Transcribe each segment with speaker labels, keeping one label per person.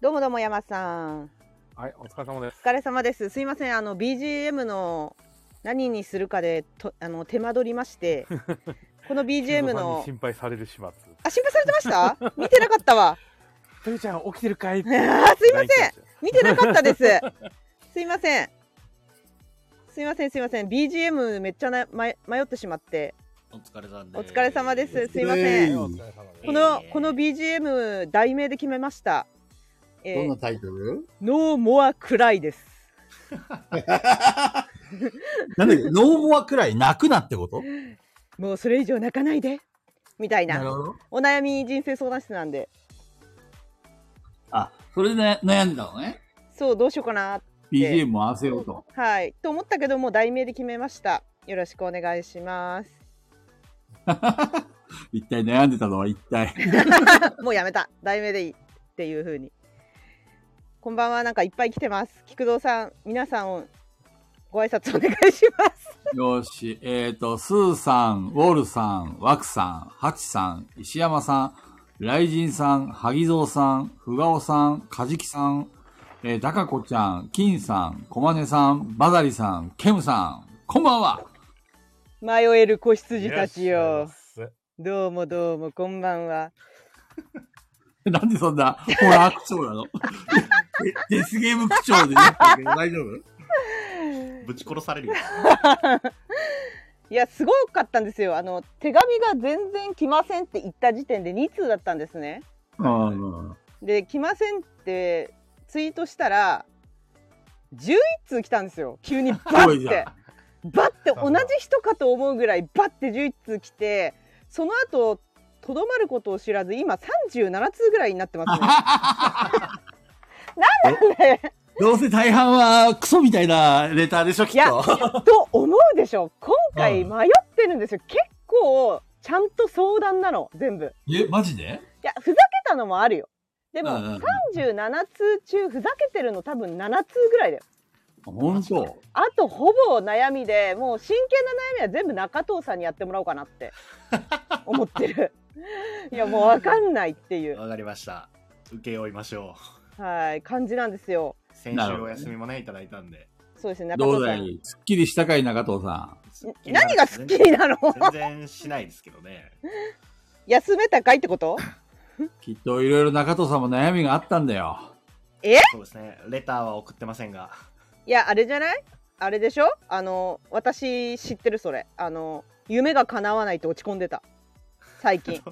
Speaker 1: どうもどうも山さん。
Speaker 2: はい、お疲れ様です。
Speaker 1: お疲れ様です。すいません。あの BGM の何にするかでとあの手間取りまして、こ の BGM
Speaker 2: 千葉さんに
Speaker 1: の
Speaker 2: 心配される始末。
Speaker 1: あ心配されてました？見てなかったわ。
Speaker 2: とりちゃん、起きてるかい。すい
Speaker 1: あーすいません。見てなかったです。すいません。すいませんすいません。BGM めっちゃな迷迷ってしまって。
Speaker 3: お疲れ様で
Speaker 1: お
Speaker 3: す。
Speaker 1: 疲れ様です。すいま
Speaker 4: え
Speaker 1: せん。
Speaker 4: ー
Speaker 2: お疲れ様です
Speaker 1: このこの BGM 題名で決めました。え
Speaker 4: どん
Speaker 1: ー
Speaker 4: な、タイトル
Speaker 1: No More 暗いです。
Speaker 4: なんだっけノーモアくらい泣くなってこと
Speaker 1: もうそれ以上泣かないでみたいな
Speaker 4: なるほど。
Speaker 1: お悩み人生相談室なんで
Speaker 3: あ、それで悩んだのね。
Speaker 1: そうどうしようかな
Speaker 3: BGM も合わせようと。
Speaker 1: はいと思ったけどもう題名で決めましたよろしくお願いします
Speaker 3: 一体悩んでたのは一体。
Speaker 1: もうやめた題名でいいっていう風にこんばんはなんかいっぱい来てます菊蔵さん皆さんご挨拶お願いします
Speaker 3: よし。えっ、と、スーさん、ウォルさん、ワクさん、ハチさん、石山さん、雷神さん、萩蔵さん、ふがおさん、カジキさん、えー、ダカコちゃん、金さん、コマネさん、バザリさん、ケムさん、こんばんは。
Speaker 1: 迷える子羊たち
Speaker 2: いらっ
Speaker 1: よ
Speaker 2: しゃいませ
Speaker 1: どうもどうもこんばんは
Speaker 3: なんでそんなホラー口調なの
Speaker 4: デスゲーム口 調で泣くけど大丈夫
Speaker 5: ぶち殺されるよ。
Speaker 1: いやすごかったんですよあの手紙が全然来ませんって言った時点で2通だったんですね
Speaker 3: うん
Speaker 1: で「来ません」ってツイートしたら11通来たんですよ急にバ
Speaker 3: 多い
Speaker 1: ッ
Speaker 3: じ
Speaker 1: て
Speaker 3: ゃ
Speaker 1: バッて同じ人かと思うぐらいバッて11通来てその後とどまることを知らず今37通ぐらいになって ますねなんなんだよ
Speaker 3: どうせ大半はクソみたいなレターでしょ、き
Speaker 1: いや
Speaker 3: っと。
Speaker 1: と思うでしょ今回迷ってるんですよ結構ちゃんと相談なの全部
Speaker 3: え、マジで
Speaker 1: いやふざけたのもあるよでも
Speaker 3: うんうん
Speaker 1: 37通中ふざけてるの多分7通ぐらいだよ
Speaker 3: 本当。
Speaker 1: あとほぼ悩みでもう真剣な悩みは全部中藤さんにやってもらおうかなって 思ってるいやもうわかんないっていう、
Speaker 5: わかりました。受け負いましょう。
Speaker 1: はい、感じなんですよ
Speaker 5: 先
Speaker 3: な
Speaker 5: 週
Speaker 3: るほど
Speaker 5: お
Speaker 3: ね
Speaker 5: 休みもね、いただいたんで。
Speaker 1: そうですね中藤
Speaker 3: どう
Speaker 1: さ
Speaker 3: だ
Speaker 1: ん
Speaker 3: いすっきりしたかい、中藤さ
Speaker 1: ん何がスッキリなの
Speaker 5: 全然しないですけどね。
Speaker 1: 休めたかいってこと
Speaker 3: ん。きっといろいろ中藤さんも悩みがあったんだよ。
Speaker 5: そうですね。レターは送ってませんが。
Speaker 1: いやあれじゃないあれでしょあの私知ってるそれあの夢が叶わないって落ち込んでた最 近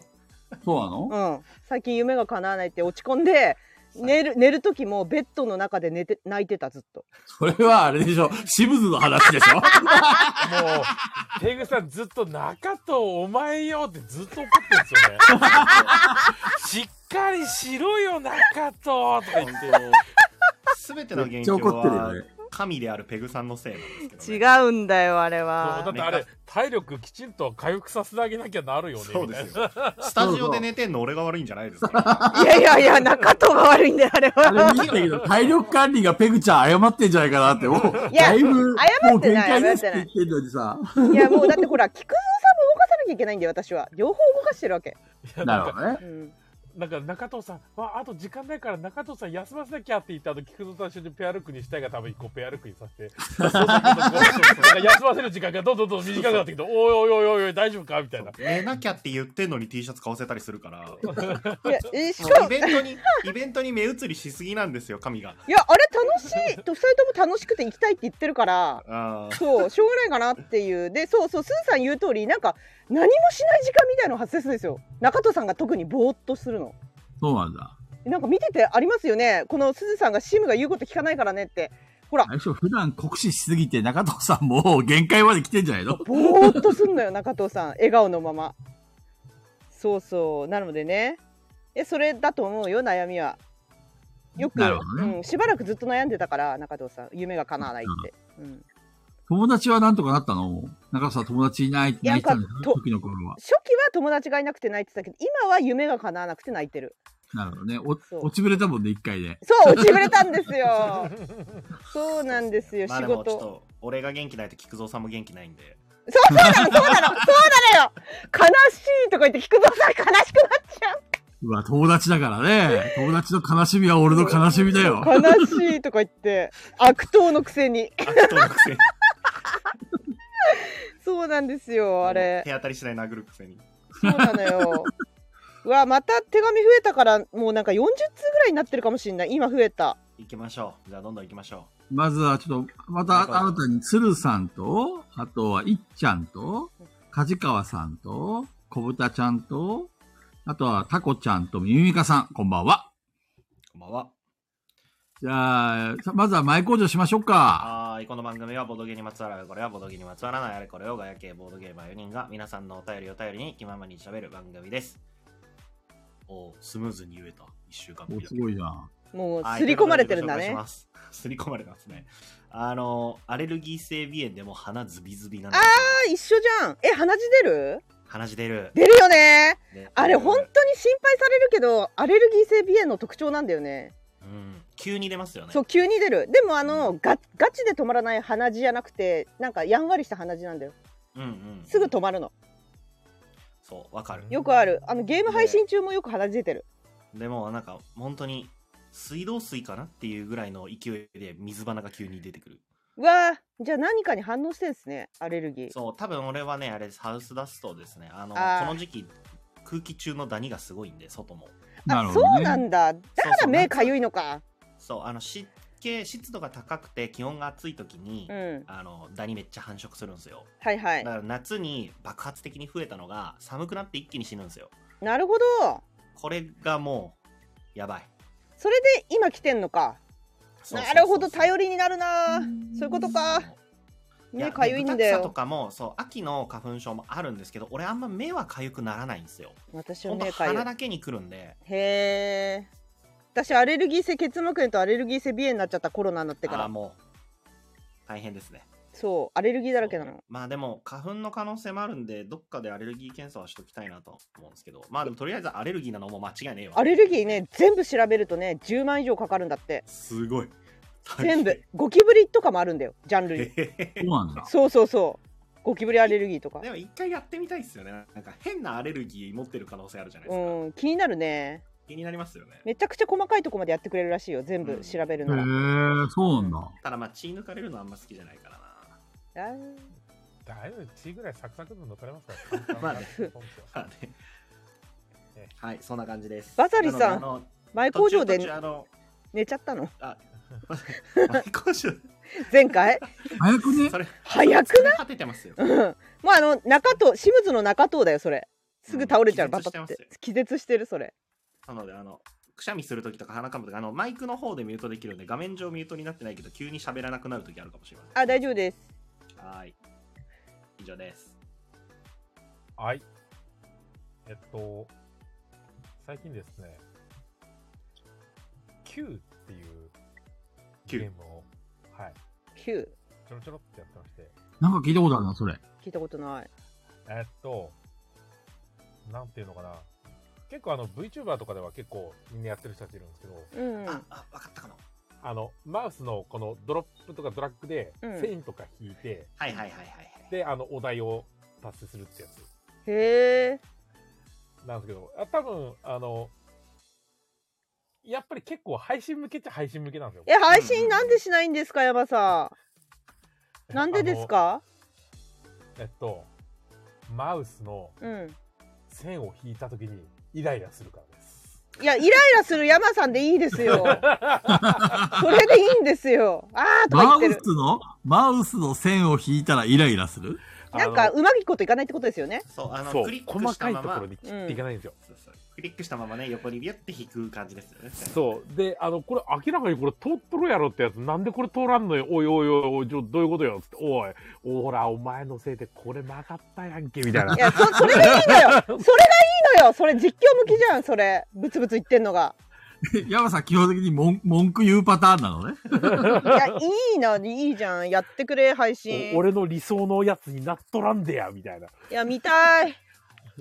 Speaker 3: そうなの
Speaker 1: うん、最近夢が叶わないって落ち込んで寝る寝る時もベッドの中で寝て泣いてたずっと
Speaker 3: それはあれでしょ。シブズの話 でしょ
Speaker 2: もう、テグさんずっと中とお前よってずっと怒ってるん ですよね。しっかりしろよ、中ととか言って。
Speaker 5: すべての
Speaker 3: め
Speaker 5: 元
Speaker 3: っちゃ
Speaker 5: 凶
Speaker 3: 怒ってるよ
Speaker 5: は
Speaker 3: ね、
Speaker 5: 神であるペグさんのせいなんですけど、ね。
Speaker 1: うんだよあれ
Speaker 2: だってあれ、体力きちんと回復させてあげなきゃなるよね。
Speaker 5: そうです
Speaker 2: みたい
Speaker 5: よ。スタジオで寝てんの俺が悪いんじゃないですか、
Speaker 1: いやいやいや中藤が悪いんだよあれ
Speaker 3: あれ
Speaker 1: は
Speaker 3: 見てたけど、体力管理がペグちゃん謝ってんじゃないかなって、もう、
Speaker 1: いや
Speaker 3: だいぶ、
Speaker 1: 謝
Speaker 3: も
Speaker 1: っ
Speaker 3: う
Speaker 1: て
Speaker 3: 限
Speaker 1: ない
Speaker 3: 界ですって言ってんのにさ。
Speaker 1: いやもうだってほら菊蔵さんも動かさなきゃいけないんだよ私は両方動かしてるわけ、
Speaker 2: な。
Speaker 3: な
Speaker 2: なん
Speaker 3: る
Speaker 2: か
Speaker 3: ほどね。
Speaker 1: うん、
Speaker 2: なんか中藤さん、あ、あと時間ないから中藤さん休ませなきゃって言った後、菊蔵さん一緒にペアルックにしたいがためにこうペアルックにさせて、そうそうそうなんか休ませる時間がどんどんどんどん短くなってきて、おいおいおいおいおい、大丈夫か みたいな。
Speaker 5: 寝なきゃって言ってんのに T シャツ買わせたりするから。
Speaker 1: いや一緒
Speaker 5: イベントに、 イベントに目移りしすぎなんですよ、神が。
Speaker 1: いやあれ楽しいと2人とも楽しくて行きたいって言ってるから
Speaker 5: あー
Speaker 1: そうしょうがないかなっていうでそうそうスーさん言う通りなんか何もしない時間みたいなの発生するんですよ中藤さんが特にぼーっとするの
Speaker 3: そうなんだ。
Speaker 1: なんか見ててありますよねこのすずさんがシムが言うこと聞かないからねって
Speaker 3: 最初普段酷使しすぎて中藤さんもう限界まで来てんじゃないの
Speaker 1: ぼーっとすんのよ中藤さん笑顔のままそうそうなのでねえそれだと思うよ悩みはよく、
Speaker 3: なるほどね
Speaker 1: うん、しばらくずっと悩んでたから中藤さん夢が叶わないって、うん、
Speaker 3: 友達はなんとかなったの中藤さん友達いないって泣いてたんだ
Speaker 1: いやなんか
Speaker 3: よ
Speaker 1: と
Speaker 3: 時の頃は。
Speaker 1: 初期は友達がいなくて泣いてたけど今は夢が叶わなくて泣いてる
Speaker 3: なるほどね。お
Speaker 1: そう
Speaker 3: 落ちぶれたもんね、一回で。
Speaker 1: そう落ちぶれたんです よそうなんですよ
Speaker 5: まあ
Speaker 1: 仕
Speaker 5: でもちょ
Speaker 1: 事
Speaker 5: っと、俺が元気ないと菊蔵さんも元気ない んで。
Speaker 1: そうそうなのそうなのそうなのよ悲しいとか言って菊蔵さん悲しくなっちゃう
Speaker 3: うわ、友達だからね。友達の悲しみは俺の悲しみだよ。
Speaker 1: 悲しいとか言って、悪党のくせに。
Speaker 5: 悪党のくせに
Speaker 1: そうなんですよ、あれ。
Speaker 5: 手当たり次第殴るくせに
Speaker 1: そうなのよ。 うわ、また手紙増えたから、もうなんか40通ぐらいになってるかもしんない。今増えた。
Speaker 5: 行きましょうじゃあどんどん行きましょ
Speaker 3: まずはちょっと、また新たに鶴さんと、あとはいっちゃんと、梶川さんと、小豚ちゃんと、あとはタコちゃんとミミミカさん、こんばんは。
Speaker 5: うこんばんは
Speaker 3: じゃあ、さまずは前工場しましょうか。
Speaker 5: はーいこの番組はボードゲーにまつわるあれこれはボードゲーにまつわらないあれこれをガヤ系ボードゲーマー4人が皆さんのお便りを頼りに気ままにしゃべる番組ですおスムーズに言えた1週間ぶ
Speaker 3: お、
Speaker 5: りだ
Speaker 3: すごいな。
Speaker 1: もう、
Speaker 5: はい
Speaker 1: すり込まれてるんだ
Speaker 5: という
Speaker 1: ね
Speaker 5: こ。とでご紹介しますすり込まれてますね。あの、アレルギー性鼻炎でも鼻ズビズビなんですよ
Speaker 1: あ一緒じゃん。え、鼻血出る
Speaker 5: 鼻血出る。
Speaker 1: 出るよね。
Speaker 5: ね
Speaker 1: あれ、本当に心配されるけど、アレルギー性鼻炎の特徴なんだよね。
Speaker 5: うん。急に出ますよね。
Speaker 1: そう、急に出る。でも、あの、ガガチで止まらない鼻血じゃなくて、なんかやんわりした鼻血なんだよ。
Speaker 5: うんうん。
Speaker 1: すぐ止まるの。
Speaker 5: そう、わかる。
Speaker 1: よくある。あの、ゲーム配信中もよく鼻血出てる。
Speaker 5: でも、なんか、本当に、水道水かなっていうぐらいの勢いで水鼻が急に出てくる。
Speaker 1: うわーじゃあ何かに反応してんですね、アレルギー。
Speaker 5: そう、多分俺はね、あれ、ハウスダストですね。あの、
Speaker 1: あー
Speaker 5: この時期、空気中のダニがすごいんで、外も。
Speaker 3: なる
Speaker 1: あ
Speaker 3: ほ
Speaker 1: そ
Speaker 3: ど、ね。
Speaker 1: うなんだ。だから目かゆいのか。
Speaker 5: そう、あの、湿気、湿度が高くて気温が暑い時に、
Speaker 1: うん。
Speaker 5: あの、ダニめっちゃ繁殖するんですよ。
Speaker 1: はいはい
Speaker 5: だ。から夏に爆発的に増えたのが寒くなって一気に死ぬんですよ
Speaker 1: なるほど。
Speaker 5: これがもうやばい
Speaker 1: それで今来てんのか。なるほど、頼りになるな。そういうことか。目かゆいんだ
Speaker 5: と
Speaker 1: よ。
Speaker 5: かもそう秋の花粉症もあるんですけど俺あんま目は痒くならないんですよ
Speaker 1: 私は
Speaker 5: ほんと
Speaker 1: 目かゆい
Speaker 5: 鼻。だけに来るんで
Speaker 1: へえ。私アレルギー性結膜炎とアレルギー性鼻炎になっちゃったコロナになってか
Speaker 5: あー
Speaker 1: ら。
Speaker 5: もう大変ですね
Speaker 1: そう、アレルギーだらけなの。
Speaker 5: まあでも花粉の可能性もあるんでどっかでアレルギー検査はしときたいなと思うんですけどまあでもとりあえずアレルギーなのも間違いねえわ
Speaker 1: アレルギーね、全部調べるとね、10万以上かかるんだって。
Speaker 5: すごい
Speaker 1: 全部。ゴキブリとかもあるんだよ、ジャンルに。
Speaker 3: そうなんだ。
Speaker 1: そうそうそう。ゴキブリアレルギーとか。
Speaker 5: でも一回やってみたいっすよね。なんか変なアレルギー持ってる可能性あるじゃないですか。
Speaker 1: うん、気になるね。
Speaker 5: 気になりますよね。
Speaker 1: めちゃくちゃ細かいとこまでやってくれるらしいよ、全
Speaker 5: う
Speaker 1: 部
Speaker 5: ん
Speaker 1: 調べる
Speaker 3: へ
Speaker 1: なら。
Speaker 3: え、そうなんだ。
Speaker 5: ただまあ血抜かれるのあんま好きじゃないからな。
Speaker 1: あ
Speaker 2: だいぶ血ぐらいサクサクの乗かれますから。
Speaker 5: まあね
Speaker 2: そうですよ
Speaker 5: まあね
Speaker 2: ええ。
Speaker 5: はい、そんな感じです。
Speaker 1: バザリさん
Speaker 5: なので
Speaker 1: 前
Speaker 5: あの
Speaker 1: 工
Speaker 5: 途
Speaker 1: 場
Speaker 5: 中途
Speaker 1: で
Speaker 5: 中あの、
Speaker 1: 寝ちゃったの
Speaker 5: あ、 前工場、
Speaker 1: 前回
Speaker 3: 早くね。
Speaker 5: それ、
Speaker 1: 早く
Speaker 5: ない果ててますよ。
Speaker 1: うん。もうあの、中藤、シムズの中藤だよ、それ。すぐ倒れちゃう、
Speaker 5: うん
Speaker 1: バタっ
Speaker 5: 気絶してます
Speaker 1: て
Speaker 5: よ。
Speaker 1: 気絶してる、それ。
Speaker 5: なので、あの、くしゃみするときとか鼻かむとき、あの、マイクの方でミュートできるんで、画面上ミュートになってないけど、急に喋らなくなるときあるかもしれません。
Speaker 1: あ、大丈夫です。
Speaker 5: はーい。以上です。
Speaker 2: はい。えっと、最近ですね、Q っていうゲ
Speaker 5: Q
Speaker 2: ームを、はい、
Speaker 1: 9。
Speaker 2: ちょろちょろってやってまして、
Speaker 3: なんか聞いたことあるな、それ。
Speaker 1: 聞いたことない。
Speaker 2: えっと、なんていうのかな。結構あの VTuber とかでは結構みんなやってる人たちいるんですけど、
Speaker 1: うん。
Speaker 5: あ、あ、わかったかも。
Speaker 2: あの、マウスのこのドロップとかドラッグで
Speaker 1: うん
Speaker 2: 線とか引いて、
Speaker 5: はいはいはいはいはい。
Speaker 2: で、あの、お題を達成するってやつ。
Speaker 1: へえ。
Speaker 2: なんですけど、あ多分あの、やっぱり結構配信向けっちゃ配信向けなんですよ。
Speaker 1: え、配信なんでしないんですか、山さん。なんでですか
Speaker 2: あのえっと、マウスの
Speaker 1: うん。
Speaker 2: 線を引いたときにイライラするからです。
Speaker 1: いや、イライラする山さんでいいです よ。それでいいんですよ。あーとか言
Speaker 3: マ
Speaker 1: っ
Speaker 3: ウ
Speaker 1: て
Speaker 3: ス
Speaker 1: る。
Speaker 3: の、マウスの線を引いたらイライラする
Speaker 1: なんか、
Speaker 2: あの、
Speaker 1: うまいこといかないってことですよね。。
Speaker 5: そう、あの、
Speaker 2: そう
Speaker 5: クリック
Speaker 2: 細
Speaker 5: した
Speaker 2: かい
Speaker 5: ま
Speaker 2: とこ
Speaker 5: ま
Speaker 2: ろ、に切っていかないんですよ。
Speaker 5: そうそうクリックしたままね、横にビュって引く感じですよね。
Speaker 2: そう。で、あの、これ明らかにこれ通っとるやろってやつ、なんでこれ通らんのよ、おいおいおいおい、ちょどういうことよ、つって、おい、ほら、お前のせいでこれ曲がったやんけ、みたいない
Speaker 1: や、そ、 それがいいのよ。 それがいいのよ。それ実況向きじゃん、それ。ブツブツ言ってんのが。
Speaker 3: ヤマさん基本的に文文句言うパターンなのね。
Speaker 1: いや、いいな、いいじゃん。やってくれ、配信。
Speaker 2: お俺の理想のやつになっとらんでや、みたいな。
Speaker 1: いや、見たい。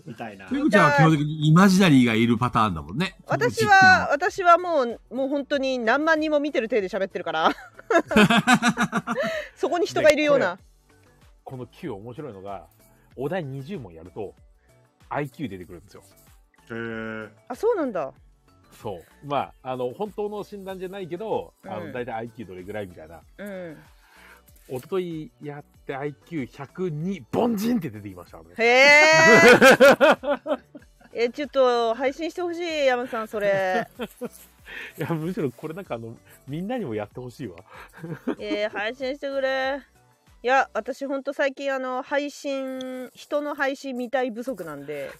Speaker 5: みたいな
Speaker 3: ペ。グちゃんは基本的にイマジナリーがいるパターンだもんね。
Speaker 1: 私は、私はもう、もう本当に何万人も見てる体で喋ってる から。そこに人がいるような。
Speaker 2: この Q 面白いのが、お題20問やると、IQ 出てくるんですよ。
Speaker 5: へー
Speaker 1: あそうなんだ
Speaker 2: そう。まあ、あの、本当の診断じゃないけど、あ
Speaker 1: う
Speaker 2: の、
Speaker 1: ん
Speaker 2: 大体 IQ どれぐらいみたいな。
Speaker 1: うん
Speaker 2: おとといやって IQ102、凡人って出てきました から
Speaker 1: へ
Speaker 2: ね。
Speaker 1: ええちょっと配信してほしい山さんそれ
Speaker 2: いや、むしろこれなんかあの、みんなにもやってほしいわ。
Speaker 1: えー、配信してくれいや私ほんと最近あの配信人の配信見たい不足なん で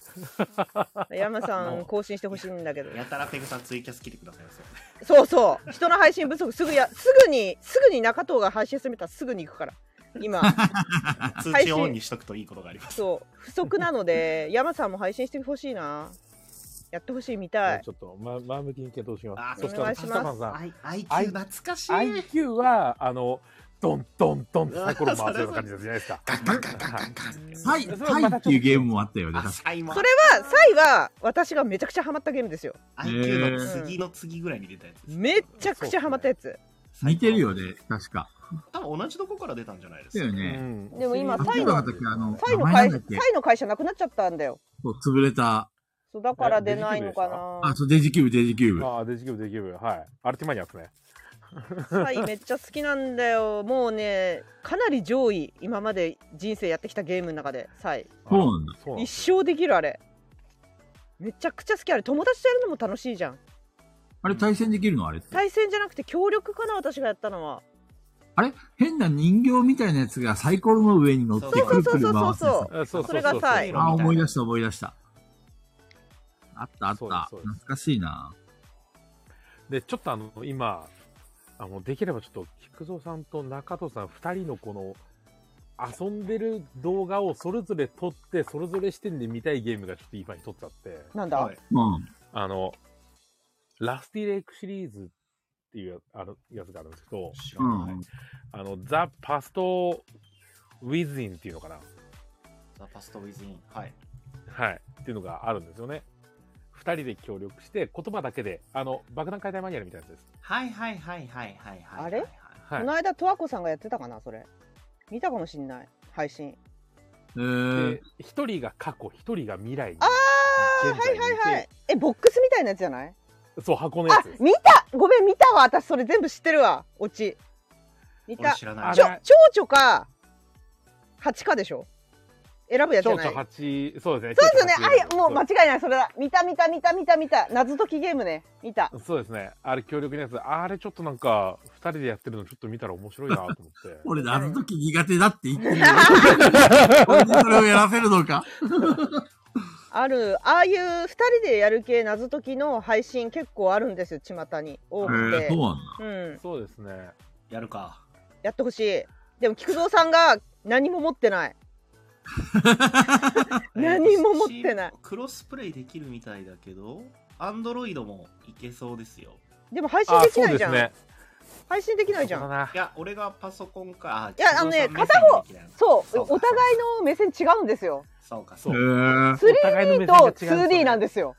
Speaker 1: 山さん更新してほしいんだけど
Speaker 5: やたらペグさんツイキャス来てくださいますよね。
Speaker 1: そうそう人の配信不足すぐやすぐにすぐに中藤が配信してみたらすぐに行くから今
Speaker 5: 通
Speaker 1: 配
Speaker 5: 知
Speaker 1: 信
Speaker 5: をオンにしとくといいことがあります。
Speaker 1: そう不足なので山さんも配信してほしいなやってほしいみたい
Speaker 2: ちょっと、ま、前向きに検討します。
Speaker 5: あ
Speaker 2: そした
Speaker 1: お願
Speaker 2: ら、
Speaker 1: いし
Speaker 2: パ
Speaker 1: ます
Speaker 2: タパンさん、
Speaker 5: I-
Speaker 2: I-
Speaker 5: IQ 懐かしい。
Speaker 2: IQ は、あの、ドンドンドンってサイコロ回すような感じじゃないですか。
Speaker 3: サイ、サイっていうゲームもあったよね。
Speaker 5: あ
Speaker 3: 確か
Speaker 5: サイも
Speaker 1: それはサイは私がめちゃくちゃハマったゲームですよ
Speaker 5: IQ の次の次ぐらいに出たやつ。
Speaker 1: めっちゃくちゃハマったやつ
Speaker 3: 似てるよね、確か。
Speaker 5: 多分同じとこから出たんじゃないです
Speaker 3: だ
Speaker 5: か
Speaker 3: よ。
Speaker 2: う
Speaker 3: ね。
Speaker 2: ん
Speaker 1: でも今
Speaker 3: 例えばの時あの、
Speaker 1: サイ
Speaker 3: 名
Speaker 1: の
Speaker 3: 前
Speaker 1: 会
Speaker 3: な
Speaker 1: 社
Speaker 3: んだっけ
Speaker 1: サイの会社なくなっちゃったんだよ
Speaker 3: そう潰れた。
Speaker 1: そうだから出ないのかな
Speaker 3: あ、そう、デジキューブ、デジキューブ。
Speaker 2: ああ、デジキューブ、デジキューブ。はい。アルティマニアですね。
Speaker 1: サイめっちゃ好きなんだよもうねかなり上位今まで人生やってきたゲームの中でサイ
Speaker 2: あ
Speaker 3: そうなんだ。
Speaker 2: そうな
Speaker 1: 一
Speaker 2: んです
Speaker 1: 生できるあれめちゃくちゃ好きあれ友達とやるのも楽しいじゃん
Speaker 3: あれ対戦できるのあれって。
Speaker 1: 対戦じゃなくて協力かな私がやったのは
Speaker 3: あれ変な人形みたいなやつがサイコロの上に乗ってくるくる回すやつ。
Speaker 2: あそうそうそう
Speaker 1: それがサイ
Speaker 5: そう
Speaker 3: あ、思い出した、思い出した。あった、あっ
Speaker 2: そうです
Speaker 3: た。
Speaker 2: そうです
Speaker 3: 懐かしいな。
Speaker 2: で、ちょっとあの、今、あの、できればちょっと、菊蔵さんと中戸さん二人のこの、遊んでる動画をそれぞれ撮って、それぞれ視点で見たいゲームがちょっと今に撮っちゃって、
Speaker 1: なんだ、
Speaker 5: はい
Speaker 3: うん。
Speaker 2: あの、ラスティレイクシリーズっていうあのやつがあるんですけど、
Speaker 5: 知
Speaker 3: う
Speaker 5: らない
Speaker 3: ん。。
Speaker 2: あの、ザ・パスト・ウィズインっていうのかな
Speaker 5: ザ・パスト・ウィズ・イン。はい。
Speaker 2: はい。っていうのがあるんですよね。二人で協力して、言葉だけで、あの、爆弾解体マニュアルみたいなやつです。
Speaker 5: はいはいはいはいはいはい。
Speaker 1: あれ
Speaker 2: は
Speaker 1: この間十和子さんがやってたかなそれ見たかもしんない配信
Speaker 3: えー
Speaker 2: で、一人が過去、一人が未来に。
Speaker 1: ああ
Speaker 2: 現
Speaker 1: は
Speaker 2: 在
Speaker 1: い
Speaker 2: にいて
Speaker 1: はいはいえボックスみたいなやつじゃない
Speaker 2: そう、箱のや
Speaker 1: あ
Speaker 2: つです。
Speaker 1: 見たごめん見たわ私それ全部知ってるわオチ見
Speaker 5: 俺
Speaker 1: た
Speaker 5: 知らない
Speaker 2: あ
Speaker 1: ちょ
Speaker 2: れ
Speaker 1: 蝶々か蜂かでしょ選ぶやつじ
Speaker 2: 蝶
Speaker 1: ゃない
Speaker 2: 々八そうですね。
Speaker 1: そうですよね
Speaker 2: 蝶々八
Speaker 1: あいもう間違いないそれだ見た見た見た見た見た謎解きゲームね見た
Speaker 2: そうそうですね。あれ、協力のやつ。あれ、ちょっとなんか、二人でやってるのちょっと見たら面白いなと思って。
Speaker 3: 俺、謎解き苦手だって言って るよ。俺にそれをやらせるのか。
Speaker 1: あるああいう二人でやる系謎解きの配信結構あるんですよ巷に多
Speaker 3: え
Speaker 1: く
Speaker 3: ー、
Speaker 1: て
Speaker 3: そう、なん
Speaker 1: うん、
Speaker 2: そうですね。
Speaker 5: やるか。
Speaker 1: やってほしいでも菊蔵さんが何も持ってない何も持ってない
Speaker 5: えー。クロスプレイできるみたいだけど、アンドロイドもいけそうですよ。。
Speaker 1: でも配信
Speaker 2: あ
Speaker 1: でき
Speaker 2: そう
Speaker 1: ない
Speaker 2: で
Speaker 1: じゃ
Speaker 2: す
Speaker 1: ん、
Speaker 2: ね。
Speaker 1: 配信できないじゃ
Speaker 2: そうんだない
Speaker 5: や、俺がパソコンか。
Speaker 1: いやあのね
Speaker 5: 菊蔵さん目線でいけないのか
Speaker 1: そう
Speaker 5: そうか
Speaker 1: お互いの目線違うんですよ
Speaker 5: そうか、そ
Speaker 2: そうう
Speaker 5: か。
Speaker 3: だ。えー、
Speaker 2: お互いの目
Speaker 1: 3D と
Speaker 2: 線が違うんですよね
Speaker 1: 2D なんですよ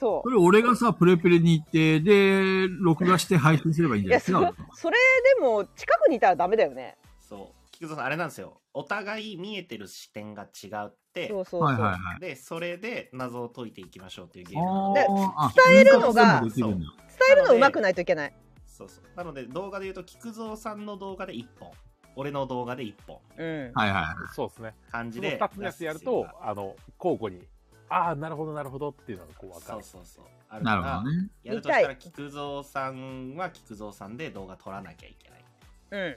Speaker 1: そ
Speaker 3: それ俺がさ、プレプレに行って、で、録画して配信すればいいん
Speaker 1: う
Speaker 3: じ
Speaker 1: い
Speaker 3: ゃな
Speaker 1: や
Speaker 3: いです
Speaker 1: そ
Speaker 3: か。
Speaker 1: それでも近くにいたらダメだよね
Speaker 5: そう。菊蔵さん、あれなんですよ。お互い見えてる視点が違うって。
Speaker 1: そうそうそう、
Speaker 3: はいはいはい。
Speaker 5: で、それで謎を解いていきましょうっていうゲームなので。
Speaker 3: あー
Speaker 1: 伝えるのが
Speaker 3: あ分割全部できるんだ
Speaker 1: 伝えるの上手くないといけない
Speaker 5: そうそう。なので、動画で言うと、菊蔵さんの動画で1本、俺の動画で1本、
Speaker 1: うん
Speaker 3: はいはい。
Speaker 2: そうですね。
Speaker 5: 感
Speaker 2: そ
Speaker 5: じ
Speaker 2: の
Speaker 5: で。
Speaker 2: 二つのやつやると、あの、交互に、ああ、なるほど、なるほどっていうのがこう分か
Speaker 5: そ
Speaker 2: る
Speaker 5: う。そうそう。あるか
Speaker 3: なる
Speaker 5: ら
Speaker 3: ほどね。
Speaker 5: やるとしたら、
Speaker 1: 見
Speaker 5: 菊蔵さんは菊蔵さんで動画撮らなきゃいけない。
Speaker 1: うん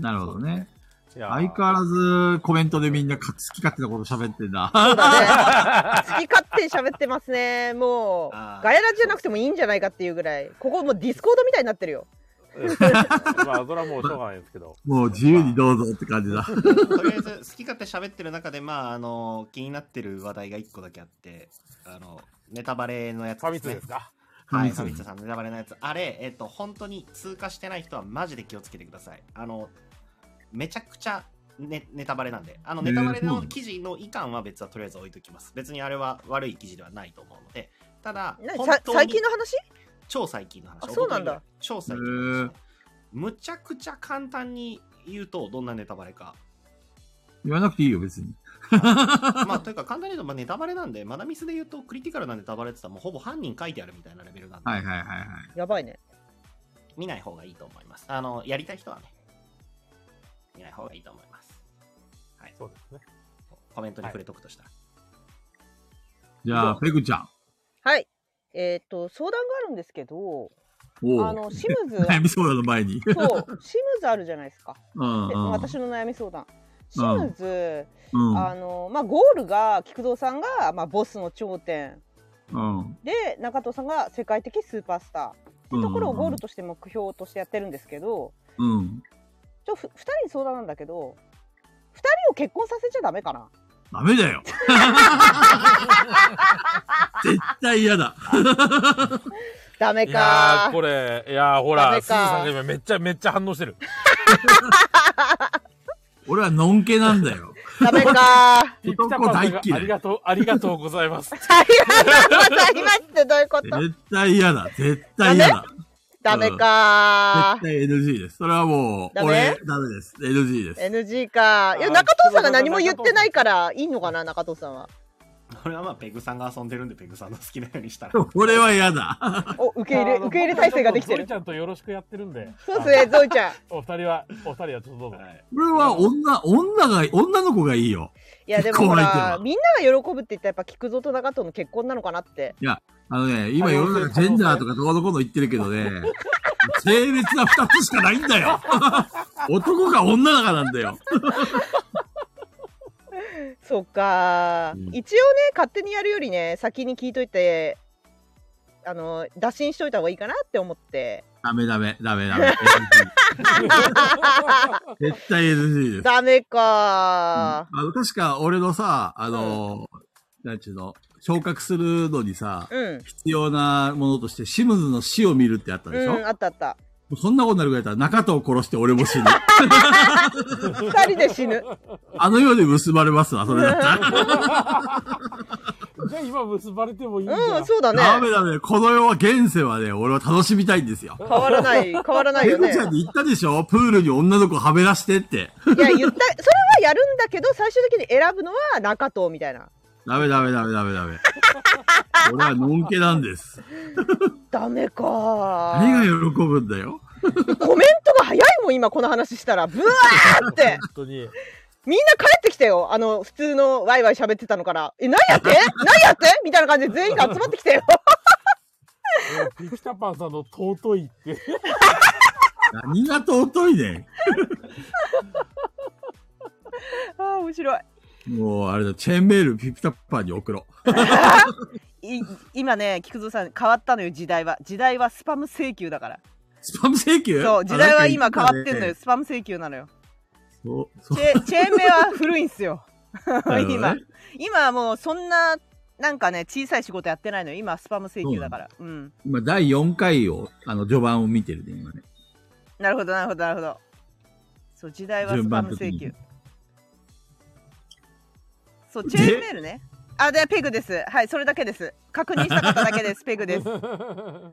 Speaker 3: なるほどね。
Speaker 2: いやー
Speaker 3: 相変わらずコメントでみんなか好き勝手なこと喋ってん だ。
Speaker 1: そう だね好き勝手に喋ってますねもう
Speaker 5: あー
Speaker 1: ガヤラじゃなくてもいいんじゃないかっていうぐらいここもうディスコードみたいになってるよ
Speaker 2: うん まあ、それはもうしょうがないですけど。
Speaker 3: もう自由にどうぞって感じだ。
Speaker 5: とりあえず、好き勝手喋ってる中で、まあ、あの、気になってる話題が1個だけあって、あの、ネタバレのやつ
Speaker 2: ファミツですか
Speaker 5: はい、フ
Speaker 3: ファ
Speaker 5: ァミ
Speaker 3: ミ
Speaker 5: ツ
Speaker 3: 通
Speaker 5: さんのネタバレのやつ。あれ、えっ、と、本当に通過してない人はマジで気をつけてください。あの、めちゃくちゃネネタバレなんで。あの、
Speaker 3: えー
Speaker 5: ネタバレ
Speaker 3: そう
Speaker 5: の
Speaker 3: なんだ
Speaker 5: 記事の遺憾は別はとりあえず置いときます。別にあれは悪い記事ではないと思うので。ただ、
Speaker 1: な
Speaker 5: 本
Speaker 1: さ
Speaker 5: 当に
Speaker 1: 最近の話
Speaker 5: 超最近の話。
Speaker 1: あそうなんだ
Speaker 5: おとといぐらい。超最近の話ね、むちゃくちゃ簡単に言うと、どんなネタバレか。
Speaker 3: 言わなくていいよ、別に。
Speaker 5: まあ、というか簡単に言うと、まあ、ネタバレなんで、マダミスで言うと、クリティカルなネタバレって言ったら、もうほぼ犯人書いてあるみたいなレベルなんで、
Speaker 3: はいはいはいはい。
Speaker 1: やばいね。
Speaker 5: 見ない方がいいと思います。あの、やりたい人はね、見ない方がいいと思います。はい。
Speaker 2: そうですね。
Speaker 5: コメントに触れとくとしたら。
Speaker 3: じゃあ、ペグちゃん。
Speaker 1: はい。えっ、と、相談があるんですけど、
Speaker 3: お
Speaker 1: あ
Speaker 3: う。
Speaker 1: の、シムズ、
Speaker 3: 悩み相談の前に。
Speaker 1: そう、シムズあるじゃないですか。
Speaker 3: うん
Speaker 1: で
Speaker 3: うん。
Speaker 1: 私の悩み相談。シムズ、
Speaker 3: うん。
Speaker 1: あの、まあ、ゴールが、菊蔵さんが、まあ、ボスの頂点。
Speaker 3: うん。
Speaker 1: で、中藤さんが世界的スーパースター。ってところをゴールとして目標としてやってるんですけど、
Speaker 3: うん。
Speaker 1: ちょ、ふ二人に相談なんだけど、二人を結婚させちゃダメかな
Speaker 3: ダメ だよ。絶対嫌だ。
Speaker 1: ダメ
Speaker 2: いや
Speaker 1: か
Speaker 2: ー、これ、いやー、ほ
Speaker 1: ダ
Speaker 2: ら、
Speaker 1: メか
Speaker 2: すずさんが今めっちゃめっちゃ反応してる。
Speaker 3: 俺はのんけなんだよ。
Speaker 1: ダメかー
Speaker 2: ピ
Speaker 3: 男
Speaker 2: ピタパンさんが
Speaker 3: 大っ嫌い
Speaker 2: ありがとう、ありがとうござ います。
Speaker 1: ありがとうございますってどういうこと
Speaker 3: 絶対嫌だ。絶対嫌だ。
Speaker 1: ダメか
Speaker 3: 絶対 NG です。それはもう、
Speaker 1: ダメ
Speaker 3: 俺、ダメです。NG です。
Speaker 1: NG かいや
Speaker 2: あー
Speaker 1: 中藤さんが何も言ってないからいいのかな中藤さんは
Speaker 5: これはまあ、ペグさんが遊んでるんで、ペグさんの好きなようにしたら。
Speaker 3: 俺は嫌だ。
Speaker 1: お受け入れ
Speaker 2: あの
Speaker 1: 受け入れ体制ができて
Speaker 2: 僕は
Speaker 1: る
Speaker 2: ちょっとゾイちゃんとよろしくやってるんで。
Speaker 1: そうですねゾイちゃん
Speaker 2: あの。お二人は、お二人はちょっとどうぞ。
Speaker 5: はい
Speaker 3: 俺は女、女が、女の子がいいよ。
Speaker 1: いやでもほ
Speaker 3: 結婚相手
Speaker 1: ら
Speaker 3: は
Speaker 1: みんなが喜ぶって言ったらやっぱ菊蔵と中藤の結婚なのかなって
Speaker 3: あのね、今世の中ジェンダーとかどこどこの言ってるけど ね、性別が二つしかないんだよ。男か女だかなんだよ。
Speaker 1: そうか、
Speaker 3: うん
Speaker 1: 一応ね勝手にやるよりね先に聞いといてあの打診しといた方がいいかなって思って
Speaker 3: ダメダメ、ダメダメ。NG 絶対 NG です。
Speaker 1: ダメ
Speaker 3: あ
Speaker 1: か、
Speaker 3: の、確か俺のさ、あの、なんちゅうの、昇格するのにさ、
Speaker 1: うん
Speaker 3: 必要なものとして、シムズの死を見るってあったでしょ、
Speaker 1: うんあったあった
Speaker 3: もうそんなことになるぐらいだったら中藤殺して俺も 死ぬ。
Speaker 1: 二人で死 ぬ
Speaker 3: あの世で結ばれますわ、それだったら。
Speaker 2: じゃあ今結ばれてもいいんじゃん。
Speaker 1: うんそうだ
Speaker 3: ダメ
Speaker 1: ね
Speaker 3: だね。この世は現世はね、俺は楽しみたいんですよ。
Speaker 1: 変わらない 変わらない
Speaker 3: ペ
Speaker 1: よ
Speaker 3: グ
Speaker 1: ね
Speaker 3: ちゃんに言ったでしょプールに女の子はめらしてって。
Speaker 1: いや、言った、それはやるんだけど、最終的に選ぶのは中藤みたいな。
Speaker 3: ダメダメダメダメダメ。 俺はのんけなんです。
Speaker 1: ダメかー
Speaker 3: 何が喜ぶんだよ。
Speaker 1: コメントが早いもん、今この話したら。ブワーって。
Speaker 2: 本当に。
Speaker 1: みんな帰ってきたよ。あの、普通のワイワイ喋ってたのから。え、何や って何やってみたいな感じで全員が集まってきた よ。
Speaker 2: ピピタパンさんの尊いって。
Speaker 3: 何が尊いね
Speaker 1: ああ、面白い。
Speaker 3: ん。もうあれだ、チェーンメールピピタパンに送ろう。
Speaker 1: い今ね、菊蔵さん変わったのよ、時代は。時代はスパム請求だから。
Speaker 3: スパム請求
Speaker 1: そう、時代は今変わってんの。
Speaker 3: あなんか言
Speaker 1: よ。スパム請求なのよ。
Speaker 3: たねそう、そ
Speaker 1: チ
Speaker 3: う。
Speaker 1: ェ チェーンメは古いんすよ。
Speaker 3: るほどね
Speaker 1: 今、今はもうそんな、なんかね、小さい仕事やってないのよ。今、スパム請求だから。うん。
Speaker 3: 今第4回を、あの、序盤を見てるね、今ね。
Speaker 1: なるほど、なるほど、なるほど。そう、時代はス
Speaker 3: 順
Speaker 1: パ
Speaker 3: 番
Speaker 1: ム
Speaker 3: 的
Speaker 1: 請
Speaker 3: に
Speaker 1: 求。そう、チェーンメールね。あ、で、ペグです。はい、それだけです。確認した方だけ です。ペグ です。
Speaker 3: 却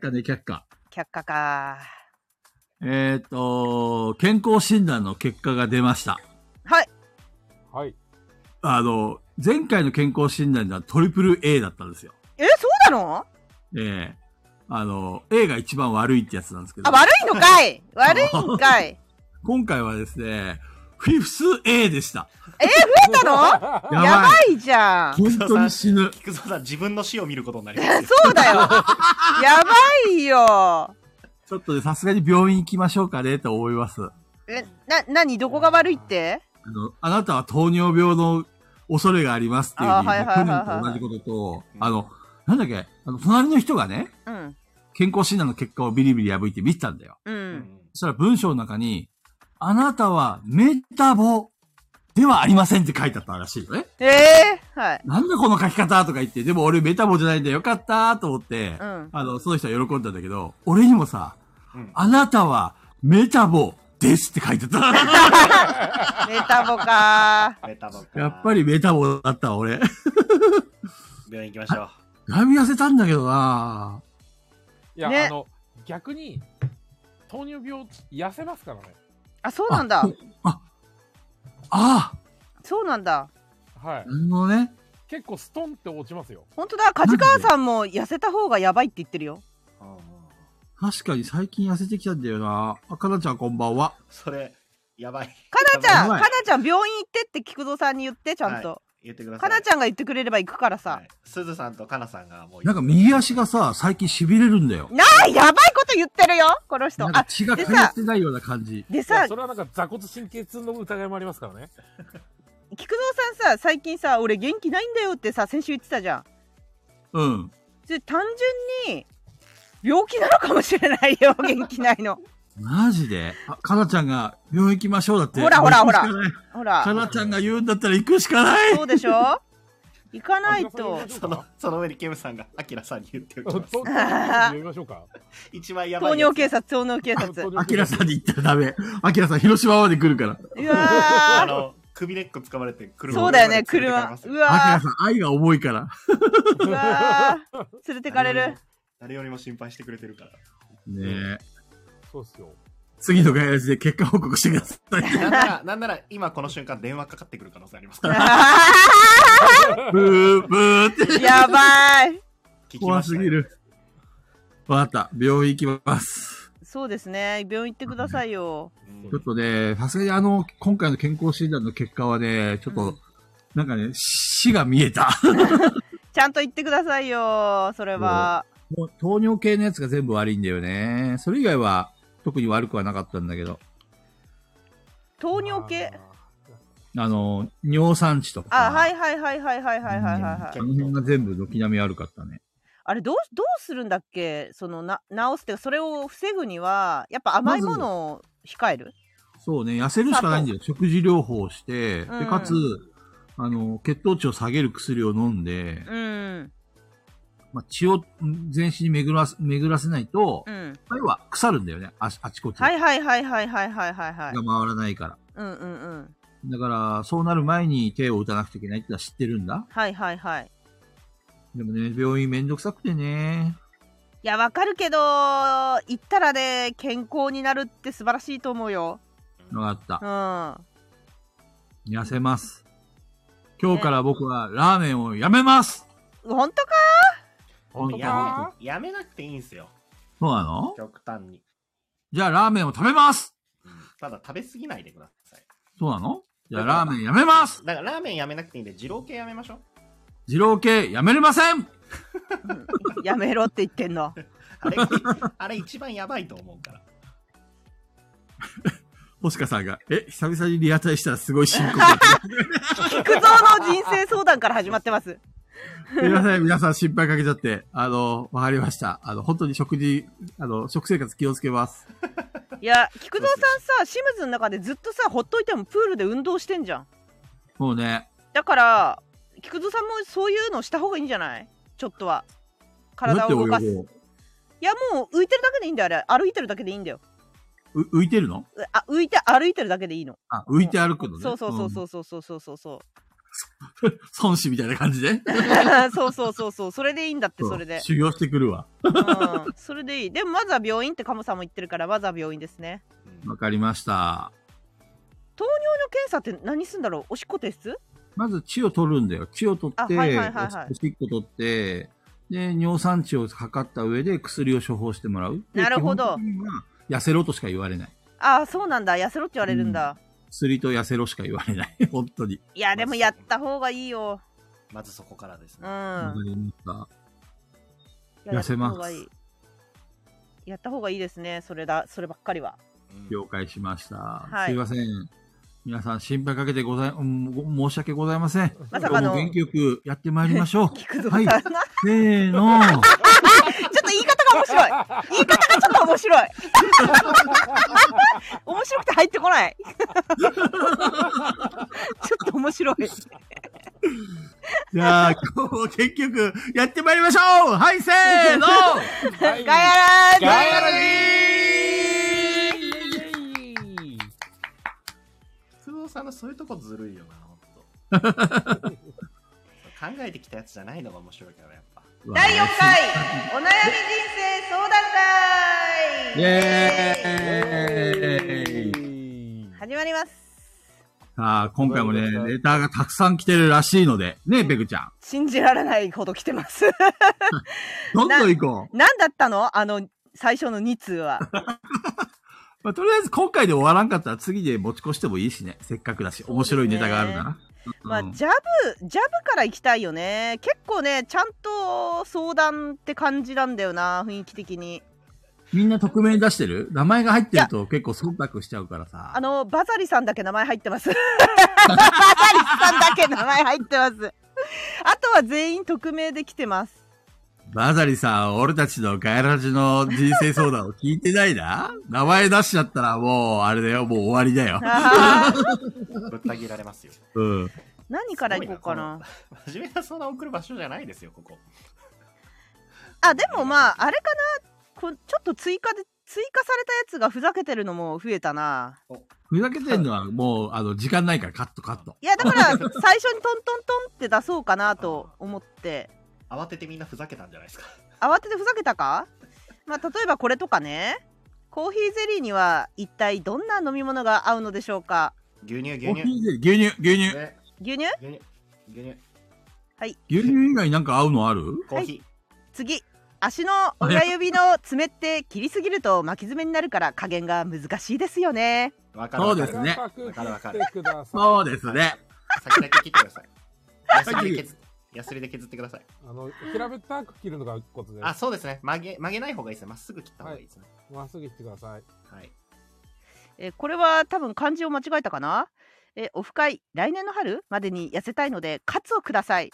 Speaker 3: 下ね、却下。
Speaker 1: 却下か。
Speaker 3: えっ、と、健康診断の結果が出ました。
Speaker 1: はい。
Speaker 2: はい。
Speaker 3: あの、前回の健康診断ではトリプル A だったんですよ。
Speaker 1: え、そうなの
Speaker 3: ええあの、A が一番悪いってやつなんですけど
Speaker 1: あ、、悪いのか い悪いんかい
Speaker 3: 今回はですね、フィフス A でした。
Speaker 1: 出たの
Speaker 3: やばい
Speaker 1: やばいじゃん。
Speaker 3: 本当に死ぬ。
Speaker 5: 菊蔵さん、自分の死を見ることになりま す。
Speaker 1: そうだよ。やばいよ。
Speaker 3: ちょっとね、さすがに病院行きましょうかね、と思います。あ
Speaker 1: え、な、なに、どこが悪いって。
Speaker 3: の、あなたは糖尿病の恐れがありますっていうふうに、
Speaker 1: あはいはいはいはい
Speaker 3: 去年と同じことと、あの、なんだっけ、あの、隣の人がね、
Speaker 1: うん。
Speaker 3: 健康診断の結果をビリビリ破いて見てたんだよ。
Speaker 1: う。
Speaker 5: うんん
Speaker 3: そしたら文章の中に、あなたはメタボではありませんって書いてあったらしいよね。
Speaker 1: ええはい。
Speaker 3: なんだこの書き方とか言って、でも俺メタボじゃないんだよかったと思って、
Speaker 1: うん
Speaker 3: あの、その人は喜んだんだけど、俺にもさ、
Speaker 5: うん
Speaker 3: あなたはメタボですって書いてた。
Speaker 1: メタボか
Speaker 5: メタボか
Speaker 3: やっぱりメタボだったわ俺。
Speaker 5: 病院行きましょう。
Speaker 3: 悩み痩せたんだけどない
Speaker 2: や、
Speaker 1: ね
Speaker 2: あの、逆に、糖尿病、痩せますからね。
Speaker 1: あ、そうなんだ
Speaker 3: あ。ああ
Speaker 1: そうなんだ。
Speaker 2: はい。
Speaker 3: なるほどね。
Speaker 2: 結構ストンって落ちますよ。
Speaker 1: 本当だ梶川さんも痩せた方がやばいって言ってるよ
Speaker 5: うんうんうん
Speaker 3: 確かに最近痩せてきたんだよな。あ、かなちゃんこんばんは。
Speaker 5: それ、やばい。
Speaker 1: かなちゃん
Speaker 3: やば
Speaker 1: か
Speaker 3: い
Speaker 1: なちゃん病院行ってって菊蔵さんに言ってちゃんと、
Speaker 5: は言ってくださ
Speaker 1: か
Speaker 5: い。
Speaker 1: なちゃんが言ってくれれば行くからさ、
Speaker 5: はいすずさんとかなさんがもう、
Speaker 3: なんか右足がさ、最近痺れるんだよ。
Speaker 1: なあやばいこと言ってるよこの人
Speaker 3: なんか
Speaker 1: あ
Speaker 3: 血が
Speaker 1: で
Speaker 3: 通
Speaker 1: さ
Speaker 3: ってないような感じ。
Speaker 1: で
Speaker 2: いや
Speaker 1: さ
Speaker 2: それはなんか座骨神経痛の疑いもありますから ね。
Speaker 1: 菊蔵さんさ最近さ俺元気ないんだよってさ先週言ってたじゃん
Speaker 3: うん。
Speaker 1: それ単純に病気なのかもしれないよ元気ないの
Speaker 3: マジであ、かなちゃんが病院行きましょうだって。
Speaker 1: ほらほらほら
Speaker 3: もう行くしか
Speaker 1: ほ
Speaker 3: ないからなちゃんが言うんだったら行くしかない
Speaker 1: そうでしょ行かないと
Speaker 2: あ
Speaker 5: その、その上にケムさんが、アキラさんに言っておき
Speaker 2: 呼
Speaker 5: ます。
Speaker 2: びまし ょうか。
Speaker 5: 一番やばいや
Speaker 1: 糖
Speaker 5: つ。
Speaker 1: 尿警察糖尿警察
Speaker 3: アキラさんに言ったらダメ。アキラさん広島まで来るから。
Speaker 1: う
Speaker 5: あ
Speaker 1: わ
Speaker 5: の、首根っこ掴まれて
Speaker 1: ー
Speaker 5: 車
Speaker 1: そうだよね車う
Speaker 5: うわ。
Speaker 3: アキラ
Speaker 1: わ
Speaker 3: さん愛が重いから。
Speaker 1: ーうわー連れてかれる
Speaker 5: 誰よりも心配してくれてる から。
Speaker 3: ねえ。
Speaker 2: そうっすよ。
Speaker 3: 次のガイアスで結果報告してください。
Speaker 5: なんなら、なんなら、今この瞬間電話かかってくる可能性ありますから。
Speaker 1: あ
Speaker 3: ブー、ブーって。
Speaker 1: ーやばい
Speaker 5: 聞き
Speaker 3: 怖
Speaker 5: まし
Speaker 3: す
Speaker 5: た
Speaker 3: ぎ
Speaker 5: よ。
Speaker 3: る。わかった。病院行きます。
Speaker 1: そうですね病院行ってくださいよ
Speaker 5: うん
Speaker 3: ちょっとね、さすがにあの、今回の健康診断の結果はね、ちょっと、
Speaker 1: うん
Speaker 3: なんかね、死が見えた。
Speaker 1: ちゃんと行ってくださいよそれは
Speaker 3: もう糖尿系のやつが全部悪いんだよね。それ以外は特に悪くはなかったんだけど。
Speaker 1: 糖尿系
Speaker 3: あの、尿酸値とか。
Speaker 1: あはいはいはいはいはいはいはいはいはい
Speaker 3: あの辺が全部軒並み悪かったね。
Speaker 1: あれどうどうするんだっけそのな治すっていうかそれを防ぐにはやっぱ甘いものを控える、
Speaker 3: そうね、痩せるしかないんだよ。食事療法をして、
Speaker 1: うん
Speaker 3: で、かつ、あの、血糖値を下げる薬を飲んで、
Speaker 1: うん
Speaker 3: まあ、血をん全身に巡らす巡らせないと、
Speaker 1: うん
Speaker 3: 要は腐るんだよね。ああちこち。
Speaker 1: はいはいはいはいはいはいはいはい
Speaker 3: が回らないから。
Speaker 1: うんうんうん
Speaker 3: だから、そうなる前に手を打たなくちゃいけないってのは知ってるんだ。
Speaker 1: はいはいはい
Speaker 3: でもね、病院めんどくさくてね。
Speaker 1: いやわかるけど行ったらね健康になるって素晴らしいと思うよ
Speaker 3: わかっ
Speaker 1: う
Speaker 3: た。
Speaker 1: んあ
Speaker 3: 痩せます。今日から僕はラーメンをやめます
Speaker 1: 本当か
Speaker 3: 本
Speaker 5: い
Speaker 3: 当
Speaker 5: や
Speaker 3: か
Speaker 5: やめなくていいんすよ。
Speaker 3: そうなの
Speaker 5: 極端に。
Speaker 3: じゃあラーメンを食べます
Speaker 5: うんただ食べ過ぎないでください。
Speaker 3: そうなのじゃあラーメンやめます
Speaker 5: だからラーメンやめなくていいんで、二郎系やめましょう。
Speaker 3: 二郎系やめれません
Speaker 1: やめろって言ってんの
Speaker 5: あれ、あれ一番やばいと思うから。
Speaker 3: 星香さんが、え、久々にリアタイしたらすごい深刻だ。
Speaker 1: 菊蔵の人生相談から始まってます
Speaker 3: すみません、皆さん心配かけちゃって。あの、わかりました。あの、本当に食事、あの、食生活気をつけます。
Speaker 1: いや菊蔵さんさシムズの中でずっとさほっといてもプールで運動してんじゃん
Speaker 3: もうね、
Speaker 1: だから菊蔵さんもそういうのした方がいいんじゃないちょっとは体を動かす
Speaker 3: どう
Speaker 1: い
Speaker 3: やって
Speaker 1: やもう浮いてるだけでいいんだよあれ歩いてるだけでいいんだよ
Speaker 3: 泳ごうう浮いてるの
Speaker 1: うあ浮いて歩いてるだけでいいの
Speaker 3: あ、浮いて歩くのね。
Speaker 1: そうそうそうんそうそうそうそうそうそう
Speaker 3: 孫子みたいな感じで。
Speaker 1: そうそうそうそうそれでいいんだって それで
Speaker 3: 修行してくるわ。
Speaker 1: うんそれでいいでもまずは病院ってカモさんも言ってるからまずは病院ですね
Speaker 5: うん
Speaker 3: わかりました。
Speaker 1: この検査って何すんだろうおしっこ提出
Speaker 3: まず血を取るんだよ。血を取って、
Speaker 1: あはいはいはいはい
Speaker 3: おしっこ取って、で、尿酸値を測った上で薬を処方してもらう。で
Speaker 1: なるほど
Speaker 3: 基本的には痩せろとしか言われない。
Speaker 1: ああそうなんだ痩せろって言われるんだ、
Speaker 3: 薬と痩せろしか言われない。 本当に。
Speaker 1: いやでもやった方がいいよ
Speaker 5: まずそこからです
Speaker 1: う
Speaker 5: ね。
Speaker 3: わか
Speaker 1: ん
Speaker 3: りました。
Speaker 1: いやや
Speaker 3: 痩
Speaker 1: った
Speaker 3: せます
Speaker 1: 方がいいやった方がいいですねそれだそればっかりは
Speaker 5: うん
Speaker 3: 了解しました。
Speaker 1: い
Speaker 3: すいません。皆さん心配かけてござい、うんご申し訳ございません。
Speaker 1: まさか
Speaker 3: 今日も
Speaker 1: の
Speaker 3: 元気よくやってまいりましょ う。
Speaker 1: 菊蔵さ
Speaker 3: は
Speaker 1: ん
Speaker 3: い
Speaker 1: な、
Speaker 3: せ ーの。
Speaker 1: ちょっと言い方が面白い言い方がちょっと面白い 面白くて入ってこない ちょっと面白い
Speaker 3: じゃあ、今日も結局、やってまいりましょうはい、せー の
Speaker 2: はい
Speaker 1: ガヤラー
Speaker 2: ガヤラジー
Speaker 5: 工藤さんのそういうとこずるいよな、ほんと。 考えてきたやつじゃないのが面白いから、やっぱ。
Speaker 1: 第4回お悩み人生相談
Speaker 3: イ
Speaker 1: 会
Speaker 3: ェーイ
Speaker 1: 始まります
Speaker 3: さあ、今回もね、レターがたくさん来てるらしいので、ねえ、ペグちゃん。
Speaker 1: 信じられないほど来てます。
Speaker 3: どんどん行こう。
Speaker 1: 何だったのあの、最初の2通は。
Speaker 3: まあ、とりあえず今回で終わらんかったら次で持ち越してもいいしね。せっかくだし、面白いネタがあるなら。
Speaker 1: まあ、
Speaker 3: うん
Speaker 1: ジャブ、ジャブから行きたいよね。結構ね、ちゃんと相談って感じなんだよな、雰囲気的に。
Speaker 3: みんな匿名に出してる名前が入ってると結構忖度しちゃうからさ
Speaker 1: あ。の、バザリさんだけ名前入ってます。バザリさんだけ名前入ってます。あとは全員匿名で来てます。
Speaker 3: バザリさん、俺たちのガヤラジの人生相談を聞いてないな名前出しちゃったらもう、あれだよ、もう終わりだよ。
Speaker 1: あー
Speaker 5: ぶった切られますよ。
Speaker 3: うん。
Speaker 1: 何から行こうかな。
Speaker 5: 真面目な相談を送る場所じゃないですよ、ここ。
Speaker 1: あ、でもまあ、あれかな。こうちょっと追加で、追加されたやつがふざけてるのも増えたな。
Speaker 3: ふざけてんのはもう、あの、時間ないからカットカット。
Speaker 1: いや、だから、最初にトントントンって出そうかなと思って。
Speaker 5: 慌ててみんなふざけたんじゃないですか。
Speaker 1: 慌ててふざけたかまあ例えばこれとかねコーヒーゼリーには一体どんな飲み物が合うのでしょうか
Speaker 5: 牛乳、
Speaker 3: コ
Speaker 5: 牛
Speaker 3: ーヒ
Speaker 5: 乳。
Speaker 3: ーゼリー牛乳、牛乳。
Speaker 5: ね
Speaker 1: 牛乳
Speaker 5: 牛乳、牛乳、
Speaker 3: 牛乳以外になんか合うのある
Speaker 5: コーヒ
Speaker 1: 次足の親指の爪って切りすぎると巻き爪になるから加減が難しいですよね
Speaker 5: ー。わかるわかる
Speaker 3: そうですね
Speaker 2: 細かく切ってください
Speaker 3: そうですね。
Speaker 5: 先だけ切ってください。ヤスリで削ヤスリで削ってください。
Speaker 2: あの平べったく切るのがコツで
Speaker 5: あ、そうですね。曲げ、曲げない方がいいですね。まっすぐ切った方がいいですね。
Speaker 2: すまっすぐ切ってください
Speaker 5: はい。
Speaker 1: えーこれは多分漢字を間違えたかなえーオフ会来年の春までに痩せたいのでカツをください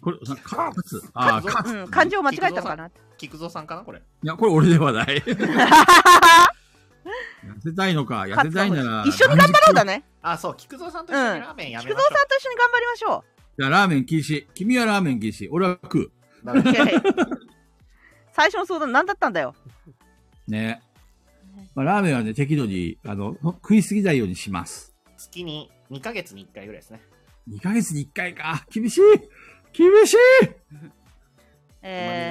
Speaker 3: これ、なカツ。あー、カ
Speaker 1: う
Speaker 3: ツ。
Speaker 1: ん漢字を間違えたのかな
Speaker 5: 菊蔵さんかなこれ。
Speaker 3: いや、これ俺で はない。痩せたいのか、痩せたいなら。
Speaker 1: 一緒に頑張ろうだね
Speaker 5: あ、そう。菊蔵さんと一緒
Speaker 1: うん
Speaker 5: にラーメンやめ
Speaker 1: 菊
Speaker 5: ま
Speaker 1: 蔵
Speaker 5: しょ
Speaker 1: さんと一緒に頑張りましょ
Speaker 3: じゃあラーメン禁止。君はラーメン禁止。俺は食う。
Speaker 5: う。ダメだ
Speaker 1: う最初の相談何だったんだよ
Speaker 3: ね。まあ、ラーメンはね、適度に、あの、食いすぎないようにします。
Speaker 5: 月に2ヶ月に1回ぐらいですね。
Speaker 3: 2ヶ月に1回か。厳しい厳しい
Speaker 5: え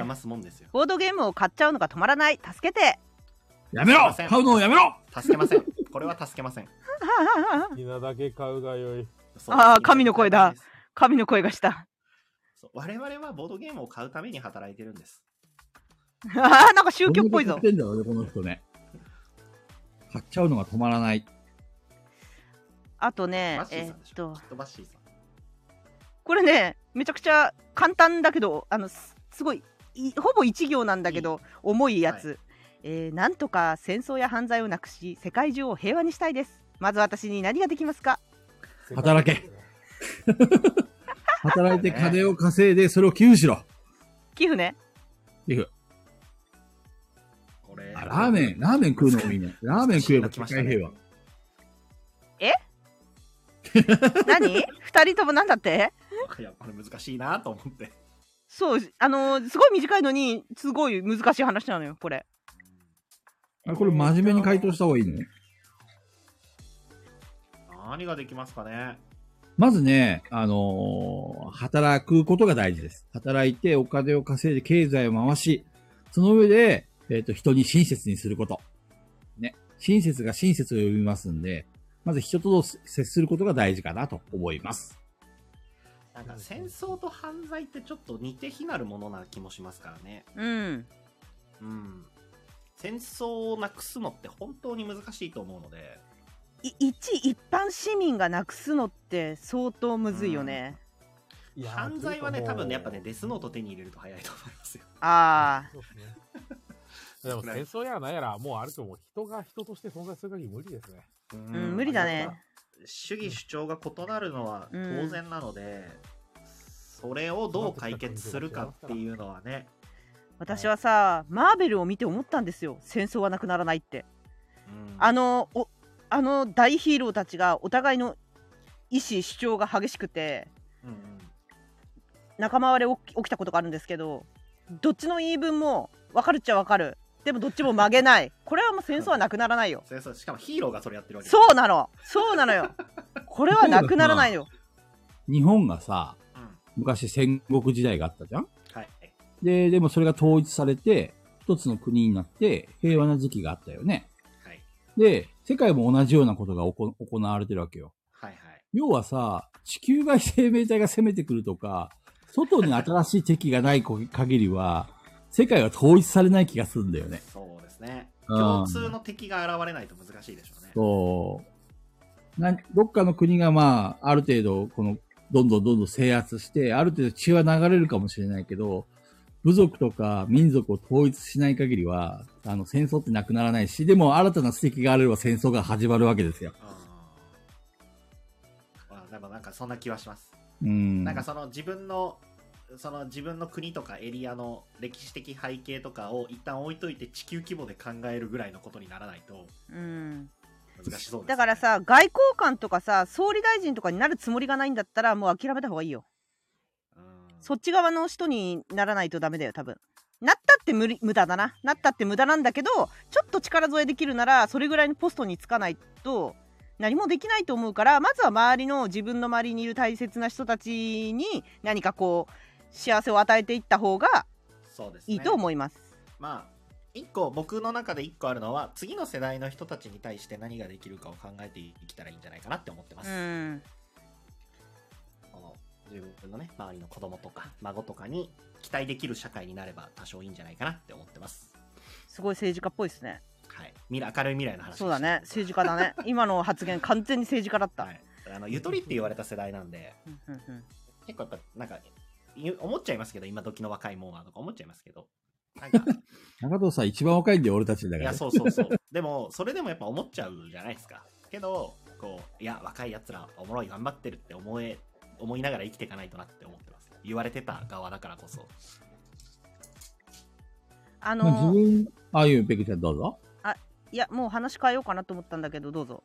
Speaker 1: え
Speaker 5: が
Speaker 1: ー
Speaker 5: 増すもんですよ。
Speaker 1: ボードゲームを買っちゃうのが止まらない助けて
Speaker 3: やめろ
Speaker 5: すいません
Speaker 3: 買うのをやめろ
Speaker 5: 助けません。これは助けません。
Speaker 2: ひなだけ買うがよい
Speaker 5: そう
Speaker 1: あー神の声だ。神の声がした。
Speaker 5: そう我々はボードゲームを買うために働いてるんです。
Speaker 1: ああ、なんか宗教っぽいぞ
Speaker 3: ど。んだけ買ってんだろうね、この人ね。買っちゃうのが止まらない。
Speaker 1: あとね
Speaker 5: バッ、シー
Speaker 1: え
Speaker 5: さ
Speaker 1: ーっ
Speaker 5: んでしょ。
Speaker 1: と
Speaker 5: きっ、とバッシーさん。
Speaker 1: これね、めちゃくちゃ簡単だけど、あの、すすごい、いほぼ一行なんだけど、重いやつ。えーなんとか戦争や犯罪をなくし、世界中を平和にしたいです。まず私に何ができますか
Speaker 3: 働け働いて金を稼いで、それを寄付し ろ。
Speaker 1: 寄付ね。
Speaker 3: 寄付。
Speaker 5: これ。
Speaker 3: あ、ラーメン、ラーメン食うのもいいね。ラーメン食えば
Speaker 5: 来ま
Speaker 3: 世
Speaker 5: した
Speaker 3: 界
Speaker 5: ね
Speaker 3: 平和。
Speaker 1: 何二人ともなんだって
Speaker 5: いや、これ難しいなと思って。
Speaker 1: そう、あのーすごい短いのに、すごい難しい話なのよ、これ。
Speaker 3: あこれ真面目に回答した方がいいね。
Speaker 5: 何ができますかね。
Speaker 3: まずね、あのー働くことが大事です。働いてお金を稼いで経済を回し、その上で、えっ、と、人に親切にすること。ね。親切が親切を呼びますんで、まず人と接することが大事かなと思います。
Speaker 5: なんか戦争と犯罪ってちょっと似て非なるものな気もしますからね。
Speaker 1: うん。
Speaker 5: うん。戦争をなくすのって本当に難しいと思うので、
Speaker 1: い一一般市民がなくすのって相当むずいよね、
Speaker 2: いやー
Speaker 5: 犯罪はね、
Speaker 2: という
Speaker 5: 多
Speaker 2: かもう
Speaker 5: 分ね、やっぱね、デスノート手に入れると早いと思いますよ。
Speaker 1: ああ
Speaker 2: そうですねでも戦争やなんやらもうあるともう人が人として存在する限り無理ですね
Speaker 5: うん
Speaker 1: うん無理だね。
Speaker 5: 主義主張が異なるのは当然なので、それをどう解決するかっていうのはね、
Speaker 1: 私はさマーベルを見て思ったんですよ戦争はなくならないって
Speaker 5: うん
Speaker 1: あのおあの大ヒーローたちがお互いの意思主張が激しくて
Speaker 5: うんうん
Speaker 1: 仲間割れ起き起きたことがあるんですけどどっちの言い分も分かるっちゃ分かるでもどっちも曲げないこれはもう戦争はなくならないよ
Speaker 5: 戦争しかもヒーローがそれやってるわけ
Speaker 1: そうなのそうなのよこれはなくならないよ
Speaker 3: 日本がさ、
Speaker 5: うん、
Speaker 3: 昔戦国時代があったじゃん
Speaker 5: はい。
Speaker 3: で、でもそれが統一されて、一つの国になって平和な時期があったよね。
Speaker 5: はい。
Speaker 3: で、世界も同じようなことがおこ行われてるわけよ。
Speaker 5: はいはい。
Speaker 3: 要はさ、地球外生命体が攻めてくるとか、外に新しい敵がないこ限りは、世界は統一されない気がするんだよね。
Speaker 5: そうですね。
Speaker 3: うん
Speaker 5: 共通の敵が現れないと難しいでしょうね。
Speaker 3: そう。なんどっかの国がまあ、ある程度、この、どんどんどんどん制圧して、ある程度血は流れるかもしれないけど、部族とか民族を統一しない限りは、あの、戦争ってなくならないし、でも新たな素敵があれば戦争が始まるわけですよ。
Speaker 5: うんまあ、でもなんかそんな気はします。
Speaker 3: うん。
Speaker 5: なんかその自分のその自分の国とかエリアの歴史的背景とかを一旦置いといて地球規模で考えるぐらいのことにならないと
Speaker 1: うん、
Speaker 5: 難しそうです、
Speaker 1: だからさ外交官とかさ総理大臣とかになるつもりがないんだったらもう諦めた方がいいよ
Speaker 5: うん、
Speaker 1: そっち側の人にならないとダメだよ多分なったって無理無駄だななったって無駄なんだけどちょっと力添えできるならそれぐらいのポストにつかないと何もできないと思うからまずは周りの自分の周りにいる大切な人たちに何かこう幸せを与えていった方が
Speaker 5: そうですね
Speaker 1: いいと思います。
Speaker 5: まあ一個僕の中で一個あるのは次の世代の人たちに対して何ができるかを考えていきたらいいんじゃないかなって思ってます、
Speaker 1: うん
Speaker 5: この自分のね周りの子供とか孫とかに期待できる社会になれば多少いいんじゃないかなって思ってます
Speaker 1: すごい政治家っぽいですね。
Speaker 5: はい未来明るい未来の話でした
Speaker 1: そうだね、政治家だ ね。今の発言完全に政治家だった。
Speaker 5: はい、あのゆとりって言われた世代なんで
Speaker 1: うんうんうん
Speaker 5: 結構やっぱなんかい思っちゃいますけど今時の若いもんはとか思っちゃいますけどなんか
Speaker 3: 中藤さん一番若いんだよ、俺たちだ
Speaker 5: い
Speaker 3: か
Speaker 5: や
Speaker 3: ら。
Speaker 5: そうそう そうでもそれでもやっぱ思っちゃうじゃないですかけどこういや若いやつらおもろい頑張ってるって思え思いながら生きていかないとなって思ってます言われてた側だからこそ
Speaker 1: あ
Speaker 3: まあ、
Speaker 1: の
Speaker 3: 自分、ああいうペグちゃんどうぞ。
Speaker 1: いやもう話変えようかなと思ったんだけどどう ぞ。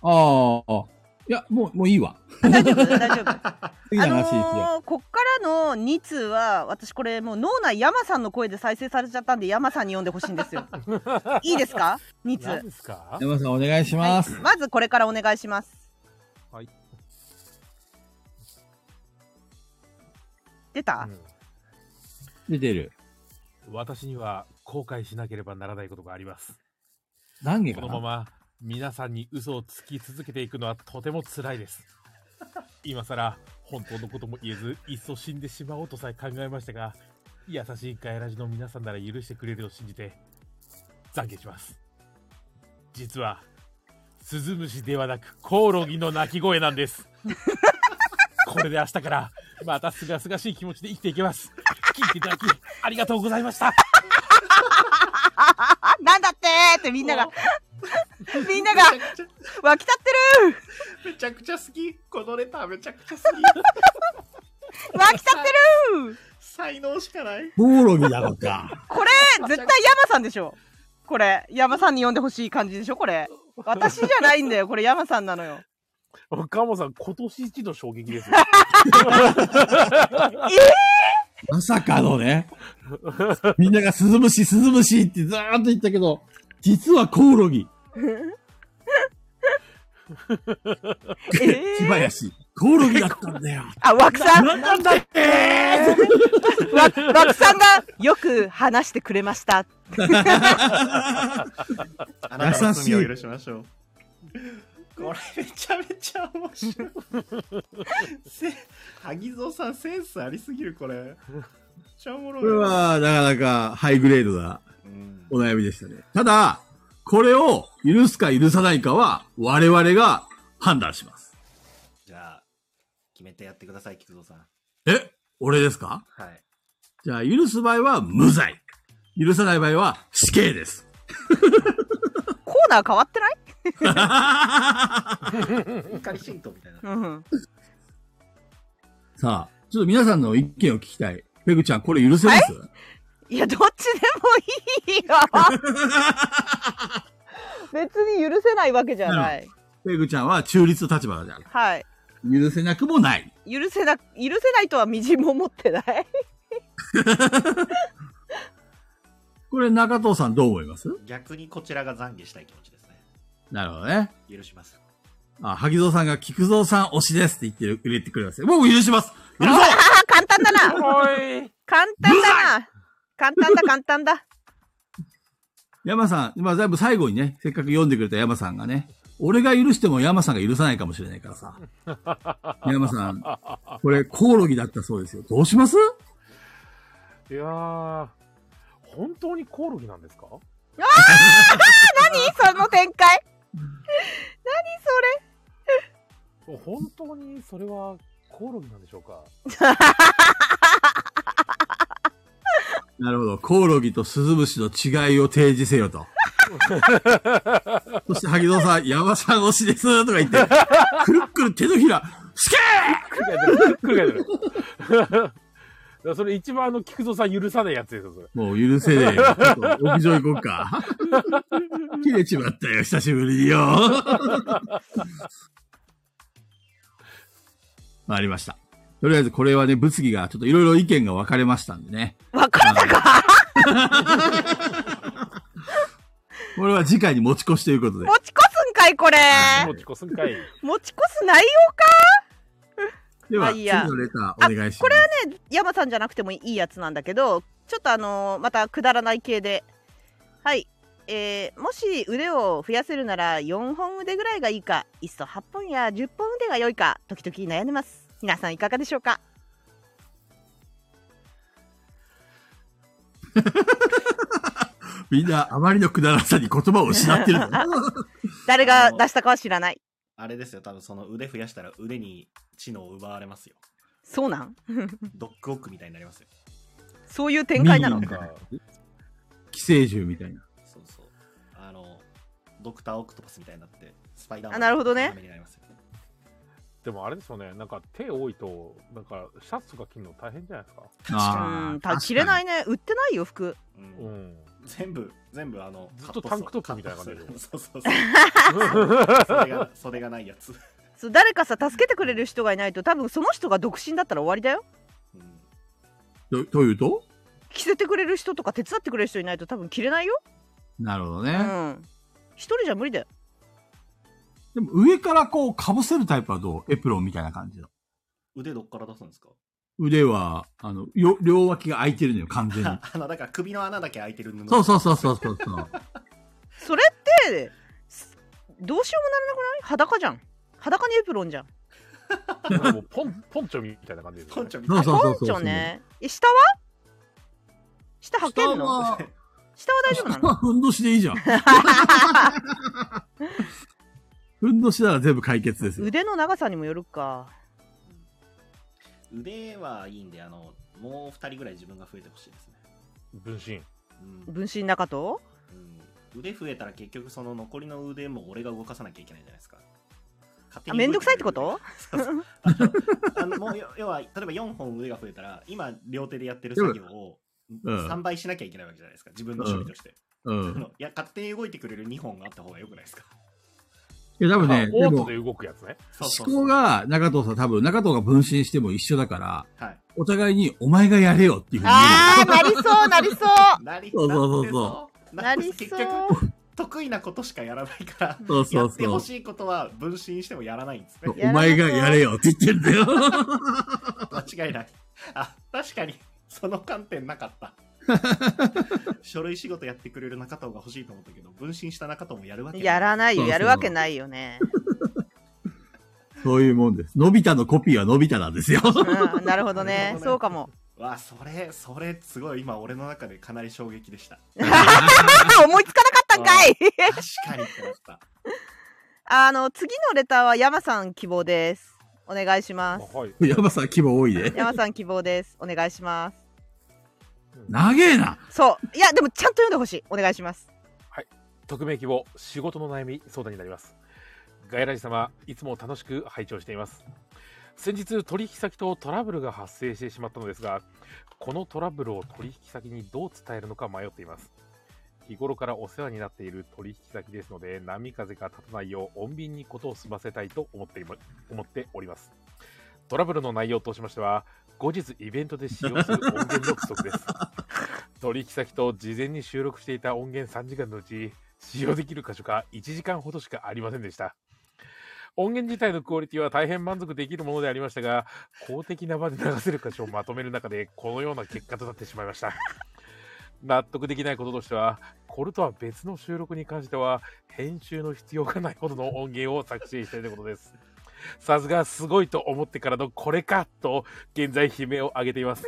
Speaker 3: ああ、いや、もう、もういいわ。
Speaker 1: 大丈夫大丈夫。
Speaker 3: 次の話ですよ。
Speaker 1: あのーこっからの2通は私これもう脳内山さんの声で再生されちゃったんで山さんに読んでほしいんです よいいですか2通
Speaker 2: 何ですか
Speaker 3: 山さんお願いします。
Speaker 1: はいまずこれからお願いします
Speaker 2: はい
Speaker 1: 出た、
Speaker 3: 出てる。
Speaker 2: 私には後悔しなければならないことがあります
Speaker 3: 何件
Speaker 2: こ
Speaker 3: か
Speaker 2: の
Speaker 3: な
Speaker 2: まま皆さんに嘘をつき続けていくのはとても辛いです今さら本当のことも言えずいっそ死んでしまおうとさえ考えましたが優しいガイラジの皆さんなら許してくれると信じて懺悔します実はスズムシではなくコオロギの鳴き声なんですこれで明日からまたすがすがしい気持ちで生きていけます聞いていただきありがとうございました
Speaker 1: あ なんだってーってみんなが みんなが
Speaker 5: めちゃくちゃ
Speaker 1: 湧き立ってる
Speaker 5: めちゃくちゃ好きこのレターめちゃくちゃ好き
Speaker 1: 湧き立ってる
Speaker 5: 才能しかない
Speaker 3: コオロギなのか。
Speaker 1: これ絶対山さんでしょこれ山さんに読んでほしい感じでしょこれ私じゃないんだよこれ山さんなの よ
Speaker 2: カモさん、今年一の衝撃ですよ。
Speaker 3: まさかのね。みんながスズムシ、スズムシってずーっと言ったけど、実はコオロギ。
Speaker 1: え
Speaker 3: 千
Speaker 1: ー、
Speaker 3: 林。コオロギだったんだよ。
Speaker 1: あ枠さん
Speaker 3: なんなんだって
Speaker 1: わ、わくさんがよく話してくれました。
Speaker 5: あなたの罪を許しましょう。これめちゃめちゃ面白い。せ萩蔵さんセンスありすぎるこれ。めっちゃおもろい。
Speaker 3: これは、なかなかハイグレードな
Speaker 5: うん
Speaker 3: お悩みでしたね。ただ、これを許すか許さないかは、我々が判断します。
Speaker 5: じゃあ、決めてやってください、菊蔵さん。
Speaker 3: え俺ですか
Speaker 5: はい。
Speaker 3: じゃあ、許す場合は無罪。許さない場合は死刑です。
Speaker 1: コーナー変わってない。
Speaker 5: 怒り神道みたいな。
Speaker 1: うん。
Speaker 3: さあ、ちょっと皆さんの意見を聞きたい。ペグちゃん、これ許せます
Speaker 1: いや、どっちでも いいよ。別に許せないわけじゃない。
Speaker 3: ペグちゃんは中立の立場だか
Speaker 1: はい。
Speaker 3: ら。許せなくもない。
Speaker 1: 許せな、許せないとはみじんも思ってない。
Speaker 3: これ中藤さんどう思います
Speaker 5: 逆にこちらが懺悔したい気持ちですね。
Speaker 3: なるほどね。
Speaker 5: 許します。
Speaker 3: あ、萩蔵さんが菊蔵さん推しですって言ってる、入れてくれますよ。僕許します許そ
Speaker 1: あ
Speaker 3: う
Speaker 1: あ、 簡単だな。
Speaker 2: おい
Speaker 1: 簡単だな。簡単だ、簡単だ。
Speaker 3: 山さん、まあ、だいぶ最後にね、せっかく読んでくれた山さんがね、俺が許しても山さんが許さないかもしれないからさ。山さん、これコオロギだったそうですよ。どうします
Speaker 2: いやー、本当にコオロギなんですか
Speaker 1: 何その展開
Speaker 2: 本当にそれはコオロギなんでしょうか
Speaker 3: なるほど。コオロギとスズムシの違いを提示せよと。そして、萩野さん、山さん推しですとか言って、くるっくる手のひら、すけ
Speaker 2: くるくるくるくるだからそれ一番あの、菊蔵さん許さないやつですよ、それ。
Speaker 3: ーもう許せねえよ。ちょっと屋上行こうか。 切れちまったよ、久しぶりによ。 ありました。とりあえず、これはね、物議が、ちょっといろいろ意見が分かれましたんでね。
Speaker 1: 分かれたか
Speaker 3: これは次回に持ち越しということで。
Speaker 1: 持ち越すんかいこれ
Speaker 2: もちこすんかい。
Speaker 1: 持ち越す内容
Speaker 3: では、
Speaker 1: あいい
Speaker 3: 次
Speaker 1: や
Speaker 3: のレターお願いします。これ
Speaker 1: 山さんじゃなくてもいいやつなんだけどちょっとあのーまたくだらない系ではい、えーもし腕を増やせるなら4本腕ぐらいがいいかいっそ8本や10本腕が良いか時々悩んでます皆さんいかがでしょうか
Speaker 3: みんな、あまりのくだらなさに言葉を失ってる の。
Speaker 1: 誰が出したかは知らない
Speaker 5: あれですよ、多分その腕増やしたら腕に知能を奪われますよ。
Speaker 1: そうなん
Speaker 5: ドッグオックみたいになりますよ。
Speaker 1: そういう展開なの
Speaker 3: ミニ
Speaker 2: なんか
Speaker 3: 寄生獣みたいな。
Speaker 5: そうそう。あの、ドクターオクトパスみたいになって、スパイダーマン
Speaker 1: あなるほどね
Speaker 5: のためになりますよ
Speaker 2: でもあれですよね、なんか手多いと、なんかシャツとか着るの大変じゃないですか。
Speaker 1: う
Speaker 3: あ。
Speaker 1: んた着れないいね売ってないよ服
Speaker 5: う。
Speaker 2: うん ん。
Speaker 5: 全部、全部あの、
Speaker 2: ずっと
Speaker 5: カッ
Speaker 2: タンクトップみたいな
Speaker 5: カ
Speaker 2: 感
Speaker 5: ッ
Speaker 2: じ
Speaker 5: ト
Speaker 2: で
Speaker 5: そうそうそう。袖が袖がないやつ。
Speaker 1: そう誰かさ助けてくれる人がいないと多分その人が独身だったら終わりだよ
Speaker 5: うん
Speaker 3: とというと
Speaker 1: 着せてくれる人とか手伝ってくれる人いないと多分着れないよ
Speaker 3: なるほど
Speaker 1: う
Speaker 3: ね。
Speaker 1: ん一人じゃ無理だよ
Speaker 3: でも上からこう被せるタイプはどうエプロンみたいな感じの。
Speaker 5: 腕どっから出すんですか
Speaker 3: 腕は、あの、よ両脇が空いてるのよ、完全 に。
Speaker 5: あの、だから首の穴だけ開いてる布。
Speaker 3: そうそうそうそうそうそう。
Speaker 1: それってすどうしようもならなくない裸じゃん裸にエプロンじゃん
Speaker 2: なんかもうポン、ポンチョみたいな感じです
Speaker 5: ポ
Speaker 2: よ
Speaker 5: ン
Speaker 2: ね
Speaker 5: チョみたい
Speaker 3: そう
Speaker 5: な。
Speaker 3: そうそうそう。
Speaker 1: ポンチョねえ下は下履けんの下
Speaker 3: 下
Speaker 1: は
Speaker 3: は、
Speaker 1: 大丈夫な
Speaker 3: 下
Speaker 1: の
Speaker 3: はふんどしでい いじゃん。ふんどしなら全部解決ですよ。
Speaker 1: 腕の長さにもよるか
Speaker 5: 腕はいいんで、あの、もう二人ぐらい自分が増えてほしいですね。
Speaker 2: 分身。
Speaker 5: うん
Speaker 1: 分身中と
Speaker 5: うん、腕増えたら結局その残りの腕も俺が動かさなきゃいけないじゃないですか。勝手
Speaker 1: あ
Speaker 5: に
Speaker 1: めんどくさいってこと
Speaker 5: そうそうあのあのもう 要要は例えば4本腕が増えたら今両手でやってる作業を
Speaker 3: うん
Speaker 5: 3倍しなきゃいけないわけじゃないですか自分の趣味として、
Speaker 3: う
Speaker 5: あ
Speaker 3: ん。
Speaker 5: のいや勝手に動いてくれる2本があった方がよくないですか
Speaker 3: いや、多分
Speaker 2: あ
Speaker 3: ね、
Speaker 2: オ
Speaker 3: で
Speaker 2: ート
Speaker 3: も
Speaker 2: で、動くやつね。
Speaker 5: そうそうそう
Speaker 3: 思考が中藤さん多分、中藤が分身しても一緒だから、
Speaker 5: はい
Speaker 3: お互いにお前がやれよっていうふうに言える
Speaker 1: あーなりそうなりそう
Speaker 5: なり
Speaker 3: そうそうそう
Speaker 5: そう
Speaker 1: なりそう
Speaker 5: 結局得意なことしかやらないから
Speaker 3: そうそ
Speaker 5: や
Speaker 3: う
Speaker 5: って
Speaker 3: そ
Speaker 5: ほ
Speaker 3: う。
Speaker 5: しいことは分身してもやらないんですね
Speaker 3: お前がやれよって言ってんだよ。
Speaker 5: 間違いない。あ、確かに、その観点なか った。書類仕事やってくれる中藤が欲しいと思ったけど、分身した中藤もやるわけない
Speaker 1: やらない
Speaker 3: そ
Speaker 1: よ
Speaker 3: うそう
Speaker 1: やるわけないよね
Speaker 3: そういうもんです。のび太のコピーはのび太なん ですよ。
Speaker 1: うんなるほど ねそうかも
Speaker 5: わあ、それ、それ、すごい、今、俺の中でかなり衝撃でした。
Speaker 1: あ思いつかなかったんかい
Speaker 5: 確かにってなった。
Speaker 1: あの次のレターは山さん希望ですお願いし
Speaker 2: あ
Speaker 1: ます
Speaker 2: はい。
Speaker 3: 山さん規模多いで。
Speaker 1: 山さん希望ですお願いします
Speaker 3: 長えな。
Speaker 1: そういやでもちゃんと読んでほしいお願いします
Speaker 2: 匿名希望仕事の悩み相談になりますガイラジ様いつも楽しく拝聴しています先日取引先とトラブルが発生してしまったのですがこのトラブルを取引先にどう伝えるのか迷っています日頃からお世話になっている取引先ですので波風が立たないよう穏便にことを済ませたいと思っていま思っておりますトラブルの内容としましては後日イベントで使用する音源の不足です取引先と事前に収録していた音源3時間のうち使用できる箇所が1時間ほどしかありませんでした音源自体のクオリティは大変満足できるものでありましたが公的な場で流せる箇所をまとめる中でこのような結果となってしまいました納得できないこととしては、これとは別の収録に関しては、編集の必要がないほどの音源を作成しているということです。さすがすごいと思ってからのこれかと、現在悲鳴を上げています。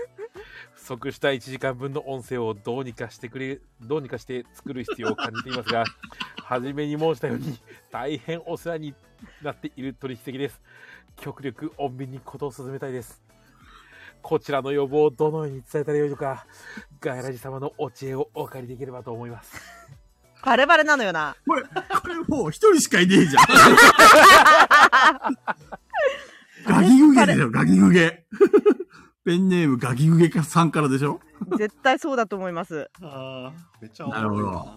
Speaker 2: 不足した1時間分の音声をどうにかしてくれ、どうにかして作る必要を感じています が、初めに申したように、大変お世話になっている取引先です。極力穏便にことを進めたいです。こちらの要望をどのように伝えたらよいのか、ガイラジ様のお知恵をお借りできればと思います。
Speaker 1: バレバレなのよな。
Speaker 3: これ、これもう一人しかいねえ じゃん。ガギグゲだよ、ガギグゲ。ペンネームガギグゲさんからでしょ
Speaker 1: 絶対そうだと思います。
Speaker 5: ああ、めっちゃ
Speaker 3: なるほど
Speaker 5: な。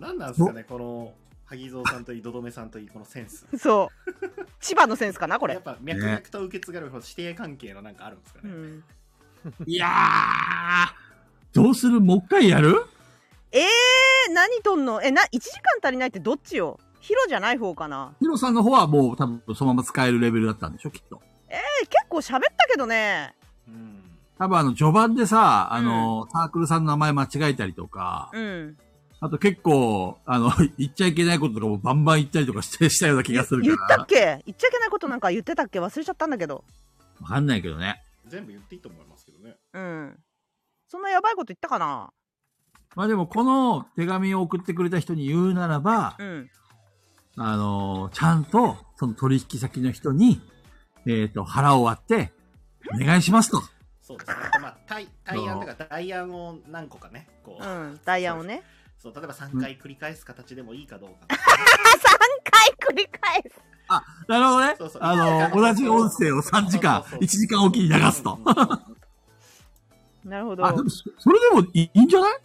Speaker 5: なんなんですかね、この、萩蔵さんといい、どどめさんといい、このセンス。
Speaker 1: そう。千葉のセンスかな、こ
Speaker 5: や
Speaker 1: れ
Speaker 5: っ。ぱ、脈々と受け継がれるこの指定関係のなんかあるんですか
Speaker 1: う
Speaker 5: ね。
Speaker 1: ん、
Speaker 3: いやー、どうするもう一回やる
Speaker 1: えー、何とんのえ、な、1時間足りないってどっちよヒロじゃない方かな
Speaker 3: ヒロさんの方はもう多分そのまま使えるレベルだったんでしょきっと。
Speaker 1: え、結構喋ったけどね。
Speaker 5: うん。
Speaker 3: 多分あの、序盤でさ、あの、サークルさんの名前間違えたりとか、
Speaker 1: うん。
Speaker 3: あと結構、あの、 言っちゃいけないこととかもバンバン言ったりとかして、したような気がする
Speaker 1: 言っ
Speaker 3: か
Speaker 1: たっ
Speaker 3: ら。
Speaker 1: け言っちゃいけないことなんか言ってたっけ忘れちゃったんだけど。
Speaker 3: わかんないけどね。
Speaker 5: 全部言っていいと思いますけどね。
Speaker 1: うん。そんなやばいこと言ったかな
Speaker 3: まあでも、この手紙を送ってくれた人に言うならば
Speaker 1: う、ん。
Speaker 3: あの、ちゃんと、その取引先の人に、えっ、と、腹を割って、お願いしますと。
Speaker 5: そうですね。まあ、対、対案とか、代案を何個かね、こう、
Speaker 1: うん。ダイヤをね。
Speaker 5: そう、例えば3回繰り返す形でもいいかどうか。
Speaker 1: 3回繰り返す。
Speaker 3: なるほどね。
Speaker 5: そうそう
Speaker 3: あの、同じ音声を3時間
Speaker 5: そうそう、そう
Speaker 3: 1時間おきに流すと
Speaker 5: うん。うんうん
Speaker 1: なるほど。
Speaker 3: あ、でもそそれでもいいいんじゃない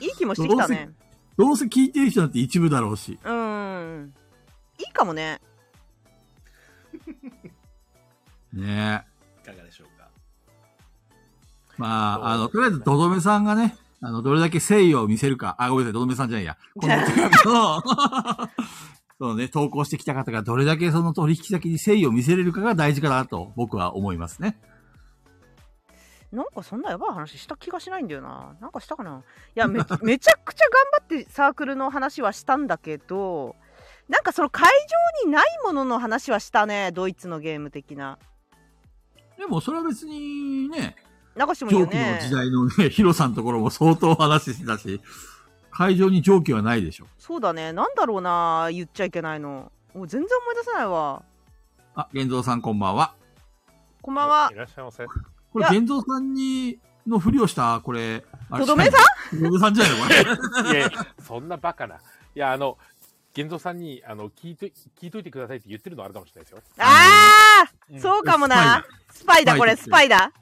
Speaker 1: いい気もしてきたね。
Speaker 3: どうせ聞いてる人なんて一部だろうし。
Speaker 1: うん。いいかもね。
Speaker 3: ねえ。
Speaker 5: いかがでしょうか。
Speaker 3: まあ、あ
Speaker 2: そ
Speaker 3: の、
Speaker 2: う。
Speaker 3: とりあえず、どどめさんがね、あの、どれだけ誠意を見せるか、あ、ごめんなさい、どどめさんじゃな いや。この手紙を、 そうね、投稿してきた方がどれだけその取引先に誠意を見せれるかが大事かなと僕は思いますね。
Speaker 1: なんかそんなやばい話した気がしないんだよな。なんかしたかないやめ、めちゃくちゃ頑張ってサークルの話はしたんだけど、なんかその会場にないものの話はしたね。ドイツのゲーム的な。
Speaker 3: でも、それは別にね、
Speaker 1: 流してもいい
Speaker 3: 上
Speaker 1: よ
Speaker 3: 記の
Speaker 1: ね。
Speaker 3: 時代のね、 ヒロさんのところも相当話してたし、会場に上記はないでしょ。
Speaker 1: そうだね。なんだろうな。言っちゃいけないの。もう全然思い出せないわ。
Speaker 3: あ、玄三さんこんばんは。
Speaker 1: こんばんはい
Speaker 2: らっしゃいませ。
Speaker 3: こ
Speaker 1: い
Speaker 3: れ、
Speaker 1: や
Speaker 3: 玄三さんに、のふりをした、これ、あ
Speaker 1: と
Speaker 3: れ
Speaker 1: どめさ
Speaker 3: んどどめさんじゃないのこれ。
Speaker 2: いやいやそんなバカな。いや、あの、玄三さんに、あの、聞いと、聞いといてくださいって言ってるのはあるかもしれないですよ。
Speaker 1: あ
Speaker 2: う
Speaker 1: ー、
Speaker 2: ん
Speaker 1: そうかもな。スパイだ、これ、スパイだ。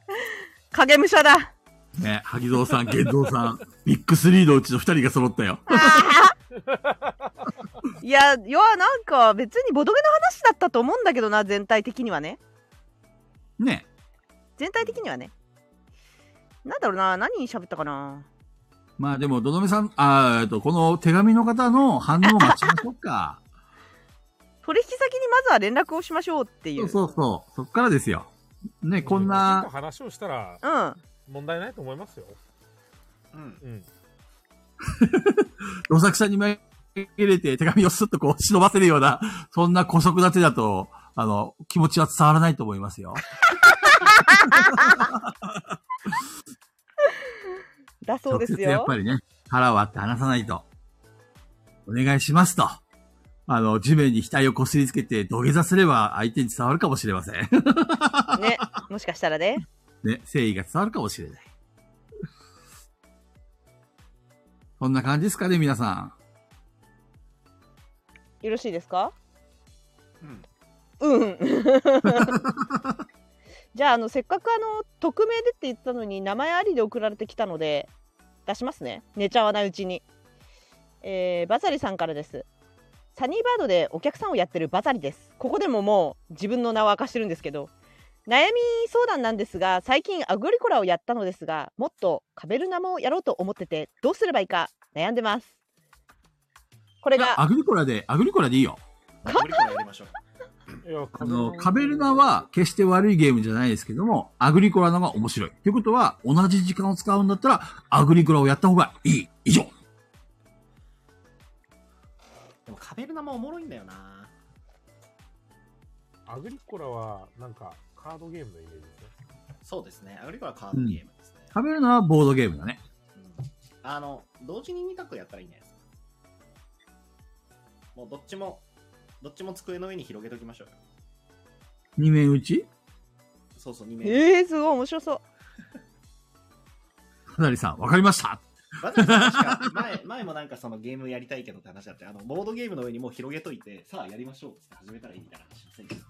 Speaker 1: 影武者だ。
Speaker 3: ね、萩蔵さん、玄蔵さん、ビッグスリーのうちの二人が揃ったよ。
Speaker 1: あー いや、いや、なんか別にボドゲの話だったと思うんだけどな、全体的にはね。
Speaker 3: ね。
Speaker 1: 全体的にはね。なんだろうな、何喋ったかな。
Speaker 3: まあでも、どどめさん、あーえっと、この手紙の方の反応を待ちましょうか。
Speaker 1: 取引先にまずは連絡をしましょうってい。
Speaker 3: そううそうそう。そっからですよ。ね、こん
Speaker 2: ちょっ
Speaker 3: な
Speaker 2: と、話をしたら、
Speaker 1: うん。
Speaker 2: 問題ないと思いますよ。
Speaker 5: うん。
Speaker 2: うん。
Speaker 3: どさくさに紛れて手紙をスッとこう忍ばせるような、そんな古速な手だと、あの、気持ちは伝わらないと思いますよ。
Speaker 1: だそうです
Speaker 3: 直接やっ
Speaker 1: よ。
Speaker 3: ぱりね、腹割って話さないと。お願いしますと。あの、地面に額をこすりつけて土下座すれば相手に伝わるかもしれません。
Speaker 1: ね。もしかしたらね。
Speaker 3: ね、誠意が伝わるかもしれない。そんな感じですかね、皆さん。
Speaker 1: よろしいですか
Speaker 5: うん。
Speaker 1: うん。じゃあ、あの、せっかくあの、匿名でって言ったのに、名前ありで送られてきたので、出しますね。寝ちゃわないうちに。えーバザリさんからです。サニーバードでお客さんをやってるバザリです。ここでももう自分の名を明かしてるんですけど、悩み相談なんですが、最近アグリコラをやったのですが、もっとカベルナもやろうと思ってて、どうすればいいか悩んでます。これが、
Speaker 3: アグリコラで、アグリコラでいいよ。
Speaker 5: アグリコラやりましょう。
Speaker 2: いや
Speaker 3: あの、カベルナは決して悪いゲームじゃないですけども、アグリコラの方が面白い。ということは、同じ時間を使うんだったら、アグリコラをやった方がいい。以上。
Speaker 5: でもカベルナもおもろいんだよな。
Speaker 2: アグリコラは、なんか、カードゲームのイメージですね。
Speaker 5: そうですね。アグリコラはカードゲームですね。
Speaker 3: カベルナはボードゲームだね。
Speaker 5: うんあの、同時に2択やったらいいんじゃないですか。もうどっちも、どっちも机の上に広げときましょうよ。
Speaker 3: 二面打ち
Speaker 5: そうそう、2名。
Speaker 1: えー、すごい面白そう。
Speaker 3: かなりさん、わかりました。
Speaker 5: わざわざ確か前、前もなんかそのゲームやりたいけどって話だって、あの、ボードゲームの上にもう広げといて、さあやりましょうっつって始めたらいいみたいな話しませんでした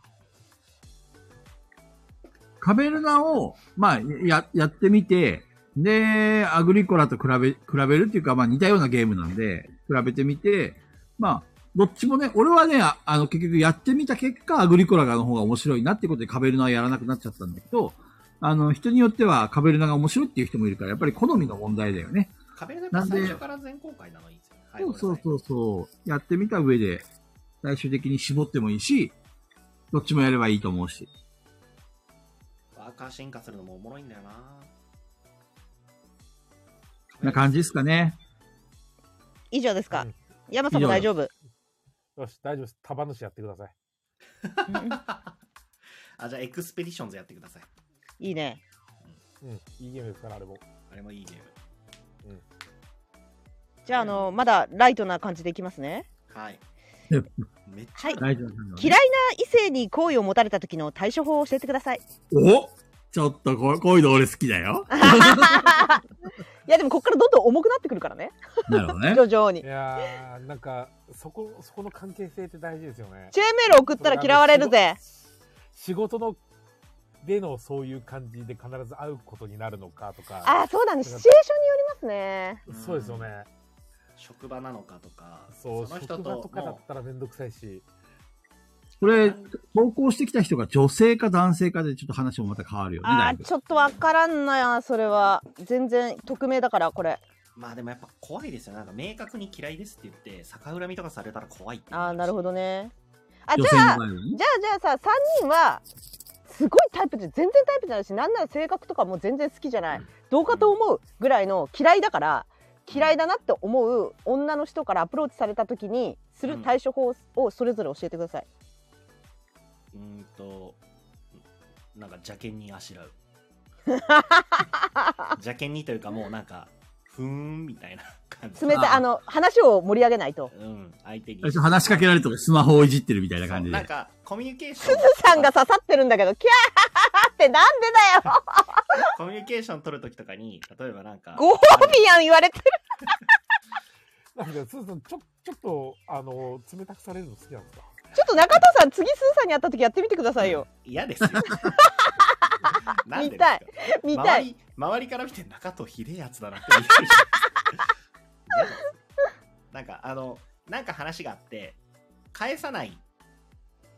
Speaker 3: カベルナを、まあ、や、やってみて、で、アグリコラと比べ、比べるっていうか、まあ似たようなゲームなんで、比べてみて、まあ、どっちもね、俺はね、ああの、結局やってみた結果、アグリコラの方が面白いなってことでカベルナはやらなくなっちゃったんだけど、あの、人によってはカベルナが面白いっていう人もいるから、やっぱり好みの問題だよね。
Speaker 5: カベルナやっぱ最初から全公開なのいいですよね。はい
Speaker 3: そうそう
Speaker 5: ごめんなさい
Speaker 3: そうそう。やってみた上で、最終的に絞ってもいいし、どっちもやればいいと思うし。
Speaker 5: ワーカー進化するのもおもろいんだよな。
Speaker 3: な感じですかね。
Speaker 1: 以上ですか
Speaker 2: うん。
Speaker 1: 山さんも大丈夫。
Speaker 2: よし、大丈夫です。束主やってください。
Speaker 5: あ、じゃあエクスペディションズやってください。
Speaker 1: いいね。
Speaker 2: うん、いいゲームですから、あれも。
Speaker 5: あれもいいゲーム。
Speaker 1: じゃあ、あの、まだライトな感じでいきますね。
Speaker 5: はい。めっちゃ
Speaker 1: はい。
Speaker 3: 大丈夫なんだね
Speaker 1: 嫌いな異性に好意を持たれた時の対処法を教えてください。
Speaker 3: おちょっとこ、こういうの俺好きだ よ。
Speaker 1: いや、でもここからどんどん重くなってくるからね。
Speaker 3: なるほどね。
Speaker 1: 徐々に
Speaker 2: い。やー、なんか、そこ、そこの関係性って大事ですよね。
Speaker 1: チェーンメール送ったら嫌われるぜ。
Speaker 2: 仕事の、でのそういう感じで必ず会うことになるのかとか、
Speaker 1: ああ、そうだね。シチュエーションによりますね。
Speaker 2: そうですよね。
Speaker 5: 職場なのかとか、
Speaker 2: そう、
Speaker 5: の人
Speaker 2: 職場と
Speaker 5: と
Speaker 2: かだっ
Speaker 5: も
Speaker 2: たらめんどくさいし、
Speaker 3: これ、投稿してきた人が女性か男性かでちょっと話もまた変わるよね。
Speaker 1: あ
Speaker 3: だい
Speaker 1: あ、
Speaker 3: ぶ
Speaker 1: ちょっとわからんなや、それは。全然匿名だから、これ。
Speaker 5: うまあでもやっぱ怖いですよ。なんか明確に嫌いですって言って、逆恨みとかされたら怖いっていう
Speaker 1: ああ、なるほどね。あ、じ
Speaker 3: 女性
Speaker 1: ゃ
Speaker 3: の
Speaker 1: あ
Speaker 3: 場、合はね。
Speaker 1: じゃあじゃあさ三人はすごいタイプじゃ全然タイプじゃないしなんなら性格とかも全然好きじゃないどうかと思うぐらいの嫌いだから嫌いだなって思う女の人からアプローチされた時にする対処法をそれぞれ教えてください、
Speaker 5: うーんと、なんか邪険にあし らう。邪険にというかもうなんか、ふーんみたいな感じ。
Speaker 1: 冷たい
Speaker 3: あー
Speaker 1: あの話を盛り上げないと
Speaker 5: うん、相手に。
Speaker 3: 最初話しかけられるとかスマホをいじってるみたいな感
Speaker 5: そ
Speaker 3: じ
Speaker 5: うなん
Speaker 3: で。
Speaker 5: か、コミュニケーション。
Speaker 1: すずさんが刺さってるんだけどキャーってなんでだよ
Speaker 5: コミュニケーション取るときとかに、例えばなんか、
Speaker 1: ご褒美やん言われてる
Speaker 2: なんか、すずさん、ちょ、ちょっと、あの、冷たくされるの好きなんですか
Speaker 1: ちょっと中田さん次すずさんに会った時やってみてくださいよ
Speaker 5: 嫌で すよ。なんで
Speaker 1: 見
Speaker 5: です
Speaker 1: た
Speaker 5: か
Speaker 1: い見た
Speaker 5: 周
Speaker 1: い
Speaker 5: り周りから見て中とひでえやつだなって見えるじゃん嫌だなんかあのなんか話があって返さない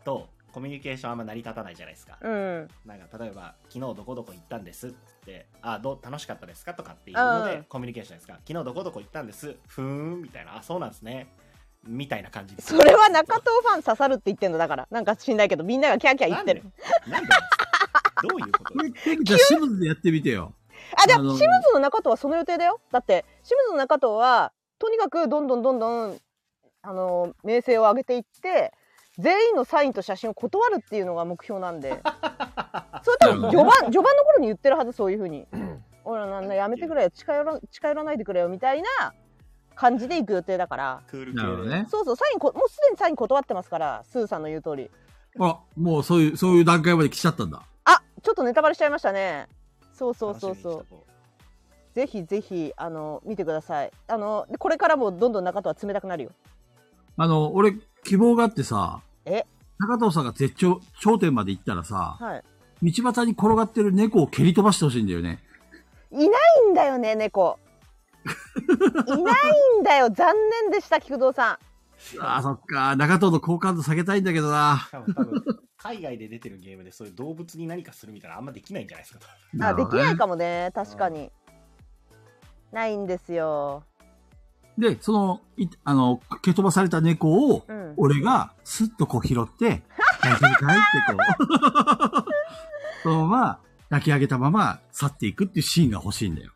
Speaker 5: とコミュニケーションあんま成り立たないじゃないですか、
Speaker 1: うん
Speaker 5: なんか例えば昨日どこどこ行ったんですってあどう楽しかったですかとかっていうの
Speaker 1: う
Speaker 5: で
Speaker 1: ん
Speaker 5: コミュニケーションですか昨日どこどこ行ったんですふーんみたいなあそうなんですねみたいな感じです
Speaker 1: それは中藤ファン刺さるって言ってんのだからなんか知んないけどみんながキャーキャー言ってる
Speaker 5: なんでなんでなんですかどういうことですか
Speaker 3: じゃあ、シムズでやってみてよ。
Speaker 1: あ、じゃあ、
Speaker 3: あ
Speaker 1: シ
Speaker 3: の
Speaker 1: ムズの中藤はその予定だよ。だって、シムズの中藤は、とにかくどんどんどんどん、あの、名声を上げていって、全員のサインと写真を断るっていうのが目標なん で。それ多分、序盤、序盤の頃に言ってるはず、そういうふうに。ほら、なんだ、やめてくれよ、近寄ら、近寄らないでくれよ、みたいな感じで行く予定だから。
Speaker 5: クール系
Speaker 3: なるほど
Speaker 5: で、
Speaker 3: ね。
Speaker 1: そうそう、サインこ、もうすでにサイン断ってますから、スーさんの言う通り。
Speaker 3: ほら、もうそういう、そういう段階まで来ちゃったんだ。
Speaker 1: あ、ちょっとネタバレしちゃいましたね。そうそう
Speaker 5: 楽し
Speaker 1: そう
Speaker 5: みにし
Speaker 1: そう
Speaker 5: と。こう
Speaker 1: ぜひぜひあの見てください。あのこれからもどんどん中とは冷たくなるよ。
Speaker 3: あの、俺、希望があってさ、
Speaker 1: え
Speaker 3: 高藤さんが絶頂、頂点まで行ったらさ、
Speaker 1: はい。
Speaker 3: 道端に転がってる猫を蹴り飛ばしてほしいんだ よね。
Speaker 1: いないんだよね猫。いないんだよ残念でした菊蔵さん。
Speaker 3: ああ、そっか。中藤の好感度下げたいんだけどな。
Speaker 5: 多分多分海外で出てるゲームでそういう動物に何かするみたいなのあんまできないんじゃないですか
Speaker 1: あ
Speaker 3: な
Speaker 1: で
Speaker 3: るほ
Speaker 1: き
Speaker 3: どね
Speaker 1: ないかもね確かに。ないんですよ。
Speaker 3: で、その、いあの、蹴飛ばされた猫を、
Speaker 1: うん。
Speaker 3: 俺がスッとこう拾って、大丈夫かいってこう。そ のまま、抱き上げたまま去っていくっていうシーンが欲しいんだよ。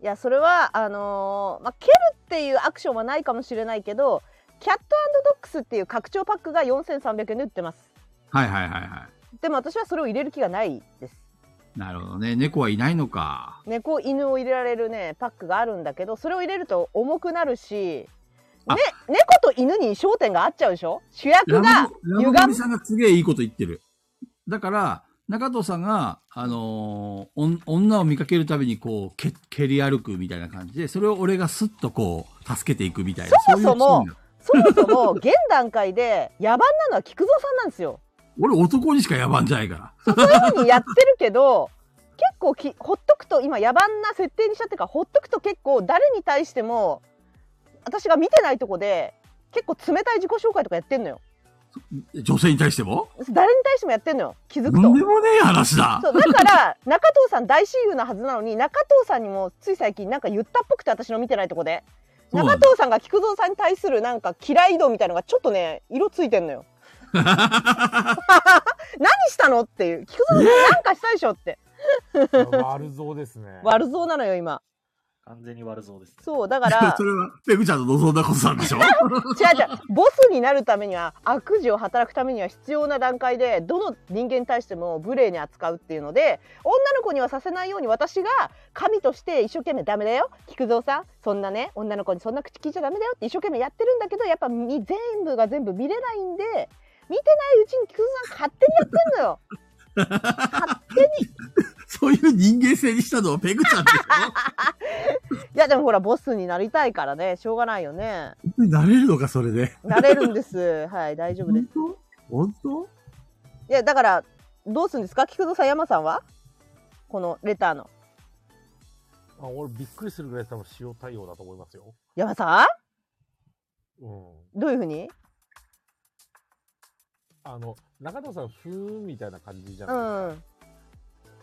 Speaker 1: いやそれはあのーまあ、蹴るっていうアクションはないかもしれないけどキャットドッグスっていう拡張パックが4300円で売ってます
Speaker 3: はいはいはいは
Speaker 1: でも私はそれを入れる気がないです
Speaker 3: い。なるほどね。猫はいないのか。
Speaker 1: 猫犬を入れられるねパックがあるんだけどそれを入れると重くなるし、ね
Speaker 3: あ、
Speaker 1: 猫と犬に焦点が合っちゃうでしょ主役が
Speaker 3: ラムラム
Speaker 1: 歪
Speaker 3: ミ
Speaker 1: む
Speaker 3: さんがすげえいいこと言ってる。だから、中藤さんが、あのーおん女を見かけるたびにこう、け蹴り歩くみたいな感じで、それを俺がスッとこう、助けていくみたいな。
Speaker 1: そもそも
Speaker 3: ういうシーンだ
Speaker 1: そもそも現段階で野蛮なのは菊蔵さんなんですよ
Speaker 3: 俺男にしか野蛮じゃないから。
Speaker 1: そういうふうにやってるけど結構きほっとくと今野蛮な設定にしちゃってるからほっとくと結構誰に対しても私が見てないとこで結構冷たい自己紹介とかやってんのよ
Speaker 3: 女性に対しても
Speaker 1: 誰に対してもやってんのよ気づ
Speaker 3: と
Speaker 1: く
Speaker 3: んで
Speaker 1: と
Speaker 3: もねえ話だ
Speaker 1: そうだから中藤さん大親友なはずなのに中藤さんにもつい最近なんか言ったっぽくて私の見てないとこで
Speaker 3: そうな
Speaker 1: 中
Speaker 3: んだ
Speaker 1: 藤さんが菊蔵さんに対するなんか嫌い度みたいのがちょっとね色ついてん のよ 何したのっていう菊蔵さんなんかしたでしょって
Speaker 2: 悪造ですね。
Speaker 1: 悪造なのよ今
Speaker 5: 完全に悪そうです。
Speaker 1: そうだから
Speaker 3: それは、ペグちゃんの望んだことなんでしょ
Speaker 1: 違う違うボスになるためには悪事を働くためには必要な段階でどの人間に対しても無礼に扱うっていうので女の子にはさせないように私が神として一生懸命ダメだよ菊蔵さんそんなね女の子にそんな口聞いちゃダメだよって一生懸命やってるんだけどやっぱみ全部が全部見れないんで見てないうちに菊蔵さん勝手にやってんのよ
Speaker 3: そういう人間性にしたのはペグちゃ んでしょ
Speaker 1: いやでもほらボスになりたいからねしょうがないよね
Speaker 3: 本当になれるのか、それで。
Speaker 1: なれるんですはい大丈夫です
Speaker 3: 当本当
Speaker 1: いやだからどうするんですか菊蔵さん山さんはこのレターの
Speaker 2: あ俺びっくりするぐらい多分塩対応だと思いますよ。
Speaker 1: 山さん
Speaker 2: うん。
Speaker 1: どういうふうに
Speaker 2: あの、中田さん、ふーんみたいな感じじゃ
Speaker 1: う
Speaker 2: ない
Speaker 1: ん
Speaker 2: です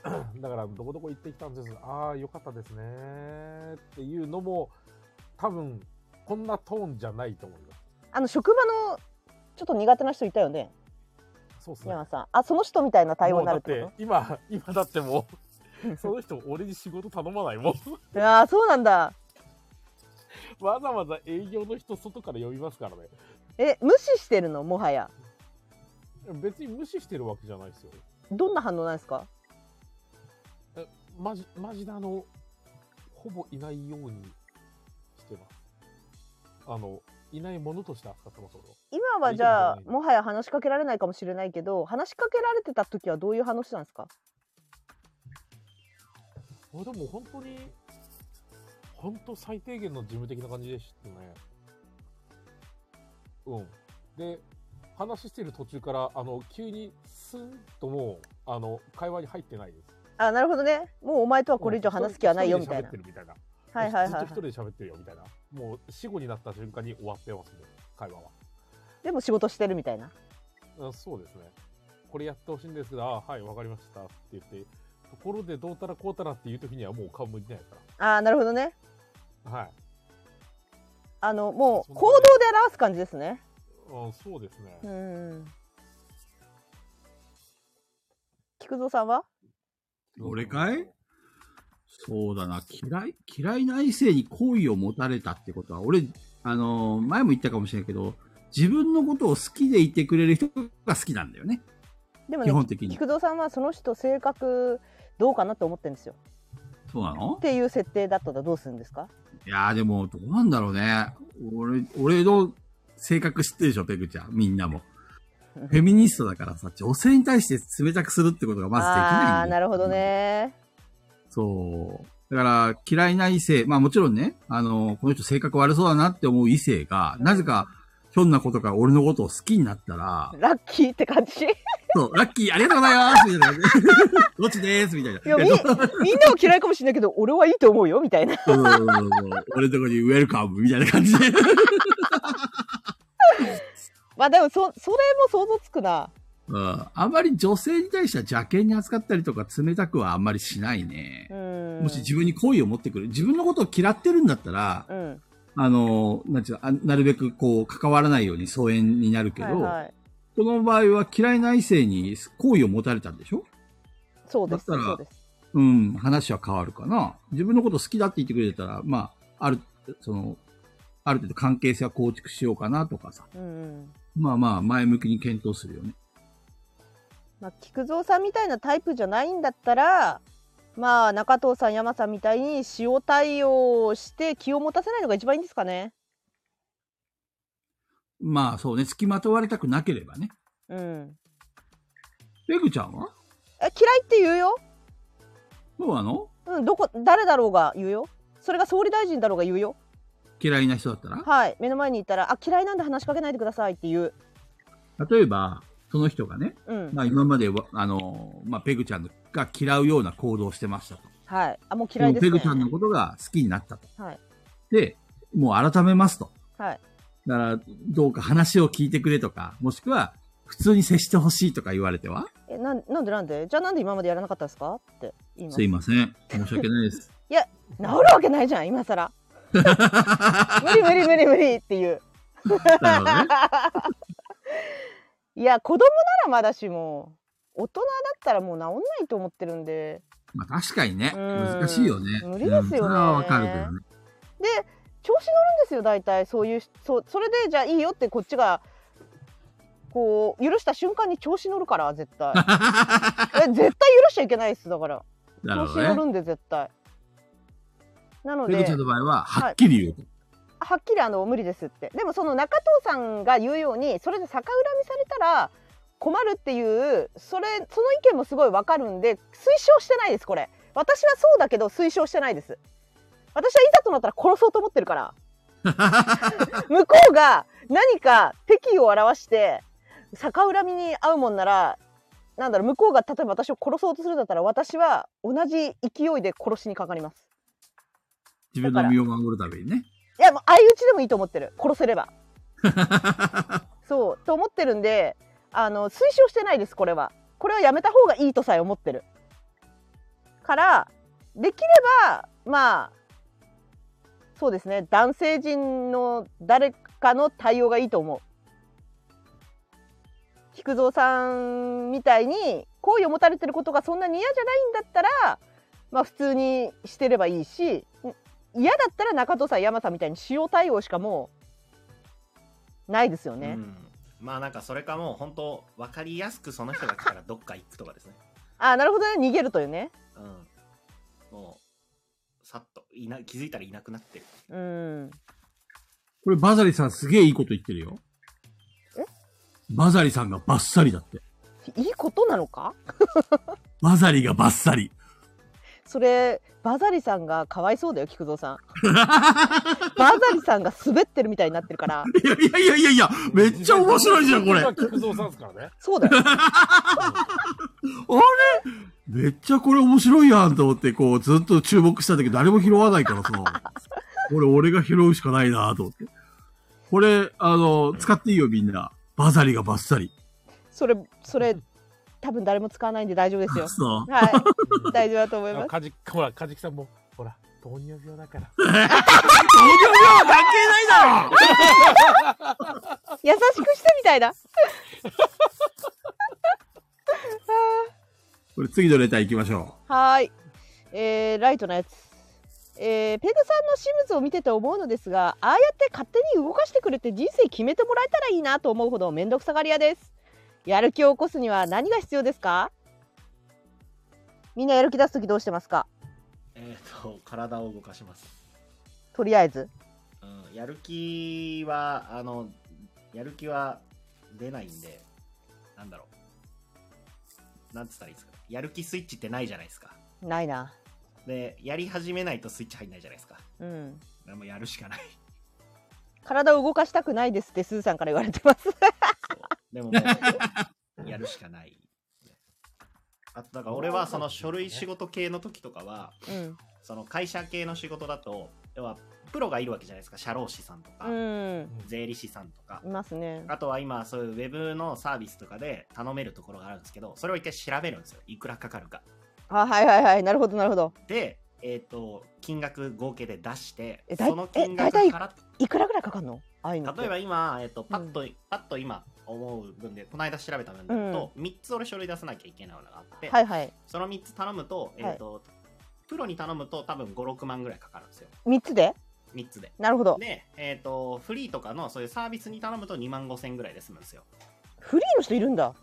Speaker 2: か。だから、どこどこ行ってきたんです。ああ、よかったですね。っていうのも、多分、こんなトーンじゃないと思いま
Speaker 1: あの職場のちょっと苦手な人いたよね
Speaker 2: す。そうですね。
Speaker 1: 山さんあその人みたいな対応
Speaker 2: もう
Speaker 1: にな
Speaker 2: だ
Speaker 1: るっ
Speaker 2: ってて
Speaker 1: こ、
Speaker 2: 今、今だってもう、その人、俺に仕事頼まないもん。
Speaker 1: といやーそうなんだ
Speaker 2: わざわざ営業の人、外から呼びますからね。
Speaker 1: え無視してるのもはや
Speaker 2: 別に無視してるわけじゃないですよ。
Speaker 1: どんな反応なんですか
Speaker 2: マジ、マジであの、ほぼいないようにしてます。あの、いないものとして扱ってます、俺は。
Speaker 1: 今はじゃあ
Speaker 2: いいと思
Speaker 1: もはや話しかけられないかもしれないけど話しかけられてた時はどういう話なんですか
Speaker 2: あでも本当に、本当最低限の事務的な感じでしたね。うん。で、話してる途中から、あの、急にスンともう、あの、会話に入ってないです。
Speaker 1: あなるほどねもうお前とはこれ以上話す気はないよ
Speaker 2: うん
Speaker 1: みたいな
Speaker 2: 一人で喋ってるみたいな。
Speaker 1: はいはいはい
Speaker 2: ずっと一人で喋ってるよみたいな。もう死後になった瞬間に終わってますね、会話は。
Speaker 1: でも仕事してるみたいな
Speaker 2: あそうですね。これやってほしいんですけど、あはい、わかりましたって言って、ところでどうたらこうたらっていう時にはもう顔向いてないか
Speaker 1: あーなるほどね
Speaker 2: ら。はい。
Speaker 1: あのもう
Speaker 2: そんな
Speaker 1: 行動で表す感じですね
Speaker 2: あそうですね。
Speaker 1: うん菊蔵さんは
Speaker 3: 俺かいそうだな。嫌い、嫌いな異性に好意を持たれたってことは、俺、あのー前も言ったかもしれないけど、自分のことを好きでいてくれる人が好きなんだよね。
Speaker 1: でも
Speaker 3: 基
Speaker 1: ね
Speaker 3: 本的に。
Speaker 1: 菊蔵さんはその人性格どうかなって思ってるんですよ
Speaker 3: そうなの
Speaker 1: っていう設定だったらどうするんですか
Speaker 3: いやーでも、どうなんだろうね。俺、俺の性格知ってるでしょ、ペグちゃん。みんなも。フェミニストだからさ、女性に対して冷たくするってことがまずできないんだよ
Speaker 1: ああーなるほど。ね
Speaker 3: そう。だから、嫌いな異性、まあもちろんね、あの、この人性格悪そうだなって思う異性が、なぜか、ひょんなことから俺のことを好きになったら、
Speaker 1: ラッキーって感じい
Speaker 3: そう、ラッキーありがとうございますみたいなね。 どっちでーすみたいな。
Speaker 1: やみみんなは嫌いかもしれないけど俺はいいと思うよみたいな
Speaker 3: そうそうそうそう俺のとこにウェルカムみたいな感じで。
Speaker 1: まあでもそそれも想像つくな
Speaker 3: うんあんまり女性に対しては邪険に扱ったりとか冷たくはあんまりしないね
Speaker 1: う。ん
Speaker 3: もし自分に好意を持ってくる。自分のことを嫌ってるんだったら、
Speaker 1: うん
Speaker 3: あの、なんちゅうのあなるべくこう、関わらないように疎遠になるけど、
Speaker 1: はいはい
Speaker 3: この場合は嫌いな異性に好意を持たれたんでしょ
Speaker 1: そうです。
Speaker 3: だったら
Speaker 1: そうです。
Speaker 3: うん、話は変わるかな。自分のこと好きだって言ってくれたら、まあ、ある、その、ある程度関係性は構築しようかなとかさ。
Speaker 1: うんうん。
Speaker 3: まあまあ、前向きに検討するよね。
Speaker 1: まあ、菊蔵さんみたいなタイプじゃないんだったら、まあ、中藤さん、山さんみたいに塩対応して気を持たせないのが一番いいんですかね。
Speaker 3: まあそうね、付きまとわれたくなければね。
Speaker 1: うん。
Speaker 3: ペグちゃんは
Speaker 1: え嫌いって言うよ。
Speaker 3: どうなの
Speaker 1: うん、どこ、誰だろうが言うよ。それが総理大臣だろうが言うよ。
Speaker 3: 嫌いな人だったら
Speaker 1: はい。目の前にいたら、あ、嫌いなんで話しかけないでくださいって言う。
Speaker 3: 例えば、その人がね、
Speaker 1: うん。
Speaker 3: まあ今までは、あの、まあペグちゃんが嫌うような行動をしてましたと。
Speaker 1: はい。あ、もう嫌いです、ね。
Speaker 3: もうペグちゃんのことが好きになったと。
Speaker 1: はい。
Speaker 3: で、もう改めますと。
Speaker 1: はい。
Speaker 3: だから、どうか話を聞いてくれとか、もしくは、普通に接してほしいとか言われては
Speaker 1: え、なん、なんでなんでじゃあなんで今までやらなかったんですかって言います
Speaker 3: すいません。申し訳ない です。
Speaker 1: 治るわけないじゃん、今さ ら。無理無理無理無理っていう。
Speaker 3: なるほどね。
Speaker 1: いや、子供ならまだしも、大人だったらもう治んないと思ってるんで。
Speaker 3: まあ確かにね、
Speaker 1: うん
Speaker 3: 難しいよね。
Speaker 1: 無理ですよね
Speaker 3: うんそれはわかるけどね。
Speaker 1: で、調子乗るんですよ、大体。そういう、そう、それで、じゃあいいよってこっちが、こう、許した瞬間に調子乗るから、絶 対。え、絶対許しちゃいけないです、だから。
Speaker 3: な
Speaker 1: 調
Speaker 3: る
Speaker 1: 子
Speaker 3: ほど
Speaker 1: 乗
Speaker 3: ね
Speaker 1: る。んで、絶対。なの
Speaker 3: ペグ
Speaker 1: で
Speaker 3: ちゃん、の場合は、
Speaker 1: はい
Speaker 3: はっきり言うと。
Speaker 1: はっきりあの無理ですってでもその中藤さんが言うようにそれで逆恨みされたら困るっていうそれその意見もすごいわかるんで推奨してないですこれ私はそうだけど推奨してないです私はいざとなったら殺そうと思ってるから向こうが何か敵意を表して逆恨みに遭うもんならなんだろう向こうが例えば私を殺そうとするんだったら私は同じ勢いで殺しにかかります
Speaker 3: 自分の身を守るためにね。
Speaker 1: いやもう相打ちでもいいと思ってる殺せればそうと思ってるんであの推奨してないですこれはこれはやめた方がいいとさえ思ってるからできればまあそうですね男性陣の誰かの対応がいいと思う菊蔵さんみたいに好意を持たれてることがそんなに嫌じゃないんだったらまあ普通にしてればいいしん嫌だったら中藤さん山さんみたいに使用対応しかもうないですよね、
Speaker 5: うんまあなんかそれかもう本当分かりやすくその人が来たらどっか行くとかですね。
Speaker 1: あなるほどね逃げるというね
Speaker 5: うん。もう、さっといな、気づいたらいなくなってる。
Speaker 1: うん
Speaker 3: これ、バザリさんすげえいいこと言ってるよ。
Speaker 1: え
Speaker 3: バザリさんがバッサリだって。
Speaker 1: いいことなのか
Speaker 3: バザリがバッサリ。
Speaker 1: それバザリさんがかわいそうだよ菊蔵さんバザリさんが滑ってるみたいになってるから
Speaker 3: いやいやいやいやいや、めっちゃ面白いじゃん、これ。あ
Speaker 2: 今菊蔵さんですからね。
Speaker 1: そうだよ
Speaker 3: れめっちゃこれ面白いやんと思って、こう、ずっと注目したんだけど、誰も拾わないからさ。これ、俺が拾うしかないなと思って。これ、あの、使っていいよ、みんな。バザリがバッサリ。
Speaker 1: それそれ多分誰も使わないんで大丈夫ですよ
Speaker 3: そう。
Speaker 1: はい大丈夫だと思い ます
Speaker 2: カジほら、カジキさんも、ほら、糖尿病だから。
Speaker 3: 糖尿病は関係ないだろ
Speaker 1: 優しくしてみたいな
Speaker 3: これ、次のレター行きましょ
Speaker 1: はーい。えーライトなやつ。えーペグさんのシムズを見てて思うのですが、ああやって勝手に動かしてくれて人生決めてもらえたらいいなと思うほど面倒くさがり屋です。やる気を起こすには何が必要ですかみんなやる気出すときどうしてますか
Speaker 5: えっ、と、体を動かします。
Speaker 1: とりあえず。
Speaker 5: うん、やる気は、あの、やる気は出ないんで、なんだろう。なんつったらいいですか。やる気スイッチってないじゃないですか。
Speaker 1: ないな。
Speaker 5: で、やり始めないとスイッチ入んないじゃないですか。だか
Speaker 1: うん。
Speaker 5: らもうやるしかない。
Speaker 1: 体を動かしたくないですってスーさんから言われてます。
Speaker 5: そうでももう、やるしかない。あと、だから俺はその書類仕事系の時とかは、
Speaker 1: うん。
Speaker 5: その会社系の仕事だと、要はプロがいるわけじゃないですか。社労士さんとか、
Speaker 1: うん。
Speaker 5: 税理士さんとか
Speaker 1: い。ますね。
Speaker 5: あとは今、そういうウェブのサービスとかで頼めるところがあるんですけど、それを一回調べるんですよ。いくらかかるか。
Speaker 1: あ、はいはいはい。なるほどなるほど。
Speaker 5: で、えっ、と、金額合計で出して
Speaker 1: え、だい
Speaker 5: その金
Speaker 1: え大
Speaker 5: 額
Speaker 1: 体
Speaker 5: 払っ
Speaker 1: いくらぐらいかかんの愛の手
Speaker 5: 例えば今、えっと、パッと、パッと今思う分で、この間調べた分だと、3つ俺書類出さなきゃいけないのがあって、
Speaker 1: はいはい
Speaker 5: その3つ頼むと、えっ、と、プロに頼むと多分5、6万ぐらいかかるんですよ。
Speaker 1: 3つで
Speaker 5: 3つで。
Speaker 1: なるほど
Speaker 5: で、えっ、と、フリーとかのそういうサービスに頼むと2万5千ぐらいで済むんですよ。
Speaker 1: フリーの人いるんだ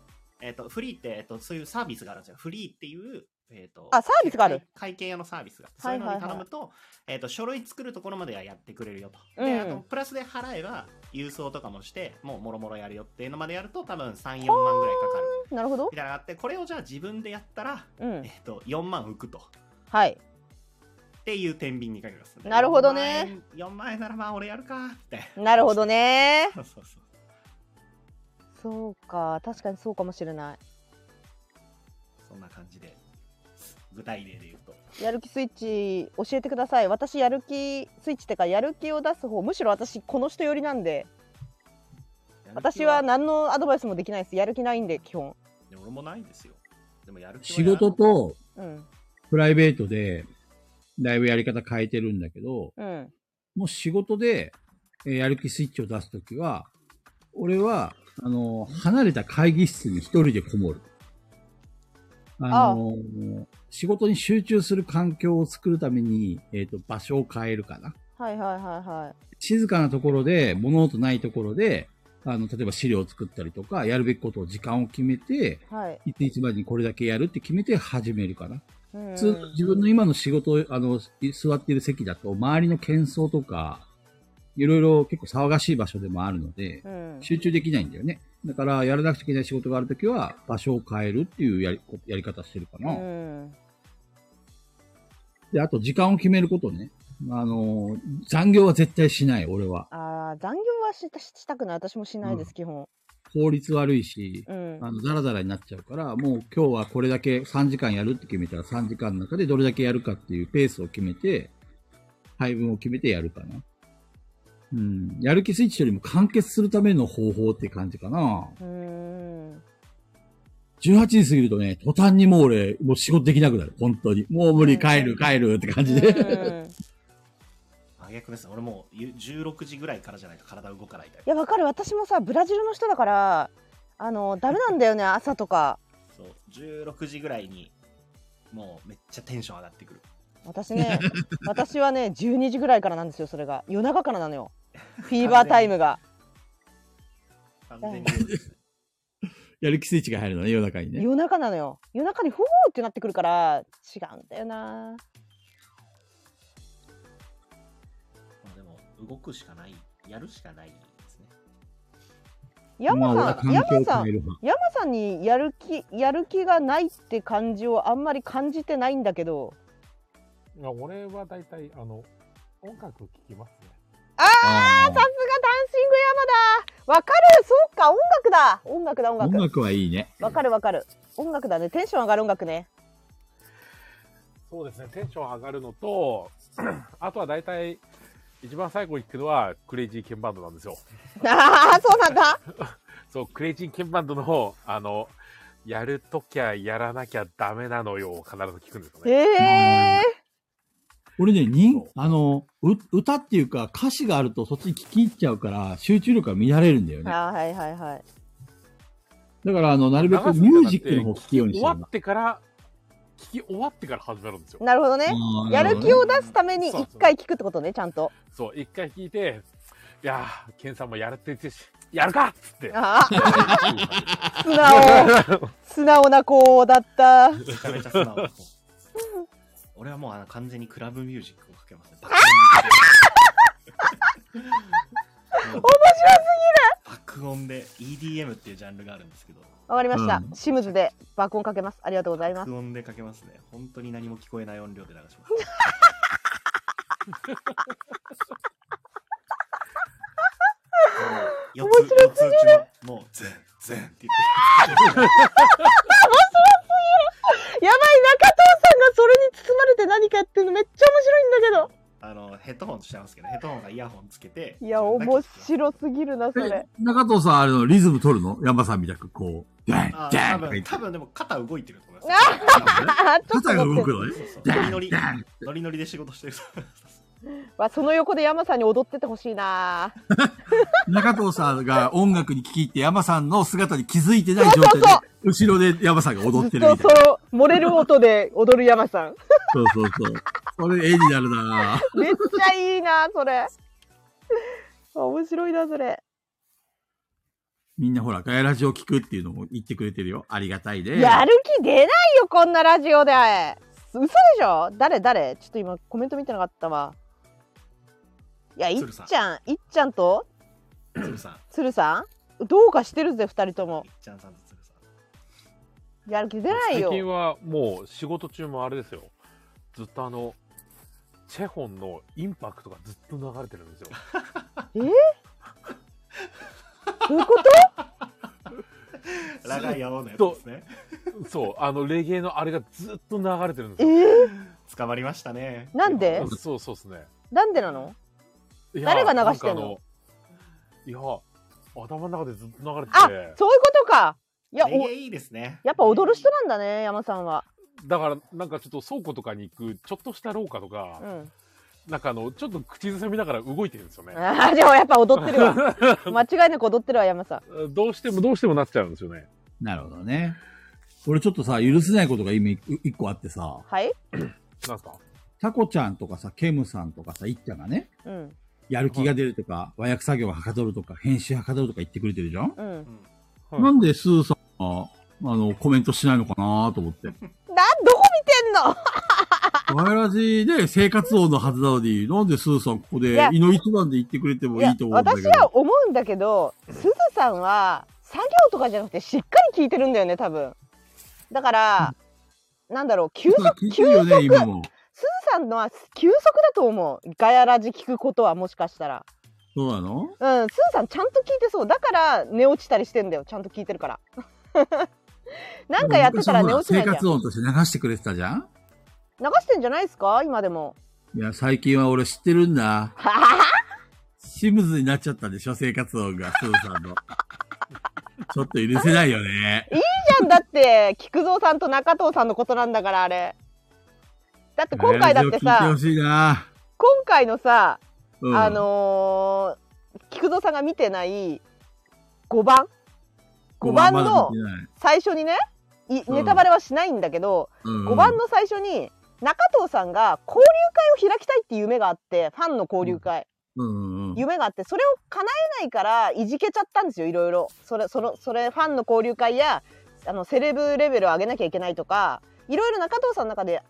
Speaker 5: えっ、と、フリーって、えっ、と、そういうサービスがあるんですよ。フリーっていう、えっ、と、
Speaker 1: あサービスがある
Speaker 5: 会計用のサービスがあって。そ
Speaker 1: は
Speaker 5: うい
Speaker 1: いうはいは
Speaker 5: の
Speaker 1: い
Speaker 5: に頼むと、えっ、と、書類作るところまではやってくれるよと。
Speaker 1: う
Speaker 5: で、
Speaker 1: ん
Speaker 5: あと、プラスで払えば、郵送とかもして、もうもろもろやるよっていうのまでやると、多分3、4万ぐらいかかる。
Speaker 1: なるほど
Speaker 5: みたいなのがあって、これをじゃあ自分でやったら、
Speaker 1: うん
Speaker 5: えっ、と、4万浮くと。
Speaker 1: はい
Speaker 5: っていう天秤にかけます、
Speaker 1: なるほどね
Speaker 5: 4万円。4万円ならまあ俺やるか、みたい
Speaker 1: なるほどね
Speaker 5: な。 そうそうそう。
Speaker 1: そうか確かにそうかもしれな
Speaker 5: そんな感じで、具体例で言うと。
Speaker 1: いやる気スイッチ教えてください私やる気スイッチってかやる気を出す方むしろ私この人寄りなんで私は何のアドバイスもできないですやる気ないんで基本
Speaker 5: で俺もないんですよ。でもやる気は
Speaker 3: 仕
Speaker 5: やら
Speaker 3: 事と
Speaker 1: うん
Speaker 3: プライベートで、だいぶやり方変えてるんだけど、
Speaker 1: うん
Speaker 3: もう仕事で、えーやる気スイッチを出すときは、俺は、あのー離れた会議室に一人でこもる。あのー仕事に集中する環境を作るために、えっ、と、場所を変えるかな。
Speaker 1: はいはいはいはい
Speaker 3: 静かなところで、物音ないところで、あの、例えば資料を作ったりとか、やるべきことを時間を決めて、
Speaker 1: はい
Speaker 3: 一日までにこれだけやるって決めて始めるかな。
Speaker 1: うん
Speaker 3: 普通、自分の今の仕事、あの、い座っている席だと、周りの喧騒とか、いろいろ結構騒がしい場所でもあるので、
Speaker 1: うん
Speaker 3: 集中できないんだよね。だから、やらなくちゃいけない仕事があるときは、場所を変えるっていうやりこやり方してるか
Speaker 1: う
Speaker 3: な。
Speaker 1: ん
Speaker 3: で、あと、時間を決めることね。あの、残業は絶対しない、俺は。
Speaker 1: あー残業はししたくない私もしないです、基本
Speaker 3: 効率悪いし、
Speaker 1: うん
Speaker 3: あの、ザラザラになっちゃうから、もう今日はこれだけ3時間やるって決めたら、3時間の中でどれだけやるかっていうペースを決めて、配分を決めてやるかな。うん。やる気スイッチよりも完結するための方法って感じかな。
Speaker 1: うん
Speaker 3: 18時過ぎるとね、途端にもう俺、もう仕事できなくなる。本当に。もう無理、帰る、帰るって感じで。
Speaker 1: うん
Speaker 5: あ逆ですね。俺もうゆ16時ぐらいからじゃないと体動かないタイ
Speaker 1: い
Speaker 5: プ。
Speaker 1: やわかる私もさブラジルの人だからあのダメなんだよね朝とか
Speaker 5: そう。16時ぐらいに、もうめっちゃテンション上がってくる。
Speaker 1: 私 ね私はね12時ぐらいからなんですよそれが夜中からな のよフィーバータイムが
Speaker 5: 完全に夜ですね。
Speaker 3: やる気スイッチが入るのね、夜中にね。
Speaker 1: 夜中なのよ夜中にフォーってなってくるから違うんだよな
Speaker 5: まあでも、動くしかない、やるしかないですね。
Speaker 1: 山さん、
Speaker 3: まあ、俺は環
Speaker 1: 山
Speaker 3: 境を
Speaker 1: さん
Speaker 3: 変える派。
Speaker 1: 山さんにやる気やる気がないって感じをあんまり感じてないんだけど
Speaker 2: まあ俺は大体、あの、音楽聴きますね。
Speaker 3: あ
Speaker 1: さすがダンシング山だわかるそうか音楽だ音楽だ音
Speaker 3: ー音
Speaker 1: 楽
Speaker 3: 楽はいいね。
Speaker 1: わかるわかる音楽だねテンション上がる音楽ね
Speaker 2: そうですね、テンション上がるのと、 あとは大体、一番最後に聞くのは、クレイジーケンバンドなんですよ。
Speaker 1: ああそうなんだ
Speaker 2: そう、クレイジーケンバンドの方、あの、やるときゃやらなきゃダメなのよ、必ず聞くんですよ
Speaker 1: え
Speaker 2: ね。
Speaker 1: え
Speaker 3: 俺ね、人
Speaker 2: そう、
Speaker 3: あの、う、歌っていうか歌詞があるとそっちに聞き入っちゃうから集中力が乱れるんだよ
Speaker 1: ー、
Speaker 3: ね。
Speaker 1: あーはいはいはい
Speaker 3: だからあの、なるべく
Speaker 2: 流すんじゃなくて
Speaker 3: ミュージックの方聞くようにし
Speaker 2: 終
Speaker 3: て
Speaker 2: わ
Speaker 3: るんだ
Speaker 2: っ。てから、聞き終わってから始めるんですよ。
Speaker 1: なるほどね
Speaker 3: あー
Speaker 1: やる気を出すために
Speaker 2: そう
Speaker 1: 一
Speaker 2: そう
Speaker 1: 回聞くってことねちゃんと
Speaker 2: そう、一回聞いて、いやー、ケンさんもやるって言ってるし、やるかっつって。
Speaker 1: ああ 素直素直な子だった
Speaker 5: めちゃめちゃ素直な子 俺はもうあの完全にクラブミュージックをかけますね。面白すぎる爆音で EDM っていうジャンルがあるんですけど、
Speaker 1: わかりました、
Speaker 3: う
Speaker 1: シムズで爆音かけますありがとうございます
Speaker 5: 爆音でかけますね。本当に何も聞こえない音量で流します。 面白すぎるもう、全然って言って。
Speaker 1: やばい中藤さんがそれに包まれて何かやってるのめっちゃ面白いんだ
Speaker 5: あの、ヘッドホンしてますけど、ヘッドホンがイヤホンつけて。
Speaker 1: けどいや
Speaker 5: 自分だけ聞
Speaker 1: 面
Speaker 5: きます
Speaker 1: 白すぎるなそれ
Speaker 3: え中藤さん、あれの、リズム取るの山さんみたく、こう、ダン
Speaker 5: あー
Speaker 3: ダ
Speaker 5: 多
Speaker 3: ンとか言
Speaker 5: 分、
Speaker 3: って
Speaker 5: 多分でも肩動いてると思います。
Speaker 1: ああちょっと
Speaker 3: 肩が
Speaker 1: 乗
Speaker 3: 動
Speaker 1: って
Speaker 3: く
Speaker 1: る
Speaker 3: のね。
Speaker 5: そうそう
Speaker 3: ダ
Speaker 5: ノリノ
Speaker 3: ン
Speaker 5: リ
Speaker 3: ダン
Speaker 5: ノリノリで仕事してると思います。
Speaker 1: わその横で山さんに踊っててほしいな
Speaker 3: 中藤さんが音楽に聞き入って山さんの姿に気づいてない状態で、後ろで山さんが踊って
Speaker 1: ずっ
Speaker 3: る
Speaker 1: と
Speaker 3: みたい
Speaker 1: そ
Speaker 3: な。
Speaker 1: う漏れる音で踊る山さん
Speaker 3: そうそうそう。それ絵になるなぁ
Speaker 1: めっちゃいいなそれ 面白いなそれ
Speaker 3: みんなほら、ガヤラジオ聞くっていうのも言ってくれてるよ。ありがたいね。
Speaker 1: やる気出ないよこんなラジオで嘘でしょ誰誰ちょっと今コメント見てなかったわいやいっ
Speaker 5: 鶴さん
Speaker 1: ちゃんいっちゃんと
Speaker 5: 鶴さん。い
Speaker 1: 鶴さんどうかしてるぜ二人とも
Speaker 5: っちゃんさんと鶴さん。
Speaker 1: やる気出ない
Speaker 2: 最
Speaker 1: よ
Speaker 2: 近はもう仕事中もあれですよずっとあのチェホンのインパクトがずっと流れてるん ですよ
Speaker 1: どういうこと
Speaker 5: ラガイヤオのやつですね。
Speaker 2: そうあのレゲエのあれがずっと流れてるんです
Speaker 1: え
Speaker 2: よ
Speaker 1: ー、
Speaker 5: 捕まりましたね。
Speaker 1: なんで
Speaker 2: そうそうですね
Speaker 1: なんでなの
Speaker 2: いや
Speaker 1: 誰が流してんの
Speaker 2: なんかあのいや頭の中でずっと流れて
Speaker 1: あ
Speaker 2: て
Speaker 1: そういうことかいや
Speaker 5: レゲ
Speaker 1: お
Speaker 5: エいいですね。
Speaker 1: やっぱ踊る人なんだね山さんは、
Speaker 2: だからなんかちょっと倉庫とかに行くちょっとした廊下とか、
Speaker 1: うん、
Speaker 2: なんかあのちょっと口ずさみながら動いてるんですよね
Speaker 1: あーじゃあやっぱ踊って るわ間違いなく踊ってるわ山さん
Speaker 2: どうしてもどうしてもなっちゃうんですよね
Speaker 3: なるほどね。俺ちょっとさ、許せないことが今一個あってさ、
Speaker 1: はい
Speaker 2: なんすか
Speaker 3: タコちゃんとかさ、ケムさんとかさ、いっちゃんがね、
Speaker 1: うん
Speaker 3: やる気が出るとか、和訳作業がはかどるとか、編集はかどるとか言ってくれてるじゃん、
Speaker 1: うん
Speaker 2: はい
Speaker 3: なんでスーさんは、あの、コメントしないのかなと思って。
Speaker 1: なんどこ見てんの
Speaker 3: ワイラジで生活音のはずなのに、なんでスーさんここで
Speaker 1: いや、
Speaker 3: 胃の一番で言ってくれても
Speaker 1: い
Speaker 3: い
Speaker 1: や
Speaker 3: いと思うんだけ
Speaker 1: 私
Speaker 3: ど。
Speaker 1: は思うんだけどすずさんは作業とかじゃなくてしっかり聞いてるんだよね多分だからなんだろう休
Speaker 3: そう
Speaker 1: 息休
Speaker 3: 聞いてるよね、
Speaker 1: 息
Speaker 3: 今も。
Speaker 1: すずさんのは休息だと思うガヤラジ聞くことはもしかしたら
Speaker 3: そうなの
Speaker 1: うん、スーさんちゃんと聞いてそうだから寝落ちたりしてんだよちゃんと聞いてるから なんかやってたら寝落ちないじ
Speaker 3: 昔ほ
Speaker 1: ゃ
Speaker 3: ら
Speaker 1: ん
Speaker 3: 生活音として流してくれてたじゃん
Speaker 1: 流してんじゃないですか今でも
Speaker 3: いや、最近は俺知ってるんだ。
Speaker 1: ははは
Speaker 3: シムズになっちゃったでしょ、生活音が、スーさ んの。ちょっと許せないよね。
Speaker 1: じ ゃんだって菊蔵さんと中藤さんのことなんだからあれだって今回だって
Speaker 3: ラジオ聞いて
Speaker 1: さ
Speaker 3: ほしいな。
Speaker 1: 今回のさ、
Speaker 3: うん
Speaker 1: あ、のー菊蔵さんが見てない5番5番
Speaker 3: まだ
Speaker 1: の
Speaker 3: 見てない
Speaker 1: 最初にねい
Speaker 3: うん
Speaker 1: ネタバレはしないんだけど、
Speaker 3: うん
Speaker 1: 5番の最初に中藤さんが交流会を開きたいっていう夢があってファンの交流会、
Speaker 3: うんうん。
Speaker 1: 夢があってそれを叶えないからいじけちゃったんですよいろいろそれそのそれファンの交流会やあのセレブレベルを上げなきゃいけないとかいろいろ中藤さんの中で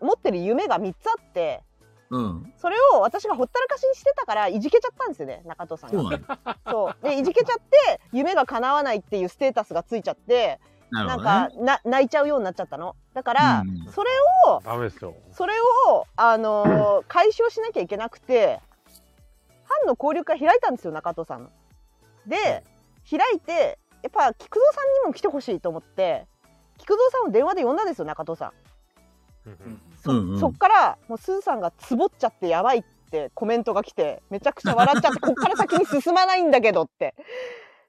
Speaker 1: 持ってる夢が3つあって
Speaker 3: うん。
Speaker 1: それを私がほったらかしにしてたからいじけちゃったんですよね中藤さん
Speaker 3: そう
Speaker 1: が。
Speaker 3: なんだ。
Speaker 1: そうでいじけちゃって夢が叶わないっていうステータスがついちゃって
Speaker 3: なる
Speaker 1: なん
Speaker 3: ほど、ね。
Speaker 1: かな泣いちゃうようになっちゃったの。だから、
Speaker 3: うん
Speaker 1: それを
Speaker 2: ダメですよ
Speaker 1: それを、あのー解消しなきゃいけなくてファンの交流会開いたんですよ中藤さんの。で開いてやっぱ菊蔵さんにも来てほしいと思って菊蔵さんを電話で呼んだんですよ中藤さん。
Speaker 5: うん
Speaker 1: そ,、
Speaker 3: うんうん
Speaker 1: そっからもうすずさんがつぼっちゃってやばいってコメントが来てめちゃくちゃ笑っ ちゃってこっから先に進まないんだけどって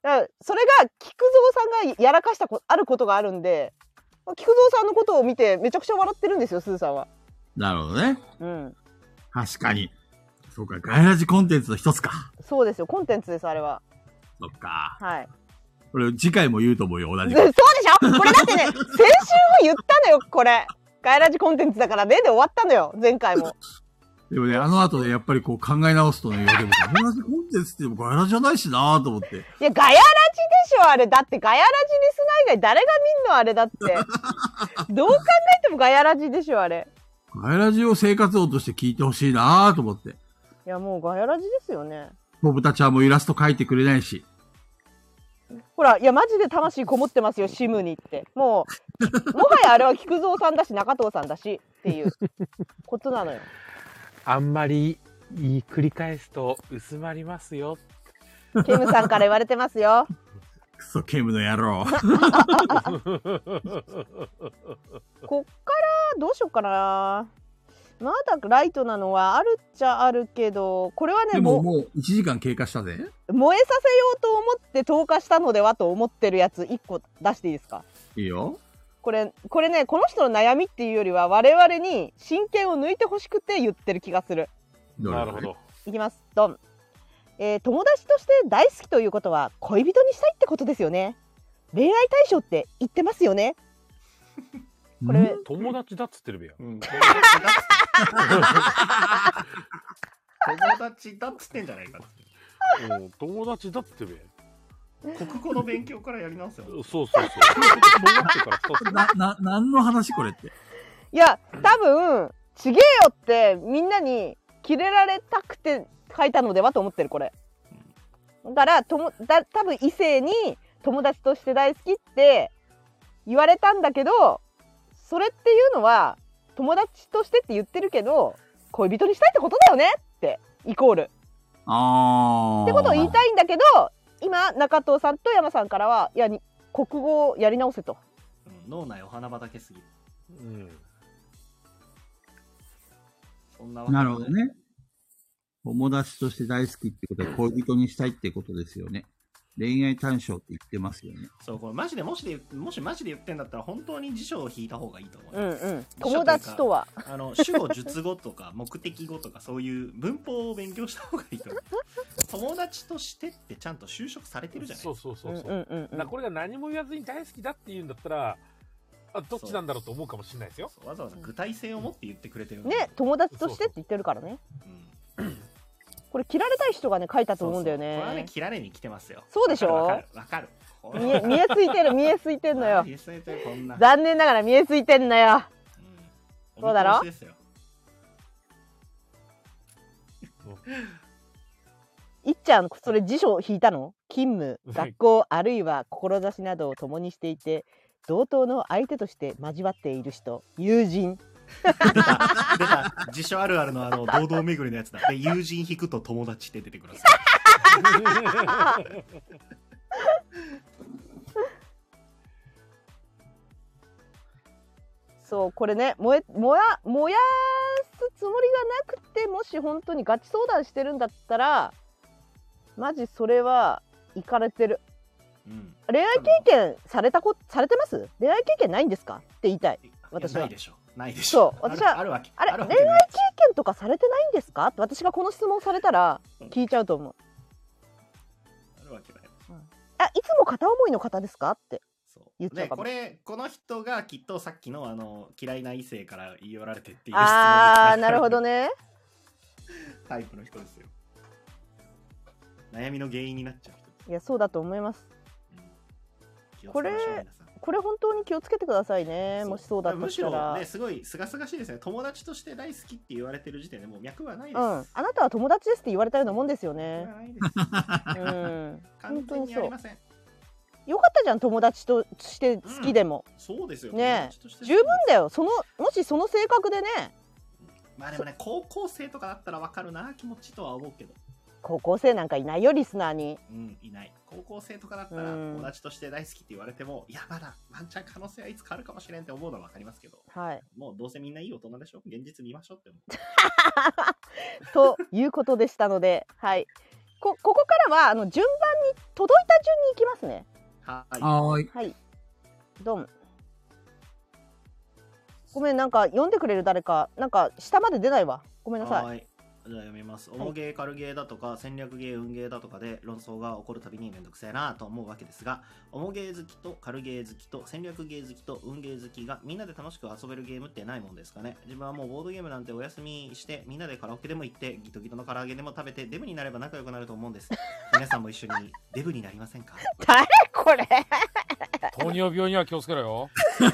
Speaker 1: だからそれが菊蔵さんがやらかしたこあることがあるんで菊蔵さんのことを見てめちゃくちゃ笑ってるんですよすずさんは。
Speaker 3: なるほどね。
Speaker 1: うん
Speaker 3: 確かに。そうか、ガイラジコンテンツの一つか。
Speaker 1: そうですよ、コンテンツです、あれは。
Speaker 3: そっか。
Speaker 1: はい。
Speaker 3: 俺、次回も言うと思うよ、同
Speaker 1: そう
Speaker 3: じ
Speaker 1: でし
Speaker 3: く。
Speaker 1: ょこれだってね、先週も言ったのよ、これ。ガイラジコンテンツだからね、で終わったのよ、前回も。
Speaker 3: でもね、あの後でやっぱりこう考え直すとね、いやでもガイラジコンテンツって言ってもガイラジじゃないしなぁと思って。
Speaker 1: いや、ガヤラジでしょ、あれ。だって、ガヤラジリスナー以外誰が見んの、あれだって。どう考えてもガヤラジでしょ、あれ。
Speaker 3: ガイラジを生活音として聞いてほしいなぁと思って。
Speaker 1: いや、もうガヤラジですよね。
Speaker 3: ボブタちゃんもイラスト描いてくれないし。
Speaker 1: ほら、いや、マジで魂こもってますよ、シムにって。もう、もはやあれは菊蔵さんだし、中藤さんだし、っていうことなのよ。
Speaker 2: あんまり言い繰り返すと薄まりますよ
Speaker 1: ケムさんから言われてますよ。
Speaker 3: クソ、ケムの野 郎。
Speaker 1: こっからどうしようかなまだライトなのはあるっちゃあるけどこれはね
Speaker 3: で
Speaker 1: も
Speaker 3: ももう1時間経過したぜ。
Speaker 1: 燃えさせようと思って投下したのではと思ってるやつ1個出していいですか
Speaker 3: いいよ。
Speaker 1: これこれねこの人の悩みっていうよりは我々に真剣を抜いてほしくて言ってる気がする
Speaker 6: どれ
Speaker 2: なるほど。
Speaker 1: いきますドン、えー友達として大好きということは恋人にしたいってことですよね恋愛対象って言ってますよねこれ
Speaker 3: ん
Speaker 2: 友達だっつってるべや。
Speaker 5: うん、友達だっ友達だっつってんじゃないかな
Speaker 2: うん、友達だっつってるべや。
Speaker 5: 国語の勉強からやり直すよ。
Speaker 2: そうそうそう。そうなってから二つ
Speaker 3: な、な、何の話これって。
Speaker 1: いや多分ちげえよってみんなにキレられたくて書いたのではと思ってるこれだからともだ多分異性に友達として大好きって言われたんだけどそれっていうのは友達としてって言ってるけど恋人にしたいってことだよねってイコール
Speaker 3: ああ。
Speaker 1: ってことを言いたいんだけど今中藤さんと山さんからはいやに国語をやり直せと
Speaker 5: うん脳内お花畑すぎる。
Speaker 2: うん。
Speaker 5: そんなわけ
Speaker 3: なるほど。ね。友達として大好きってことは恋人にしたいってことですよね。恋愛対象って言ってますよね。
Speaker 5: そう、これマジでもしで言って、もしマジで言ってんだったら本当に辞書を引いた方がいいと思う。
Speaker 1: うんうん友達とは
Speaker 5: あの、主語、述語とか 目的語とかそういう文法を勉強した方がいいと思う。友達としてってちゃんと就職されてるじゃない
Speaker 2: そうそう
Speaker 1: う
Speaker 2: そ
Speaker 1: んう
Speaker 2: うんそうう。
Speaker 1: んう
Speaker 2: な、
Speaker 1: ん
Speaker 2: これが何も言わずに大好きだって言うんだったら、あ、どっちなんだろうと思うかもしれないですよ。
Speaker 5: そうわざわざ具体性を持って言ってくれてるのに
Speaker 1: ね友達としてって言ってるからね
Speaker 5: うん
Speaker 1: これ切られたい人がね書いたと思うんだよ
Speaker 5: そうそうこれはね
Speaker 1: ね
Speaker 5: 切られに来てますよ
Speaker 1: そうでしょ
Speaker 5: わかるわかるわかる
Speaker 1: 見え見えついてる見えついてんのよ
Speaker 5: 実際こんな
Speaker 1: 残念ながら見えついてんのよ
Speaker 5: うん
Speaker 1: そうだろ
Speaker 5: お見通しですよ
Speaker 1: いっちゃんそれ辞書を引いたの勤務
Speaker 2: うん
Speaker 1: 学校あるいは志などを共にしていて同等の相手として交わっている人友人
Speaker 5: 出た辞書あるあるの あの堂々巡りのやつだで友人引くと友達って出てくるんです
Speaker 1: そうこれね燃え燃や燃やすつもりがなくてもし本当にガチ相談してるんだったらマジそれはイかれてる
Speaker 5: ようん
Speaker 1: 恋愛経験されたこされてます恋愛経験ないんですかって言いたい私はい
Speaker 5: やないでしょないでしょ
Speaker 1: そう私は
Speaker 5: あるあるわけ
Speaker 1: あれ
Speaker 5: るわ
Speaker 1: 恋
Speaker 5: け
Speaker 1: 愛経
Speaker 5: ない
Speaker 1: 験とかされてないんですかって私がこの質問されたら聞いちゃうと思う
Speaker 5: あるわけない
Speaker 1: あいつも片思いの方ですかって
Speaker 5: そ
Speaker 1: 言っ
Speaker 5: う
Speaker 1: ちゃう
Speaker 5: で
Speaker 1: かも
Speaker 5: これこの人がきっとさっきのあの嫌いな異性から言い寄られてっていう質問に
Speaker 1: あー なるほどね
Speaker 5: タイプの人ですよ悩みの原因になっちゃう人
Speaker 1: いやそうだと思います
Speaker 5: 気をつけましょう皆さん
Speaker 1: これ本当に気をつけてくださいねもしそうだった
Speaker 5: む
Speaker 1: とし
Speaker 5: したろ
Speaker 1: ら、
Speaker 5: ねすごい清々しいですね友達として大好きって言われてる時点でもう脈はないで
Speaker 1: う
Speaker 5: す、
Speaker 1: んあなたは友達ですって言われたようなもんですよ
Speaker 5: 脈
Speaker 1: ね
Speaker 5: はないです
Speaker 1: うん
Speaker 5: 完全にありません
Speaker 1: よかったじゃん友達として好きでも、
Speaker 5: そうですよ
Speaker 1: ね
Speaker 5: 友達として
Speaker 1: 十分だよそのもしその性格でね
Speaker 5: まあでもね高校生とかだったらわかるな気持ちとは思うけど
Speaker 1: 高校生なんかいないよリスナーに
Speaker 5: うんいない高校生とかだったら
Speaker 1: うん
Speaker 5: 友達として大好きって言われてもいやまだワンチャン可能性はいつ変わるかもしれんって思うのはわかりますけど
Speaker 1: はい
Speaker 5: もうどうせみんないい大人でしょ現実見ましょうって思
Speaker 1: と
Speaker 5: う
Speaker 1: いうことでしたのではいこここからはあの順番に届いた順に行きますね
Speaker 5: は
Speaker 3: は
Speaker 5: い
Speaker 3: ーい。
Speaker 1: はいドンごめんなんか読んでくれる誰かなんか下まで出ないわごめんなさい
Speaker 5: はい。じゃあ読みます。重ゲー、軽ゲーだとか、戦略ゲー、運ゲーだとかで論争が起こるたびにめんどくせえなと思うわけですが、重ゲー好きと軽ゲー好きと戦略ゲー好きと運ゲー好きがみんなで楽しく遊べるゲームってないもんですかね。自分はもうボードゲームなんてお休みして、みんなでカラオケでも行って、ギトギトの唐揚げでも食べて、デブになれば仲良くなると思う んです。皆さんも一緒にデブになりませんか
Speaker 1: 誰こ れ
Speaker 2: 糖尿病には気をつけろよ。
Speaker 1: そ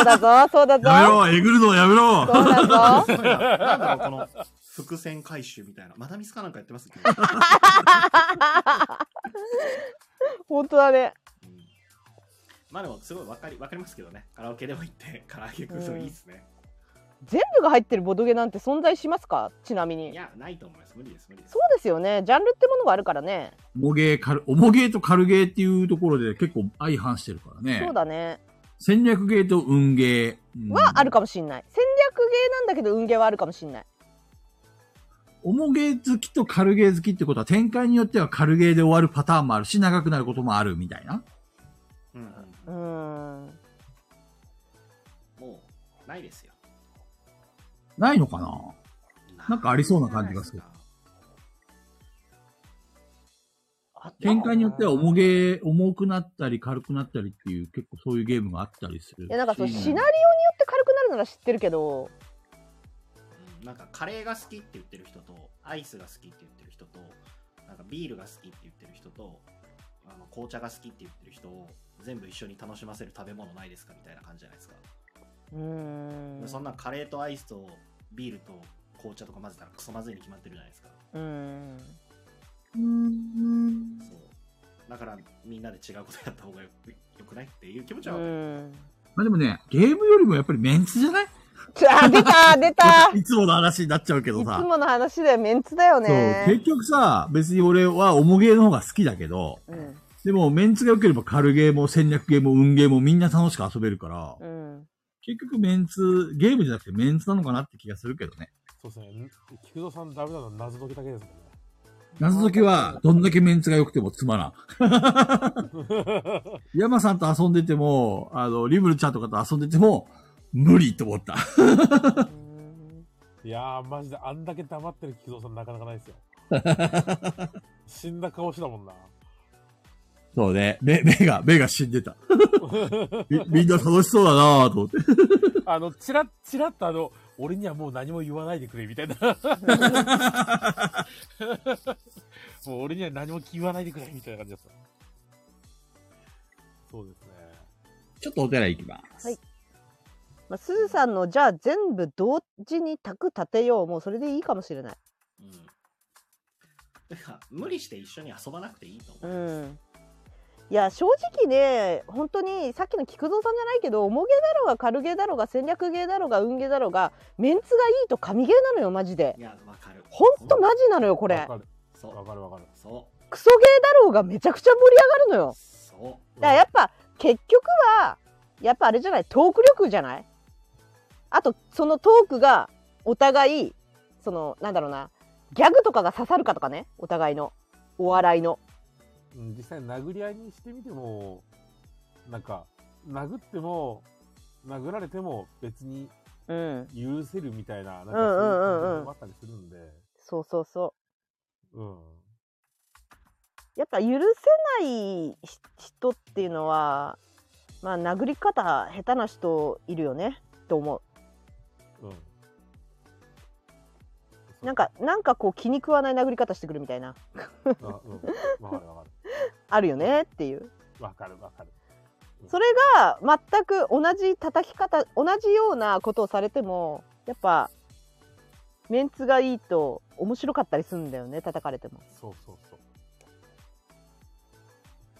Speaker 1: うだぞそうだ
Speaker 3: やめ
Speaker 1: ぞ
Speaker 3: ろえぐるのやめろ
Speaker 1: そうだぞ
Speaker 5: すごいななんだろう、この伏線回収みたいな。まだミスかなんかやってますけど。
Speaker 1: 本当だね
Speaker 5: うんまあでもすごいわかりわかりますけどねカラオケでも行って 唐揚げ食うのいいっすね、
Speaker 1: 全部が入ってるボドゲなんて存在しますかちなみ
Speaker 5: い
Speaker 1: に
Speaker 5: やないと思います無理です無理です
Speaker 1: そうですよねジャンルってものがあるからね
Speaker 3: 重ゲー、軽、重ゲーと軽ゲーっていうところで結構相反してるからね。
Speaker 1: そうだね
Speaker 3: 戦略ゲーと運ゲー。うん
Speaker 1: はあるかもしんない戦略ゲーなんだけど運ゲーはあるかもしんない
Speaker 3: 重ゲー好きと軽ゲー好きってことは展開によっては軽ゲーで終わるパターンもあるし、長くなることもあるみたいな。
Speaker 5: うんうん
Speaker 1: うーん
Speaker 5: もうないですよ
Speaker 3: ないのかな
Speaker 5: な
Speaker 3: なんかありそうな感じがする。
Speaker 5: あった
Speaker 3: 展開によっては重げ、重くなったり軽くなったりっていう結構そういうゲームがあったりする。
Speaker 1: いやなんかそう
Speaker 3: し
Speaker 1: シナリオによって軽くなるなら知ってるけど
Speaker 5: なんかカレーが好きって言ってる人と、アイスが好きって言ってる人と、なんかビールが好きって言ってる人と、あの紅茶が好きって言ってる人を全部一緒に楽しませる食べ物ないですかみたいな感じじゃないですか。
Speaker 1: うーん
Speaker 5: そんなカレーとアイスとビールと紅茶とか混ぜたらクソまずいに決まってるじゃないですか。
Speaker 1: うーん
Speaker 5: そう。だからみんなで違うことやった方がよよくないっていう気持ち
Speaker 1: う
Speaker 5: はわかる
Speaker 1: ーん
Speaker 3: まあでもね、ゲームよりもやっぱりメンツじゃない
Speaker 1: あ出た出 たい
Speaker 3: いつもの話になっちゃうけど
Speaker 1: つ
Speaker 3: さ。
Speaker 1: もの話だよメンツだよ
Speaker 3: そう、結
Speaker 1: ね
Speaker 3: 局さ、別に俺は重ゲーの方が好きだけど、
Speaker 1: うん
Speaker 3: でもメンツが良ければ軽ゲーも戦略ゲーも運ゲーもみんな楽しく遊べるから、
Speaker 1: うん
Speaker 3: 結局メンツ、ゲームじゃなくてメンツなのかなって気がするけどね。
Speaker 2: そうですね。菊蔵さんダメなのは謎解きだけですもんね。
Speaker 3: 謎解きはどんだけメンツが良くてもつまらん。 山さんと遊んでても、あの、リムルちゃんとかと遊んでても、無理と思った。
Speaker 2: いやー、マジであんだけ黙ってる菊蔵さんなかなかないですよ。 死んだ顔してたもんな。
Speaker 3: そうね。目、目が、目が死んで た。みみんな楽しそうだなぁと思って。
Speaker 2: あの、チラッチラッとあの、俺にはもう何も言わないでくれ、みたいな。 もう俺には何も言わないでくれ、みたいな感じだった。そうですね。
Speaker 3: ちょっとお寺行きます。
Speaker 1: まあ、すずさんのじゃあ全部同時に卓立てようもうそれでいいかもしれない
Speaker 5: うん。てか、無理して一緒に遊ばなくていいと思う
Speaker 1: う。んいや正直ね本当にさっきの菊蔵さんじゃないけど重げだろうが軽げだろうが戦略ゲーだろうが運ゲーだろうがメンツがいいと神ゲーなのよマジで
Speaker 5: いや、わかる。
Speaker 1: ほんとマジなのよこれ
Speaker 2: わかる、
Speaker 5: そう
Speaker 2: わ。かる、わかる。
Speaker 5: そ
Speaker 1: クソゲーだろうがめちゃくちゃ盛り上がるの
Speaker 5: う。
Speaker 1: よ
Speaker 5: そ
Speaker 1: だからやっぱ結局はやっぱあれじゃないトーク力じゃないあとそのトークがお互いそのなんだろうなギャグとかが刺さるかとかねお互いのお笑いの
Speaker 2: うん実際殴り合いにしてみても、なんか、殴っても、殴られても別に
Speaker 1: うん
Speaker 2: 許せるみたいな、なんか
Speaker 1: うんうんうんうん
Speaker 2: そういう感じもあったりするんで、
Speaker 1: そうそうそう
Speaker 2: うん。
Speaker 1: やっぱ許せないひ人っていうのはまあ殴り方下手な人いるよねと思
Speaker 2: うん。
Speaker 1: うなんかなんかこう気に食わない殴り方してくるみたいな
Speaker 2: そう、あうん。わかるわか
Speaker 1: あるよねっていう
Speaker 2: る。わかるわかる。
Speaker 1: それが全く同じ叩き方同じようなことをされてもやっぱメンツがいいと面白かったりするんだよね叩かれても
Speaker 2: そうそうそう。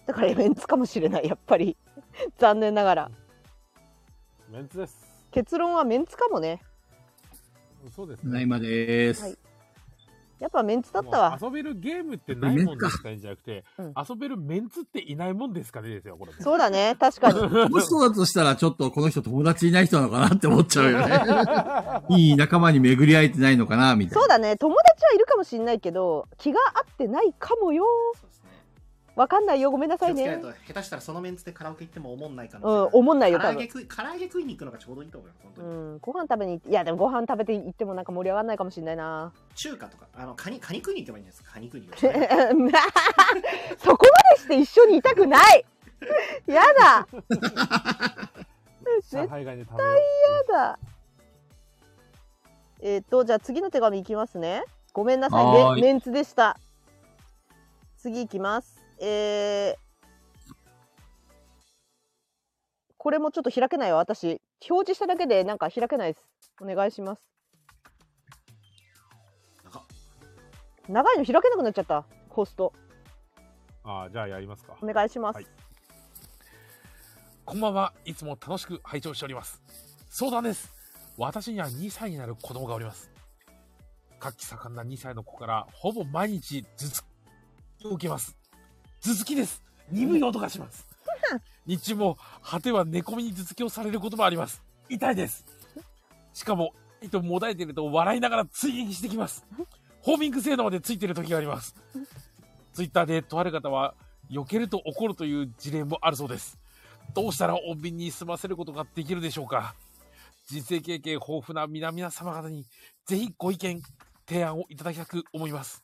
Speaker 1: だからメンツかもしれないやっぱり 残念ながら
Speaker 2: メンツです。
Speaker 1: 結論はメンツかもね
Speaker 2: そうです
Speaker 3: な
Speaker 2: ね。
Speaker 3: いまでーす。
Speaker 1: はいやっぱメンツだったわ
Speaker 2: もう遊べるゲームってないもんですかねじゃなくて、
Speaker 1: うん
Speaker 2: 遊べるメンツっていないもんですかねですよ、これ。
Speaker 1: そうだ ね確かに
Speaker 3: もしそうだとしたら、ちょっとこの人友達いない人なのかなって思っちゃうよね。 いい仲間に巡り合えてないのかな、みたい
Speaker 1: そう
Speaker 3: な。
Speaker 1: だね友達はいるかもしれないけど気が合ってないかもよ
Speaker 5: う。そうですね。
Speaker 1: わかんないよごめんな
Speaker 5: 気
Speaker 1: さ
Speaker 5: を
Speaker 1: い
Speaker 5: つけない
Speaker 1: ね
Speaker 5: と、下手したらそのメンツでカラオケ行っても思んないか
Speaker 1: う
Speaker 5: も
Speaker 1: ん
Speaker 5: しれ
Speaker 1: 思んないよ
Speaker 5: ない。
Speaker 1: 多
Speaker 5: 唐揚げ
Speaker 1: 分
Speaker 5: 食い、唐揚げ食いに行くのがちょうどいいと思うよ、本当
Speaker 1: う
Speaker 5: に。
Speaker 1: んご飯食べに行っていやでもご飯食べて行ってもなんか盛り上がらないかもしれないな
Speaker 5: 中華とか、あの、カニ、カニ食いに行けばいいんじゃないですか、カニ食いに行
Speaker 1: そ
Speaker 5: けば
Speaker 1: こま でして一緒にいたくないや だ
Speaker 2: 上海外で食べ
Speaker 1: やだえっ、とじゃあ次の手紙いきますねごめんなさ
Speaker 3: はー
Speaker 1: い
Speaker 3: い
Speaker 1: メメンツでした次いきますえーこれもちょっと開けないわ私表示しただけでなんか開けないですお願いします
Speaker 5: 長っ
Speaker 1: 長いの開けなくなっちゃったホスト
Speaker 2: ああ、じゃあやりますか。
Speaker 1: お願いします、
Speaker 2: はいこんばんは。いつも楽しく拝聴しております。相談です。私には2歳になる子供がおります。活気盛んな2歳の子からほぼ毎日頭突きを受けます。頭突きです。鈍い音がします。日中も果ては寝込みに頭突きをされることもあります。痛いです。しかも、えっと、もだえてると笑いながら追撃してきます。ホーミング性能までついてる時があります。ツイッターでとある方は、避けると怒るという事例もあるそうです。どうしたら穏便に済ませることができるでしょうか人生経験豊富な皆々様方に、ぜひご意見、提案をいただきたく思います。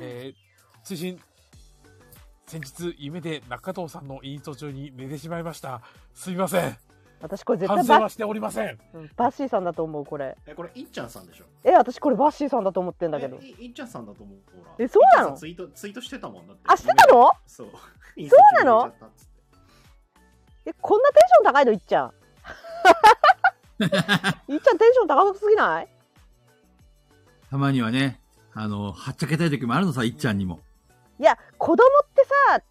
Speaker 2: えー、追伸先日夢で中藤さんのインスト中に寝てしまいました。すみません。
Speaker 1: 私これ絶
Speaker 2: 反
Speaker 1: 対
Speaker 2: 省
Speaker 1: バ
Speaker 2: はしておりません。
Speaker 1: ッバッシーさんだと思うこれ
Speaker 5: え、これ、いっちゃんさんでしょ
Speaker 1: え私これバッシーさんだと思ってんだけど
Speaker 5: えいいっちゃんさんだと思う。ほら
Speaker 1: えそうなの
Speaker 5: いっちゃんさんツイート、ツイートしてたもんだって。
Speaker 1: あしてたの
Speaker 5: そ
Speaker 1: そ
Speaker 5: う。
Speaker 1: うなの
Speaker 5: インスタ中に入れちゃったっつって
Speaker 1: えこんなテンション高いのいっち ゃんいっちゃんテンション高すぎない
Speaker 3: たまにはね、あの、はっちゃけたい時もあるのさ、いっちゃんにも。
Speaker 1: いや子供ってさ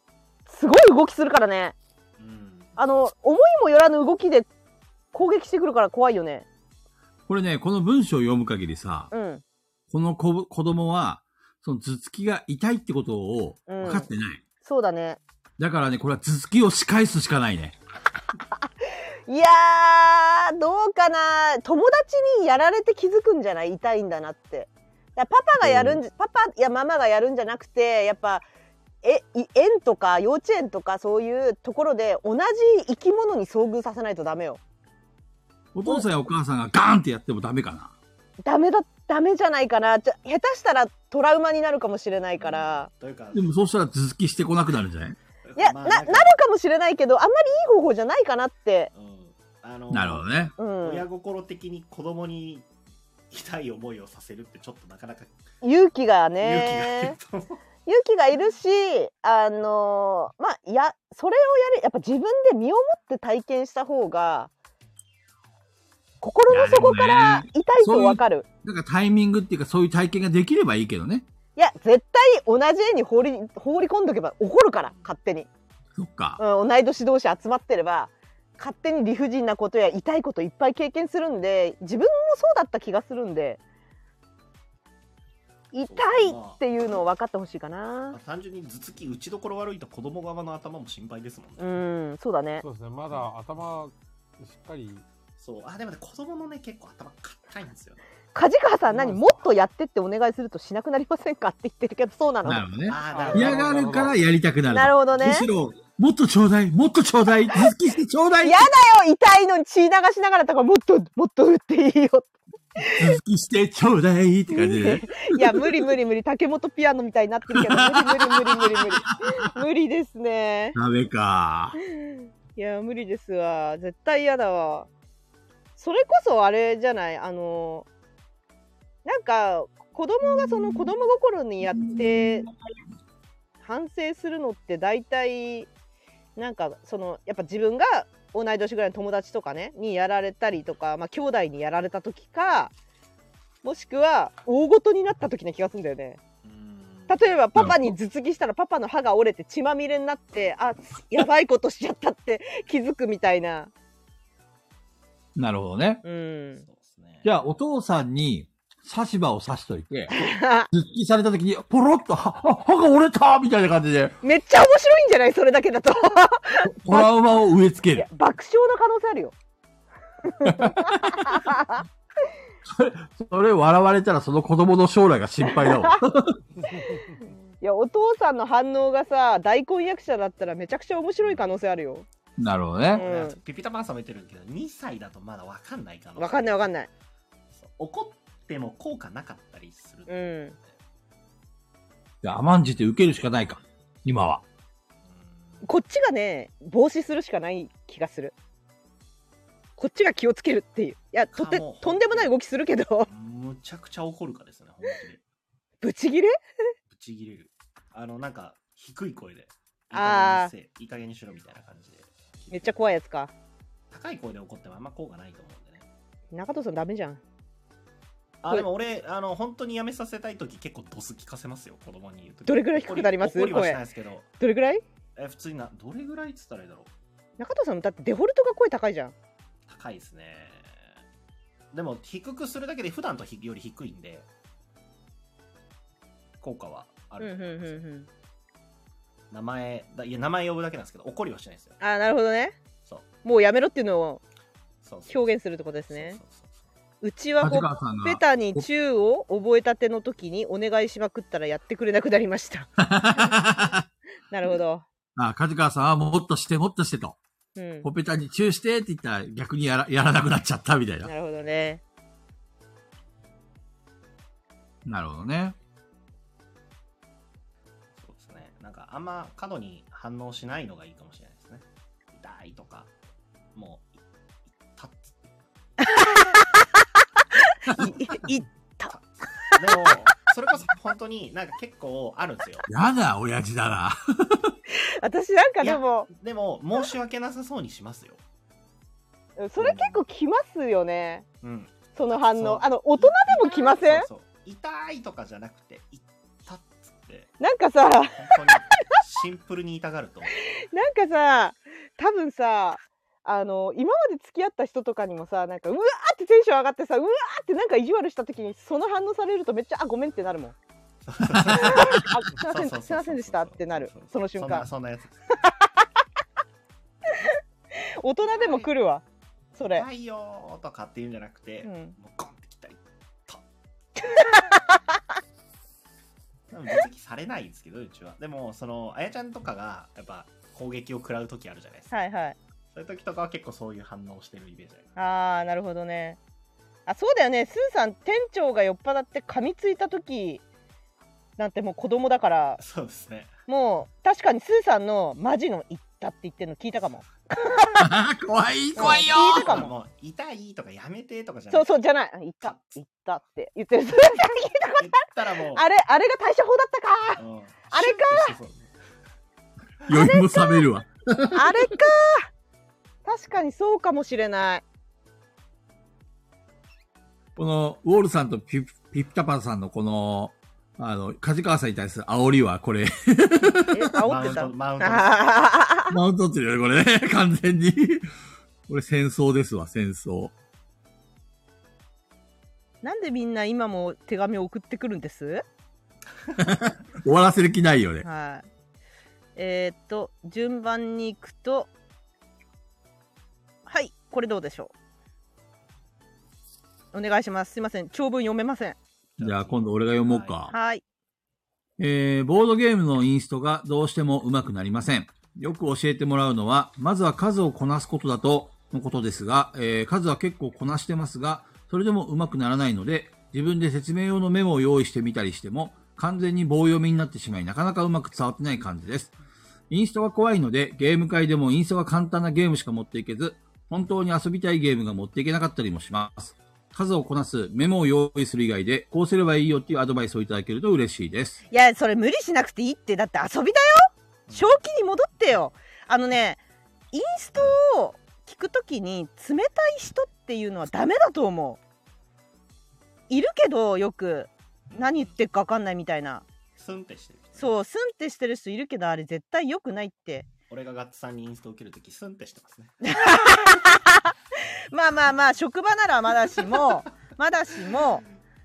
Speaker 1: すごい動きするからね
Speaker 5: うん。
Speaker 1: あの思いもよらぬ動きで攻撃してくるから怖いよね
Speaker 3: これね、この文章を読む限りさ、
Speaker 1: うん
Speaker 3: この子子供は、その頭突きが痛いってことを
Speaker 1: うん
Speaker 3: 分かってない。
Speaker 1: そうだね
Speaker 3: だからね、これは頭突きを仕返すしかないね。
Speaker 1: いやーどうかな友達にやられて気づくんじゃない痛いんだなっていやパパがやるんじ、パパやママがやるんじゃなくてやっぱえい園とか幼稚園とかそういうところで同じ生き物に遭遇させないとダメよ
Speaker 3: お父さんやお母さんがガーンってやってもダメかな。
Speaker 1: ダメだダメじゃないかなちょ下手したらトラウマになるかもしれないから、
Speaker 5: というか、
Speaker 3: でもそうしたら頭突きしてこなくなるんじゃない
Speaker 1: いや、
Speaker 5: まあ
Speaker 1: ななるかもしれないけどあんまりいい方法じゃないかなって、
Speaker 5: うんあの
Speaker 3: なるほどね。
Speaker 1: うん、
Speaker 5: 親心的に子供に痛い思いをさせるってちょっとなかなか
Speaker 1: 勇気が
Speaker 5: 勇気がい
Speaker 1: ね
Speaker 5: ると思う。
Speaker 1: 勇気がいるしあのーまあやそれをやるやっぱ自分で身をもって体験した方が心の底か
Speaker 3: な
Speaker 1: ら
Speaker 3: る
Speaker 1: 痛いとわかる。
Speaker 3: だからタイミングっていうかそういう体験ができればいいけどね。
Speaker 1: いや絶対同じ絵に放り放り込んどけば怒るから勝手に、
Speaker 3: そっか。
Speaker 1: うん、同い年同士集まってれば勝手に理不尽なことや痛いこといっぱい経験するんで自分もそうだった気がするんで痛いっていうのを分かってほしいか
Speaker 5: まあ
Speaker 1: な
Speaker 5: 単純に頭突き打ちどころ悪いと子供側の頭も心配ですもんね。
Speaker 1: うんそうだね
Speaker 2: そうですね。まだ頭、しっかり。
Speaker 5: そう。あ、でもね、子供のね、結構頭硬いんですよね。
Speaker 1: 梶川さん何
Speaker 2: うん
Speaker 1: もっとやってってお願いするとしなくなりませんかって言ってるけどそうなの
Speaker 3: なるほどね。
Speaker 5: あーなるほど
Speaker 3: 嫌がるからやりたくなる。
Speaker 1: なるほどね
Speaker 3: むしろ、もっとちょうだい、もっとちょうだい、頭突きしてちょうだい、
Speaker 1: 嫌だよ痛いのに血流しながらとからもっともっと打っていいよ
Speaker 3: 頭突きしてちょうだいって感じでね。
Speaker 1: いや無理無理無理竹本ピアノみたいになってるけど無理無理無理無理無理無理ですね
Speaker 3: ダメか。
Speaker 1: いや無理ですわ絶対嫌だわそれこそあれじゃないあのなんか子供がその子供心にやって反省するのって大体なんかそのやっぱ自分が同い年ぐらいの友達とかねにやられたりとかまあ兄弟にやられた時かもしくは大ごとになった時な気がするんだよね。
Speaker 5: うん
Speaker 1: 例えばパパに頭突きしたらパパの歯が折れて血まみれになってあやばいことしちゃったって 気づくみたいな
Speaker 3: なるほどね。
Speaker 1: う
Speaker 5: そうんですね。
Speaker 3: じゃあ、お父さんに刺し歯を刺しといて、
Speaker 1: あ
Speaker 3: 頭突きされた時に、ポロッと、は、は歯が折れたみたいな感じで、
Speaker 1: めっちゃ面白いんじゃないそれだけ だと
Speaker 3: トラウマを植え付
Speaker 1: い
Speaker 3: ける
Speaker 1: や。爆笑の可能性あるよ
Speaker 3: それ笑われたらその子供の将来が心配だ わ。
Speaker 1: いやお父さんの反応がさ大婚約者だったらめちゃくちゃ面白い可能性あるよ
Speaker 3: なるほど
Speaker 1: う
Speaker 3: ね。
Speaker 1: ん
Speaker 5: ねピピタパンさんも言ってるけど、2歳だとまだわかんないかな。
Speaker 1: わかんないわかんない
Speaker 5: そう怒っても効果なかったりする。
Speaker 1: う
Speaker 5: うん
Speaker 1: ん
Speaker 3: じゃあ甘んじて受けるしかないか。今は。
Speaker 1: こっちがね防止するしかない気がするこっちが気をつけるっていういやとて
Speaker 5: かも
Speaker 1: とんでもない動きするけど
Speaker 5: むちゃくちゃ怒るかですね、本当に。
Speaker 1: ブチギレ
Speaker 5: ぶち切れる。あの、なんか、低い声で。
Speaker 1: あー
Speaker 5: いい加減にせいい加減にしろみたいな感じで。
Speaker 1: めっちゃ怖いやつか
Speaker 5: 高い声で怒ってもあんま効果ないと思うんでね。
Speaker 1: 中藤さんダメじゃん
Speaker 5: あ、
Speaker 1: はい
Speaker 5: でも俺、あの、本当にやめさせたいとき結構ドス聞かせますよ、子供に言うとき
Speaker 1: どれぐらい低くなります
Speaker 5: 怒りはしないですけど、
Speaker 1: どれぐらい
Speaker 5: え普通にな、どれぐらいっつったらいいだろう。
Speaker 1: 中藤さんだってデフォルトが声高いじゃん
Speaker 5: 高いですね。でも、低くするだけで普段とひより低いんで、効果はあると思いますよ。名前だ、いや、名前呼ぶだけなんですけど、怒りはしないですよ。
Speaker 1: あーなるほどね
Speaker 5: そう。
Speaker 1: もうやめろっていうのを
Speaker 5: そうそう
Speaker 1: 表現するってことですね
Speaker 5: そうそうそう
Speaker 1: うちは
Speaker 3: 梶
Speaker 1: ほっ
Speaker 3: 川さん
Speaker 1: ぺ
Speaker 3: が。
Speaker 1: たに宙を覚えたての時にお願いしまくったらやってくれなくなりました なるほど
Speaker 3: あ、梶川さんはもっとして、もっとしてと。
Speaker 1: うん
Speaker 3: ほっぺたにチューしてって言ったら逆にやらやらなくなっちゃったみたいな。
Speaker 1: なるほどね
Speaker 6: なるほどね。
Speaker 5: そうですね。なんかあんま過度に反応しないのがいいかもしれないですね。痛いとか、もう、い痛っつって
Speaker 7: いい
Speaker 5: で も、それこそ本当になんか結構あるんですよ。
Speaker 6: やだ、親父だな。
Speaker 1: 私なんかでも
Speaker 5: でも、申し訳なさそうにしますよ。
Speaker 1: それ結構きますよね
Speaker 5: うん。
Speaker 1: その反
Speaker 5: そう
Speaker 1: 応あの大人でも来ません
Speaker 5: そうそう痛いとかじゃなくて、痛っつって、
Speaker 1: なんかさ
Speaker 5: 本当にシンプルに痛がると。
Speaker 1: なんかさ多分さあの今まで付き合った人とかにもさなんかうわーってテンション上がってさうわーってなんか意地悪した時にその反応されるとめっちゃ「あごめん」ってなるもん。あ すいませんすいませんでしたってなるその瞬間
Speaker 5: そんなそんなやつ。
Speaker 1: 大人でも来るわそれ
Speaker 5: 痛いよーとかっていうんじゃなくて、
Speaker 1: う
Speaker 5: もうんゴンってきたり、と。 多分分析されないんですけど、うちは。でも、その、あやちゃんとかが、やっぱ、攻撃を食らう時あるじゃないですか。
Speaker 1: はいはい
Speaker 5: そういう時とかは結構そういう反応をしてるイメージあります。
Speaker 1: あーなるほどねあそうだよねスーさん店長が酔っ払って噛みついた時なんてもう子供だから
Speaker 5: そうですね。
Speaker 1: もう確かにスーさんのマジの言ったって言ってるの聞いたかも
Speaker 6: 怖い、怖いよ。
Speaker 1: 聞いたかも
Speaker 5: もう痛いとかやめてとかじゃな
Speaker 1: そう
Speaker 5: くて、
Speaker 1: そうじゃない言った言ったって言ってる
Speaker 5: 言ったらもう、
Speaker 1: あれあれが対処法だったか
Speaker 5: うん
Speaker 1: あれ
Speaker 5: シュッてしてそう
Speaker 6: 余韻も冷めるわ。
Speaker 1: あれか確かにそうかもしれない
Speaker 3: この、ウォールさんとピピピタパンさんのこの、あの、梶川さんに対する煽りは、これ、
Speaker 1: え煽ってた
Speaker 5: マウントマウントです
Speaker 1: あ
Speaker 3: マウントってるよね、これね、 完全に。これ戦争ですわ、戦争。
Speaker 1: ー なんでみんな今も手紙を送ってくるんです
Speaker 3: 終わらせる気ないよね。
Speaker 1: はいえー、っと順番に行くとはいこれどうでしょうお願いしますすいません長文読めません
Speaker 3: じゃあ、今度俺が読もうか。
Speaker 1: はい
Speaker 3: えーボードゲームのインストがどうしても上手くなりません。よく教えてもらうのは、まずは数をこなすことだと、のことですが、えー数は結構こなしてますが、それでも上手くならないので、自分で説明用のメモを用意してみたりしても、完全に棒読みになってしまい、なかなかうまく伝わってない感じです。インストが怖いので、ゲーム界でもインストが簡単なゲームしか持っていけず、本当に遊びたいゲームが持っていけなかったりもします。数をこなす、メモを用意する以外で、こうすればいいよっていうアドバイスをいただけると嬉しいです。
Speaker 1: いやそれ無理しなくていいってだって遊びだよ正気に戻ってよあのねインストを聞くときに冷たい人っていうのはダメだと思ういるけどよく何言ってるか分かんないみたいな
Speaker 5: スンってしてる。
Speaker 1: そうスンってしてる人いるけどあれ絶対良くないって
Speaker 5: 俺がガッツさんにインスト受けるとき、スンってしてますね。
Speaker 1: まあまあまあ職場ならまだしも まだしも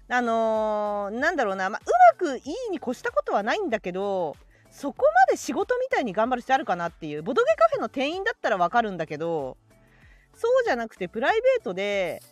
Speaker 1: あのーなんだろうな、まあ、うまくいいに越したことはないんだけどそこまで仕事みたいに頑張る必要あるかなっていうボドゲカフェの店員だったらわかるんだけどそうじゃなくてプライベートで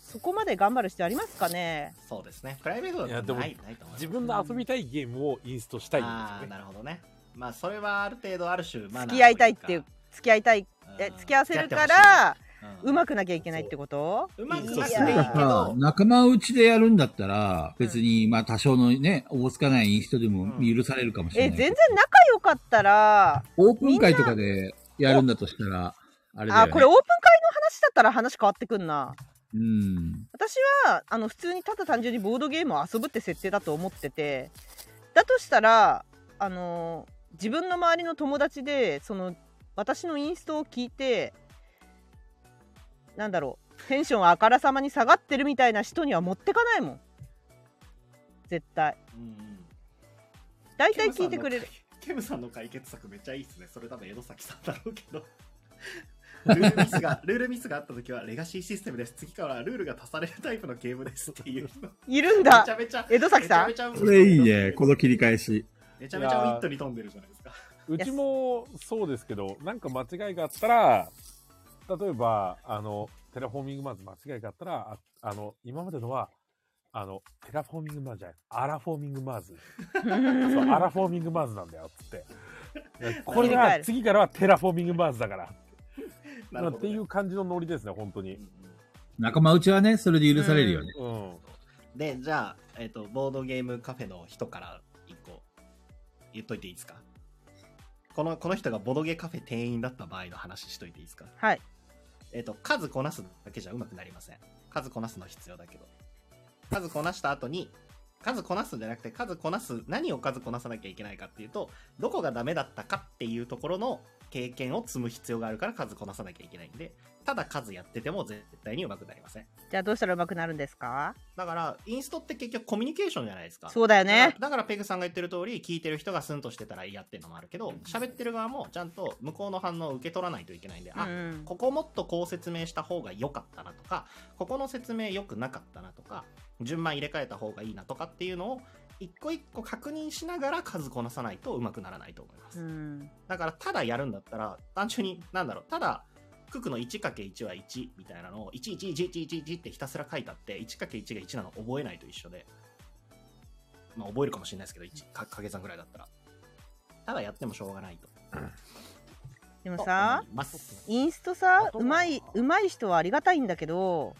Speaker 1: そこまで頑張る必要ありますかね
Speaker 5: そうですね。プライベート
Speaker 2: い
Speaker 5: だ
Speaker 2: や
Speaker 5: と
Speaker 2: でも
Speaker 5: ない、ないと思います
Speaker 2: 自分の遊びたいゲームをインストしたいん
Speaker 5: ああ
Speaker 2: ですよね。
Speaker 5: ーなるほどねまあそれはある程度ある種マナー
Speaker 1: 付き合いたいっていう付き合いたい
Speaker 5: と
Speaker 1: え
Speaker 5: うか
Speaker 1: 付き合わせるか
Speaker 5: うん
Speaker 1: らうま
Speaker 5: 付
Speaker 1: くなきゃいけないってこと
Speaker 5: そううまく
Speaker 1: いや
Speaker 5: なきゃいけない
Speaker 3: だから仲間内でやるんだったら、別に、まあ多少のね、おぼつかない人でも許されるかもしれ
Speaker 1: え
Speaker 3: ない。
Speaker 1: 全然仲良かったら
Speaker 3: オープン会とかでやるんだとしたら、あれだよ、
Speaker 1: あ
Speaker 3: ね。
Speaker 1: これオープン会の話だったら話変わってくんな。
Speaker 3: うん。
Speaker 1: 私はあの普通にただ単純にボードゲームを遊ぶって設定だと思っててだとしたらあの自分の周りの友達でその私のインストを聞いてなんだろうテンションあからさまに下がってるみたいな人には持ってかないもん絶対
Speaker 5: うんうん
Speaker 1: 大体聞いてくれる
Speaker 5: ケムさんの解決策めっちゃいいですねそれ多分江戸崎さんだろうけどルールミスがルールミスがあった時はレガシーシステムです次からはルールが足されるタイプのゲームですっていう人め
Speaker 1: いるん
Speaker 5: ち
Speaker 1: だ
Speaker 5: ゃめちゃ
Speaker 1: 江戸崎さん
Speaker 5: めちゃめちゃ
Speaker 3: これいいね、この切り
Speaker 5: え
Speaker 3: 返し。
Speaker 5: めちゃめちゃウィットに飛んでるじゃないですか
Speaker 2: うちもそうですけど、なんか間違いがあったら、例えば、あの、テラフォーミングマンズ間違いがあったら、ああの、今までのは、あの、テラフォーミングマンズじゃない、アラフォーミングマンズ。 そう、アラフォーミングマンズなんだよ、つって。これが次からはテラフォーミングマンズだから。
Speaker 5: なるほ
Speaker 2: っ
Speaker 5: ど
Speaker 2: て
Speaker 5: ね
Speaker 2: いう感じのノリですね、本当に
Speaker 5: う。んうん
Speaker 3: 仲間内はね、それで許されるよね。
Speaker 2: うん。
Speaker 5: で、じゃあ、えっ、と、ボードゲームカフェの人から一個言っといていいですかこの、この人がボドゲカフェ店員だった場合の話しといていいですか
Speaker 1: はい。
Speaker 5: えっ、と、数こなすだけじゃうまくなりません。数こなすの必要だけど。数こなした後に、数こなすんじゃなくて、数こなす、何を数こなさなきゃいけないかっていうと、どこがダメだったかっていうところの経験を積む必要があるから数こなさなきゃいけないんで、ただ数やってても絶対にうまくなりません。
Speaker 1: じゃあどうしたらうまくなるんですか
Speaker 5: だから、インストって結局コミュニケーションじゃないですか。
Speaker 1: そうだよ
Speaker 5: だか
Speaker 1: ね
Speaker 5: ら。だからペグさんが言ってる通り、聞いてる人がスンとしてたら嫌っていうのもあるけど、喋ってる側もちゃんと向こうの反応を受け取らないといけないんで、
Speaker 1: う
Speaker 5: あ、
Speaker 1: ん
Speaker 5: ここもっとこう説明した方が良かったなとか、ここの説明良くなかったなとか、順番入れ替えた方がいいなとかっていうのを、一個一個確認しながら数こなさないとうまくならないと思いま
Speaker 1: う
Speaker 5: す。
Speaker 1: ん。
Speaker 5: だから、ただやるんだったら、単純に、なんだろう、ただ、九九の 1×1 は1みたいなのを、1111111ってひたすら書いたって、1×1 が1なの覚えないと一緒で、まあ、覚えるかもしれないですけど、1か掛け算ぐらいだったら。ただやってもしょうがないと。
Speaker 1: でもさ
Speaker 5: と、思います
Speaker 1: インストさ
Speaker 5: あ、とは
Speaker 1: うまい、うまい人はありがたいんだけど、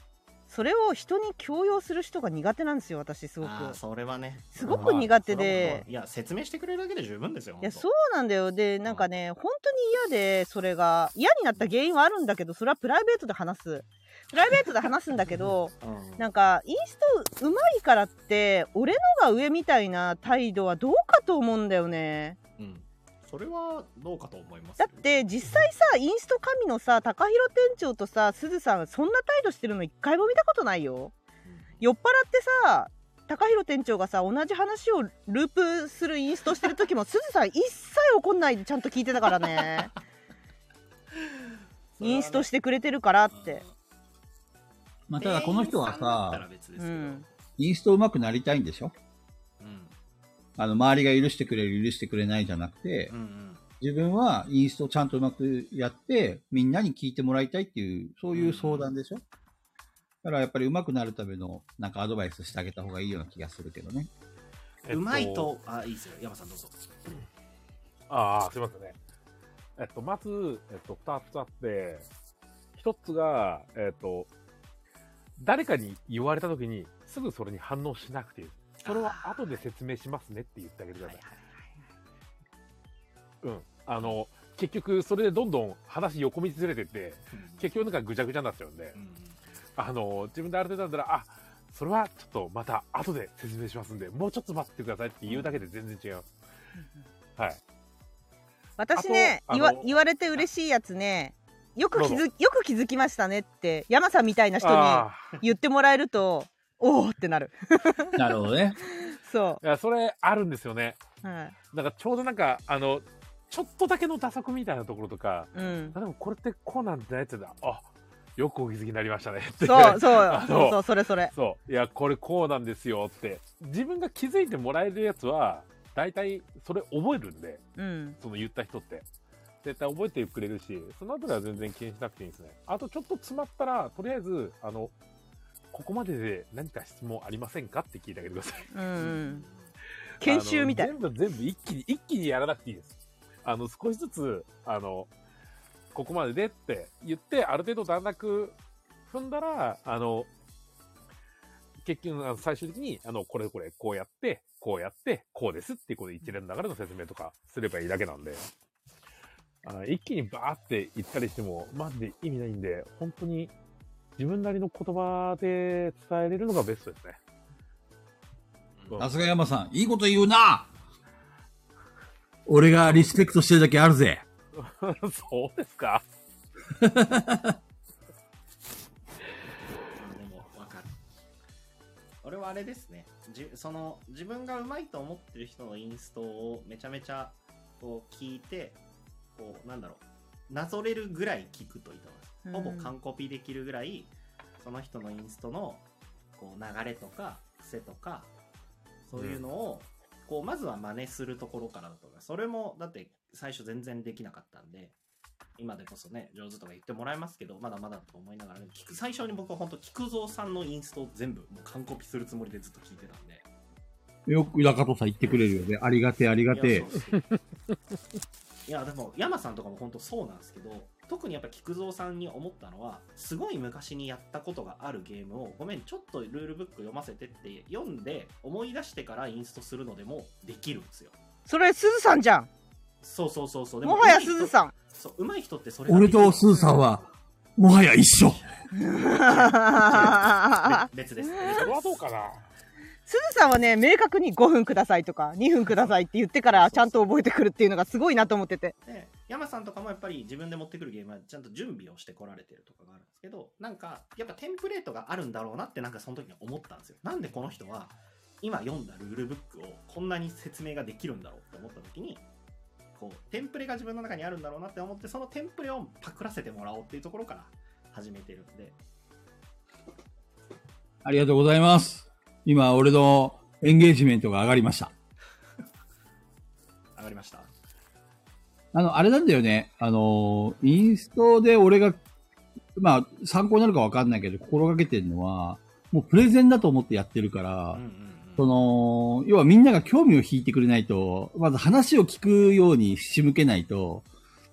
Speaker 1: それを人に強要する人が苦手なんですよ、私すごく。
Speaker 5: あーそれはね
Speaker 1: すごく苦手で
Speaker 5: うんいや説明してくれるだけで十分ですよ
Speaker 1: いや
Speaker 5: ほん
Speaker 1: そ
Speaker 5: と
Speaker 1: うなんだよでなんかね本当に嫌でそれが嫌になった原因はあるんだけどそれはプライベートで話すプライベートで話すんだけど
Speaker 5: うん
Speaker 1: なんかインストうまいからって俺のが上みたいな態度はどうかと思うんだよね
Speaker 5: うんそれはどうかと思います
Speaker 1: だ
Speaker 5: よ
Speaker 1: って実際さインスト神のさ高弘店長とさすずさんそんな態度してるの一回も見たことないよ酔っ払ってさ高弘店長がさ同じ話をループするインストしてる時もすずさん一切怒んないでちゃんと聞いてた からねインストしてくれてるからって
Speaker 3: まあ、ただこの人は
Speaker 5: 店員さんだったら
Speaker 3: さ、
Speaker 5: 別ですけど
Speaker 1: う
Speaker 5: うんん
Speaker 3: インスト上手くなりたいんでしょあの、周りが許してくれる、許してくれないじゃなくて
Speaker 5: う、ん
Speaker 3: 自分はインストをちゃんとうまくやって、みんなに聞いてもらいたいっていう、そういう相談でしょ、だからやっぱりうまくなるための、なんかアドバイスしてあげた方がいいような気がするけどね。
Speaker 5: うんうまいとあいいですよ山さんどうぞ
Speaker 2: ああ、すいませんね。えっと、まず、えっと、二つあって、一つが、えっと、誰かに言われたときに、すぐそれに反応しなくていい。それは後で説明しますねって言ってあげてくだ
Speaker 5: は
Speaker 2: さ
Speaker 5: い
Speaker 2: い。
Speaker 5: は
Speaker 2: う
Speaker 5: い
Speaker 2: ん。あの、結局、それでどんどん話横道ずれてって、
Speaker 5: 結
Speaker 2: 結局なんかぐちゃぐちゃになっちゃうんで、
Speaker 5: うん
Speaker 2: あの、自分である程度だったら、あ、それはちょっとまた後で説明しますんで、もうちょっと待ってくださいって言うだけで全然違う。はい。
Speaker 1: 私ね
Speaker 2: あと
Speaker 1: 言わ
Speaker 2: あの
Speaker 1: 言われて嬉しいやつねよく気
Speaker 2: ど
Speaker 1: づよく気づきましたねって山さんみたいな人
Speaker 2: あ
Speaker 1: に
Speaker 2: あ
Speaker 1: 言ってもらえるとおおってなる
Speaker 3: なるほどね。
Speaker 1: そ
Speaker 2: いや、それあるんですよね。
Speaker 1: う、はい、
Speaker 2: なんかちょうどなんか、あの、ちょっとだけの打足みたいなところとか、
Speaker 1: うん
Speaker 2: あでもこれってこうなんじゃないって言ったら、あ、よくお気づきになりましたねって。
Speaker 1: そうそう
Speaker 2: あの
Speaker 1: そうそうそれそれ
Speaker 2: そう。いや、これこうなんですよって。自分が気づいてもらえるやつは、大体それ覚えるんで、
Speaker 1: うん
Speaker 2: その言った人って。絶対覚えてくれるし、その後では全然気にしなくていいんですね。あとちょっと詰まったら、とりあえず、あの、ここまでで何か質問ありませんかって聞いてあげてください。
Speaker 1: うんう
Speaker 5: うん
Speaker 1: ん研修みたい
Speaker 2: あの全部全部一気に、一気にやらなくていいです。あの、少しずつ、あの、ここまででって言って、ある程度段落踏んだら、あの、結局、あの最終的に、あの、これこれ、こうやって、こうやって、こうですっていう、この一連の流れの説明とかすればいいだけなんで、あの一気にバーって言ったりしても、マジで意味ないんで、本当に自分なりの言葉で伝えれるのがベストですね。 うん
Speaker 3: さすが山さん、いいこと言うな俺がリスペクトしてるだけあるぜ。
Speaker 2: そうですか
Speaker 5: でもわかる俺はあれですねじその自分がうまいと思ってる人のインストをめちゃめちゃこう聞いてこうなんだろうなぞれるぐらい聞くといいと思い
Speaker 1: う
Speaker 5: ます、
Speaker 1: ん
Speaker 5: ほぼ完コピできるぐらいその人のインストのこう流れとか癖とかそういうのを、こうまずは真似するところからだと思いますそれもだって最初全然できなかったんで今でこそね上手とか言ってもらえますけどまだまだと思いながらね聞く最初に僕は本当菊蔵さんのインストを全部もう完コピするつもりでずっと聞いてたんで
Speaker 3: よく中戸さん言ってくれるよね。ありがてえ、ありがて
Speaker 5: いやそうそういやでも山さんとかも本当そうなんですけど特にやっぱ菊蔵さんに思ったのはすごい昔にやったことがあるゲームをごめんちょっとルールブック読ませてって読んで思い出してからインストするのでもできるんですよ
Speaker 7: それすずさんじゃん
Speaker 5: そうそうそうそうで
Speaker 7: もはや
Speaker 5: 上手い
Speaker 7: す
Speaker 5: 人
Speaker 7: ず さん
Speaker 5: そう上手い人ってそれが
Speaker 3: 俺とスーさんは、もはや一緒。
Speaker 5: べ別です
Speaker 2: それはどうかな
Speaker 7: すずさんはね明確に5分くださいとか2分くださいって言ってからちゃんと覚えてくるっていうのがすごいなと思ってて
Speaker 5: で山さんとかもやっぱり自分で持ってくるゲームはちゃんと準備をしてこられてるとかがあるんですけどなんかやっぱテンプレートがあるんだろうなってなんかその時に思ったんですよなんでこの人は今読んだルールブックをこんなに説明ができるんだろうって思った時にこうテンプレが自分の中にあるんだろうなって思ってそのテンプレをパクらせてもらおうっていうところから始めてるんで
Speaker 3: ありがとうございます。今、俺のエンゲージメントが上がりました。
Speaker 5: 上がりました
Speaker 3: あの、あれなんだよね。あのー、インストで俺が、まあ、参考になるかわかんないけど、心がけてるのは、もうプレゼンだと思ってやってるから、
Speaker 5: うんうんう
Speaker 3: そ
Speaker 5: ん
Speaker 3: の、要はみんなが興味を引いてくれないと、まず話を聞くように仕向けないと、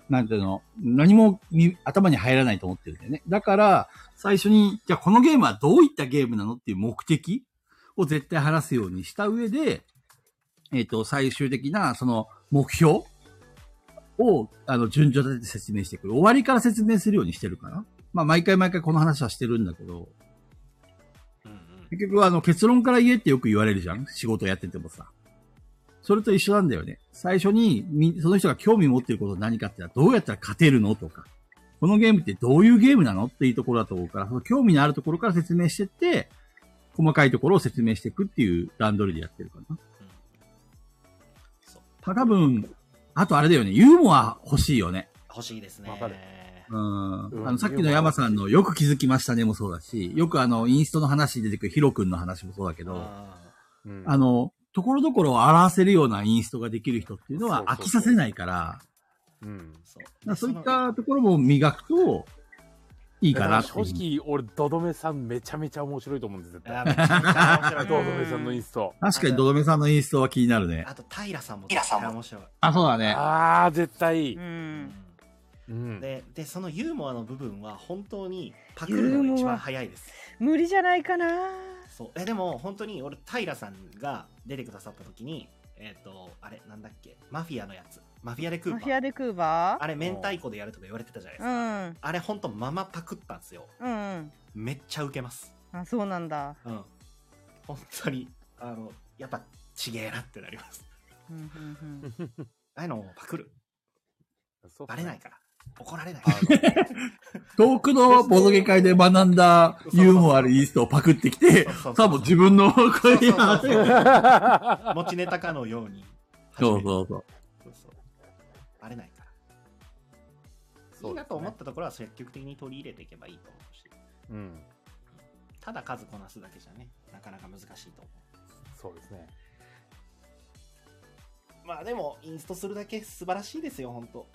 Speaker 3: なんていうの、何もみ頭に入らないと思ってるんだよね。だから、最初に、じゃあこのゲームはどういったゲームなのっていう目的を絶対話すようにした上で、えっ、と、最終的な、その、目標を、あの、順序立てて説明してくる。終わりから説明するようにしてるかな。まあ、毎回毎回この話はしてるんだけど、
Speaker 5: うんうん
Speaker 3: 結局あの結論から言えってよく言われるじゃん仕事やっててもさ。それと一緒なんだよね。最初にみその人が興味持ってること何かってのはどうやったら勝てるのとか、このゲームってどういうゲームなのっていうところだと思うから、その興味のあるところから説明してって、細かいところを説明していくっていう段取りでやってるかな。
Speaker 5: そう
Speaker 3: まあ多分、あとあれだよね、ユーモア欲しいよね。
Speaker 5: 欲しいですね
Speaker 2: わかる
Speaker 3: うん。
Speaker 2: うん
Speaker 3: あの、さっきの山さんのよく気づきましたねもそうだし、よくあの、インストの話に出てくるヒロ君の話もそうだけど、
Speaker 5: あー
Speaker 2: うん
Speaker 3: あの、ところどころを表せるようなインストができる人っていうのは
Speaker 2: そうそう
Speaker 3: 飽
Speaker 2: そう
Speaker 3: きさせないから、
Speaker 2: うん
Speaker 5: そ
Speaker 3: だから
Speaker 5: う
Speaker 3: そういっ
Speaker 5: の
Speaker 3: たところも磨くといいかなっていう
Speaker 2: 正直俺ドドメさんめちゃめちゃ面白いと思うんです絶対
Speaker 5: あーめちゃめちゃ面
Speaker 2: ド
Speaker 5: 白い
Speaker 2: ドメさんのインスト
Speaker 3: 確かにドドメさんのインストは気になるね。
Speaker 5: あと平さんも
Speaker 8: 平さんも
Speaker 5: 面白い
Speaker 3: あ、そうだね。
Speaker 2: ああ絶対いい、
Speaker 7: う
Speaker 5: うんん
Speaker 2: うん
Speaker 5: ででそのユーモアの部分は本当にパクるのが一番早いです
Speaker 7: 無理じゃないかな
Speaker 5: そうえでも本当に俺平さんが出てくださった時にえっ、とあれなんだっけマフィアのやつマフィアでクー
Speaker 7: マ
Speaker 5: パ
Speaker 7: フィア
Speaker 5: ー
Speaker 7: でクーバ
Speaker 5: あれ明太子でやるとか言われてたじゃないで
Speaker 7: ー
Speaker 5: す
Speaker 7: う
Speaker 5: か、
Speaker 7: ん
Speaker 5: あれ本当ままパクったんですよ
Speaker 7: うん
Speaker 5: めっちゃウケます
Speaker 7: あそうなんだ、
Speaker 5: うん本当にあのやっぱちげえなってなります
Speaker 7: うんうんうん、
Speaker 5: ああいうのをパクる
Speaker 2: そうっすね
Speaker 5: バ レないから怒られない
Speaker 2: あの
Speaker 3: 遠くのボドゲ会で学んだユーモアのインストをパクってきて
Speaker 5: そうそうそう、
Speaker 3: さあもう自分の声に合わせ
Speaker 5: そ
Speaker 3: る。
Speaker 5: うそうそう持ちネタかのように
Speaker 3: そうそうそう。
Speaker 5: そうそう。バレないから。
Speaker 2: そうですね
Speaker 5: いいなと思ったところは積極的に取り入れていけばいいと思うし、
Speaker 2: うん
Speaker 5: ただ数こなすだけじゃね、なかなか難しいと思
Speaker 2: そうですね
Speaker 5: う。まあでも、インストするだけ素晴らしいですよ、ほんと。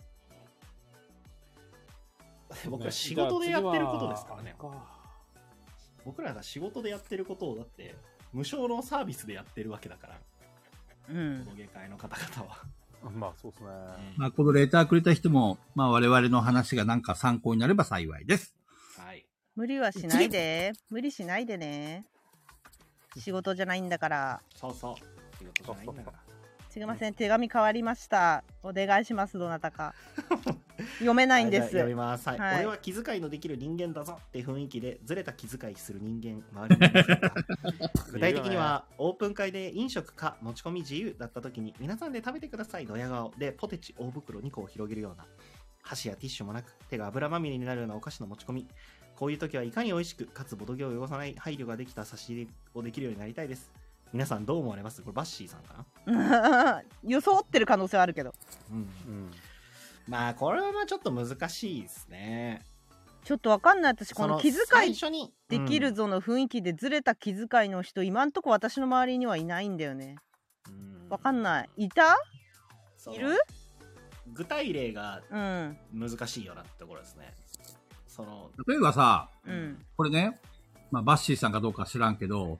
Speaker 5: 僕ら仕事でやってることですからね
Speaker 2: じ。ゃあ次は
Speaker 5: 僕らが仕事でやってることを、だって、無償のサービスでやってるわけだから、
Speaker 7: う
Speaker 5: こ
Speaker 7: ん
Speaker 5: の芸会の方々は。
Speaker 2: あまあそうですね
Speaker 3: まあこのレターくれた人も、まあ我々の話がなんか参考になれば幸いです。
Speaker 5: はい。
Speaker 7: 無理はしないで無理しないでね仕事じゃないんだから
Speaker 5: そうそう。仕事じゃないんだから。
Speaker 7: すみません手紙変わりましたお願いしますどなたか読めないんで
Speaker 5: はい
Speaker 7: す
Speaker 5: じゃあやります、はい
Speaker 7: はい
Speaker 5: 俺は気遣いのできる人間だぞって雰囲気でずれた気遣いする人間周りの皆 さんが具体的にはオープン会で飲食か持ち込み自由だった時に皆さんで食べてくださいドヤ顔でポテチ大袋2個を広げるような箸やティッシュもなく手が油まみれになるようなお菓子の持ち込みこういう時はいかに美味しくかつボドゲを汚さない配慮ができた差し入れをできるようになりたいです皆さんどう思われますこれバッシーさんかな
Speaker 7: 装ってる可能性はあるけど
Speaker 5: うん
Speaker 2: うん
Speaker 5: まあこれはまあちょっと難しいですね
Speaker 7: ちょっとわかんない私この気遣い
Speaker 5: 最初に
Speaker 7: できるぞの雰囲気でずれた気遣いの人、今んとこ私の周りにはいないんだよねわかんないいた
Speaker 5: そう
Speaker 7: いる
Speaker 5: 具体例が
Speaker 7: うん
Speaker 5: 難しいよなってところですねその
Speaker 3: 例えばさ、
Speaker 7: うん
Speaker 3: これね、まあ、バッシーさんかどうか知らんけど、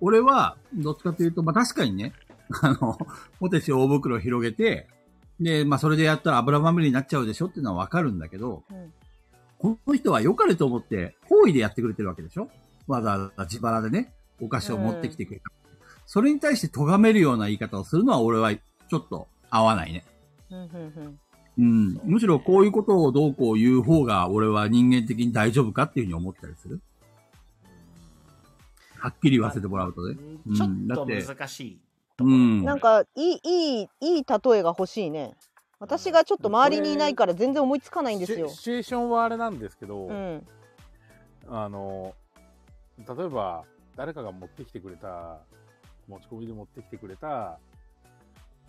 Speaker 3: 俺 は、どっちかというと、まあ、確かにね、あの、ポテチ大袋広げて、で、まあ、それでやったら油まみれになっちゃうでしょっていうのはわかるんだけど、
Speaker 1: うん
Speaker 3: この人は良かれと思って、好意でやってくれてるわけでしょわざわざ自腹でね、お菓子を持ってきてくれた。それに対して咎めるような言い方をするのは俺はちょっと合わないね。
Speaker 1: うんうん
Speaker 3: うん。むしろこういうことをどうこう言う方が俺は人間的に大丈夫かっていうふうに思ったりする。はっきり言わせてもらうとね。
Speaker 5: うんちょ
Speaker 3: うんだ
Speaker 5: っ
Speaker 3: っ
Speaker 5: と
Speaker 3: て
Speaker 5: 難しい。
Speaker 3: うん。
Speaker 1: なんかいいいいいい例えが欲しいね私がちょっと周りにいないから全然思いつかないんですよ
Speaker 2: シチュシチュエーションはあれなんですけど、
Speaker 1: うん
Speaker 2: あの例えば誰かが持ってきてくれた持ち込みで持ってきてくれた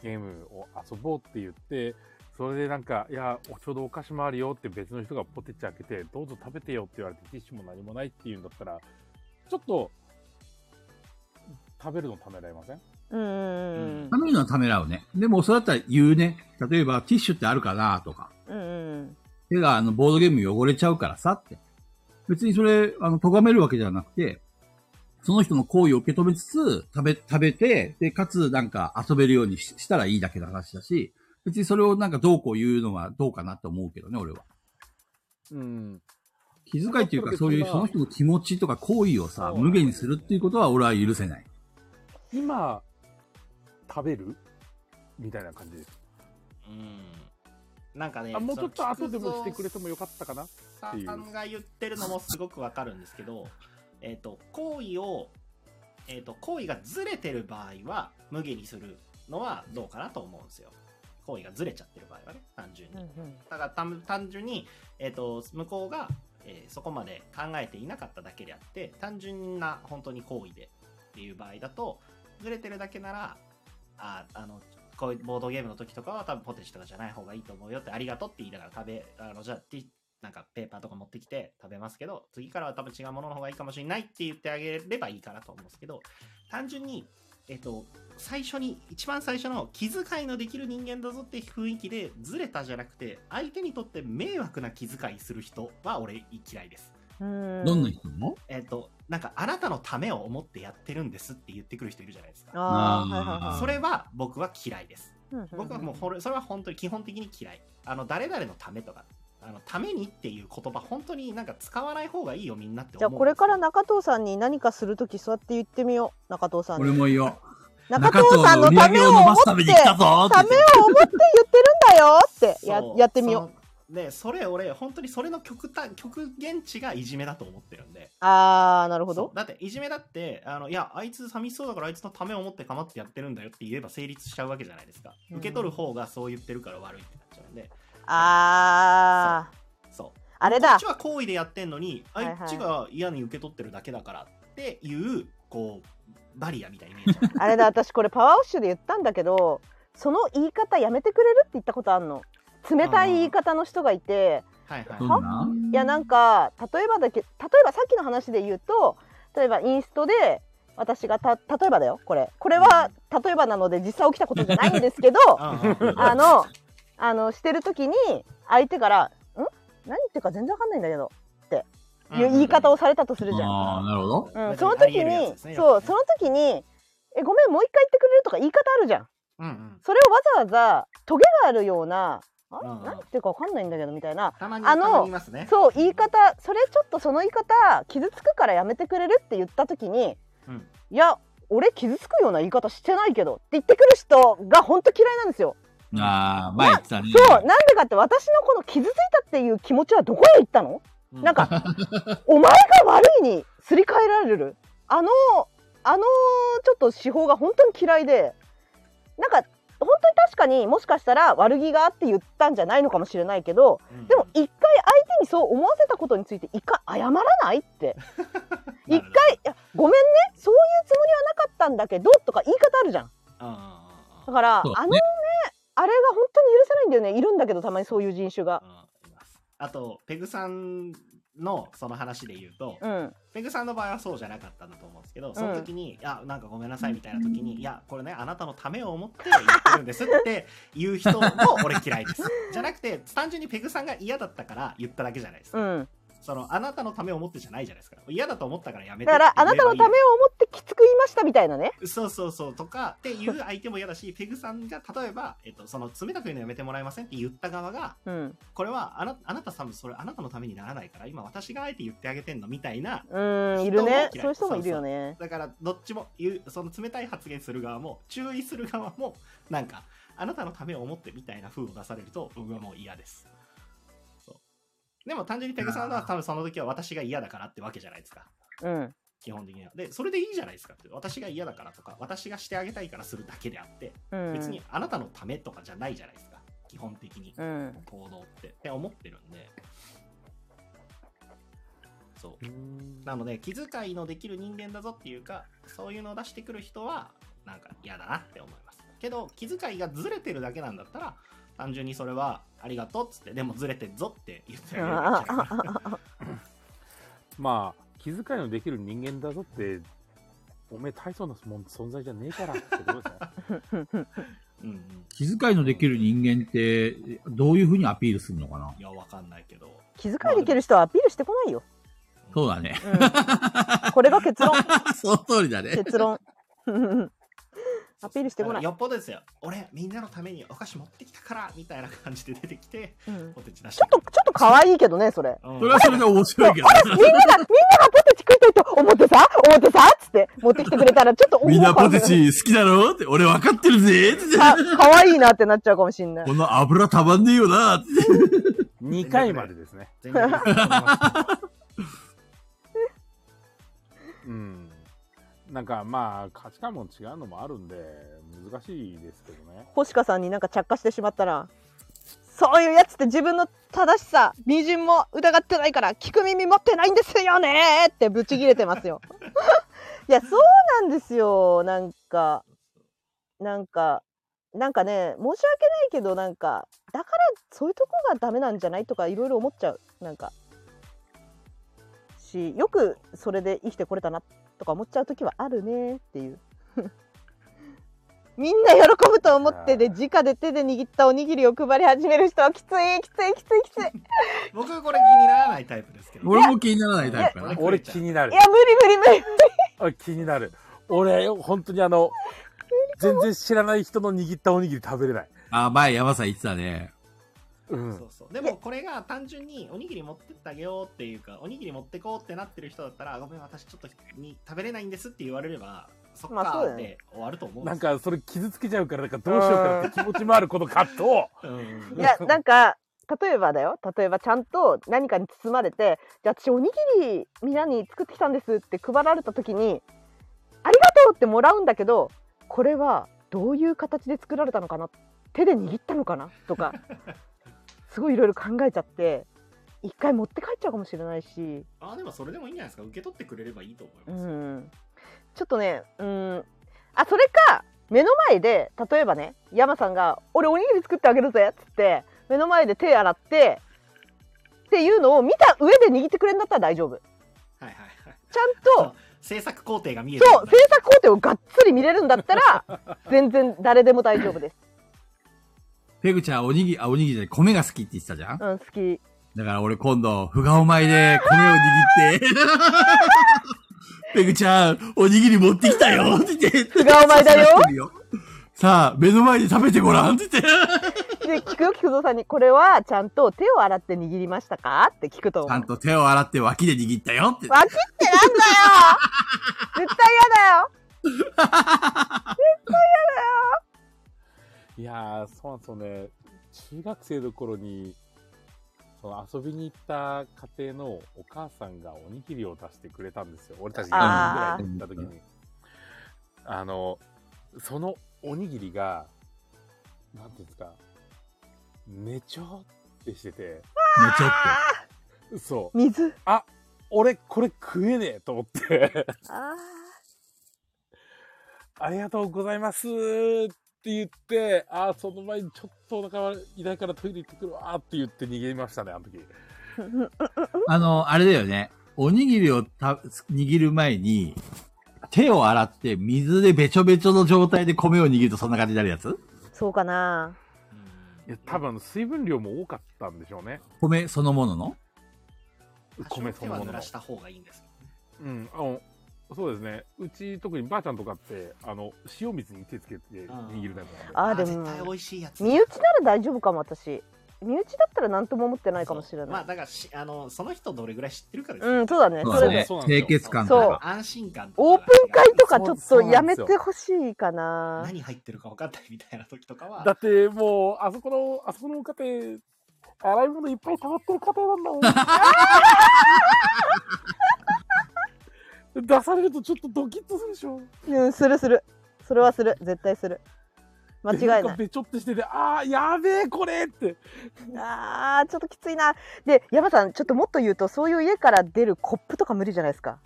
Speaker 2: ゲームを遊ぼうって言ってそれでなんか「いやちょうどお菓子もあるよ」って別の人がポテチ開けて「どうぞ食べてよ」って言われてティッシュも何もないっていうんだったらちょっと食べるのためらいません
Speaker 1: うんうん
Speaker 3: ためるのはためらうね。でも、それだったら言うね。例えば、ティッシュってあるかなとか。
Speaker 1: うんうん
Speaker 3: 手が、あの、ボードゲーム汚れちゃうからさって。別にそれ、あの、咎めるわけじゃなくて、その人の行為を受け止めつつ、食べ、食べて、で、かつ、なんか、遊べるようにししたらいいだけの話だし、別にそれをなんかどうこう言うのはどうかなって思うけどね、俺は。
Speaker 2: うん
Speaker 3: 気遣いっていうか、そういうその人の気持ちとか行為をさ、無限にするっていうことは俺は許せない。
Speaker 2: 今食べるみたいな感じです
Speaker 5: うんなんかね、
Speaker 2: あもうちょっと後でもしてくれ
Speaker 5: と
Speaker 2: てもよかったかな
Speaker 5: さんが言ってるのもすごくわかるんですけど、えっと、行為を、えっと、行為がずれてる場合は、無下にするのはどうかなと思うんですよ。行為がずれちゃってる場合はね、単純に。だから単単純に、えっと向こうが、えーそこまで考えていなかっただけであって単純な本当に行為でっていう場合だとずれてるだけならああのこういうボードゲームの時とかは多分ポテチとかじゃない方がいいと思うよってありがとうって言いながら食べあのじゃあティなんかペーパーとか持ってきて食べますけど次からは多分違うものの方がいいかもしれないって言ってあげればいいかなと思うんですけど単純にえっと最初に一番最初の気遣いのできる人間だぞって雰囲気でずれたじゃなくて相手にとって迷惑な気遣いする人は俺嫌いです
Speaker 1: うん
Speaker 3: どんな人も
Speaker 5: えっとなんかあなたのためを思ってやってるんですって言ってくる人いるじゃないですか
Speaker 1: あー
Speaker 3: あ
Speaker 1: は
Speaker 3: ー
Speaker 1: いはいはい
Speaker 5: それは僕は嫌いです
Speaker 1: うんうん
Speaker 5: 僕はもうほれそれは本当に基本的に嫌いあの誰々のためとかあのためにっていう言葉本当になんか使わない方がいいよみんなって思
Speaker 1: じゃあ
Speaker 5: うんです
Speaker 1: これから中藤さんに何かするとき座って言ってみよう中藤さん
Speaker 3: 俺
Speaker 1: に
Speaker 3: も言おう。
Speaker 1: 中藤さんの
Speaker 3: 中
Speaker 1: た
Speaker 3: 藤
Speaker 1: めを
Speaker 3: の売り上げを伸
Speaker 1: 思
Speaker 3: ば
Speaker 1: って
Speaker 3: すために来たぞー
Speaker 1: た
Speaker 3: って
Speaker 1: めを思って言ってるんだよってや
Speaker 5: そう
Speaker 1: やってみよう
Speaker 5: そのでそれ俺本当にそれの極端極限値がいじめだと思ってるんで
Speaker 1: あーなるほ
Speaker 5: そ
Speaker 1: ど
Speaker 5: うだっていじめだってあのいやあいつ寂しそうだからあいつのためを思って構ってやってるんだよって言えば成立しちゃうわけじゃないですか
Speaker 1: うん
Speaker 5: 受け取る方がそう言ってるから悪いってなっちゃうんで
Speaker 1: あー
Speaker 5: そう
Speaker 1: あれ
Speaker 5: こ
Speaker 1: だ
Speaker 5: っちは好意でやってんのに
Speaker 1: はいは
Speaker 5: あ
Speaker 1: い
Speaker 5: っちが嫌に受け取ってるだけだからっていうこうバリアみたいに見え ちゃう
Speaker 1: あれだ私これパワーオッシュで言ったんだけどその言い方やめてくれるって言ったことあんの冷たい言い方の人がいて
Speaker 5: はいはい
Speaker 3: どん
Speaker 5: はい
Speaker 3: ない
Speaker 1: やなんか例えばだけ例えばさっきの話で言うと例えばインストで私がた例えばだよこれこれは例えばなので実際起きたことじゃないんですけ ど
Speaker 5: うんうん
Speaker 1: あのあのしてる時に相手から「ん何言ってるか全然わかんないんだけど」いう言い方をされたとするじゃん。
Speaker 3: ああ、なるほど。
Speaker 1: うん、その時
Speaker 5: ありえるやつ
Speaker 1: に、
Speaker 5: ですね
Speaker 1: そう、その時に、え、ごめん、もう一回言ってくれるとか言い方あるじゃん。
Speaker 5: うんうん
Speaker 1: それをわざわざ、トゲがあるような、あ、
Speaker 5: うんうん
Speaker 1: 何言ってるかわかんないんだけどみたいな。
Speaker 5: たまに
Speaker 1: あの
Speaker 5: たまにいますね
Speaker 1: そう、言い方、それちょっとその言い方、傷つくからやめてくれるって言った時に、
Speaker 5: うん
Speaker 1: いや、俺傷つくような言い方してないけどって言ってくる人が本当嫌いなんですよ。
Speaker 3: ああ、前言ってたね。
Speaker 1: そう、なんでかって私のこの傷ついたっていう気持ちはどこへ行ったの
Speaker 5: う
Speaker 1: なんか お前が悪いにすり替えられるあのあのちょっと手法が本当に嫌いでなんか本当に確かにもしかしたら悪気があって言ったんじゃないのかもしれないけど
Speaker 5: うん
Speaker 1: でも一回相手にそう思わせたことについて一回謝らないって 一回い
Speaker 5: なるほど
Speaker 1: や「ごめんねそういうつもりはなかったんだけど」とか言い方あるじゃん。
Speaker 5: うんうん
Speaker 1: だから、
Speaker 3: そう
Speaker 1: あ
Speaker 3: だね
Speaker 1: のねあれが本当に許せないんだよねいるんだけどたまにそういう人種が。
Speaker 5: うんいますあとペグさんのその話で言うと、
Speaker 1: うん、
Speaker 5: ペグさんの場合はそうじゃなかったんだと思うんですけど、その時に、いや、なんかごめんなさいみたいな時に、いや、これね、あなたのためを思って言ってるんですって言う 人も俺嫌いです。じゃなくて、単純にペグさんが嫌だったから言っただけじゃないです
Speaker 1: う
Speaker 5: か。
Speaker 1: ん
Speaker 5: その、あなたのためを思ってじゃないじゃないですか。嫌だと思ったからやめて。
Speaker 1: だから、あなたのためを思ってきつく言いましたみたいなね。
Speaker 5: そうそうそうとかっていう相手も嫌だし、ペ グさんが例えば、えっと、その冷たく言うのやめてもらえませんって言った側が、
Speaker 1: うん。
Speaker 5: これはあなあなたさんそれあなたのためにならないから、今私があえて言ってあげてんのみたいな、
Speaker 1: うん、いるね。
Speaker 5: 人も
Speaker 1: そう
Speaker 5: 嫌い
Speaker 1: いう人もいるよね。
Speaker 5: だからどっちも言う、その冷たい発言する側も、注意する側も、なんか、あなたのためを思ってみたいな風を出されると、僕はもう嫌です。そうでも単純にペグさんは多分その時は私が嫌だからってわけじゃないですか。
Speaker 1: うん。
Speaker 5: 基本的には。で、それでいいじゃないですかって。私が嫌だからとか、私がしてあげたいからするだけであって、
Speaker 1: うん。
Speaker 5: 別にあなたのためとかじゃないじゃないですか。基本的に
Speaker 1: う。 ん。
Speaker 5: 行動って。って思ってるんで。そう。なので、気遣いのできる人間だぞっていうか、そういうのを出してくる人は、なんか嫌だなって思います。けど、気遣いがずれてるだけなんだったら、単純にそれは、ありがとうっつって、でもずれてんぞって言ってあげるだけだから
Speaker 2: まあ気遣いのできる人間だぞっておめえ大層なもん存在じゃねえからってことですね
Speaker 5: うんうん。
Speaker 3: 気遣いのできる人間って、どういうふうにアピールするのかない
Speaker 5: や、わかんないけど。
Speaker 1: 気遣いできる人はアピールしてこないよ。
Speaker 3: そうだね。
Speaker 1: う ん、これが結論。
Speaker 3: その通りだね。
Speaker 1: 結論。うんアピールしてこな
Speaker 5: だから
Speaker 1: い。
Speaker 5: よっぽどですよ。俺、みんなのためにお菓子持ってきたからみたいな感じで出てきて、
Speaker 1: うん
Speaker 5: ポテチ出し
Speaker 1: ちょ
Speaker 5: て
Speaker 1: っと、ちょっと可愛いけどね、それ。
Speaker 5: うん
Speaker 3: それはそれで面白いけど。
Speaker 1: みんなが、みんながポテチ食いたいと思ってさ、思ってさ、つって持ってきてくれたら、ちょっと
Speaker 3: みんなポテ
Speaker 1: お
Speaker 3: チ好きだろって、俺分かってるぜって。
Speaker 1: か、可愛いなってなっちゃうかもしんない。
Speaker 3: この油たまんねえよなって。
Speaker 2: 2回までですね
Speaker 5: 全然わかんない
Speaker 2: うんなんかまあ価値観も違うのもあるんで難しいですけどね
Speaker 1: 星香さんになんか着火してしまったらそういうやつって自分の正しさ微塵も疑ってないから聞く耳持ってないんですよねーってブチ切れてますよいやそうなんですよなんかなんかなんかね申し訳ないけどなんかだからそういうとこがダメなんじゃないとかいろいろ思っちゃうなんかしよくそれで生きてこれたなとか思っちゃう時はあるねっていう みんな喜ぶと思ってで直で手で握ったおにぎりを配り始める人はきついきついきついきつい
Speaker 5: 僕、これ気にならないタイプですけど。
Speaker 3: 俺も気にならないタイプか
Speaker 5: い
Speaker 3: な
Speaker 5: や。
Speaker 2: 俺気にないる
Speaker 1: や無理無理無理
Speaker 2: あ気になる俺本当にあの全然知らない人の握ったおにぎり食べれない
Speaker 3: あ、前山さん言ってたね。
Speaker 2: う
Speaker 5: そうんそうでもこれが単純におにぎり持ってってあげようっていうかおにぎり持ってこうってなってる人だったらごめん私ちょっとに食べれないんですって言われればそっ
Speaker 1: まあ
Speaker 5: か
Speaker 1: そうだ
Speaker 5: ー
Speaker 1: よ
Speaker 5: っ
Speaker 1: ね
Speaker 5: て終わると思うんで
Speaker 2: なん
Speaker 5: す
Speaker 2: かそれ傷つけちゃうからなんかどうしようかなって気持ちもあるこの葛藤
Speaker 5: よ
Speaker 1: いやなんか例えばだよ例えばちゃんと何かに包まれて「じゃあ私おにぎりみんなに作ってきたんです」って配られた時に「ありがとう!」ってもらうんだけどこれはどういう形で作られたのかな手で握ったのかなとかすごいいろいろ考えちゃって一回持って帰っちゃうかもしれないし。
Speaker 5: あーでもそれでもいいんじゃないですか受け取ってくれればいいと思いうます、
Speaker 1: ん、ちょっとね、うん、あそれか目の前で例えばね山さんが「俺おにぎり作ってあげるぜ」っつって目の前で手洗ってっていうのを見た上で握ってくれるんだったら大丈夫
Speaker 5: はいはいはい
Speaker 1: ちゃんと
Speaker 5: 制作工程が見えてる
Speaker 1: そう制作工程をがっつり見れるんだったら 全然誰でも大丈夫です、
Speaker 3: ペグちゃん、おにぎり、あ、おにぎりじゃない、米が好きって言ってたじゃん
Speaker 1: うん、好 き
Speaker 3: だから俺今度、ふがお前で米を握って、 ペグちゃん、おにぎり持ってきたよって言って。
Speaker 1: ふがお前だよ
Speaker 3: 刺してるさあ、目の前で食べてごらんって言って。
Speaker 1: で聞くよ菊蔵さんに「これはちゃんと手を洗って握りましたか?」って聞くと
Speaker 3: ちゃ
Speaker 1: 思うん
Speaker 3: と手を洗って脇で握ったよって。
Speaker 1: 脇ってなんだよ 絶対嫌だよ
Speaker 2: いやー、そうなんですよね。中学生の頃に、その遊びに行った家庭のお母さんがおにぎりを出してくれたんですよ。俺たち4人ぐらいで行った時に。あの、そのおにぎりが、なんていうんですか、めちょってしてて、
Speaker 3: ね、ちょっ
Speaker 2: そう、
Speaker 1: 水
Speaker 2: 俺これ食えねえと思って、
Speaker 1: あ
Speaker 2: ありがとうございますって言って、あー、その前にちょっとお腹が痛いからトイレ行ってくるわーって言って逃げましたね、あの時。
Speaker 1: ー
Speaker 3: と。あの、あれだよね。おにぎりをた握る前に、手を洗って水でべちょべちょの状態で米を握るとそんな感じになるやつ
Speaker 1: そうかな。
Speaker 5: うん
Speaker 2: いや多分水分量も多かったんでしょうね。
Speaker 3: 米そのものの
Speaker 2: 米そのも
Speaker 5: 多少手は
Speaker 2: の
Speaker 5: 濡
Speaker 2: の
Speaker 5: らした方がいいんですよね。
Speaker 2: うんあのそうですねうち特にばあちゃんとかってあの塩水に手つけて握るタイプなんで
Speaker 1: あーでも
Speaker 5: 絶対美味しいやつ。
Speaker 1: 身内なら大丈夫かも私身内だったら何とも思ってないかもしれ
Speaker 5: そうま
Speaker 1: な
Speaker 5: あ
Speaker 1: い
Speaker 5: だからしあのその人どれぐらい知ってるからですよ
Speaker 1: うんそうだね
Speaker 3: そう
Speaker 1: そ
Speaker 3: だ
Speaker 1: れ
Speaker 3: ね
Speaker 1: で
Speaker 2: そう。なんです
Speaker 3: 清
Speaker 2: よ
Speaker 3: 潔感と
Speaker 1: そう
Speaker 3: か。
Speaker 5: 安心感とか
Speaker 1: オープン会とかちょっ
Speaker 2: そう
Speaker 1: と
Speaker 2: そうな
Speaker 1: や
Speaker 2: んで
Speaker 1: め
Speaker 2: すよ
Speaker 1: てほしいかな
Speaker 5: 何入ってるか分かんないみたいな時とかは
Speaker 2: だってもうあそこのあそこの家庭洗い物いっぱい溜まってる家庭なん だもん出されるとちょっとドキッとするでしょ
Speaker 1: うんするするそれはする絶対する間 違い
Speaker 2: な
Speaker 1: なん
Speaker 2: か
Speaker 1: い
Speaker 2: べちょってしててああやべえこれって
Speaker 1: あーちょっときついなで山さんちょっともっと言うとそういう家から出るコップとか無理じゃないですか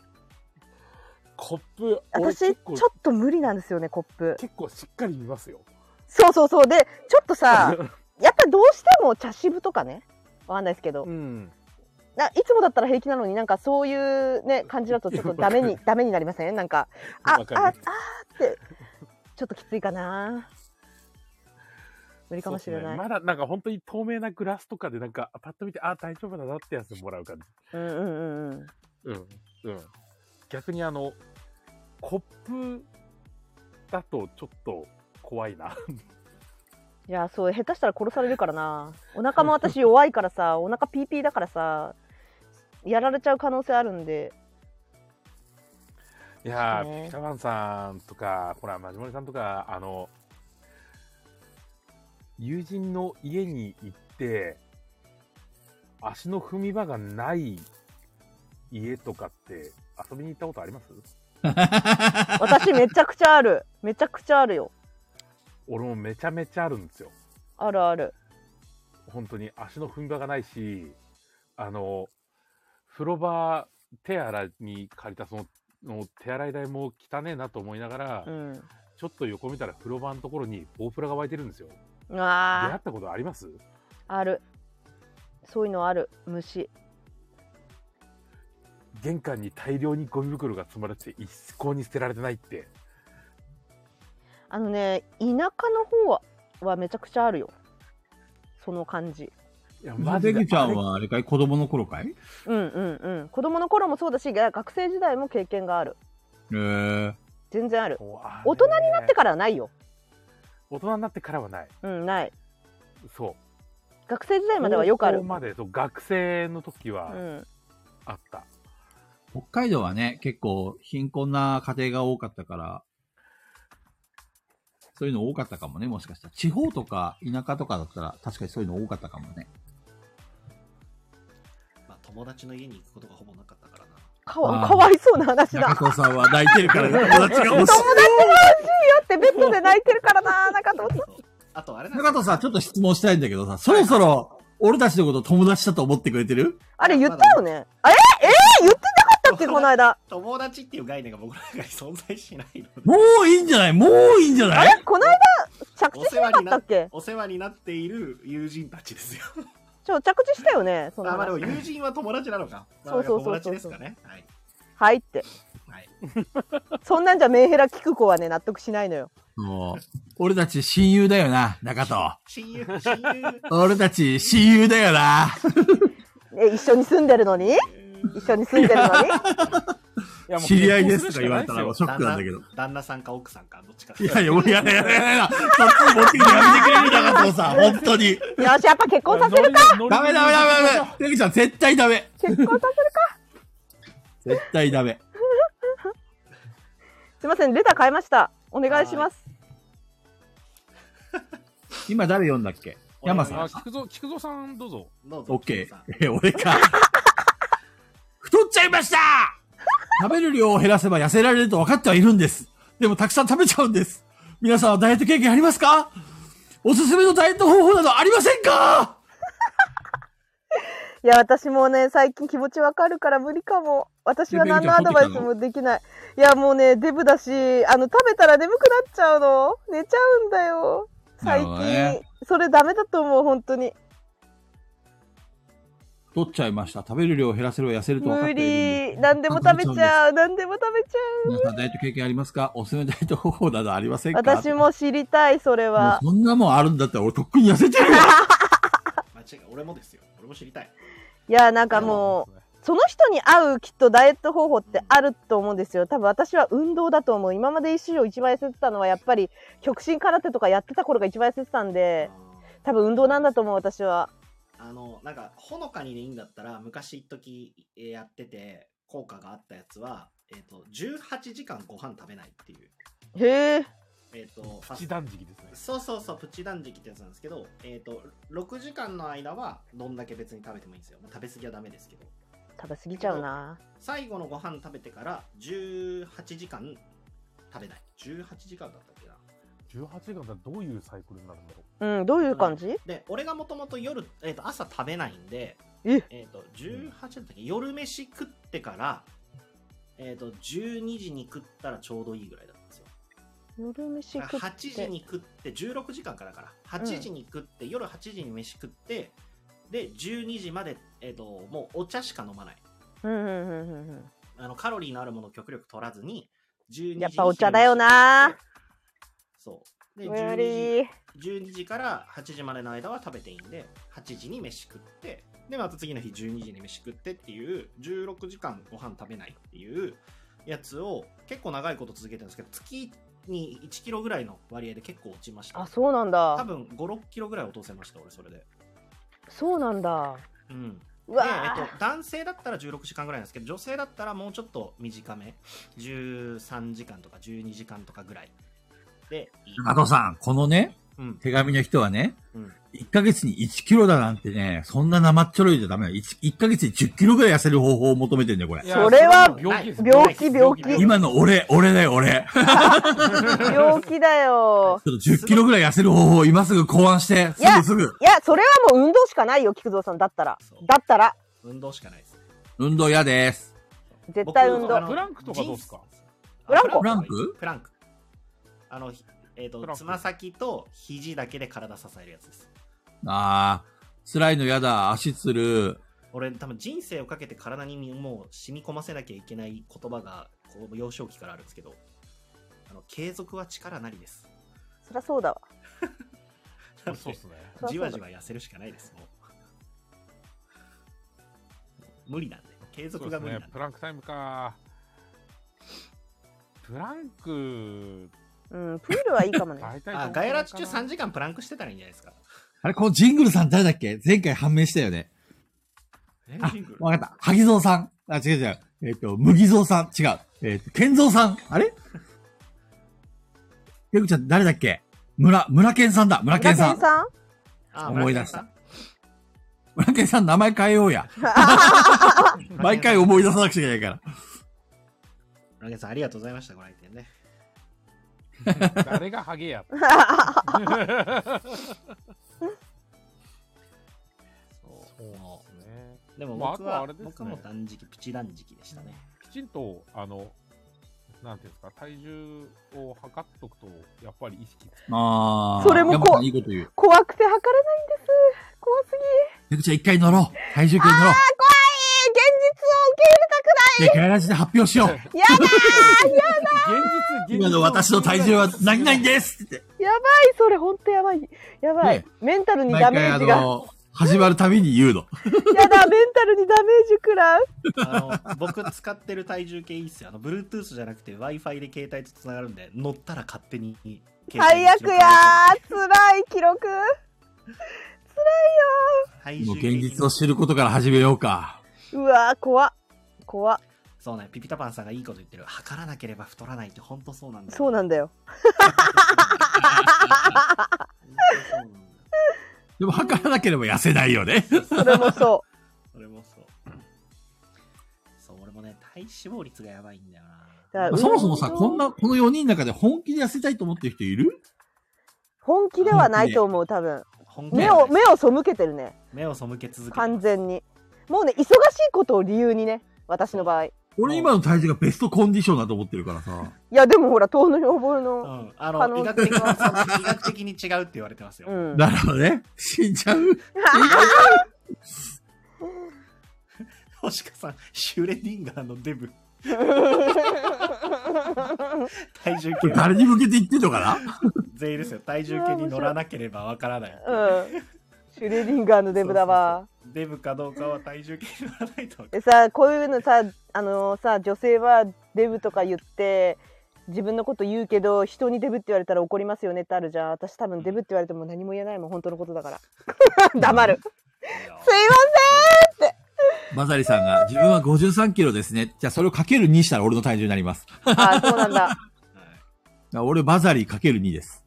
Speaker 2: コップ俺
Speaker 1: 私
Speaker 2: 結
Speaker 1: ちょ
Speaker 2: 構
Speaker 1: っと無理なんですよねコップ
Speaker 2: 結構しっかり見ますよ
Speaker 1: そうそうそうでちょっとさやっぱどうしても茶渋とかねわかんないですけど
Speaker 2: うん
Speaker 1: ないつもだったら平気なのになんかそういうね感じだとちょっとダメ
Speaker 2: わ
Speaker 1: にダメになりませんなんかあああ
Speaker 2: わかる
Speaker 1: ーってちょっときついかな無理かもしれ
Speaker 2: そう
Speaker 1: な
Speaker 2: っ
Speaker 1: い
Speaker 2: すねまだなんか本当に透明なグラスとかでなんかパッと見てああ大丈夫だなってやつもらう感じ
Speaker 1: うんうんうんうん
Speaker 2: うんうん逆にあのコップだとちょっと怖いな
Speaker 1: いやそう下手したら殺されるからなお腹も私弱いから さお腹ピーピーだからさやられちゃう可能性あるんで
Speaker 2: いや
Speaker 1: そうです
Speaker 2: ー
Speaker 1: ね
Speaker 2: ピカマンさんとかほらマジモリさんとかあの友人の家に行って足の踏み場がない家とかって遊びに行ったことあります
Speaker 1: 私めちゃくちゃある めちゃくちゃあるよ
Speaker 2: 俺もめちゃめちゃあるんですよ
Speaker 1: あるある
Speaker 2: 本当に足の踏み場がないしあの風呂場手洗いに借りたそのの手洗い台も汚ねえなと思いながら、
Speaker 1: うん
Speaker 2: ちょっと横見たら風呂場のところに大プラが湧いてるんですよ
Speaker 1: う
Speaker 2: 出
Speaker 1: わ
Speaker 2: 会ったことあります
Speaker 1: ああるそういうのある虫
Speaker 2: 玄関に大量にゴミ袋が積まれてて一向に捨てられてないって
Speaker 1: あのね田舎の方ははめちゃくちゃあるよその感じ
Speaker 2: いや
Speaker 3: ま
Speaker 2: マジ
Speaker 3: で
Speaker 2: で
Speaker 3: きちゃ
Speaker 2: あれ
Speaker 3: んはあれかい子供の頃かい
Speaker 1: うんうんうん子供の頃もそうだし学生時代も経験がある
Speaker 3: えー、
Speaker 1: 全然ある
Speaker 2: もうあれ
Speaker 1: 大人になってからはないよ
Speaker 2: 大人になってからはない
Speaker 1: うんない
Speaker 2: そう
Speaker 1: 学生時代まではよくある
Speaker 2: 高校までそう学生の時
Speaker 1: う
Speaker 2: は
Speaker 1: ん
Speaker 2: あった、
Speaker 3: 北海道はね、結構貧困な家庭が多かったから、そういうの多かったかもね、もしかしたら。地方とか田舎とかだったら、確かにそういうの多かったかもね。
Speaker 5: まあ、友達の家に行くことがほぼなかったからな。
Speaker 1: かわ
Speaker 3: あー
Speaker 1: かわいそうな話だ。だ
Speaker 3: 中藤さんは泣いてるから、友達が欲しい。
Speaker 1: ってベッドで泣いてるからな、中藤さん。
Speaker 5: そうあとあれなんです
Speaker 3: 中藤さん、ちょっと質問したいんだけどさ、そろそろ、俺たちのこと友達だと思ってくれてる
Speaker 1: あれ言ったよね。あれえー、言ってなかったっけ、この 間。
Speaker 5: 友達っていう概念が僕の中に存在しないので、
Speaker 3: もういいんじゃないもういいんじゃ
Speaker 1: あ
Speaker 3: ない
Speaker 1: れこの間、着地しなかったっけ
Speaker 5: お世話になっている友人たちですよ。
Speaker 1: ちょ、着地したよね、そ
Speaker 5: あ
Speaker 1: の
Speaker 5: まあでも
Speaker 1: 話。
Speaker 5: 友人は友達なのか。まあ
Speaker 1: そうそうそうそう
Speaker 5: 友達ですかね。はい。
Speaker 1: はいって。
Speaker 5: はい、
Speaker 1: そんなんじゃメンヘラ聞く子はね、納得しないのよ。
Speaker 3: もう、俺たち親友だよな、中藤。
Speaker 5: 親友、親友、
Speaker 3: 俺たち親友だよな。
Speaker 1: え、一緒に住んでるのに一緒に住んでるのに
Speaker 2: やもう
Speaker 3: 知り合いです
Speaker 2: 結
Speaker 3: と
Speaker 2: 婚
Speaker 3: か言わ
Speaker 2: るしたかないです
Speaker 3: れら
Speaker 2: よ
Speaker 3: ショックなんだけど。
Speaker 5: 旦那さんか奥さんか、どっちか。
Speaker 3: いやいや、俺やだやだやだやだ。そっち持ってきてやめてくれる中藤さん、本当に。
Speaker 1: よし、やっぱ結婚させるか
Speaker 2: ノリノリ
Speaker 3: ダメダメダメダメ。ペグちゃん、絶対ダメ。
Speaker 1: 結婚させるか
Speaker 3: 絶対ダメ。
Speaker 1: すいません、レター変えました。お願いします。
Speaker 3: 今誰読んだっけ山さ
Speaker 2: あ
Speaker 3: ん。
Speaker 2: 菊蔵菊蔵さんどうぞ
Speaker 5: どうぞ
Speaker 3: オッケ
Speaker 5: さん
Speaker 3: ー。え、俺か。太っちゃいました食べる量を減らせば痩せられると分かってはいるんです。でもたくさん食べちゃうんです。皆さんはダイエット経験ありますかおすすめのダイエット方法などありませんか
Speaker 1: いや、私もね、最近気持ちわかるから無理かも。私は
Speaker 3: ね
Speaker 1: 何のアドバイスもできない。いや、もうね、デブだし、あの、食べたら眠くなっちゃうの。寝ちゃうんだよ。
Speaker 3: なる
Speaker 1: 最
Speaker 3: ほ
Speaker 1: 近。
Speaker 3: どね
Speaker 1: それダメだと思う、本当に。
Speaker 3: 太っちゃいました。食べる量を減らせれば痩せると分かって
Speaker 1: 無
Speaker 3: いるんです。
Speaker 1: 理。何でも食べちゃう。何でも食べちゃう。
Speaker 3: 皆さんダイエット経験ありますかおすすめダイエット方法などありませんか
Speaker 1: 私も知りたい、それ
Speaker 3: も
Speaker 1: は
Speaker 3: う。そんなもんあるんだったら俺とっくに痩せてるわ
Speaker 5: 間違い、俺もですよ。俺も知りたい。
Speaker 1: いや、なんかもう、その人に合うきっとダイエット方法ってあると思うんですよ多分私は運動だと思う今まで一生一番痩せてたのはやっぱり極真空手とかやってた頃が一番痩せてたんで多分運動なんだと思う私は
Speaker 5: あの、なんか、ほのかにでいいんだったら、昔一時えーやってて、効果があったやつは、えっ、と、18時間ご飯食べないっていう、
Speaker 1: へえ
Speaker 5: えっ、と、ファ
Speaker 2: 一
Speaker 5: ス
Speaker 2: 断食ですね。
Speaker 5: そうそうそう、プチ断食ってやつなんですけど、えっ、と、6時間の間は、どんだけ別に食べてもいいんですよ。まあ食べ過ぎはダメですけど。
Speaker 1: 食べ過ぎちゃうな
Speaker 5: 最後のご飯食べてから、18時間食べない。18時間だったっけな。
Speaker 2: 18時間だったらどういうサイクルになるんだろう。
Speaker 1: うんどういう感じ
Speaker 5: で、俺がもともと夜、えっ、と、朝食べないんで、
Speaker 1: え
Speaker 5: えっ、と、18だったっけ夜飯食ってから、えっ、と、12時に食ったらちょうどいいぐらいだったんですよ。
Speaker 1: 夜飯食って
Speaker 5: 8時に食って、16時間からだから、8時に食って、夜8時に飯食って、で、12時まで、えっ、と、もうお茶しか飲まない。
Speaker 1: うんうんうんうんうん
Speaker 5: あの、カロリーのあるものを極力取らずに、12時に
Speaker 1: やっぱお茶だよな
Speaker 5: そう。で、
Speaker 1: 無理
Speaker 5: 12時 ,12 時から8時までの間は食べていいんで、8時に飯食って、で、また次の日12時に飯食ってっていう、16時間ご飯食べないっていうやつを結構長いこと続けてるんですけど、月に1キロぐらいの割合で結構落ちました。
Speaker 1: あそうなん
Speaker 5: 多
Speaker 1: だ
Speaker 5: 分5、6キロぐらい落とせました、俺それで。
Speaker 1: そうなんだ
Speaker 5: うん。
Speaker 1: う
Speaker 5: で、
Speaker 1: わ
Speaker 5: え
Speaker 1: ー
Speaker 5: っと、男性だったら16時間ぐらいなんですけど、女性だったらもうちょっと短め。13時間とか12時間とかぐらい。で、いい。
Speaker 3: 中藤さん、このね、
Speaker 5: うん。
Speaker 3: 手紙の人はね、
Speaker 5: うん
Speaker 3: 1ヶ月に1キロだなんてね、そんな生っちょろいじゃダメだよ。1, 1ヶ月に10キロぐらい痩せる方法を求めてんだよ、これ
Speaker 2: い。や
Speaker 1: それは
Speaker 2: それは病気です
Speaker 1: 病気病気
Speaker 3: 今の俺、俺だよ、俺。ちょっ
Speaker 1: 病気だよ
Speaker 3: と10キロぐらい痩せる方法を今すぐ考案して、す
Speaker 1: いや
Speaker 3: ぐすぐ。
Speaker 1: いやそれはもう運動しかないよ菊蔵さんだったら
Speaker 5: そう
Speaker 1: だったら
Speaker 5: 運動しかないです。
Speaker 3: 運動嫌です。
Speaker 1: 絶対運
Speaker 5: 僕
Speaker 1: 動
Speaker 5: あの
Speaker 2: プランクとかどうですか
Speaker 1: プランコ
Speaker 3: プランク
Speaker 5: プランク。あの、ひえっ、
Speaker 2: プ
Speaker 5: と、
Speaker 2: ランク
Speaker 5: つま先と肘だけで体支えるやつです。
Speaker 3: あー、辛いの嫌だ、足つる。
Speaker 5: 俺、多分人生をかけて体にもう染み込ませなきゃいけない言葉が、こう、幼少期からあるんですけど、あの、継続は力なりです。
Speaker 1: そりゃそうだわ
Speaker 2: そうですね。
Speaker 1: そりゃそうだ
Speaker 5: じわじわ痩せるしかないです、もう。無理なんで。継
Speaker 2: そう
Speaker 5: 続
Speaker 2: で
Speaker 5: が
Speaker 2: す
Speaker 5: 無理
Speaker 2: ね
Speaker 5: なん。で
Speaker 2: プ。ランクタイムか。プランク、
Speaker 1: うんプールはいいかもね
Speaker 2: 大体
Speaker 5: あ、ガヤラチ中3時間プランクしてたらいいんじゃないですか。
Speaker 3: あれ、このジングルさん誰だっけ前回判明したよね。
Speaker 5: え
Speaker 3: あ
Speaker 5: シングル、
Speaker 3: わかった。萩蔵さん。あ、違う違う。えっ、と、麦蔵さん。違う。えっ、と、健蔵さん。あれペグちゃん、誰だっけ村、村健さんだ。村
Speaker 1: 村
Speaker 3: 健
Speaker 1: 健
Speaker 3: さ
Speaker 1: さん
Speaker 3: ん。
Speaker 5: あ
Speaker 3: 思い出した
Speaker 5: 村
Speaker 3: 村健さん、名前変えようや。
Speaker 5: 上さん
Speaker 3: 毎回思い出さなくちゃいけないから。
Speaker 5: 村上さん、ありがとうございました、ご来店ね。
Speaker 2: 誰がハゲや。
Speaker 5: そう
Speaker 2: そうですね。
Speaker 5: でも
Speaker 2: まあ
Speaker 5: 僕
Speaker 2: あと
Speaker 5: は、
Speaker 2: はあれですね
Speaker 5: 僕はもう断食、プチ断食でした ね。
Speaker 2: きちんと、あの、なんていうんですか、体重を測っとくと、やっぱり意識つく。
Speaker 3: あー。
Speaker 1: それもこう
Speaker 3: 山さんいいこと言う。
Speaker 1: 怖くて測れないんです怖すぎ
Speaker 3: ペグちゃん、一回乗ろう。体重計乗ろう。
Speaker 1: 怖い現実
Speaker 3: で、ガイラジで発表しよう。
Speaker 1: を受け入れたくないやだ
Speaker 2: 現実、現実。
Speaker 3: 今の私の体重は何々ですって。
Speaker 1: やばいそれほんとやばいやばい、
Speaker 3: ね
Speaker 1: メンタルにダ
Speaker 3: 毎
Speaker 1: メー
Speaker 3: 回、あ
Speaker 1: ジが、
Speaker 3: の、始まるたびに言うの。
Speaker 1: やだメンタルにダメージ食らう
Speaker 5: あの、僕使ってる体重計いいっすよ。あの、Bluetooth じゃなくて Wi-Fi で携帯と繋がるんで、乗ったら勝手に。
Speaker 1: 最悪やー辛い記録
Speaker 5: 体重
Speaker 3: もう
Speaker 5: 計
Speaker 3: 現
Speaker 5: に
Speaker 3: 実を知ることから始めようか。
Speaker 1: うわー怖っ怖っ
Speaker 5: そうね、ピピタパンさんがいいこと言ってる。測らなければ太らないって本当そうなんだよ。
Speaker 1: そうなんだよ
Speaker 5: 本当そうなんだよ。
Speaker 3: でも測らなければ痩せないよね。
Speaker 1: それもそ
Speaker 5: 俺もそう。そう、俺もね、体脂肪率がやばいんだよな。
Speaker 1: うだから
Speaker 3: まあそもそもさ、
Speaker 1: 運動
Speaker 3: こんな、この4人の中で本気で痩せたいと思ってる人いる
Speaker 1: 本気ではないと思う多分
Speaker 5: 本気だ
Speaker 1: 目
Speaker 5: よ
Speaker 1: を
Speaker 5: ね
Speaker 1: 目を背けてるね
Speaker 5: 目を背け続けて
Speaker 1: 完全にもうね忙しいことを理由にね私の場合い
Speaker 3: 俺今の体重がベストコンディションだと思ってるからさ。
Speaker 1: やでもほら糖尿病
Speaker 5: う
Speaker 1: の
Speaker 5: ん、
Speaker 1: 可
Speaker 5: あの
Speaker 1: 能
Speaker 5: 医学的にその医学的に違うって言われてますよ。
Speaker 1: うん
Speaker 3: なるほどね。死んじゃう。
Speaker 5: 星香さん、シュレディンガーのデ ブ、体重
Speaker 3: こ
Speaker 5: 計
Speaker 3: れ、誰に向けて言ってんのかな
Speaker 5: 全員ですよ、体重計に乗らなければわからない。
Speaker 1: うんシュレディンガーのデブだわ
Speaker 5: デブかどうかは体重計に乗らないと分か
Speaker 1: でさこういうのさあのさ女性はデブとか言って自分のこと言うけど人にデブって言われたら怒りますよねってあるじゃん私多分デブって言われても何も言えないもん本当のことだから黙る
Speaker 5: んないよ
Speaker 1: すいま
Speaker 3: マザリさんが、自分は53キロですね。じゃあそれをかける2したら俺の体重になります。だか
Speaker 1: せんあそうなんだ
Speaker 5: はい
Speaker 3: ら俺マザリかける2です。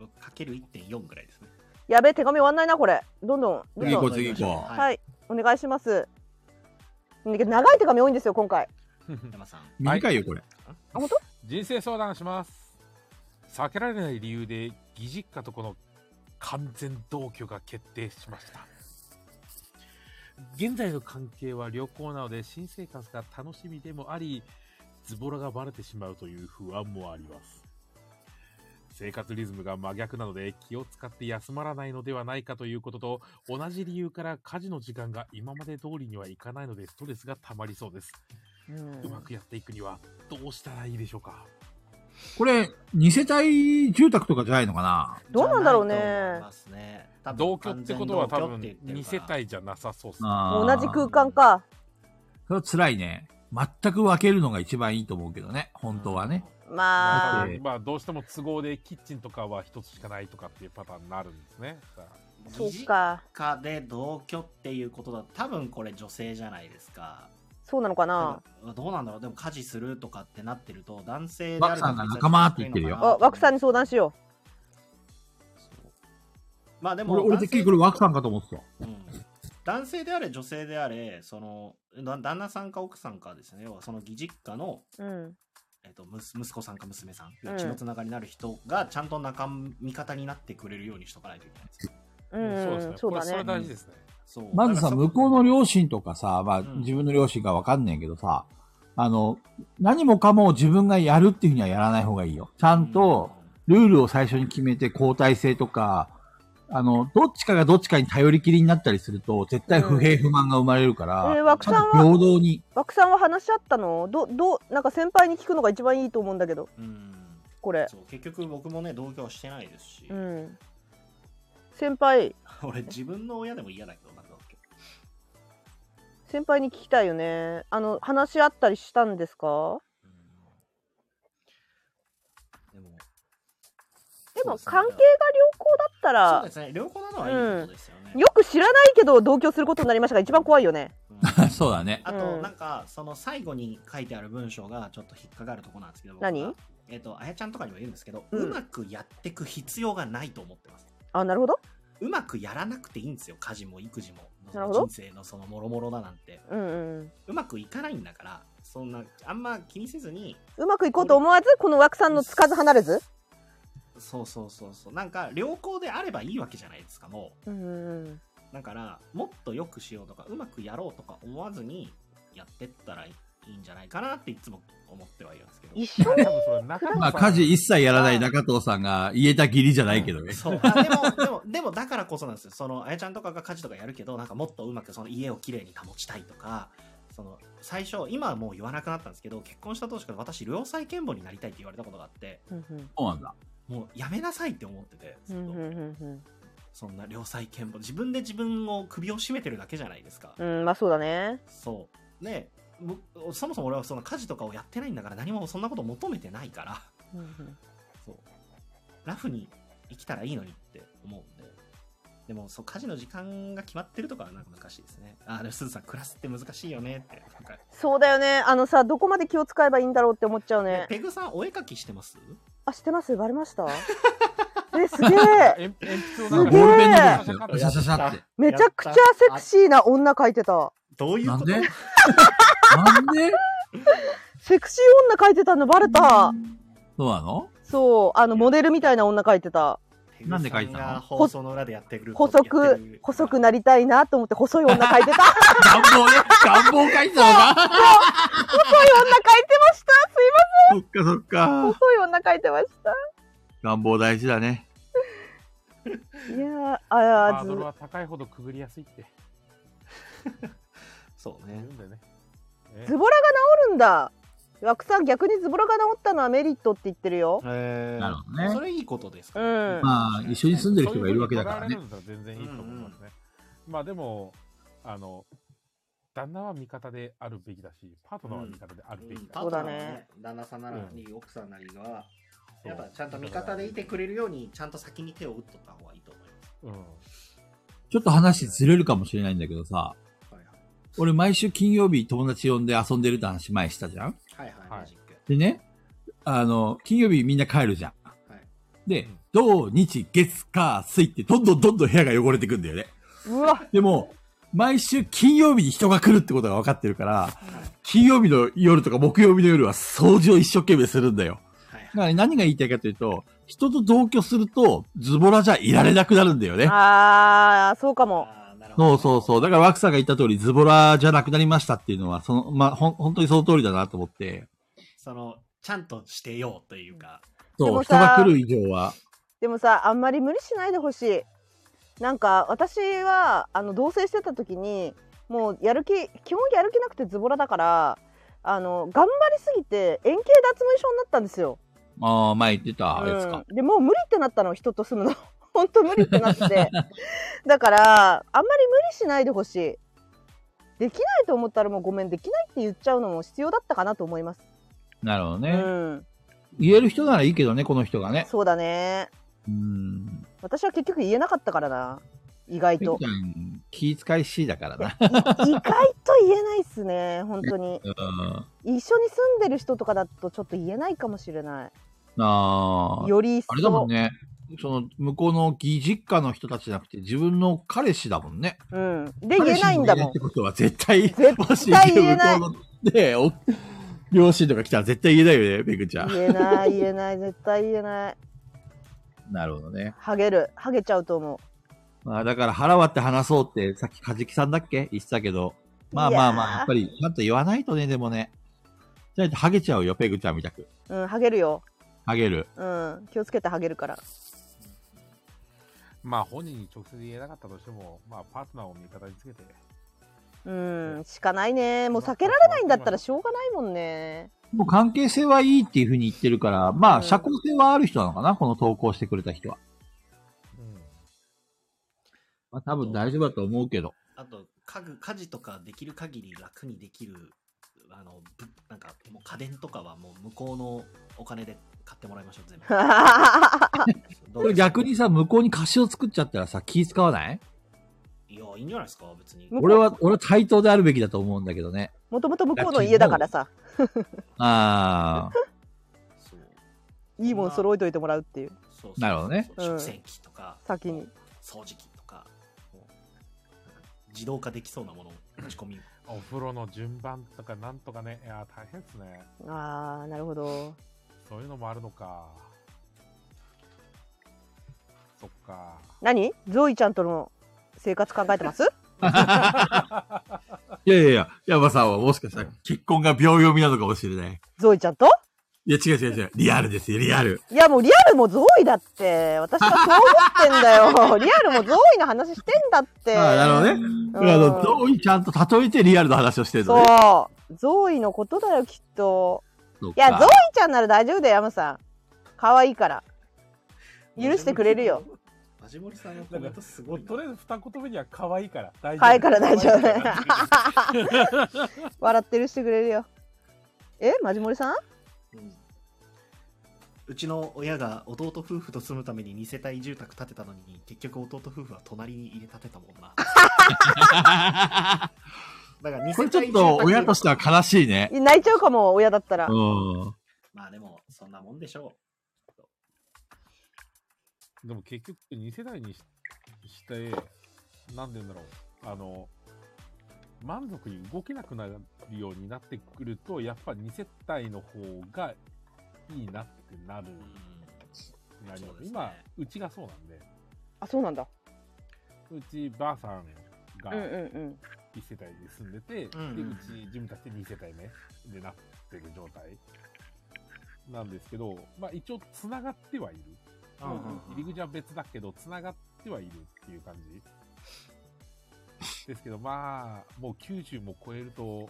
Speaker 5: 僕かける1.4ぐらいですね。
Speaker 1: やべえ手紙終わんないなこれどんどんどん
Speaker 3: 次行
Speaker 1: ど
Speaker 3: こ
Speaker 1: ん
Speaker 3: う、次行こ
Speaker 5: はい。
Speaker 1: はいお願いしますだけど長い手紙多いんですよ今回
Speaker 5: 山さん。
Speaker 3: う。短いよ、これ。
Speaker 2: 人生相談します避けられない理由で義実家とこの完全同居が決定しました現在の関係は良好なので新生活が楽しみでもありズボラがバレてしまうという不安もあります生活リズムが真逆なので気を使って休まらないのではないかということと同じ理由から家事の時間が今まで通りにはいかないのでストレスが溜まりそうですうまくやっていくにはどうしたらいいでしょうか
Speaker 3: これ、2世帯住宅とかじゃないのかな
Speaker 1: どうなんだろうね
Speaker 5: じゃないと思いますね多分
Speaker 2: 同居ってことは多分
Speaker 5: 完全
Speaker 2: 2
Speaker 5: 同居って言
Speaker 2: 世
Speaker 5: ってるから
Speaker 2: 帯じゃなさそうっすね。
Speaker 3: あ
Speaker 1: 同
Speaker 3: ー
Speaker 1: じ空間か
Speaker 3: それは辛いね。全く分けるのが一番いいと思うけどね。本当はね。。
Speaker 1: ま
Speaker 2: ま
Speaker 1: あ
Speaker 2: あ
Speaker 3: ええ
Speaker 2: まあどうしても都合でキッチンとかは一つしかないとかっていうパターンになるんですね。さあ
Speaker 1: そう
Speaker 5: 義
Speaker 1: か
Speaker 5: 家で同居っていうことだと多分これ女性じゃないですか。
Speaker 1: そうなのかな
Speaker 5: でもどうなんだろうでも家事するとかってなってると男性
Speaker 3: 枠さんが仲間って言ってるよ
Speaker 1: あ枠さんに相談
Speaker 5: し
Speaker 1: しよ
Speaker 5: まあでも
Speaker 3: 俺、俺てっきりこれワクさんかと思ってた。
Speaker 5: うん男性であれ女性であれそのだ旦那さんか奥さんかですね要はその義実家の、
Speaker 1: ううん
Speaker 5: えっとむす息子さんか娘さん
Speaker 1: うん
Speaker 5: 血のつながりになる人がちゃんと仲間味方になってくれるようにしとかないといけないですよ
Speaker 1: うん
Speaker 2: そうですね。
Speaker 1: そう
Speaker 2: これ
Speaker 1: だ
Speaker 2: それ
Speaker 1: ね
Speaker 2: 大事ですね。
Speaker 5: そう
Speaker 3: まず
Speaker 5: だ
Speaker 3: さ、
Speaker 5: からそ
Speaker 3: 向こうの両親とかさ、まあ、
Speaker 5: うん
Speaker 3: 自分の両親がわかんねえけどさ、あの、何もかも自分がやるっていうふうにはやらない方がいいよ。ちゃんと、ルールを最初に決めて交代制とか、あの、どっちかがどっちかに頼りきりになったりすると、絶対不平不満が生まれるか
Speaker 1: え
Speaker 3: ら、
Speaker 1: ー、枠
Speaker 3: ちゃ
Speaker 1: さ
Speaker 3: ん
Speaker 1: ん
Speaker 3: と
Speaker 1: は
Speaker 3: 平等に。
Speaker 1: 枠さんは話し合ったのどどうなんか先輩に聞くのが一番いいと思うんだけど
Speaker 5: うんうん
Speaker 1: これ
Speaker 5: そう結局僕もね同居はしてないですし、
Speaker 1: うん先輩
Speaker 5: 俺自分の親でも嫌だけどなんだっけ
Speaker 1: 先輩に聞きたいよねあの話し合ったりしたんですか
Speaker 5: でも
Speaker 1: で
Speaker 5: そう
Speaker 1: も
Speaker 5: すね
Speaker 1: 関係が良好だった
Speaker 5: そう
Speaker 1: ら
Speaker 5: ですね良好なのはいいことですよね、
Speaker 1: よく知らないけど同居することになりましたが一番怖いよね
Speaker 5: う ん
Speaker 3: そうだね。
Speaker 5: あと、
Speaker 1: うん
Speaker 5: なんかその最後に書いてある文章がちょっと引っかかるとこなんですけど僕
Speaker 1: 何
Speaker 5: がえっ、とあやちゃんとかにも言うんですけど、
Speaker 1: う
Speaker 5: うんまくやってく必要がないと思ってます
Speaker 1: あなるほど
Speaker 5: うまくやらなくていいんですよ家事も育児も
Speaker 1: なるほど
Speaker 5: 人生のそのもろもろだなんて
Speaker 1: うんうん
Speaker 5: うまくいかないんだからそんなあんま気にせずに
Speaker 1: うまくいこうと思わずこの枠さんのつかず離れず
Speaker 5: そうそうそうそうなんか良好であればいいわけじゃないですかもう
Speaker 1: うんうん
Speaker 5: だからもっと良くしようとかうまくやろうとか思わずにやってったらいいんじゃないかなっていつも思ってはいるんですけど
Speaker 1: 一緒
Speaker 2: 多分それ中野さん
Speaker 3: まあ、家事一切やらない中藤さんが言えた義理じゃないけどね。
Speaker 5: そうあでもでもでもだからこそなんですよそのあやちゃんとかが家事とかやるけどなんかもっとうまくその家をきれいに保ちたいとかその最初今はもう言わなくなったんですけど結婚した当初から私良妻賢母になりたいって言われたことがあって
Speaker 1: うんうん
Speaker 3: そうなんだ。
Speaker 5: もうやめなさいって思ってて
Speaker 1: う
Speaker 5: ずっ
Speaker 1: ん
Speaker 5: と
Speaker 1: うんうん
Speaker 5: そんな良妻賢母自分で自分を首を絞めてるだけじゃないですか
Speaker 1: うんうんまあそうだね
Speaker 5: そう。ねむそもそも俺はその家事とかをやってないんだから何もそんなこと求めてないから、
Speaker 1: うんうん
Speaker 5: そう。ラフに生きたらいいのにって思うんで。でも、そう、家事の時間が決まってるとかはなんか難しいですね。あ、でもすずさん、暮らすって難しいよねって。なんか
Speaker 1: そうだよねあのさどこまで気を使えばいいんだろうって思っちゃうね
Speaker 5: ペグさん、お絵描きしてます
Speaker 1: あ、知ってますバレましたえ、すげえ
Speaker 2: 鉛筆を
Speaker 3: ボー
Speaker 2: な
Speaker 1: す
Speaker 2: んか
Speaker 3: ル
Speaker 1: げえ
Speaker 3: ペ
Speaker 2: すげえ
Speaker 3: ンのことですよシャシャシャって。
Speaker 1: めちゃくちゃセク
Speaker 5: ー。
Speaker 1: シーな女描いてた。
Speaker 5: どういう
Speaker 3: な
Speaker 5: こ
Speaker 3: ん
Speaker 5: と
Speaker 3: で なんで
Speaker 1: セクシー女描いてたのバレた。
Speaker 3: そうなの
Speaker 1: そう、あの、モデルみたいな女描いてた。
Speaker 5: ペグ
Speaker 3: なんで
Speaker 5: さ
Speaker 3: 描い
Speaker 5: ん
Speaker 3: たの
Speaker 5: が放送の裏でやってくる。
Speaker 1: 細
Speaker 5: やってる
Speaker 1: く、細くなりたいなと思って細い女描いてた。細い
Speaker 3: 願望ね。願望書いてたのか
Speaker 1: 女描いてましたすい
Speaker 3: そっかそっ
Speaker 1: ません
Speaker 3: か。
Speaker 1: 細い女描いてました。
Speaker 3: 願望大事だね。
Speaker 1: いやー、
Speaker 2: ハ
Speaker 1: あー
Speaker 2: ード
Speaker 1: ず
Speaker 2: ル、は高いほどくぐりやすいって
Speaker 5: そう
Speaker 2: 言う
Speaker 5: ね。
Speaker 2: んだよね。ね
Speaker 1: ズボラが治るんだ。枠さん、逆にズボラが治ったのはメリットって言ってるよ。
Speaker 5: えー
Speaker 3: なるほどね
Speaker 5: それいいことですか
Speaker 1: うん
Speaker 3: まあ、一緒に住んでる人がいるわけだからね
Speaker 2: そういうふうに捉えれるんだったら全然いいと思いますね。まあでも、あの、旦那は味方であるべきだし、パートナーは味方であるべきだ
Speaker 1: う
Speaker 2: し
Speaker 1: ん。
Speaker 5: パートナーはね旦那さんならに、奥さんなりが、やっぱちゃんと味方でいてくれるように、ちゃんと先に手を打っとった方がいいと思います。
Speaker 2: うん。
Speaker 3: ちょっと話ずれるかもしれないんだけどさ、
Speaker 5: はいはい。
Speaker 3: 俺毎週金曜日友達呼んで遊んでるって話前したじゃん
Speaker 5: はいはい、
Speaker 2: はい
Speaker 5: マジック。
Speaker 3: でね、あの、金曜日みんな帰るじゃん。
Speaker 5: はい。
Speaker 3: で、土、日、月、火、水ってどんどんどんどん部屋が汚れてくんだよね。
Speaker 1: うわ
Speaker 3: でも、毎週金曜日に人が来るってことが分かってるから、金曜日の夜とか木曜日の夜は掃除を一生懸命するんだよ。
Speaker 5: はい
Speaker 3: だから何が言いたいかというと、人と同居するとズボラじゃいられなくなるんだよね。
Speaker 1: あーそうかも
Speaker 5: あーなるほ
Speaker 3: そ
Speaker 5: ど
Speaker 3: うそうそう。だから、ワクさんが言った通り、ズボラじゃなくなりましたっていうのは、その、まあ、ほん、本当にその通りだなと思って。
Speaker 5: その、ちゃんとしてようというか、
Speaker 1: で
Speaker 3: そう、
Speaker 1: も
Speaker 3: 人
Speaker 1: さ
Speaker 3: が来る以上は。
Speaker 1: でもさあんまり無理しないでほしいなんか私はあの同棲してた時にもうやる気基本やる気なくてズボラだからあの頑張りすぎて円形脱毛症になったんですよ、
Speaker 3: ああ、前言ってた、あれですか。
Speaker 1: うんでもう無理ってなったの人と住むの 本当無理ってなっててだからあんまり無理しないでほしいできないと思ったらもうごめんできないって言っちゃうのも必要だったかなと思います、
Speaker 3: なるほどね、
Speaker 1: うん
Speaker 3: 言える人ならいいけどね、この人がね。
Speaker 1: そうだね
Speaker 3: うん。
Speaker 1: 私は結局言えなかったからな意外
Speaker 3: ペ
Speaker 1: と
Speaker 3: グちゃん、気遣いしいだからな。
Speaker 1: 意外と言えないっすね本当に
Speaker 3: うん。
Speaker 1: 一緒に住んでる人とかだとちょっと言えないかもしれな
Speaker 3: ああ
Speaker 1: い。より一
Speaker 3: あれだも
Speaker 1: 層
Speaker 3: んね。その、向こうの義実家の人たちじゃなくて、自分の彼氏だもんね。
Speaker 1: うんで言えないんだも
Speaker 3: 彼氏がいっ
Speaker 1: ん
Speaker 3: てことは絶対、
Speaker 1: 絶
Speaker 3: もし
Speaker 1: 対言えない
Speaker 3: 向こうのねお両親とか来たら絶対言えないよね、ペグちゃん。
Speaker 1: 言えない言えない絶対言えない
Speaker 3: なるほどね。
Speaker 1: ハゲるハゲちゃうと思
Speaker 3: まあだから腹割って話そうって、さっきカジキさんだっけ言ってたけど。まあ
Speaker 1: いやー
Speaker 3: まあまあ、やっぱり、ちゃんと言わないとね、でもね。じゃあ、ハゲちゃうよ、ペグちゃんみたく。
Speaker 1: ううんハゲるよ
Speaker 3: ハゲる。
Speaker 1: うん気をつけてハゲるから
Speaker 2: まあ本人に直接言えなかったとしても、まあパートナーを味方につけて。
Speaker 1: うんしかないねもう避けられないんだったらしょうがないもんね
Speaker 3: もう関係性はいいっていうふうに言ってるから、ま
Speaker 1: うん
Speaker 3: あ、社交性はある人なのかな、この投稿してくれた人は。
Speaker 2: うん。
Speaker 3: まあ、多分大丈夫だと思うけど。
Speaker 5: あと、家具、家事とかできる限り楽にできる、あの、ぶなんか、もう家電とかはもう向こうのお金で買ってもらいましょ う、全部ど
Speaker 3: これ
Speaker 5: うですか。
Speaker 3: 逆にさ、向こうに貸しを作っちゃったらさ、気使わない
Speaker 5: いや、いいんじゃないですか、別に。
Speaker 1: 向こう
Speaker 3: 俺は、俺は対等であるべきだと思うんだけどね。
Speaker 1: もともと向こうの家だからさ
Speaker 3: あ あ、
Speaker 5: そう。
Speaker 1: いいもん揃えといてもらうっていう
Speaker 5: そう
Speaker 3: なるほどね
Speaker 5: そうそう
Speaker 1: うん
Speaker 5: 食洗機とか、
Speaker 1: 先に
Speaker 5: 掃除機とか、もうなんか自動化できそうなものを打ち込み。
Speaker 2: お風呂の順番とかなんとかね、いや、大変ですね。
Speaker 1: ああなるほど
Speaker 2: そういうのもあるのか。そっか。
Speaker 1: 何ゾイちゃんとの生活考えてます
Speaker 3: いやいやいや、山さんはもしかしたら結婚が秒読みなのかもしれない。
Speaker 1: ゾイちゃんと
Speaker 3: いや、違う違う違う。リアルですよ、リアル。
Speaker 1: いやもうリアルもゾイだって私はそう思ってんだよリアルもゾイの話してんだって
Speaker 3: ああ、なるほどね。
Speaker 1: うん
Speaker 3: あの、どういちゃんと例えてリアルの話をしてるのね。
Speaker 1: そうゾイのことだよきっと
Speaker 3: そ
Speaker 1: い
Speaker 3: う
Speaker 1: や
Speaker 3: か
Speaker 1: ゾイちゃんなら大丈夫だよ山さん可愛いから 許してくれるよ。
Speaker 5: マジモリさんのコメントすごいな。
Speaker 2: とりあえず二言目には可愛いから大丈夫。
Speaker 1: 可愛いから大丈夫
Speaker 2: 可愛いから
Speaker 1: 笑ってるしてくれるよえマジモリさん
Speaker 5: うんうちの親が弟夫婦と住むために2世帯住宅建てたのに結局弟夫婦は隣に家建てたもん なだから2世
Speaker 3: これ
Speaker 5: 帯
Speaker 3: ちょっと親としては悲しいね。
Speaker 1: 泣いちゃうかも親だったら
Speaker 3: うん。
Speaker 5: まあでもそんなもんでしょ
Speaker 2: でも結局2世代にしして、なんて言うんだろう。あの、満足に動けなくなるようになってくると、やっぱ2世帯の方がいいなってなる
Speaker 5: う、うん
Speaker 2: なり
Speaker 5: そ
Speaker 2: ま。
Speaker 5: うですすね
Speaker 2: 今、うちがそうなんで、
Speaker 1: あそうなんだ
Speaker 2: うちばあさんが、
Speaker 1: うんうんうん
Speaker 2: 一世帯で住んでて、
Speaker 5: うん
Speaker 2: でうち自分たちで2世帯目でなってる状態なんですけど、まあ、一応つながってはいる、
Speaker 5: うんうんうん
Speaker 2: 入り口は別だけどつながってはいるっていう感じですけどまあもう90も超えると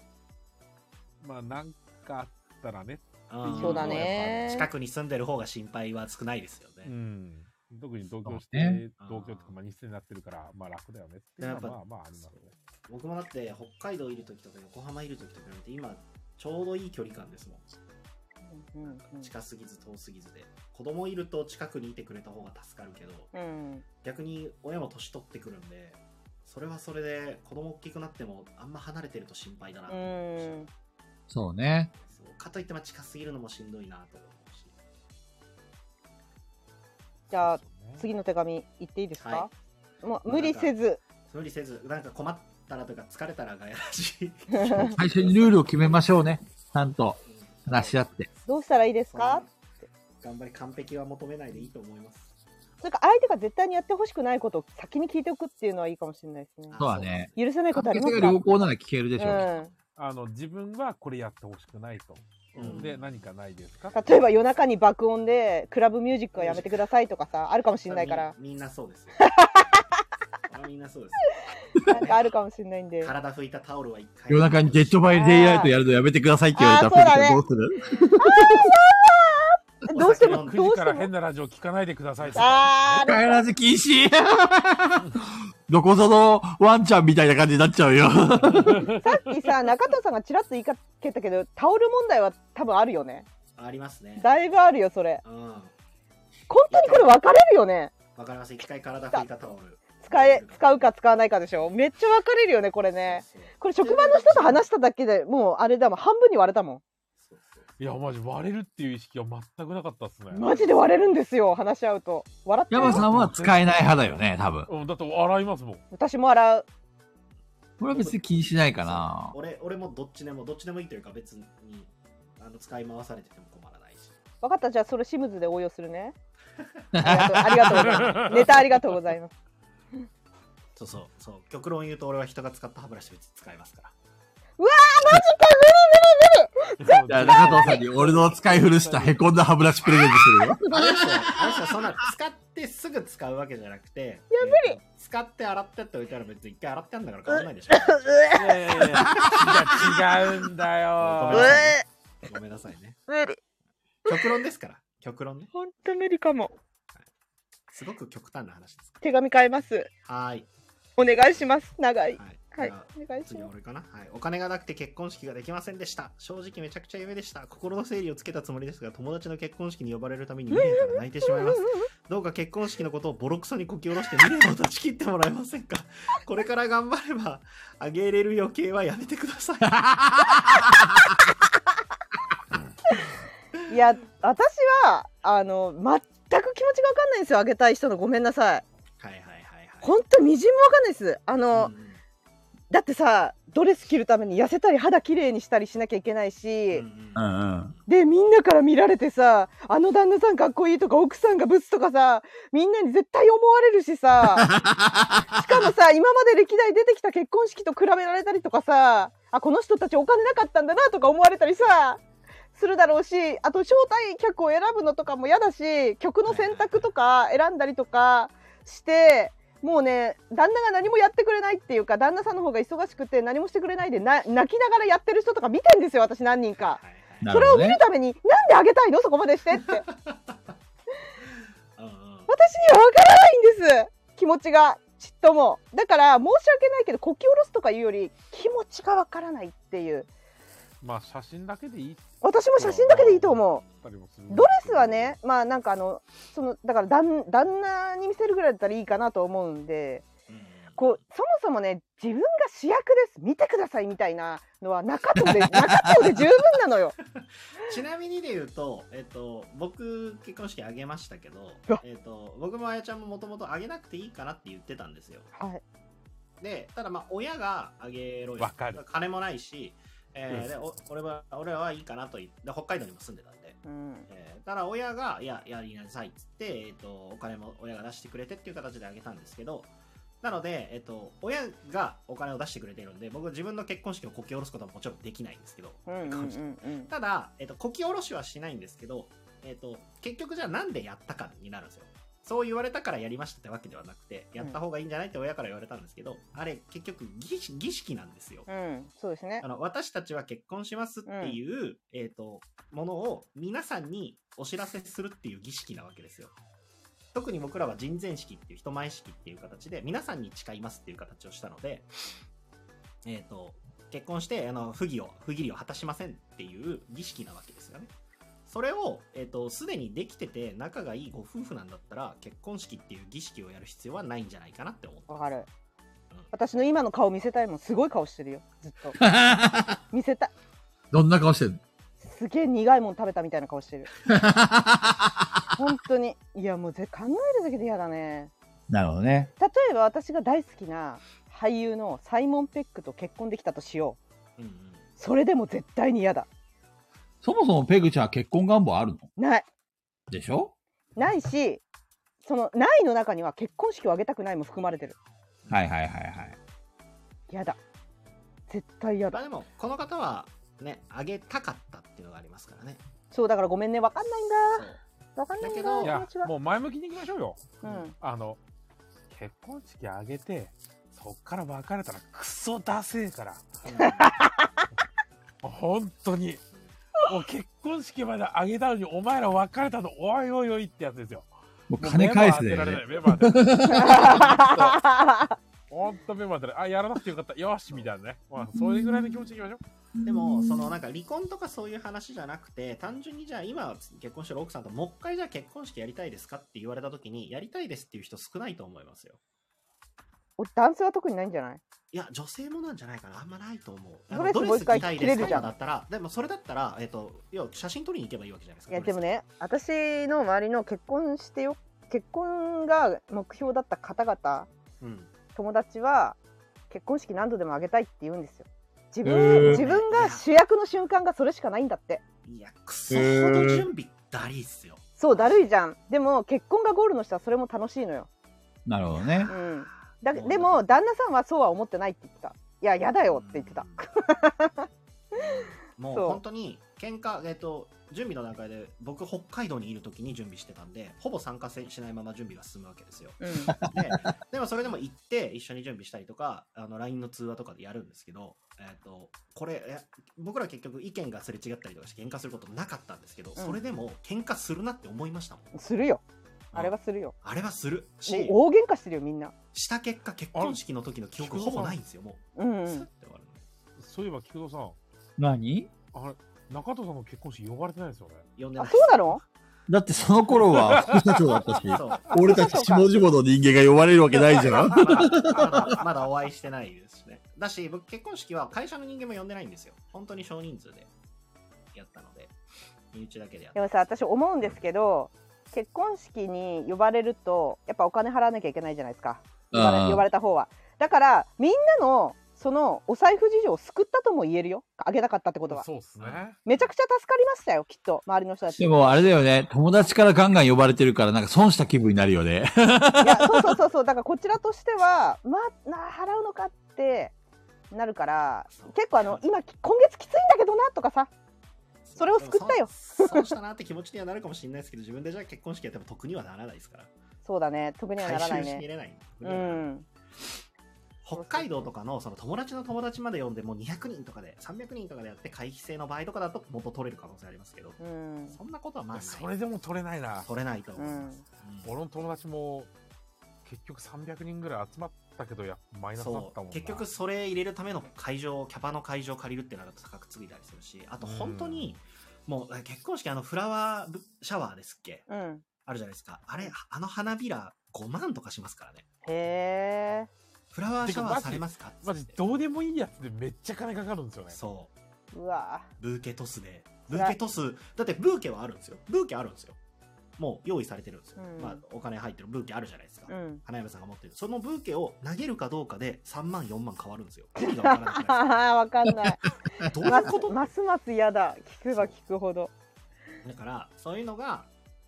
Speaker 2: まあなんかあったらね
Speaker 5: うん
Speaker 1: そうだね
Speaker 5: 近くに住んでる方が心配は少ないですよ
Speaker 2: う
Speaker 5: ね、
Speaker 2: ん特に同居して、
Speaker 3: そうね
Speaker 2: 同居とか、まあ、日生になってるから、まあ楽だよねっていうの
Speaker 5: や
Speaker 2: は、
Speaker 5: っぱ
Speaker 2: まあまあありますね。
Speaker 5: 僕もだって北海道いる時とか横浜いる時とか見て今ちょうどいい距離感ですもん
Speaker 1: うんうん
Speaker 5: 近すぎず遠すぎずで子供いると近くにいてくれた方が助かるけど
Speaker 1: うん
Speaker 5: 逆に親も年取ってくるんでそれはそれで子供大きくなってもあんま離れてると心配だなと
Speaker 1: う
Speaker 5: 思うし
Speaker 1: ん
Speaker 3: そうね。
Speaker 5: そうかといってまあ近すぎるのもしんどいなと思うし
Speaker 1: じゃあ
Speaker 2: そうね
Speaker 1: 次の手紙言っていいですか
Speaker 5: は、
Speaker 1: もう無理せず
Speaker 5: 無理せずなんか困ったらとか疲れたらがやらしい
Speaker 3: 最初にルールを決めましょうね。ちゃんと話し合って。
Speaker 1: どうしたらいいです
Speaker 5: そ
Speaker 1: か
Speaker 5: の頑張り完璧は求めないでいいと思います
Speaker 1: それか相手が絶対にやってほしくないことを先に聞いておくっていうのはいいかもしれないですね
Speaker 5: あ
Speaker 3: そうだね
Speaker 1: 許せないことあ
Speaker 3: 関
Speaker 1: り
Speaker 3: 係
Speaker 1: ま
Speaker 3: 性
Speaker 1: す
Speaker 3: が
Speaker 1: か
Speaker 3: 良好なら聞けるでしょうね。
Speaker 1: うん
Speaker 2: あの自分はこれやってほしくないと。
Speaker 5: うん
Speaker 2: で、何かないですか
Speaker 1: 例えば夜中に爆音でクラブミュージックはやめてくださいとかさあるかもしれないから
Speaker 5: みんみんなそ うですよあみんなそうで
Speaker 1: なんかあるかもしれないんです
Speaker 5: 体拭いたタオルは一回
Speaker 3: 夜中にジェットバイレイライトやるのやめてくださいって言われたら、
Speaker 1: あーそうだね
Speaker 3: ど
Speaker 1: どう
Speaker 3: うする
Speaker 1: して
Speaker 5: お
Speaker 1: も
Speaker 2: 9
Speaker 5: 酒
Speaker 1: どうし
Speaker 2: 時
Speaker 1: て
Speaker 2: から
Speaker 1: も
Speaker 2: 変なラジオ聞かないでくださいとか。
Speaker 1: あ
Speaker 3: 帰らず禁止どこぞのワンちゃんみたいな感じになっちゃうよ。
Speaker 1: ーさっきさ中藤さんがちらっと言いかけたけどタオル問題は多分あるよね
Speaker 5: ありますね
Speaker 1: だいぶあるよそれ
Speaker 5: うん
Speaker 1: 本当にこれ分かれるよね
Speaker 5: わかります一回体拭いたタオル
Speaker 1: 使え使うか使わないかでしょめっちゃ分かれるよねこれね
Speaker 5: そうそう
Speaker 1: これ職場の人と話しただけでもうあれだもん半分に割れたも
Speaker 5: そうそう
Speaker 2: いや、マジ割れるっていう意識は全くなかったっすね。
Speaker 1: んマジで割れるんですよ話し合うと笑って
Speaker 3: 山
Speaker 1: る
Speaker 3: さんは使えない派だよね、多分。
Speaker 2: うん、だって洗いますもん。
Speaker 1: 私も笑う
Speaker 3: これは別に気にしないかな
Speaker 5: そう。俺俺もどっちでもどっちでもいいというか別にあの使い回されてても困らないし
Speaker 1: 分かったじゃあそれシムズで応用するねありがとうありがとうございますネタありがとうございます
Speaker 5: そうそうそう極論言うと俺は人が使った歯ブラシ別に使いますから
Speaker 3: じゃあ、中藤さんに俺の使い古した凹んだ歯ブラシプレゼントするよ。
Speaker 5: あの人あの人そんな使ってすぐ使うわけじゃなくてや
Speaker 1: 無理
Speaker 5: 使って洗ってっておいたら別に一回洗ってあんだから変わんないでしょ
Speaker 2: いやいやいやいや違うんだ
Speaker 5: ご
Speaker 2: よ
Speaker 5: めん。なさいねごめん
Speaker 1: 無
Speaker 5: なさいね
Speaker 1: 理
Speaker 5: 極論ですから極論ね
Speaker 1: ほんと無理かも
Speaker 5: すごく極端な話ですか
Speaker 1: 手紙変えます
Speaker 5: らはーい
Speaker 1: お願いします長い
Speaker 5: はい、
Speaker 1: はい
Speaker 5: じゃあ
Speaker 1: お願いし
Speaker 5: 次
Speaker 1: ます
Speaker 5: 俺かな、はい、お金がなくて結婚式ができませんでした正直めちゃくちゃ夢でした心の整理をつけたつもりですが友達の結婚式に呼ばれるために未練から泣いてしまいますどうか結婚式のことをボロクソにこき下ろして未練を断ち切ってもらえません かこれから頑張ればあげれる余計はやめてください
Speaker 1: いや私はあの全く気持ちが分かんないんですよあげたい人のごめんなさい
Speaker 5: はいはいはいはい
Speaker 1: 本当みじんも分かんないですあの、
Speaker 5: う
Speaker 1: だってさドレス着るために痩せたり肌綺麗にしたりしなきゃいけないし、
Speaker 5: んうん
Speaker 3: う
Speaker 5: うん
Speaker 3: んうん。
Speaker 1: でみんなから見られてさあの旦那さんかっこいいとか奥さんがブスとかさみんなに絶対思われるしさしかもさ今まで歴代出てきた結婚式と比べられたりとかさあこの人たちお金なかったんだなとか思われたりさするだろうしあと招待客を選ぶのとかも嫌だし曲の選択とか選んだりとかして。もうね旦那が何もやってくれないっていうか旦那さんの方が忙しくて何もしてくれないでな泣きながらやってる人とか見てんですよ私何人か。
Speaker 5: はい
Speaker 3: な
Speaker 1: そ
Speaker 3: る
Speaker 1: れ
Speaker 3: ほ
Speaker 1: を見
Speaker 3: ど
Speaker 1: る
Speaker 3: ね。
Speaker 1: ために、なんであげたいのそこまでしてって。私にはわ
Speaker 5: はいうんうん
Speaker 1: からないんです。気持ちが。ちっとも。だから、申し訳ないけど、こき下ろすとかいうより、気持ちがわからないっていう。
Speaker 2: まあ、写真だけでいい。
Speaker 1: 私も写真だけでいいと思う。
Speaker 2: う
Speaker 1: ドレスはね、まあなんかあの、その、だから旦、旦那に見せるぐらいだったらいいかなと思うんで、こう、そもそもね、自分が主役です。見てくださいみたいなのは、中藤で、中藤で十分なのよ。
Speaker 5: ちなみにで言うと、えっと、僕、結婚式あげましたけど
Speaker 1: うわ、
Speaker 5: えっと、僕もあやちゃんももともとあげなくていいかなって言ってたんですよ。
Speaker 1: はい。
Speaker 5: で、ただまあ、親があげろよ。
Speaker 2: わかる
Speaker 5: 金もないし、え
Speaker 2: う
Speaker 5: ー
Speaker 2: ん
Speaker 5: でお俺は、俺らはいいかなと言って、で北海道にも住んでたんで、
Speaker 1: うん。
Speaker 5: えーただ親が、いや、やりなさいっつって、えっと、お金も親が出してくれてっていう形であげたんですけど、なので、えっと、親がお金を出してくれているので、僕は自分の結婚式をこき下ろすことはもちろんできないんですけど、
Speaker 1: うんうんうんうん。
Speaker 5: ただ、えっと、こき下ろしはしないんですけど、えっと、結局じゃあなんでやったかになるんですよ。そう言われたからやりましたってわけではなくて、やった方がいいんじゃないって親から言われたんですけど、あれ結局儀式儀式なんですよ。
Speaker 1: うん、そうですね
Speaker 5: あ。の私たちは結婚しますっていう、えっとものを皆さんにお知らせするっていう儀式なわけですよ。特に僕らは人前式っていう人前式っていう形で皆さんに誓いますっていう形をしたので、えっ、と、結婚して、あの、不義を、不義理を果たしませんっていう儀式なわけですよね。それを、えっ、と、すでにできてて仲がいいご夫婦なんだったら、結婚式っていう儀式をやる必要はないんじゃないかなって思った。
Speaker 1: わかる私の今の顔見せたいもんすごい顔してるよずっと見せたい
Speaker 3: どんな顔してる
Speaker 1: すげえ苦いもん食べたみたいな顔してる本当にいやもうぜ考えるだけで嫌だね
Speaker 3: なるほどね。
Speaker 1: 例えば私が大好きな俳優のサイモン・ペックと結婚できたとしよう
Speaker 5: うんうん。
Speaker 1: それでも絶対に嫌だ
Speaker 3: そもそもペグちゃんは結婚願望あるの
Speaker 1: ない
Speaker 3: でしょ
Speaker 1: ないしそのないの中には結婚式を挙げたくないも含まれてる
Speaker 3: はいはいはいはい。
Speaker 1: 嫌だ絶対嫌
Speaker 5: まあ
Speaker 1: だ
Speaker 5: でも、この方は、ね、あげたかったっていうのがありますからね。
Speaker 1: そうだからごめんねわかんないん
Speaker 5: そ
Speaker 1: だ
Speaker 5: う
Speaker 1: わかんないんだ
Speaker 5: だけど
Speaker 2: い
Speaker 1: 気
Speaker 2: や
Speaker 1: 持ちは
Speaker 2: もう前向きにいきましょうよ
Speaker 1: うん
Speaker 2: あの結婚式あげてそっから別れたらクソダセえから本当にもう結婚式まであげたのにお前ら別れたのおいおいおいってやつですよ
Speaker 3: もう金返す
Speaker 2: で
Speaker 3: で、ね。
Speaker 2: メモ当てられないメモ当てられないほんとメモ当てられないあやらなくてよかったよしみたいなねまあそれぐらいの気持ちでいきましょう
Speaker 5: でも、そのなんか離婚とかそういう話じゃなくて、単純にじゃあ今結婚してる奥さんともう一回じゃあ結婚式やりたいですかって言われた時に、やりたいですっていう人少ないと思いますよ。
Speaker 1: お男性は特にないんじゃない
Speaker 5: いや、女性もなんじゃないかな。あんまないと思う。
Speaker 1: ドレス
Speaker 5: あの
Speaker 1: もう一回
Speaker 5: ドレス
Speaker 1: 着れるじゃん
Speaker 5: だったら、でもそれだったら、えっ、と、要は写真撮りに行けばいいわけじゃないです
Speaker 1: い
Speaker 5: か。
Speaker 1: や
Speaker 5: ド
Speaker 1: で
Speaker 5: レス
Speaker 1: も。ね私の周りの結婚してよ結婚が目標だった方々
Speaker 5: うん。
Speaker 1: 友達は結婚式何度でもあげたいって言うんですよ自分、
Speaker 3: へー
Speaker 1: 自分が主役の瞬間がそれしかないんだって
Speaker 5: いや、くそほど準備だりっすよ。
Speaker 1: そうだるいじゃんでも結婚がゴールの人はそれも楽しいのよ
Speaker 3: なるほどね
Speaker 1: う。んだでも旦那さんはそうは思ってないって言ってたいややだよって言ってた
Speaker 5: うん。 もう
Speaker 1: そう
Speaker 5: 本当に喧嘩えっ、と準備の段階で僕北海道にいる時に準備してたんでほぼ参加せしないまま準備が進むわけですよ。
Speaker 1: うん
Speaker 5: ででもそれでも行って一緒に準備したりとかあの LINE の通話とかでやるんですけど、えっとこれえ僕ら結局意見がすれ違ったりとかして喧嘩することなかったんですけど、
Speaker 1: ん
Speaker 5: それでも喧嘩するなって思いましたもん
Speaker 1: するよあれはするよ
Speaker 5: あれはする
Speaker 1: もう
Speaker 5: し
Speaker 1: 大喧嘩してるよみんな
Speaker 5: した結果結婚式の時の記憶ほぼないんですよも
Speaker 1: うん
Speaker 5: う、
Speaker 1: う
Speaker 5: スッ
Speaker 1: ん
Speaker 5: て終わるの
Speaker 2: そういえば菊蔵さん
Speaker 3: 何
Speaker 2: あれ中戸さんの結婚式呼ばれてないですよね
Speaker 5: 呼んでな
Speaker 1: あ
Speaker 5: い
Speaker 1: そうなの
Speaker 3: だってその頃は副社長だったし、
Speaker 5: そうま
Speaker 3: 俺たち下々の人間が呼ばれるわけないじゃん。
Speaker 5: だまだまだお会いしてないですしねだし僕結婚式は会社の人間も呼んでないんですよ本当に少人数でやったので身内だけでやっ
Speaker 1: で
Speaker 5: た
Speaker 1: もさ私思うんですけど結婚式に呼ばれるとやっぱお金払わなきゃいけないじゃないですか呼ばれ呼ばれた方はだからみんなのそのお財布事情を救ったとも言えるよあげなかったってことは
Speaker 2: そうっすね
Speaker 1: めちゃくちゃ助かりましたよきっと周りの人たち
Speaker 3: でもあれだよね、友達からガンガン呼ばれてるからなんか損した気分になるよね。
Speaker 1: いやそうそうそうそうだからこちらとしてはまあな払うのかってなるから結構あの今き今月きついんだけどなとかさそれを救ったよ
Speaker 5: でもそ損したなって気持ちにはなるかもしれないですけど、自分でじゃあ結婚式やっても得にはならないですから。
Speaker 1: そうだね特にはならない
Speaker 5: 回収しき
Speaker 1: ね
Speaker 5: れない。
Speaker 1: うん
Speaker 5: 北海道とかのその友達の友達まで呼んでもう200人とかで300人とかでやって会費制の場合とかだと元取れる可能性ありますけど、
Speaker 1: うん
Speaker 5: そんなことはまあない
Speaker 2: それでも取れないな
Speaker 5: 取れないと
Speaker 1: う
Speaker 5: 思いま
Speaker 1: ん
Speaker 5: す。うん
Speaker 2: 俺の友達も結局300人ぐらい集まったけどやっぱマイナスだっ
Speaker 5: そ
Speaker 2: たもん
Speaker 5: う
Speaker 2: な
Speaker 5: 結局それ入れるための会場キャパの会場借りるってなると高くついたりするしあと本当に、もう結婚式あのフラワーシャワーですっけ
Speaker 1: うん
Speaker 5: あるじゃないですかあれあの花びら5万とかしますからね
Speaker 1: へえ
Speaker 5: フラワーシャ
Speaker 2: てか
Speaker 5: ワ
Speaker 2: マ
Speaker 5: ー
Speaker 2: ジ
Speaker 5: されますか
Speaker 2: マ
Speaker 5: っ
Speaker 2: ジ
Speaker 5: つって
Speaker 2: どうでもいいやつでめっちゃ金かかるんですよね
Speaker 5: そう
Speaker 1: うわ
Speaker 5: ブーケトスでブーケトスだってブーケはあるんですよブーケあるんですよもう用意されてるんですよ、
Speaker 1: うん
Speaker 5: まあ、お金入ってるブーケあるじゃないですか、
Speaker 1: うん
Speaker 5: 花嫁さんが持ってるそのブーケを投げるかどうかで3万4万変わるんですよ意味がわからなくないですか
Speaker 1: あわかんない
Speaker 5: どうい
Speaker 1: ま
Speaker 5: うこと
Speaker 1: ますます嫌だ聞けば聞くほど
Speaker 5: だからそういうのが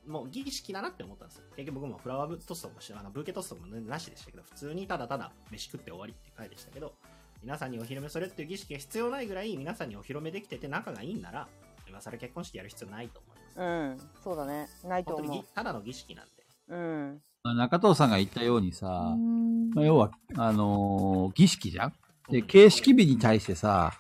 Speaker 5: もう儀式だなって思ったんですよ結局僕もフラワートスとかもしてあのブーケトスとかも全然なしでしたけど普通にただただ飯食って終わりっていう回でしたけど皆さんにお披露目するっていう儀式が必要ないぐらい皆さんにお披露目できてて仲がいいんなら今更結婚式やる必要ないと思います、
Speaker 1: うんそうだねないと
Speaker 5: 本当に
Speaker 1: 思
Speaker 5: ぎただの儀式なんで
Speaker 1: ううん
Speaker 3: 中藤さんが言ったようにさ、まあ、要は、あのー儀式じゃんで、
Speaker 5: うん
Speaker 3: 形式日に対してさ、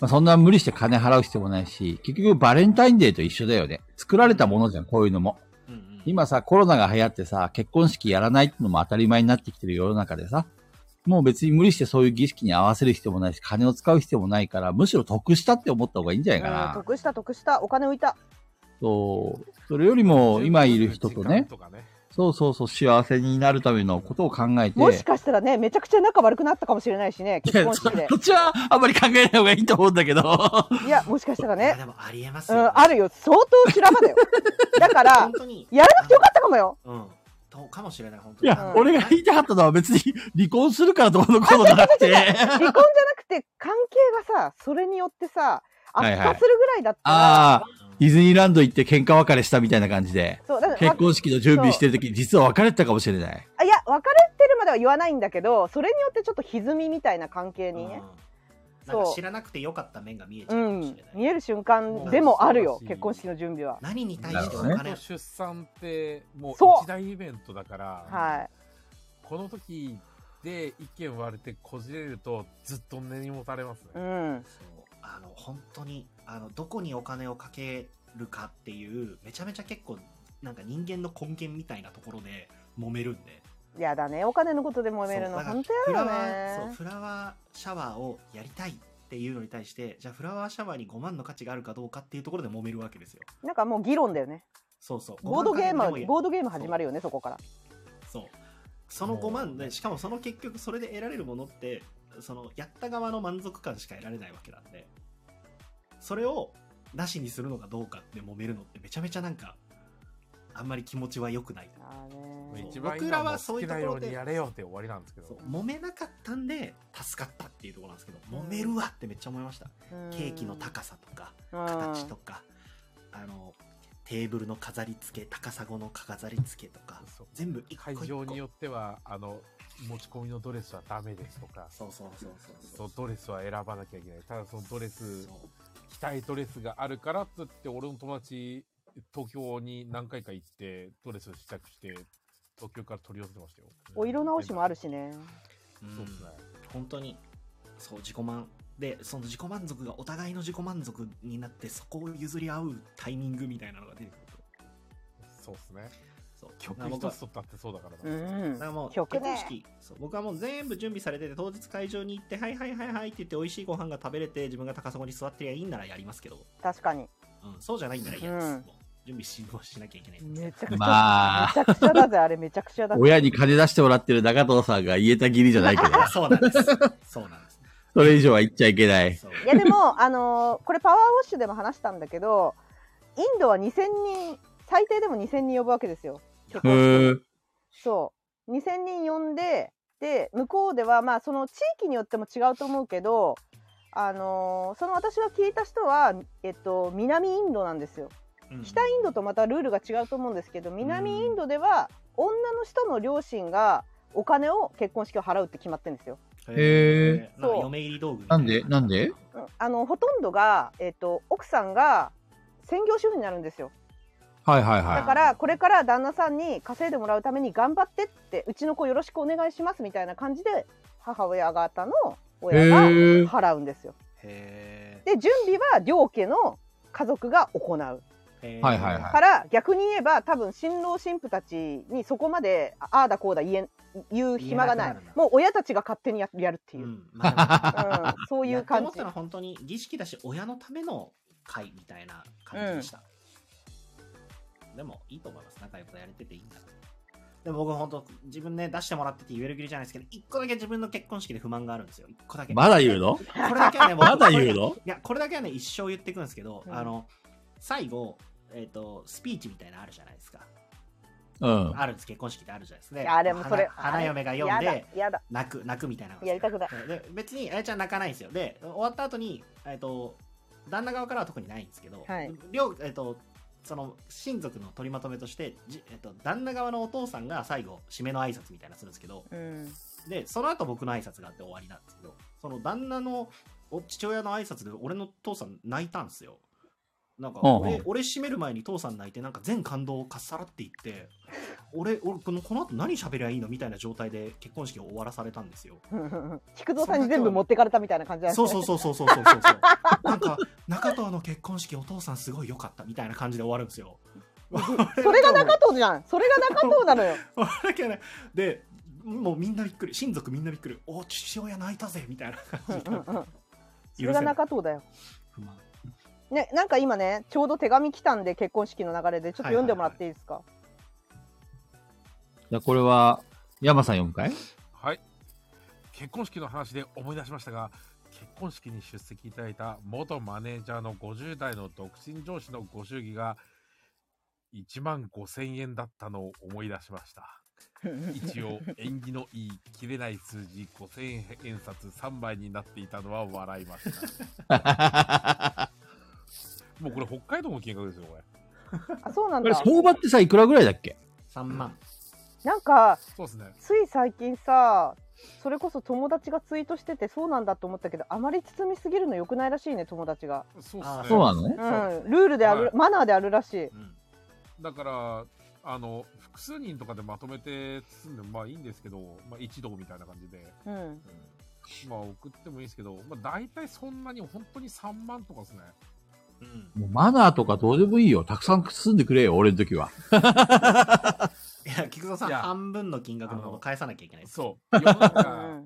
Speaker 3: まあ、そんな無理して金払う必要もないし、結局バレンタインデーと一緒だよね。作られたものじゃん、こういうのも。
Speaker 5: うんうん
Speaker 3: 今さ、コロナが流行ってさ、結婚式やらないってのも当たり前になってきてる世の中でさ、もう別に無理してそういう儀式に合わせる必要もないし、金を使う必要もないから、むしろ得したって思った方がいいんじゃないか
Speaker 1: うん
Speaker 3: な。
Speaker 1: 得した得したお金浮いた
Speaker 3: そう。それよりも、今いる人とね、
Speaker 2: 時間ね
Speaker 3: そうそうそう、幸せになるためのことを考えて、
Speaker 1: もしかしたらねめちゃくちゃ仲悪くなったかもしれないしね
Speaker 3: いや
Speaker 1: 結婚
Speaker 3: そ
Speaker 1: 式で
Speaker 3: そっちはあんまり考えない方がいいと思うんだけど。
Speaker 1: いやもしかしたら
Speaker 5: いや
Speaker 1: ね
Speaker 5: でもありえます
Speaker 1: う
Speaker 5: よ、
Speaker 1: んあるよ相当修羅場だよだから
Speaker 5: 本当に。
Speaker 1: やらなくてよかったかもよ
Speaker 5: うん。とかもしれない、本当
Speaker 3: い
Speaker 5: に。
Speaker 3: や、
Speaker 1: うん
Speaker 3: 俺が言いたかったのは別に離婚するからどうのこうのじゃな くて。
Speaker 1: 離婚じゃなくて関係がさそれによってさ悪
Speaker 3: はいはい
Speaker 1: 化するぐらいだったら、
Speaker 3: ああ、
Speaker 5: うん
Speaker 3: ディズニーランド行って喧嘩別れしたみたいな感じで。
Speaker 1: そうだから
Speaker 3: 結婚式の準備してる時に実は別れてたかもしれない。
Speaker 1: あいや別れてるまでは言わないんだけどそれによってちょっと歪みみたいな関係にね、
Speaker 5: うんな
Speaker 1: そ
Speaker 5: んか
Speaker 1: う
Speaker 5: 知らなくてよかった面が見えち
Speaker 1: う
Speaker 5: ゃうかもし
Speaker 1: ん
Speaker 5: れ、ない。
Speaker 1: 見える瞬間でもあるよ
Speaker 2: うん
Speaker 1: 結婚式の準備は
Speaker 5: 何に対してお金
Speaker 3: なる
Speaker 5: を
Speaker 3: ほ
Speaker 2: あの出産ってもう
Speaker 1: そう
Speaker 2: 一大イベントだから、
Speaker 1: はい
Speaker 2: この時で意見割れてこじれるとずっと根に持たれますね、
Speaker 1: うん
Speaker 5: そうあの本当にあのどこにお金をかけるかっていうめちゃめちゃ結構なんか人間の根源みたいなところで揉めるんで
Speaker 1: やだねお金のことで揉めるの
Speaker 5: そう
Speaker 1: 本
Speaker 5: フ
Speaker 1: 当や
Speaker 5: ラ
Speaker 1: だ
Speaker 5: ワ
Speaker 1: ね
Speaker 5: ーそうフラワーシャワーをやりたいっていうのに対してじゃあフラワーシャワーに5万の価値があるかどうかっていうところで揉めるわけですよ
Speaker 1: なんかもう議論だよね
Speaker 5: そうそう
Speaker 1: ボードゲー
Speaker 5: 5万かけてもい
Speaker 1: ム
Speaker 5: い
Speaker 1: ボードゲーム始まるよねそこから
Speaker 5: そうその5万でしかもその結局それで得られるものってそのやった側の満足感しか得られないわけなんでそれをなしにするのかどうかって揉めるのってめちゃめちゃなんかあんまり気持ちは良くない
Speaker 1: あ
Speaker 2: もう
Speaker 1: ーね
Speaker 2: 一番
Speaker 5: 僕らはそういうところ
Speaker 2: 好き
Speaker 5: で
Speaker 2: なようにやれよって終わりなんですけど
Speaker 5: そう揉めなかったんで助かったっていうところなんですけど揉めるわってめっちゃ思いました
Speaker 1: うん
Speaker 5: ケーキの高さとか
Speaker 1: うん
Speaker 5: 形とかあのテーブルの飾り付け高砂の飾り付けとか
Speaker 2: そう
Speaker 5: 全部一個
Speaker 2: 会
Speaker 5: 一
Speaker 2: 場
Speaker 5: 個
Speaker 2: によってはあの持ち込みのドレスはダメですとか
Speaker 5: そうそうそう
Speaker 2: そ
Speaker 5: そう
Speaker 2: うドレスは選ばなきゃいけないただそのドレス
Speaker 5: そう
Speaker 2: 着たいドレスがあるからっつって俺の友達東京に何回か行ってドレス試着して東京から取り寄せてましたよ
Speaker 1: お色直しもあるしね
Speaker 5: うん
Speaker 2: そうですね
Speaker 5: 本当にそう自己満でその自己満足がお互いの自己満足になってそこを譲り合うタイミングみたいなのが出てくる
Speaker 2: そうですね
Speaker 5: そう
Speaker 2: 曲
Speaker 5: だから僕
Speaker 2: 一
Speaker 5: は
Speaker 2: つ取ったってそうだから
Speaker 1: う
Speaker 2: な、
Speaker 5: だ
Speaker 1: ん
Speaker 5: からもう
Speaker 1: 曲ね
Speaker 5: 結婚式そう僕はもう全部準備されてて当日会場に行って「はいはいはいはい」って言って美味しいご飯が食べれて自分が高砂に座ってりゃいいんならやりますけど、
Speaker 1: 確かに
Speaker 5: うん、そうじゃないんなら嫌です、
Speaker 1: うん
Speaker 5: もう準備ししなきゃいけない
Speaker 1: めちゃくちゃ、
Speaker 3: まあ
Speaker 1: めちゃくちゃだぜあれめちゃくちゃだぜ
Speaker 3: 親に金出してもらってる中藤さんが言えた義理じゃないけど、
Speaker 5: そうなんですそうなんです
Speaker 3: それ以上は言っちゃいけない。
Speaker 5: そう
Speaker 1: いやでも、あのーこれパワーウォッシュでも話したんだけどインドは2000人最低でも2000人呼ぶわけですよ
Speaker 5: いや
Speaker 3: うーん。
Speaker 1: そう2000人呼んでで向こうではまあその地域によっても違うと思うけど、あのーその私が聞いた人は、えっと、南インドなんですよ
Speaker 5: うん
Speaker 1: 北インドとまたルールが違うと思うんですけど南インドでは女の人の両親がお金を結婚式を払うって決まってるんですよ。
Speaker 3: へ
Speaker 5: なんか
Speaker 1: そう
Speaker 5: 嫁入り道具みた
Speaker 3: ないんでなんで
Speaker 1: うんあのほとんどが、えっと、奥さんが専業主婦になるんですよ
Speaker 3: はいはい
Speaker 1: だ
Speaker 3: は
Speaker 1: からこれから旦那さんに稼いでもらうために頑張ってってうちの子よろしくお願いしますみたいな感じで母親方の
Speaker 3: い。へ
Speaker 1: 親が
Speaker 3: ー。
Speaker 1: 払うんですよ。
Speaker 5: へ
Speaker 1: で準備は両家の家族が行う
Speaker 5: え
Speaker 3: はいはいはい
Speaker 1: から逆に言えば多分新郎新婦たちにそこまであああだこうだ言え言う暇がない
Speaker 5: 言えなくなるな
Speaker 1: もう親たちが勝手にややるっていう、
Speaker 5: う
Speaker 1: うん
Speaker 5: んまあ
Speaker 1: そういう感
Speaker 5: やって思っ
Speaker 1: じ
Speaker 5: たのは本当に儀式だし親のための会みたいな感じでした、でもいいと思います仲良くやれてていいんだでも僕は本当自分ね出してもらってて言えるぎりじゃないですけど一個だけ自分の結婚式で不満があるんですよ一個だけ
Speaker 3: まだ言うの
Speaker 5: これだけはね僕
Speaker 3: まだ言う
Speaker 5: これ
Speaker 3: の
Speaker 5: いやこれだけはね一生言ってくんですけど、
Speaker 1: うん
Speaker 5: あの最後えっ、とスピーチみたいなのあるじゃないですか
Speaker 3: うん。
Speaker 5: あるんです結婚式であるじゃないですね
Speaker 1: いやでもそれ
Speaker 5: 花花嫁が
Speaker 1: や
Speaker 5: 読ん
Speaker 1: だ
Speaker 5: で
Speaker 1: やだ
Speaker 5: 泣く泣くみたいなのが
Speaker 1: やりたくない
Speaker 5: で別にあやちゃん泣かないんですよで終わった後にえっと旦那側からは特にないんですけど、
Speaker 1: はい
Speaker 5: 両えっとその親族の取りまとめとしてじ、えっと旦那側のお父さんが最後締めの挨拶みたいなのするんですけど
Speaker 1: うん
Speaker 5: でその後僕の挨拶があって終わりなんですけどその旦那のお父親の挨拶で俺の父さん泣いたんですよなんか
Speaker 3: うんうん
Speaker 5: 俺俺締める前に父さん泣いてなんか全感動をかっさらっていって俺俺このこの後何喋りゃいいのみたいな状態で結婚式を終わらされたんですよ
Speaker 1: 菊蔵さんに全部持ってかれたみたいな感じなんです
Speaker 5: そう
Speaker 1: ね
Speaker 5: そうそうそうそうそ うそう。なんか、中藤の結婚式お父さんすごい良かったみたいな感じで終わるんですよ。
Speaker 1: それが中藤じゃんそれが中藤なのよ
Speaker 5: 俺だけねでもうみんなびっくり親族みんなびっくりお父親泣いたぜみたいな
Speaker 1: うん
Speaker 5: 感
Speaker 1: う
Speaker 5: じ
Speaker 1: ん
Speaker 5: で
Speaker 1: うんそれが中藤だよ
Speaker 5: 不満
Speaker 1: ねなんか今ねちょうど手紙来たんで結婚式の流れでちょっと読んでもらっていいですか、
Speaker 3: じゃあこれは、山さん読むかい
Speaker 2: はい結婚式の話で思い出しましたが結婚式に出席いただいた元マネージャーの50代の独身上司のご祝儀が1万5000円だったのを思い出しま した一応縁起のいい切れない数字5000円札3枚になっていたのは笑いました もうこれ北海道の金額ですよこれ
Speaker 1: あそうなん
Speaker 3: あれ、
Speaker 1: だ
Speaker 3: 相場ってさ、いくらぐらいだっけ
Speaker 5: 3万
Speaker 1: なんか
Speaker 2: そうですね
Speaker 1: つい最近さそれこそ友達がツイートしててそうなんだと思ったけどあまり包みすぎるの良くないらしいね友達が、
Speaker 2: そうですね
Speaker 5: あー
Speaker 3: そうなの
Speaker 1: うん、ルールである、
Speaker 2: はい
Speaker 1: マナーであるらしい
Speaker 5: うん
Speaker 2: だからあの複数人とかでまとめて包んでもまあいいんですけど、まあ、一同みたいな感じで、
Speaker 1: うん
Speaker 2: まあ、送ってもいいですけど、まあ、大体そんなに本当に3万とかですね
Speaker 5: うんうん
Speaker 3: もうマナーとかどうでもいいよ。たくさん包んでくれよ、俺の時は。
Speaker 5: いや菊蔵さん
Speaker 2: いや
Speaker 5: 半分の金額のこと返さなきゃいけないです
Speaker 2: そう世の
Speaker 1: う
Speaker 2: 中
Speaker 1: ん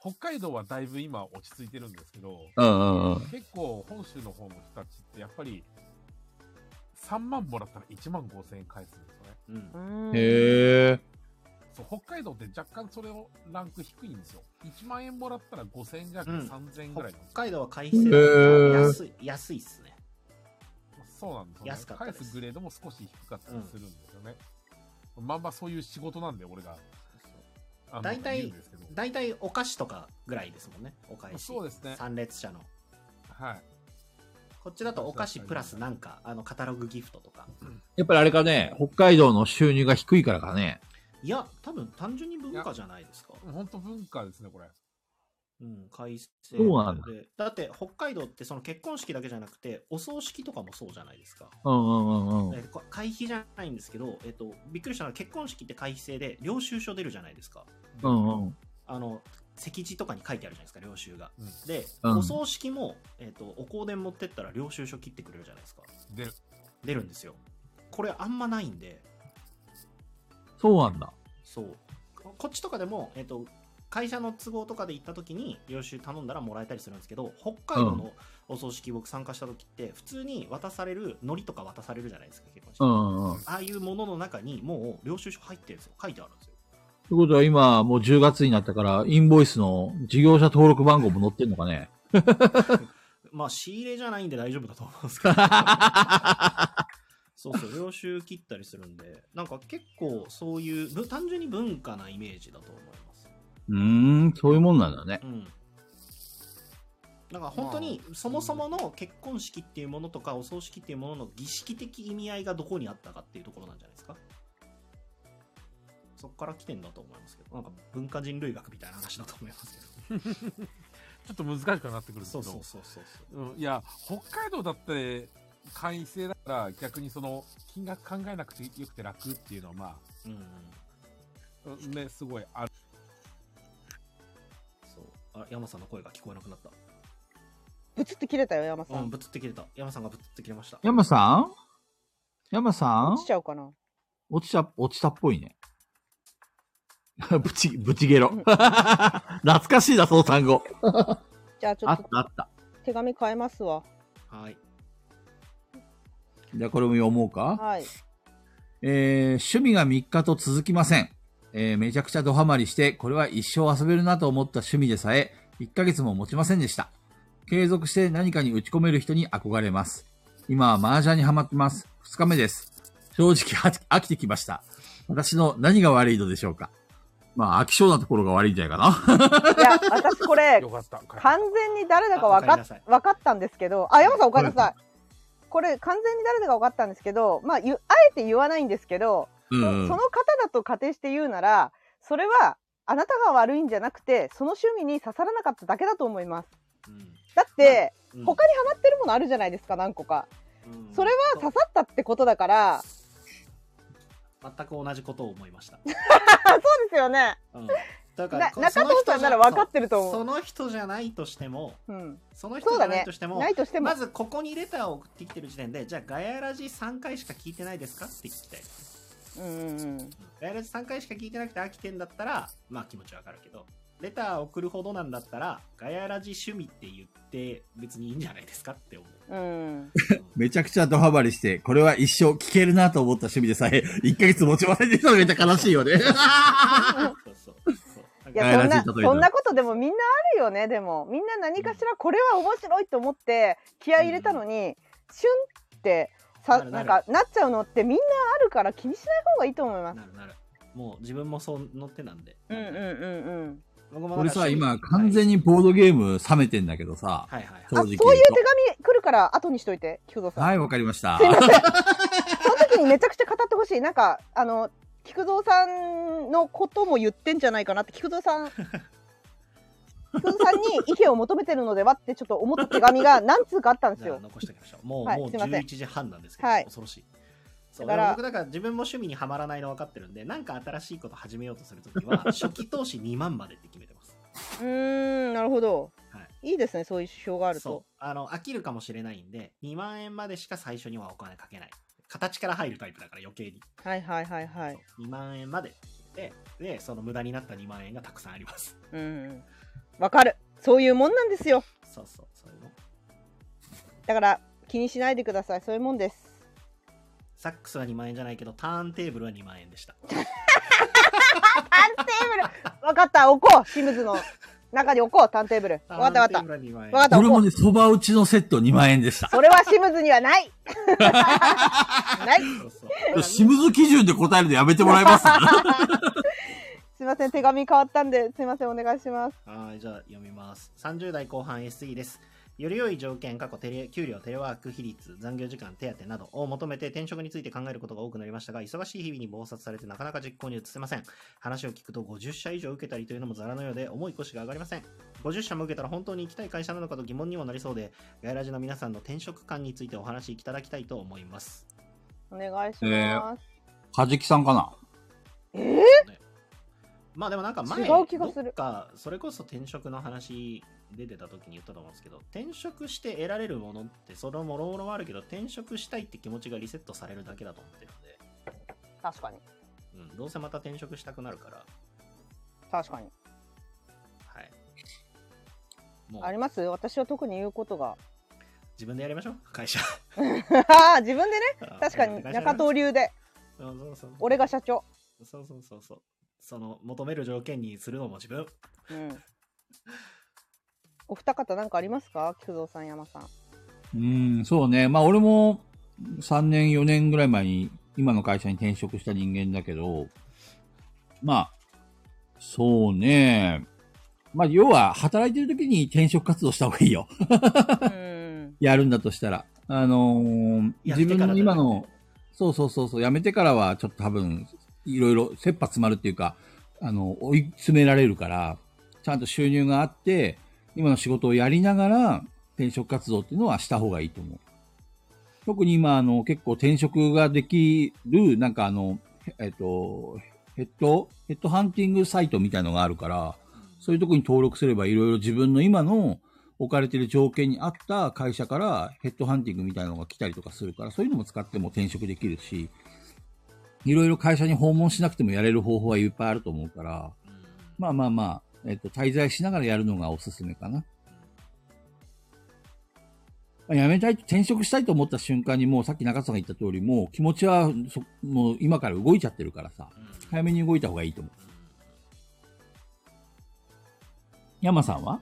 Speaker 2: 北海道はだいぶ今落ち着いてるんですけど
Speaker 3: うんうんうん。
Speaker 2: 結構本州の方の人たちってやっぱり3万もらったら1万5千円返すんですよね
Speaker 5: うん
Speaker 1: うん
Speaker 3: へえ。
Speaker 2: そう北海道って若干それをランク低いんですよ1万円もらったら5千円じゃなく
Speaker 5: うん
Speaker 2: て3000円ぐらいなんですよ
Speaker 5: 北海道は改正
Speaker 3: へー
Speaker 5: 安い安いっすね
Speaker 2: そうなんですよ、ね。
Speaker 5: 安かったです
Speaker 2: 返すグレードも少し低かったりするんですよね。まんまそういう仕事なんで、俺が。あの
Speaker 5: 大体
Speaker 2: 言うんですけど
Speaker 5: 大体お菓子とかぐらいですもんねお返し
Speaker 2: そうですね
Speaker 5: 参列者の
Speaker 2: はい。
Speaker 5: こっちだとお菓子プラスなんかあのカタログギフトとか
Speaker 3: やっぱりあれかね、北海道の収入が低いからかね。
Speaker 5: いや多分単純に文化じゃないですか
Speaker 2: 本当文化ですね、これ。
Speaker 5: うん改
Speaker 3: そ
Speaker 5: 正
Speaker 3: うなんだ
Speaker 5: でだって北海道ってその結婚式だけじゃなくてお葬式とかもそうじゃないですか
Speaker 3: うんうんうんうん。
Speaker 5: えこ会費じゃないんですけど、えっと、びっくりしたのは結婚式って会費制で領収書出るじゃないですか
Speaker 3: うんうん。
Speaker 5: あの席次とかに書いてあるじゃないですか領収が、
Speaker 2: うん
Speaker 5: で、
Speaker 3: うん
Speaker 5: お葬式も、えっと、お香典持ってったら領収書切ってくれるじゃないですか
Speaker 2: で、
Speaker 5: 出るんですよこれあんまないんで
Speaker 3: そうなんだ。
Speaker 5: そうここっちとかでも、えっと、会社の都合とかで行った時に領収頼んだらもらえたりするんですけど北海道のお葬式僕参加した時って普通に渡される海苔とか渡されるじゃないですか結婚式、
Speaker 3: う
Speaker 5: あ
Speaker 3: んうんうん。って
Speaker 5: あいうものの中にもう領収書入ってるんですよ書いてあるんですよ
Speaker 3: ことは今、もう10月になったから、インボイスの事業者登録番号も載ってんのかね。
Speaker 5: まあ仕入れじゃないんで大丈夫だと思うんで すけどそうそう領収切ったりするんでなんか結構そういうぶ単純に文化なイメージだと思います
Speaker 3: うーん、そういうもんなんだね。
Speaker 5: うんなんか本当にそもそもの結婚式っていうものとかお葬式っていうものの儀式的意味合いがどこにあったかっていうところなんじゃないですかそこから来てんだと思いますけどなんか文化人類学みたいな話だと思いますけど
Speaker 2: ちょっと難しくなってくるんです
Speaker 5: そ
Speaker 2: けど。
Speaker 5: うそうそうそうそう
Speaker 2: うん、いや、北海道だって、会員制だから、逆にその、金額考えなくてよくて楽っていうのは、ま
Speaker 5: うんうん
Speaker 2: あ、うんね、すごいある。
Speaker 5: そうあ山さんの声が聞こえなくなった
Speaker 1: ブツって切れたよ山さ
Speaker 5: うん、
Speaker 1: ん
Speaker 5: ぶつって切れた。山さんがぶつって切れました。
Speaker 3: 山さん山さん
Speaker 1: 落ちちゃうかな
Speaker 3: 落ちた、落ちたっぽいね。 ぶち、ぶちゲロ。 懐かしいな、その単語。
Speaker 1: じゃあちょ
Speaker 3: あ
Speaker 1: っ
Speaker 3: っ
Speaker 1: と
Speaker 3: たあった。
Speaker 1: 手紙変えますわ
Speaker 5: はい。
Speaker 3: じゃあこれも読もうか。
Speaker 1: はい
Speaker 3: えー趣味が3日と続きません。えーめちゃくちゃドハマりして、これは一生遊べるなと思った趣味でさえ、1ヶ月も持ちませんでした。継続して何かに打ち込める人に憧れます。今は麻雀にハマってます。2日目です。正直飽き飽きてきました。私の何が悪いのでしょうか。まあ、飽き性なところが悪いんじゃないかな。
Speaker 1: いや私これ
Speaker 2: よかった。帰
Speaker 1: 完全に誰だか分か
Speaker 5: あおかえりな
Speaker 1: っ
Speaker 5: さい
Speaker 1: 分かったんですけどあ山さんおかえりなさいこれ完全に誰だか分かったんですけどまあゆあえて言わないんですけど、
Speaker 3: う
Speaker 1: そ
Speaker 3: ん、うん
Speaker 1: その方だと仮定して言うならそれはあなたが悪いんじゃなくてその趣味に刺さらなかっただけだと思います
Speaker 5: う
Speaker 1: だって、
Speaker 5: ん
Speaker 1: 他にハマってるものあるじゃないですか何個か
Speaker 5: うん
Speaker 1: それは刺さったってことだからそう
Speaker 5: 全く同じことを思いました。
Speaker 1: ですよね
Speaker 5: うんだか
Speaker 1: な
Speaker 5: ら
Speaker 1: 中藤さんなら分かってると
Speaker 5: そ
Speaker 1: 思う。
Speaker 5: の人じゃないとしても
Speaker 1: うん、
Speaker 5: その
Speaker 1: そ
Speaker 5: 人
Speaker 1: う
Speaker 5: じ
Speaker 1: だ
Speaker 5: ゃない
Speaker 1: ね
Speaker 5: として。も
Speaker 1: ないとしても、
Speaker 5: まずここにレターを送ってきてる時点でじゃあガヤラジ3回しか聞いてないですかって聞きたい
Speaker 1: うんうんうん、
Speaker 5: ガヤラジ3回しか聞いてなくて飽きてんだったらまあ気持ちわかるけどレターを送るほどなんだったらガヤラジ趣味って言って別にいいんじゃないですかって思う
Speaker 1: うん、
Speaker 3: めちゃくちゃドハマりして、これは一生聞けるなと思った趣味でさえ、1ヶ月持ちませんでしたのがめっちゃ悲しい よね。
Speaker 5: そうそうそう
Speaker 1: い
Speaker 5: な
Speaker 1: や
Speaker 5: ん
Speaker 3: ガヤ
Speaker 1: そ
Speaker 3: ラ
Speaker 1: ん
Speaker 3: ジ
Speaker 1: な
Speaker 3: 例えば
Speaker 1: そんなことでもみんなあるよねでもみんな何かしらこれは面白いと思って気合い入れたのに、シュンってさ
Speaker 5: な
Speaker 1: な
Speaker 5: る
Speaker 1: ん
Speaker 5: なる
Speaker 1: かなっちゃうのってみんなあるから気にしない方がいいと思います。
Speaker 5: なるなるもう自分もそう乗ってなんで
Speaker 1: うんうんうんうん。
Speaker 5: 僕もなん
Speaker 3: 俺
Speaker 5: か
Speaker 3: さ、今
Speaker 5: 趣味
Speaker 3: 完全にボードゲーム冷めてんだけどさ、
Speaker 5: はいはいはい
Speaker 1: あそういう手紙来るから後にしといて菊蔵さん。
Speaker 3: はい、わかりました。
Speaker 1: その時にめちゃくちゃ語ってほしい。なんかあの菊蔵さんのことも言ってんじゃないかなって菊蔵 さん。菊蔵さんに意見を求めてるのではってちょっと思った手紙が何通かあったんです
Speaker 5: じゃあ
Speaker 1: よ。
Speaker 5: 残しておきましょう。もう、
Speaker 1: はい
Speaker 5: もう
Speaker 1: すいません
Speaker 5: 11時半なんですけど、
Speaker 1: はい
Speaker 5: 恐ろしい。そう
Speaker 1: だか
Speaker 5: だからら僕だから自分も趣味にはまらないの分かってるんで、なんか新しいこと始めようとすると きは、初期投資2万までって決めてます。
Speaker 1: うーんなるほど。、
Speaker 5: はい
Speaker 1: いですねそういう指標がある
Speaker 5: そ
Speaker 1: と。
Speaker 5: う。あの、飽きるかもしれないんで、2万円までしか最初にはお金かけない。形から入るタイプだから余計に。
Speaker 1: はいはいはいはい。
Speaker 5: そう2万円までで、で、その無駄になった2万円がたくさんあります。
Speaker 1: うんうん。わかる。そういうもんなんですよ。
Speaker 5: そうそう、そういうの。
Speaker 1: だから気にしないでください。そういうもんです。
Speaker 5: サックスは2万円じゃないけど、ターンテーブルは2万円でした。
Speaker 1: ターンテー ブル。わかった。置こう。シムズの中に置こう。ターンテーブル。わかったわかった。
Speaker 5: ターンテーブルは2万円。
Speaker 1: わかった。
Speaker 3: 俺
Speaker 1: 置こ
Speaker 3: も
Speaker 1: う。
Speaker 3: ね、蕎麦打ちのセット2万円でした。
Speaker 1: それはシムズにはない。 ない。
Speaker 5: そうそう。
Speaker 3: シムズ基準で答えるのやめてもらえ ます
Speaker 1: すいません。手紙変わったんで、すいません。お願いします。
Speaker 5: はい、じゃあ読みます。30代後半 SE です。より良い条件、過去テレ、給料、テレワーク比率、残業時間、手当などを求めて転職について考えることが多くなりましたが、忙しい日々に忙殺されてなかなか実行に移せません。話を聞くと50社以上受けたりというのもザラのようで、重い腰が上がりません。50社も受けたら本当に行きたい会社なのかと疑問にもなりそうで、ガヤラジの皆さんの転職観についてお話しいただきたいと思います。
Speaker 1: お願いし
Speaker 3: え
Speaker 1: ま
Speaker 3: ー
Speaker 1: す。
Speaker 3: カジキさんかな
Speaker 1: え
Speaker 5: まあでもなんか前、
Speaker 1: 違う気がする
Speaker 5: どっかそれこそ転職の話出てた時に言ったと思うんですけど、転職して得られるものって、そのもろもろはあるけど、転職したいって気持ちがリセットされるだけだと思ってるん
Speaker 1: ー確かに。
Speaker 5: で、うん、どうせまた転職したくなるから、
Speaker 1: 確かに。
Speaker 5: はい。も
Speaker 1: あり
Speaker 5: う
Speaker 1: ます私は特に言うことが。
Speaker 5: 自分でやりましょう、会社。
Speaker 1: 自分でね。 確か に中
Speaker 5: 通
Speaker 1: 藤流で。
Speaker 5: そうそうそう。
Speaker 1: 俺が社長。
Speaker 5: そうそうそうそう。その求める条件にするのも自分。
Speaker 1: うん。お二方なんかありますか菊蔵さん、山さん。
Speaker 3: うーん、そうね。まあ俺も3年、4年ぐらい前に今の会社に転職した人間だけど、まあ、そうね。まあ要は働いてる時に転職活動した方がいいよ。
Speaker 1: うん。
Speaker 3: やるんだとしたら。あのー
Speaker 5: やっ
Speaker 3: 自
Speaker 5: て
Speaker 3: 分
Speaker 5: からだよ
Speaker 3: の今
Speaker 5: ね
Speaker 3: の、そうそうそうそう、やめてからはちょっと多分、いろいろ切羽詰まるっていうか、あの、追い詰められるから、ちゃんと収入があって、今の仕事をやりながら、転職活動っていうのはした方がいいと思う。特に今、あの、結構転職ができる、なんかあの、えっと、ヘッド、ヘッドハンティングサイトみたいのがあるから、そういうとこに登録すればいろいろ自分の今の置かれてる条件に合った会社からヘッドハンティングみたいなのが来たりとかするから、そういうのも使っても転職できるし、いろいろ会社に訪問しなくてもやれる方法はいっぱいあると思うから、
Speaker 5: うん
Speaker 3: まあまあまあ、えっと、滞在しながらやるのがおすすめかな。まあ辞めたい、転職したいと思った瞬間にもうさっき中田さんが言った通り、もう気持ちはそもう今から動いちゃってるからさ、
Speaker 5: うん
Speaker 3: 早めに動いた方がいいと思う。
Speaker 5: うん
Speaker 3: 山さんは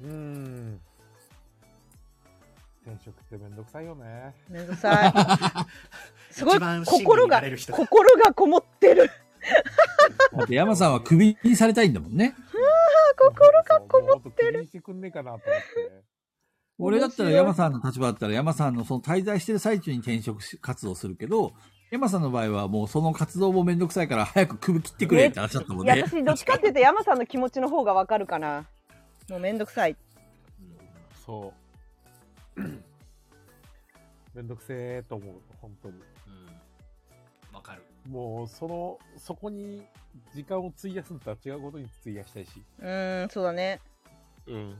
Speaker 2: うーん。転職ってめんどくさいよね。
Speaker 1: めんどくさい。 すごい
Speaker 5: 一番シングル
Speaker 1: 心
Speaker 5: にな
Speaker 1: が
Speaker 5: れる人
Speaker 1: 心がこもってる。
Speaker 3: だって山さんはクビにされたいんだもんね。
Speaker 2: 心がこもってる。もっと気にしてくんねえかなと思って。
Speaker 3: 俺だったら山さんの立場だったら山さんのその滞在してる最中に転職し活動するけど、山さんの場合はもうその活動もめんどくさいから早く首切ってくれって話だったもん
Speaker 1: いや
Speaker 3: ね。
Speaker 1: 私どっちかって言うと山さんの気持ちの方がわかるかな。もうめんどくさい。
Speaker 2: そう。めんどくせえと思う、本当に。
Speaker 5: うんわかる。
Speaker 2: もう、その、そこに時間を費やすのとは違うことに費やしたいし。
Speaker 7: うーん、そうだね。
Speaker 2: うん。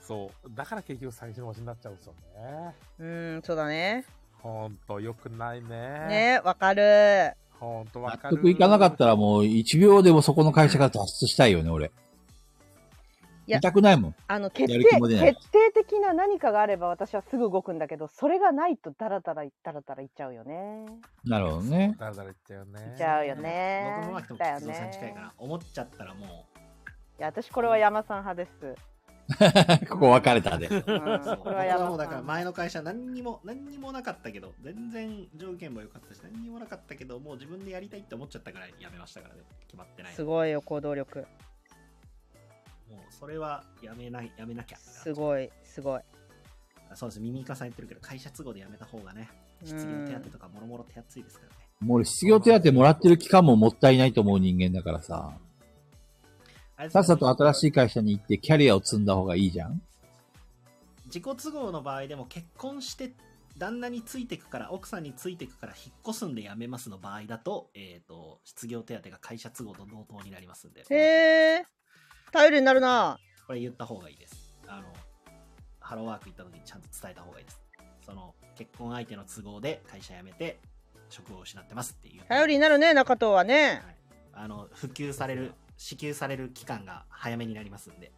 Speaker 2: そう。だから結局最初の星になっちゃうんですよね。
Speaker 7: うーん、そうだね。
Speaker 2: ほんと、よくないね。
Speaker 7: ね、わかる。
Speaker 2: ほんとわ
Speaker 3: 納
Speaker 2: かる。
Speaker 3: 得いかなかったらもう1秒でもそこの会社から脱出したいよね、俺。
Speaker 7: いや
Speaker 3: 痛くないもん。
Speaker 7: あの、
Speaker 1: 決
Speaker 3: や
Speaker 1: 定
Speaker 3: る気も出ない
Speaker 1: 決定的な何かがあれば私はすぐ動くんだけどそれがないとダラダラダラダラいっちゃうよね
Speaker 3: なるほどね。
Speaker 2: だらだら言っちゃうね。
Speaker 1: いっちゃうよね
Speaker 5: 僕もマキとも
Speaker 1: だよ
Speaker 5: 吉蔵さん近い
Speaker 1: ね
Speaker 5: から、思っちゃったらも
Speaker 1: いや私これは山さん派です
Speaker 3: ここ別れたで。
Speaker 1: うん
Speaker 5: う、そう
Speaker 1: これは
Speaker 5: 僕
Speaker 1: 山
Speaker 5: もうだか
Speaker 1: さ
Speaker 5: ら
Speaker 1: ん
Speaker 5: 前の会社何にも、何にもなかったけど、全然条件も良かったし、何にもなかったけど、もう自分でやりたいって思っちゃったからやめましたからね。決まってない。
Speaker 7: すごいよ、行動力。
Speaker 5: もうそれはやめない、やめなきゃ。
Speaker 7: すごい、すごい。
Speaker 5: そうです、耳かさん言ってるけど、会社都合でやめた方がね、
Speaker 7: うん
Speaker 5: 失業手当とかもろもろ手厚いですからね。
Speaker 3: もう俺失業手当もらってる期間ももったいないと思う人間だからさ。
Speaker 5: あれです
Speaker 3: さ
Speaker 5: ね
Speaker 3: っさと新しい会社に行ってキャリアを積んだ方がいいじゃん
Speaker 5: 自己都合の場合でも結婚して旦那についてくから奥さんについてくから引っ越すんで辞めますの場合だと,、えー、と失業手当が会社都合と同等になりますんで
Speaker 7: へえ、頼りになるな。
Speaker 5: これ言った方がいいですあのハローワーク行った時にちゃんと伝えた方がいいですその結婚相手の都合で会社辞めて職を失ってますっていう
Speaker 7: 頼りになるね、中藤はね。
Speaker 5: あの普及される支給される期間が早めになりますんで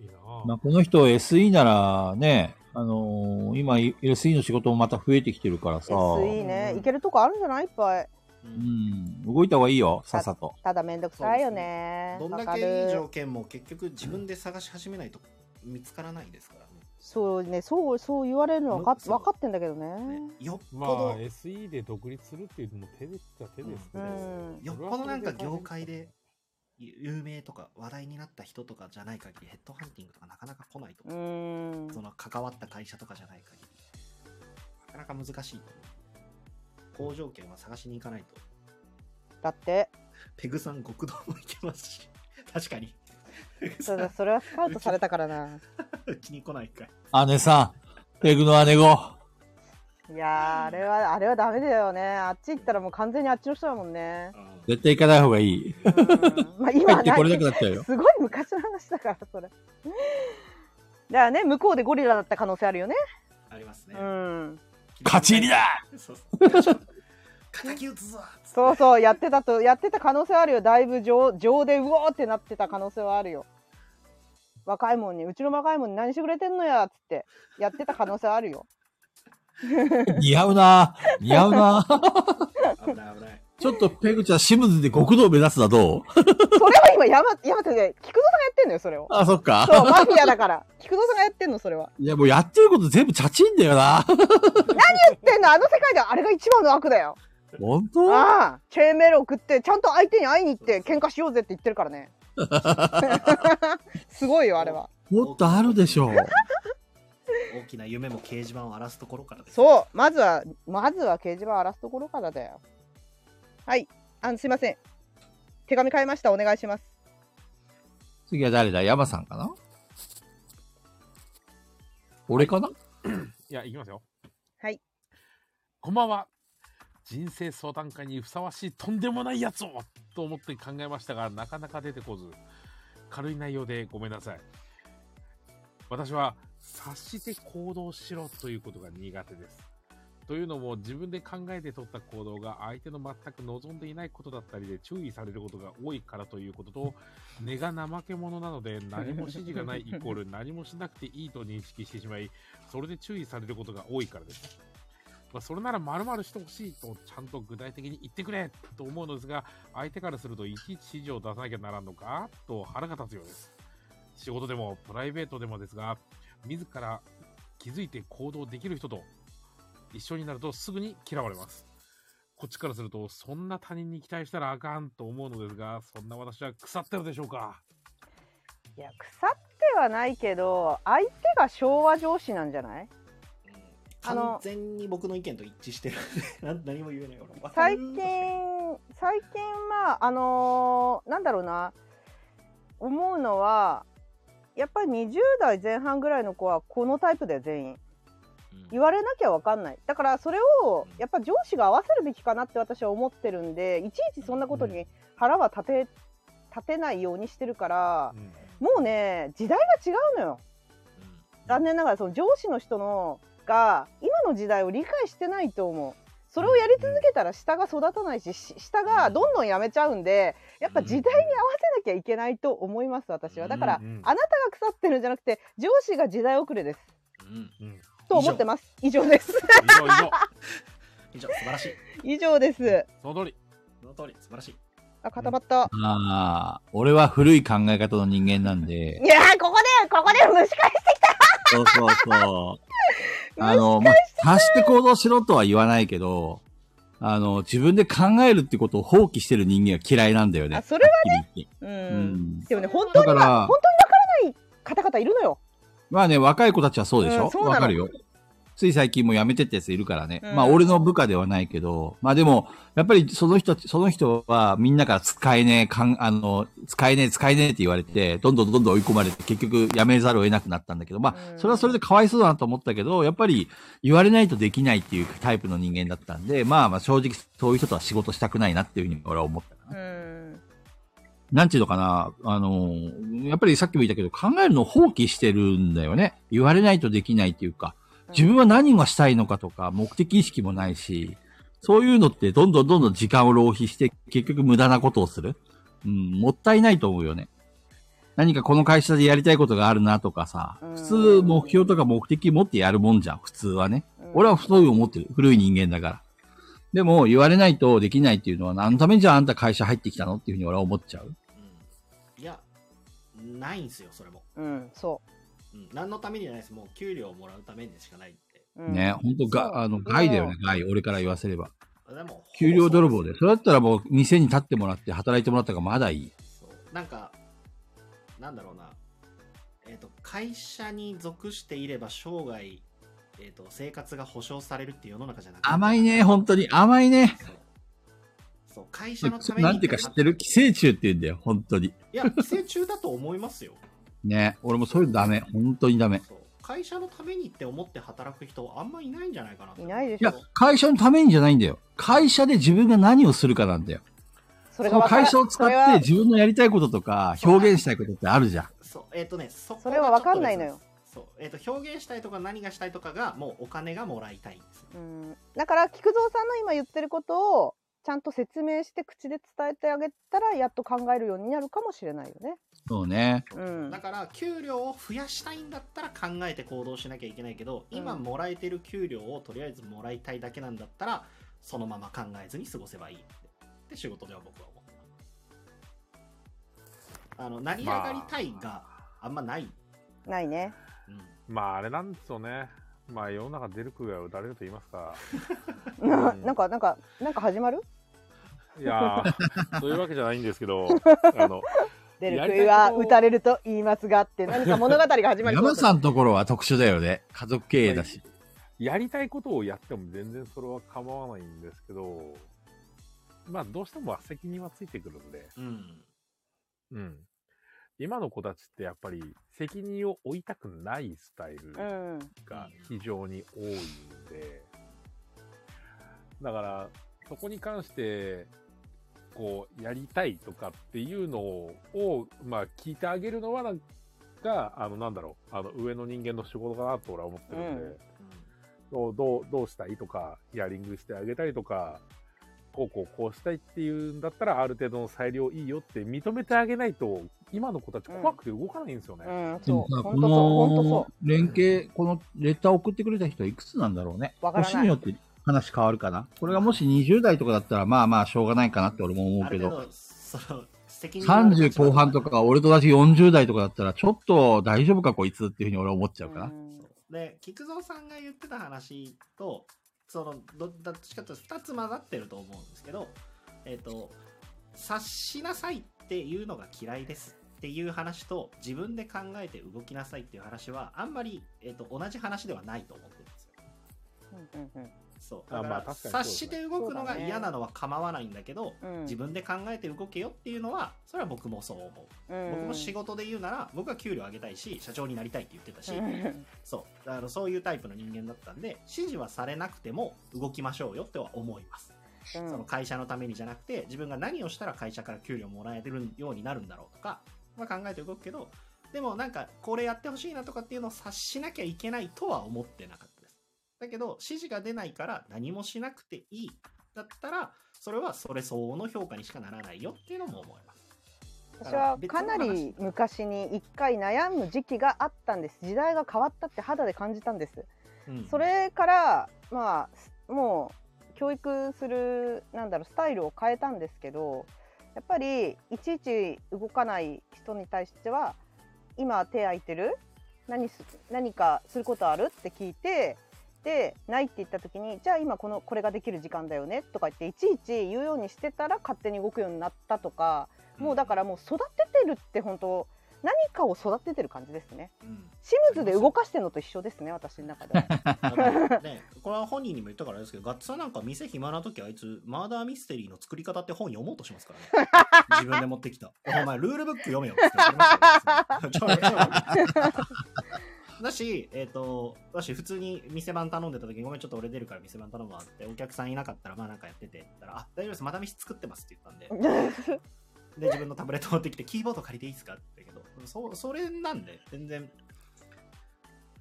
Speaker 2: いいな
Speaker 3: まあ、この人 SE ならね、あのー今 SE の仕事もまた増えてきてるからさ、う
Speaker 1: SE ね
Speaker 5: うん
Speaker 1: いけるとこあるんじゃないいっぱい
Speaker 5: うん
Speaker 3: ん、動いた方がいいよ、さっさと。
Speaker 1: ただめんどくさいよね
Speaker 5: どん
Speaker 1: わ
Speaker 5: だ
Speaker 1: か
Speaker 5: けいい
Speaker 1: る
Speaker 5: 条件も結局自分で探し始めないと見つからないですからね
Speaker 1: そうねそうそう言われるのはかっ
Speaker 5: そう
Speaker 1: 分かってんだけどね
Speaker 5: ねよっぽ
Speaker 2: ま
Speaker 5: ど、
Speaker 2: あ、SE で独立するっていうのも手でっちゃ手ですけ
Speaker 1: う
Speaker 2: ど、
Speaker 1: ん
Speaker 5: よっぽどなんか業界で有名とか話題になった人とかじゃない限りヘッドハンティングとかなかなか来ないと
Speaker 1: う
Speaker 5: 思
Speaker 1: ん
Speaker 5: う、その関わった会社とかじゃない限りなかなか難しいと思う好条件は探しに行かないと
Speaker 1: だって
Speaker 5: ペグさん極道も行けますし 確かにペグさ
Speaker 1: そ
Speaker 5: ん
Speaker 1: うだそれはスカウトされたから な
Speaker 5: うちに来ないかい
Speaker 3: 姉さん、ペグの姉子。
Speaker 1: いやーあれはあれはダメだよねあっち行ったらもう完全にあっちの人だもんね、
Speaker 3: 絶対行かない方がいい。
Speaker 1: うんまあ今
Speaker 3: 帰
Speaker 1: は
Speaker 3: って
Speaker 1: ない
Speaker 3: これなくなっちゃうよ。
Speaker 1: すごい昔の話だからそれだからね向こうでゴリラだった可能性あるよね
Speaker 5: ありますね、
Speaker 1: うん
Speaker 3: 勝ち入りだ
Speaker 5: そうそう 敵討つぞ
Speaker 1: そうそうやってたとやってた可能性はあるよだいぶ情情でうおーってなってた可能性はあるよ若いもんにうちの若いもんに何してくれてんのやっつってやってた可能性はあるよ
Speaker 3: 似合うな似合うな
Speaker 5: 危ない危ない
Speaker 3: ちょっとペグちゃん、シムズで極道目指すだどう
Speaker 1: それは今山山手で菊蔵さんがやってんのよそれを
Speaker 3: あ、そっか。
Speaker 1: そうマフィアだから菊蔵さんがやってんのそれはい
Speaker 3: や、もうやってること全部チャチンだよな。
Speaker 1: やってんのあの世界ではあれが一番の悪だよ
Speaker 3: 本当
Speaker 1: ああチェーンメール送ってちゃんと相手に会いに行って喧嘩しようぜって言ってるからね すごいよあれは
Speaker 3: もっとあるでしょう。
Speaker 5: 大きな夢も掲示板を荒らすところからです
Speaker 1: そうまずはまずは掲示板荒らすところからだよはいあのすいません手紙変えましたお願いします
Speaker 3: 次は誰だ山さんかな俺かない
Speaker 2: や、いきますよ。
Speaker 1: はい。
Speaker 2: こんばんは。人生相談会にふさわしいとんでもないやつをと思って考えましたが、なかなか出てこず、軽い内容でごめんなさい。私は、察して行動しろということが苦手です。というのも、自分で考えて取った行動が相手の全く望んでいないことだったりで注意されることが多いからということと、根が怠け者なので、何も指示がないイコール何もしなくていいと認識してしまい、それで注意されることが多いからです。まあ、それなら〇〇してほしいとちゃんと具体的に言ってくれと思うのですが、相手からするといちいち指示を出さなきゃならんのかと腹が立つようです。仕事でもプライベートでもですが、自ら気づいて行動できる人と一緒になるとすぐに嫌われます。こっちからすると、そんな他人に期待したらあかんと思うのですが、そんな私は腐ってるでしょうか
Speaker 1: いや腐ってはないけど相手が昭和上司なんじゃないあの
Speaker 5: 完全に僕の意見と一致してるんで な何も言えない俺わか
Speaker 1: 最
Speaker 5: る
Speaker 1: 近最近まああのーなんだろうな思うのはやっぱり20代前半ぐらいの子はこのタイプだよ全員
Speaker 5: うん
Speaker 1: 言われなきゃわかんないだからそれをやっぱ上司が合わせるべきかなって私は思ってるんでいちいちそんなことに腹は立て立てないようにしてるから
Speaker 5: うん
Speaker 1: もうね時代が違うのよ残念ながらその上司の人のが今の時代を理解してないと思うそれをやり続けたら下が育たないしし下がどんどんやめちゃうんでやっぱ時代に合わせなきゃいけないと思います私はだからあ
Speaker 2: うんうん
Speaker 1: なたが腐ってるんじゃなくて上司が時代遅れです
Speaker 5: うん
Speaker 2: うん
Speaker 1: と思ってます以上です
Speaker 2: 以上以上
Speaker 5: 以上素晴らしい
Speaker 1: 以上です
Speaker 2: その通り
Speaker 5: その通り素晴らしい
Speaker 1: あ固まった、
Speaker 3: ああ、俺は古い考え方の人間なんで、
Speaker 1: いやーここでここで蒸し返
Speaker 3: そうそうそう。あの、まあ、察して行動しろとは言わないけど、あの、自分で考えるってことを放棄してる人間は嫌いなんだよね。
Speaker 1: あそれは
Speaker 3: はね。
Speaker 1: う
Speaker 3: うんん。
Speaker 1: でもね本当に
Speaker 3: だから
Speaker 1: は本当にわからない方々いるのよ
Speaker 3: まあね、若い子たちはそうでし
Speaker 1: う
Speaker 3: ょ
Speaker 1: んそうなの
Speaker 3: わかるよ。つい最近も辞めてってやついるからね。
Speaker 1: うん
Speaker 3: まあ俺の部下ではないけど、まあでも、やっぱりその人、その人はみんなから使えねえ、かん、あの、使えねえ、使えねえって言われて、どんどんどんどん追い込まれて、結局辞めざるを得なくなったんだけど、ま
Speaker 1: う
Speaker 3: あ
Speaker 1: ん
Speaker 3: それはそれでかわいそうだなと思ったけど、やっぱり言われないとできないっていうタイプの人間だったんで、まあまあ正直そういう人とは仕事したくないなっていうふうに俺は思ったかな。
Speaker 1: うん
Speaker 3: なんていうのかな、あの、やっぱりさっきも言ったけど、考えるのを放棄してるんだよね。言われないとできないっていうか、自分は何がしたいのかとか、目的意識もないし、そういうのってどんどんどんどん時間を浪費して、結局無駄なことをする。うん、もったいないと思うよね。何かこの会社でやりたいことがあるなとかさ
Speaker 1: うん、
Speaker 3: 普通目標とか目的持ってやるもんじゃん、普通はね。俺はそう思ってる。古い人間だから。でも、言われないとできないっていうのは、何のためにじゃああんた会社入ってきたのっていうふうに俺は思っちゃう。
Speaker 5: うんいやないんすよそれも、
Speaker 1: うんそ
Speaker 5: うん、何のためにじゃないですもう給料をもらうためにしかないって
Speaker 1: う、うん、
Speaker 3: ね、本当
Speaker 1: そう
Speaker 3: が、あの、害だよね
Speaker 1: そ、
Speaker 3: 害。俺から言わせれば。
Speaker 5: でも
Speaker 3: 給料泥棒で。それだったら
Speaker 5: も
Speaker 3: もう、店に立ってもらって、働いてもらった方がまだいい。
Speaker 5: そうなんかなんだろうなえっ、と会社に属していれば生涯えっ、と生活が保障されるっていう世の中じゃなくて
Speaker 3: 甘いね、本当に。甘いね。
Speaker 5: そうそう会社のために
Speaker 3: なんていうか知ってる寄生虫って言うんだよ、本当に。
Speaker 5: いや寄生虫だと思いますよ
Speaker 3: ね、俺もそういうのダメ。本当にダメ。
Speaker 5: そう会社のためにって思って働く人あんまいないんじゃないかなって
Speaker 1: いないで
Speaker 3: い
Speaker 1: しょ
Speaker 3: や、会社のためにじゃないんだよ。会社で自分が何をするかなんだよ。
Speaker 1: そ
Speaker 3: そ
Speaker 1: れが
Speaker 3: の
Speaker 1: わから
Speaker 3: 会社を使
Speaker 1: それは
Speaker 3: って自分のやりたいこととか、表現したいことってあるじゃん。
Speaker 5: そうえっ、とねそこ
Speaker 1: それは分かんないのよ
Speaker 5: がちょっと別ですそうえっ、と表現したいとか何がしたいとかがもうお金がもらいたいんです
Speaker 1: うんだから菊蔵さんの今言ってることをちゃんと説明して口で伝えてあげたらやっと考えるようになるかもしれないよね。
Speaker 3: そうね。
Speaker 1: うん
Speaker 5: だから給料を増やしたいんだったら考えて行動しなきゃいけないけど
Speaker 1: うん
Speaker 5: 今もらえてる給料をとりあえずもらいたいだけなんだったらそのまま考えずに過ごせばいいってで仕事では僕は思ったあの成り上がりたいがあんまない、
Speaker 1: ないね。
Speaker 5: うん
Speaker 2: まああれなんですよねまあ世の中出る杭は打たれると言いますかん
Speaker 1: なんかなんかなんか始まる？
Speaker 2: いや ーそういうわけじゃないんですけどあの
Speaker 1: 出
Speaker 2: や
Speaker 1: る
Speaker 2: りたい
Speaker 1: 杭は
Speaker 2: ことを
Speaker 1: 打たれると言いますがって何か物語が始まりそう
Speaker 3: 山さんのところは特殊だよね。家族経営だし。
Speaker 2: やりたいことをやっても全然それは構わないんですけどまあどうしても責任はついてくるんで
Speaker 5: うん
Speaker 2: うん今の子たちってやっぱり責任を負いたくないスタイル
Speaker 1: うん
Speaker 2: が非常に多いんで、だから、そこに関して、こう、やりたいとかっていうのを、まあ、聞いてあげるのは、なんか、あの、なんだろう、あの、上の人間の仕事かなと俺は思ってるんで、どうどう、どうしたいとか、ヒアリングしてあげたいとか、こうこうこうしたいっていうんだったら、ある程度の裁量いいよって認めてあげないと、今の子たち怖くて動かないんですよね。
Speaker 1: うん
Speaker 3: で
Speaker 1: そ
Speaker 3: も
Speaker 1: う
Speaker 3: さ、
Speaker 1: 本
Speaker 3: こ
Speaker 1: 当そう本当
Speaker 3: の
Speaker 1: そ
Speaker 3: 連携、このレターを送ってくれた人はいくつなんだろうね。
Speaker 1: わからない
Speaker 3: 年によって話変わるかな。これがもし20代とかだったら、まあまあしょうがないかなって俺も思
Speaker 5: あ
Speaker 3: うけ
Speaker 5: る程
Speaker 3: ど、
Speaker 5: 度その責任のある
Speaker 3: 30
Speaker 5: 立場
Speaker 3: 後半とか、俺と同じ40代とかだったら、ちょっと大丈夫かこいつっていうふうに俺は思っちゃ
Speaker 1: う。
Speaker 3: うかな。
Speaker 1: ん
Speaker 5: そうで菊蔵さんが言ってた話とそのどどっちかというと2つ混ざってると思うんですけどえっ、と察しなさいっていうのが嫌いですっていう話と自分で考えて動きなさいっていう話はあんまり、えっと同じ話ではないと思ってるんですよ
Speaker 1: うんうんうん
Speaker 5: そう。
Speaker 2: あ
Speaker 5: だか
Speaker 2: まあ
Speaker 5: ら、
Speaker 2: 確かにそうですね
Speaker 5: 察して動くのが嫌なのは構わないんだけど、
Speaker 1: うん
Speaker 5: 自分で考えて動けよっていうのは、それは僕もそう思う。僕も仕事で言うなら、僕は給料上げたいし、社長になりたいって言ってたし、そう。だからそういうタイプの人間だったんで、指示はされなくても動きましょうよっては思います。
Speaker 1: うん
Speaker 5: その会社のためにじゃなくて、自分が何をしたら会社から給料もらえるようになるんだろうとか、まあ、考えて動くけど、でもなんか、これやってほしいなとかっていうのを察しなきゃいけないとは思ってなかったです。だけど、指示が出ないから何もしなくていい。だったら、それはそれ相応の評価にしかならないよっていうのも思います。
Speaker 1: 私はかなり昔に一回悩む時期があったんです時代が変わったって肌で感じたんです
Speaker 5: うん
Speaker 1: そ、れからまあもう教育するなんだろうスタイルを変えたんですけどやっぱりいちいち動かない人に対しては今手空いてる何す何かすることあるって聞いてでないって言った時にじゃあ今このこれができる時間だよねとか言っていちいち言うようにしてたら勝手に動くようになったとかもうだからもう育ててるって本当何かを育ててる感じですね。
Speaker 5: うん、
Speaker 1: シムズで動かしてるのと一緒ですね私の中では。
Speaker 5: だからね、これは本人にも言ったからですけど、ガッツさんなんか店暇な時あいつ、マーダーミステリーの作り方って本読もうとしますからね。自分で持ってきた。お前、ルールブック読めよっつって言われましたよちょだし、えっ、と、だし、普通に店番頼んでた時に、ごめん、ちょっと俺出るから店番頼むわって、お客さんいなかったら、まあなんかやってて、って言ったら、あ、大丈夫です、また飯作ってますって言ったんで、で、自分のタブレット持ってきて、キーボード借りていいですかって言ったけど、そ、それなんで、全然、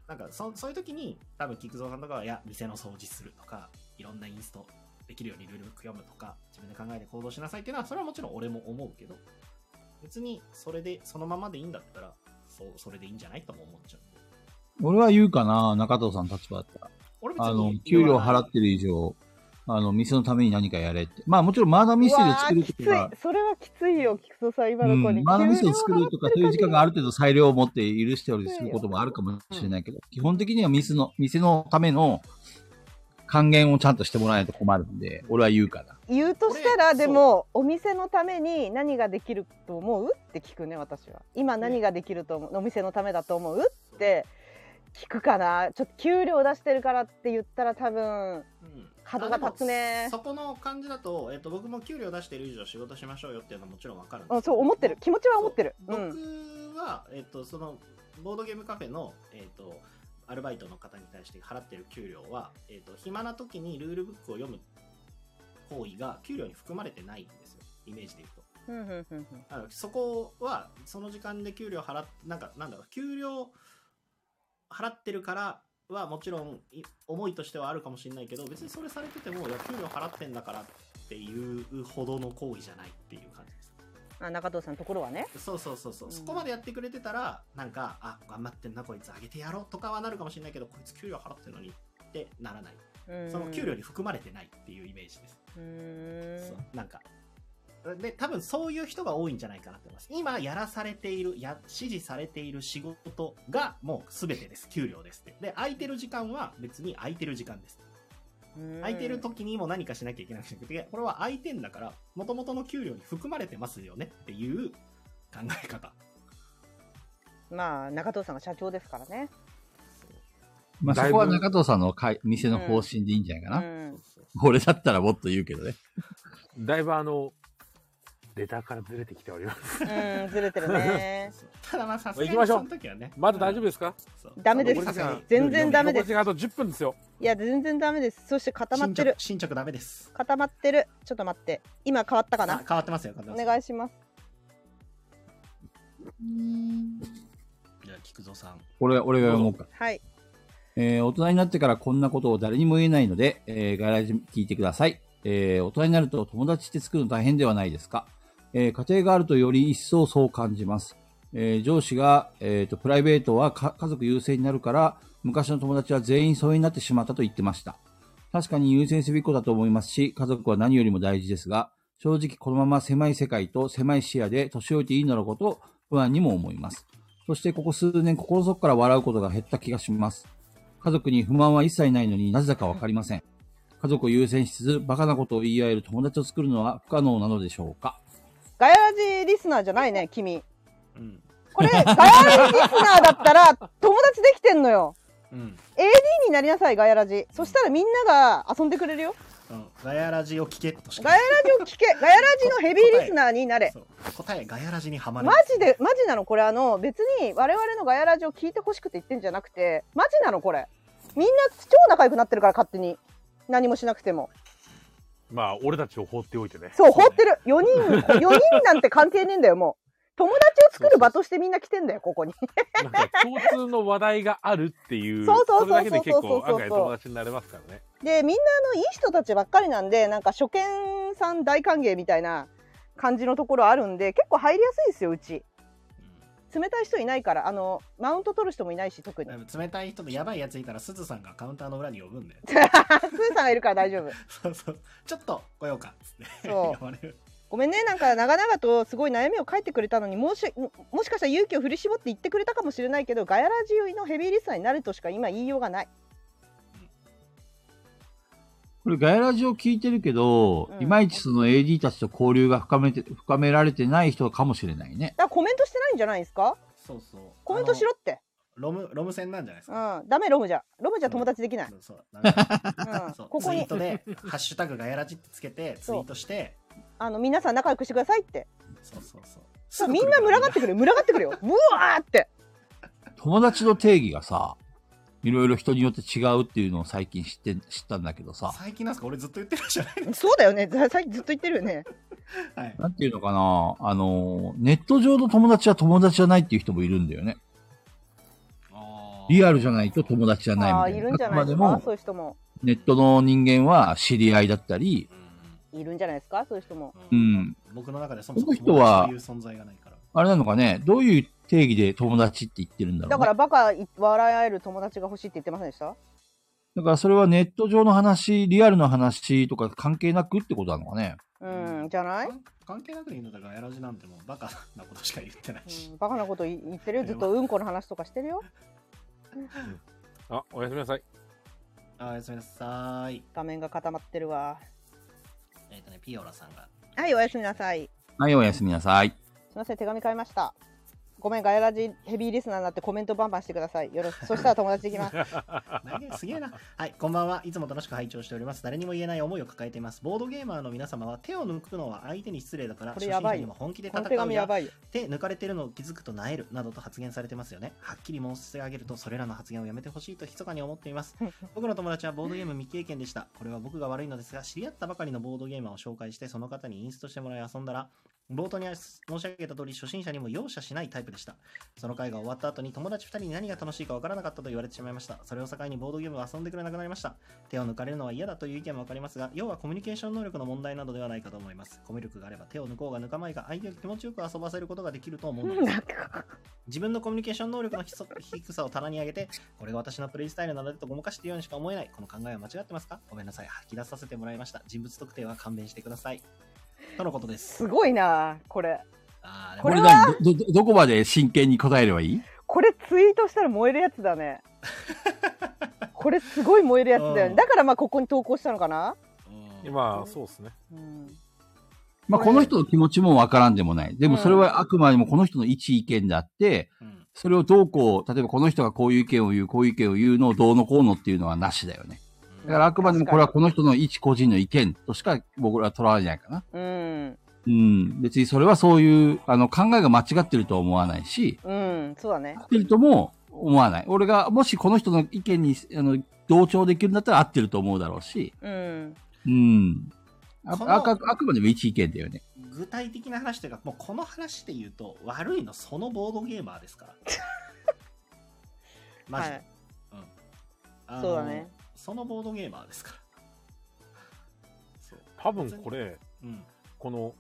Speaker 5: なんかそ、そういう時に、多分、菊蔵さんとかは、いや、店の掃除するとか、いろんなインストできるようにルールブック読むとか、自分で考えて行動しなさいっていうのは、それはもちろん俺も思うけど、別に、それで、そのままでいいんだったら、そう、それでいいんじゃないとも思っちゃうんで。
Speaker 3: 俺は言うかな、中藤さんの立場だったら。
Speaker 5: 俺別に
Speaker 3: あの、給
Speaker 5: 言
Speaker 3: 料
Speaker 5: わない
Speaker 3: 払ってる以上、あの、店のために何かやれって。まあもちろんマーダーミステリーを作ると
Speaker 1: うわ
Speaker 3: か
Speaker 1: ーきつい、それはきついよ菊蔵さん今
Speaker 3: う
Speaker 1: の子に、
Speaker 3: ん、マーダーミステリーを作るとか、そういう時間がある程度裁量を持って許しており
Speaker 1: そうよ
Speaker 3: することもあるかもしれないけど、基本的には店の、店のための還元をちゃんとしてもらわないと困るんで、俺は言うかな。
Speaker 1: 言うとしたら
Speaker 5: これ
Speaker 1: でもお店のために何ができると思うって聞くね私は今何ができると思う、お店のためだと思うって聞くかなちょっと給料出してるからって言ったら多分角が立つね
Speaker 5: あでもそこの感じだと、えっと、僕も給料出してる以上仕事しましょうよっていうのはもちろんわかるんですけ
Speaker 1: あ
Speaker 5: ど
Speaker 1: そう思ってる気持ちは思ってるう
Speaker 5: そう僕
Speaker 1: ん
Speaker 5: は、えっと、そのボードゲームカフェの、えっと、アルバイトの方に対して払ってる給料は、えっと、暇な時にルールブックを読む行為が給料に含まれてないんですよイメージで言うと
Speaker 1: うんうんうんうん
Speaker 5: あのそこはその時間で給料払っなんかなんだろう給料払ってるからはもちろんい思いとしてはあるかもしれないけど別にそれされててもいや給料払ってんだからっていうほどの行為じゃないっていう感じです
Speaker 1: あ中藤さんのところはね
Speaker 5: そうそうそうそう、
Speaker 1: うん
Speaker 5: そこまでやってくれてたらなんかあ頑張ってんなこいつあげてやろうとかはなるかもしれないけどこいつ給料払ってるのにってならない
Speaker 1: うん
Speaker 5: その給料に含まれてないっていうイメージです
Speaker 1: う
Speaker 5: そうんなんか。で、多分そういう人が多いんじゃないかなと思います。今やらされている、や、指示されている仕事がもう全てです。給料ですって。で、空いてる時間は別に空いてる時間です。空いてる時にも何かしなきゃいけなくて、これは空いてんだから、元々の給料に含まれてますよねっていう考え方。
Speaker 1: まあ中藤さんが社長ですからね
Speaker 3: まあそ
Speaker 2: だい
Speaker 3: こ
Speaker 2: ぶ
Speaker 3: は中藤さんのかい店の方針でいいんじゃないかな。
Speaker 1: うん
Speaker 3: 俺だったらもっと言うけどね。
Speaker 2: だいぶあの、レターからずれてきております。
Speaker 1: うんずれてる ね
Speaker 5: そうただまあさすがに
Speaker 2: 行きましょう
Speaker 5: その時はね。
Speaker 2: まだ大丈夫ですか
Speaker 5: そう
Speaker 1: ダメです
Speaker 5: さすがに
Speaker 1: 全然ダメです
Speaker 2: 残り時間あと10分ですよ。
Speaker 1: いや全然ダメですそして固まってる
Speaker 5: 進捗進捗ダメです。
Speaker 1: 固まってるちょっと待って今変わったか
Speaker 5: あ
Speaker 1: な
Speaker 5: 変わってますよ、変わ
Speaker 1: お
Speaker 5: ってます。
Speaker 1: 願いします
Speaker 5: じゃあ、菊蔵さん。
Speaker 3: 俺、俺が思うか。
Speaker 1: はい
Speaker 3: えー大人になってからこんなことを誰にも言えないので、えー、外来人聞いてください。えー大人になると友達って作るの大変ではないですか、えー家庭があるとより一層そう感じます。えー上司が、えーと、プライベートはか家族優先になるから、昔の友達は全員疎遠になってしまったと言ってました。確かに優先すべきことだと思いますし、家族は何よりも大事ですが、正直このまま狭い世界と狭い視野で年老いていいんだろうことを不安にも思います。そしてここ数年心の底から笑うことが減った気がします。家族に不満は一切ないのになぜだかわかりません。家族を優先しつつ、バカなことを言い合える友達を作るのは不可能なのでしょうか
Speaker 1: ガヤラジリスナーじゃないね君
Speaker 5: うん。
Speaker 1: これガヤラジリスナーだったら友達できてんのよ
Speaker 5: うん。
Speaker 1: になりなさいガヤラジそしたらみんなが遊んでくれるよ
Speaker 5: うんガヤラジを聞けとしか
Speaker 1: ガヤラジを聞けガヤラジのヘビーリスナーになれ
Speaker 5: そう答えガヤラジにはまれ
Speaker 1: マジでマジなのこれあの別に我々のガヤラジを聞いてほしくて言ってんじゃなくてマジなのこれみんな超仲良くなってるから勝手に何もしなくても
Speaker 2: まあ、俺たちを放っておいてね。
Speaker 1: そう放ってる4人4人 なんて関係ねえんだよもう友達を作る場としてみんな来てんだよここに
Speaker 2: なんか共通の話題があるっていう、
Speaker 1: そうそうそうそう
Speaker 2: それだけで結
Speaker 1: そう
Speaker 2: 構
Speaker 1: そうそう
Speaker 2: 案外友達になれますからね。
Speaker 1: でみんなあのいい人たちばっかりなんでなんか初見さん大歓迎みたいな感じのところあるんで結構入りやすいですようち冷たい人いないからあのマウント取る人もいないし 特に
Speaker 5: うん冷たい人とやばいやついたらすずさんがカウンターの裏に呼ぶんだよ
Speaker 1: スーさんがいるから大丈夫
Speaker 5: そうそうちょっと来ようかっつって
Speaker 1: そう
Speaker 5: 呼ばれる
Speaker 1: ごめんねなんか長々とすごい悩みを書いてくれたのにもしもしかしたら勇気を振り絞って言ってくれたかもしれないけどガヤラジのヘビーリスナーになるとしか今言いようがない
Speaker 3: これガヤラジを聞いてるけど、
Speaker 1: うん
Speaker 3: いまいちその AD たちと交流が深めて、深められてない人かもしれないね。
Speaker 1: だからコメントしてないんじゃないですか
Speaker 5: そうそう
Speaker 1: コメントしろって
Speaker 5: あのロムロム戦なんじゃないです
Speaker 1: う
Speaker 5: か、
Speaker 1: んダメロムじゃロムじゃ友達できない、
Speaker 5: そうそうダメ
Speaker 1: うん、
Speaker 5: そう
Speaker 1: ここ
Speaker 5: ツイ
Speaker 1: に
Speaker 5: ートで「ハッシュタグガヤラジ」ってつけてツイートして
Speaker 1: あの皆さん仲良くしてくださいって
Speaker 5: そうそうそう
Speaker 1: そうみんな群がってくる群がってくるようわーって
Speaker 3: 友達の定義がさ、いろいろ人によって違うっていうのを最近知って、知ったんだけどさ、
Speaker 5: 最近なんすか俺ずっと言ってるじゃないです
Speaker 1: そうだよねずさっきずっと言ってるよね
Speaker 5: か、はい、
Speaker 3: なんていうのかな、あの、ネット上の友達は友達じゃないっていう人もいるんだよね。リアルじゃないと友達じゃ
Speaker 1: ああ
Speaker 3: ない
Speaker 1: ー
Speaker 3: み
Speaker 1: い
Speaker 3: たい
Speaker 1: る
Speaker 3: な。
Speaker 1: んじゃないで
Speaker 3: です
Speaker 1: か
Speaker 3: も
Speaker 1: そういう人も
Speaker 3: ネットの人間は知り合いだったり、
Speaker 1: いるんじゃないですかそういう人も
Speaker 3: うん。
Speaker 5: 僕の中でそもそ
Speaker 3: こ
Speaker 5: も
Speaker 3: の人は
Speaker 5: 友達という存在がないから
Speaker 3: あれなのかね、どういう定義で友達って言ってるんだろう、ね、
Speaker 1: だからバカい笑い合える友達が欲しいって言ってませんでした
Speaker 3: だからそれはネット上の話、リアルの話とか関係なくってことなのかね。
Speaker 1: うんじゃない、
Speaker 5: 関関係なく言うんだったらガヤラジなんてもうバカなことしか言ってないし
Speaker 1: う、ん、バカなこと言ってるよずっとうんこの話とかしてるよ
Speaker 2: あ、おやすみなさい。
Speaker 5: あおやすみなさーい
Speaker 1: 画面が固まってるわ
Speaker 5: えっ、とねピオラさんが
Speaker 1: はいおやすみなさい
Speaker 3: はい、おやすみなさい。
Speaker 1: すいません手紙変えましたごめんガヤラジヘビーリスナーになってコメントバンバンしてくださいよろしそしたら友達できます
Speaker 5: 投げすげえな。はい、こんばんは。いつも楽しく拝聴しております。誰にも言えない思いを抱えています。ボードゲーマーの皆様は手を抜くのは相手に失礼だから、
Speaker 1: これやばい
Speaker 5: 初心者にも本気で
Speaker 1: この
Speaker 5: 戦
Speaker 1: 手
Speaker 5: う
Speaker 1: 紙や
Speaker 5: や
Speaker 1: ばいよ
Speaker 5: 手抜かれてるのを気づくと萎えるなどと発言されてますよね。はっきり申し上げると、それらの発言をやめてほしいと密かに思っています。僕の友達はボードゲーム未経験でした。これは僕が悪いのですが、知り合ったばかりのボードゲーマーを紹介して、その方にインストしてもらい遊んだら、冒頭に申し上げた通り、初心者にも容赦しないタイプでした。その会が終わった後に友達2人に何が楽しいか分からなかったと言われてしまいました。それを境にボードゲームを遊んでくれなくなりました。手を抜かれるのは嫌だという意見も分かりますが、要はコミュニケーション能力の問題などではないかと思います。コミュ力があれば手を抜こうが抜かまいが相手を気持ちよく遊ばせることができると思うのです。自分のコミュニケーション能力のひそ低さを棚に上げて、これが私のプレイスタイルなのでとごまかしているようにしか思えない。この考えは間違ってますかごめんなさい。吐き出させてもらいました。人物特定は勘弁してください。とのことです。
Speaker 1: すごいなこれ
Speaker 5: あーで
Speaker 3: こ
Speaker 5: も
Speaker 3: れ何ど、ど、どこまで真剣に答えればいい
Speaker 1: これツイートしたら燃えるやつだねこれすごい燃えるやつだよ
Speaker 5: う
Speaker 1: ね
Speaker 5: ん
Speaker 1: だからまあここに投稿したのかな、
Speaker 5: うん
Speaker 2: まあ、そうですね。
Speaker 1: うん、
Speaker 3: まあ、
Speaker 1: これ
Speaker 3: この人の気持ちもわからんでもない。でもそれはあくまでもこの人の一意見であって、
Speaker 5: うん
Speaker 3: それをどうこう、例えばこの人がこういう意見を言う、こういう意見を言うのをどうのこうのっていうのはなしだよね。だからあくまでもこれはこの人の一個人の意見としか僕らは取られないかな。
Speaker 1: うん
Speaker 3: うん。別にそれはそういう、あの、考えが間違ってるとは思わないし、
Speaker 1: うんそうだね
Speaker 3: 合ってるとも思わない。俺が、もしこの人の意見に、あの、同調できるんだったら合ってると思うだろうし、
Speaker 1: うん
Speaker 3: うん。あ
Speaker 5: この
Speaker 3: あくあくまでも一意見だよね。
Speaker 5: 具体的な話というか、もうこの話で言うと、悪いのそのボードゲーマーで すから。マジで。
Speaker 1: はい
Speaker 5: うんあの
Speaker 1: そうだね。
Speaker 5: そのボードゲーマーですから。そう。
Speaker 2: 多分これ、
Speaker 5: うん。
Speaker 2: この、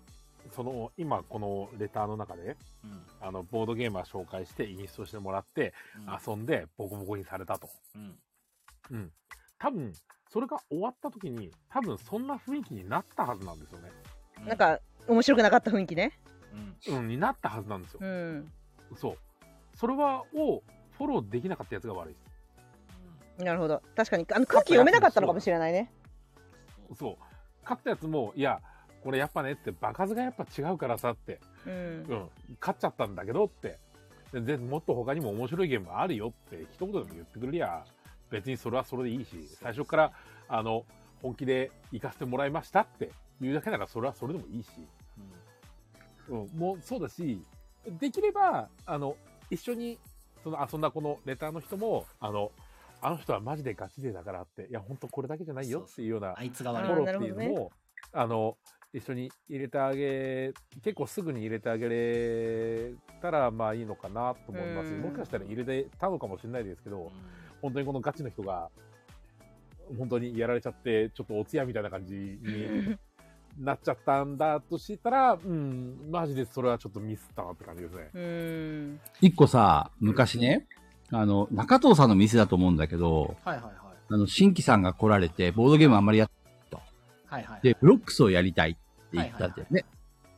Speaker 2: その、今このレターの中で、
Speaker 5: うん。
Speaker 2: あの、ボードゲーマー紹介して、インストしてもらって、
Speaker 5: うん
Speaker 2: 遊んで、ボコボコにされたと。
Speaker 5: うん。
Speaker 2: うん。多分、それが終わった時に、多分そんな雰囲気になったはずなんですよね。
Speaker 5: う
Speaker 1: なん、か面白くなかった雰囲気ね
Speaker 5: うん。
Speaker 2: うん、になったはずなんですよ
Speaker 1: う。ん
Speaker 2: そう。それは、を、フォローできなかったやつが悪いで
Speaker 1: なるほど確かにあの空気読めなかったのかもしれないね
Speaker 2: す。そう。勝ったやつも、いや、これやっぱねって、場数がやっぱ違うからさって、
Speaker 1: うん
Speaker 2: うん、勝っちゃったんだけどって、ででもっと他にも面白いゲームあるよって、一言でも言ってくれりゃ、別にそれはそれでいいし、最初から、あの、本気で行かせてもらいましたって言うだけなら、それはそれでもいいし、うん、もうそうだし、できれば、あの、一緒に、その遊んだこのレターの人も、あの、あの人はマジでガチでだからって、いや、本当これだけじゃないよっていうような
Speaker 5: あいつが
Speaker 2: フ
Speaker 5: 悪い
Speaker 2: ォロ
Speaker 1: な
Speaker 2: ー
Speaker 1: るほ
Speaker 2: ってい
Speaker 1: ど
Speaker 2: う
Speaker 1: ね
Speaker 2: のも、あの、一緒に入れてあげ、結構すぐに入れてあげれたら、まあいいのかなと思います。
Speaker 1: うん
Speaker 2: もしかしたら入れてたのかもしれないですけど、本当にこのガチの人が、本当にやられちゃって、ちょっとお通夜みたいな感じになっちゃったんだとしたら、うん、マジでそれはちょっとミスったなって感じですね。
Speaker 7: うん。
Speaker 3: 一個さ、昔ね、あの、中藤さんの店だと思うんだけど、
Speaker 5: はいはいはい。
Speaker 3: あの、新規さんが来られて、ボードゲームあんまりやっ
Speaker 5: はいはい。
Speaker 3: て、ブロックスをやりたいって言ったんだよね。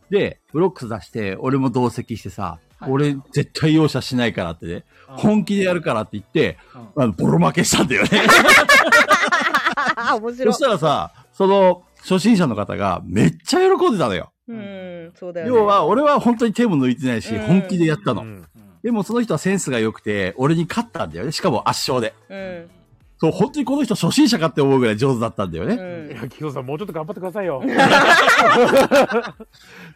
Speaker 3: で、ブロックス出して、俺も同席してさ、
Speaker 5: はい
Speaker 3: 俺絶対容赦しないからってね、
Speaker 5: うん
Speaker 3: 本気でやるからって言って、
Speaker 5: うん
Speaker 3: あの、ボロ負けした んだよね。
Speaker 1: あ面白
Speaker 3: そ
Speaker 1: い
Speaker 3: したらさ、その、初心者の方がめっちゃ喜んでたのよ。
Speaker 1: うんそうだよね
Speaker 3: 要は、俺は本当に手も抜いてないし、
Speaker 1: うん
Speaker 3: 本気でやった
Speaker 2: う
Speaker 3: の。
Speaker 2: ん
Speaker 5: うん
Speaker 3: でもその人はセンスが良くて、俺に勝ったんだよね。しかも圧勝で。
Speaker 1: うん
Speaker 3: そう、本当にこの人初心者かって思うぐらい上手だったんだよね。
Speaker 1: うん
Speaker 2: いや、キヨさん、もうちょっと頑張ってくださ いよ。
Speaker 3: だか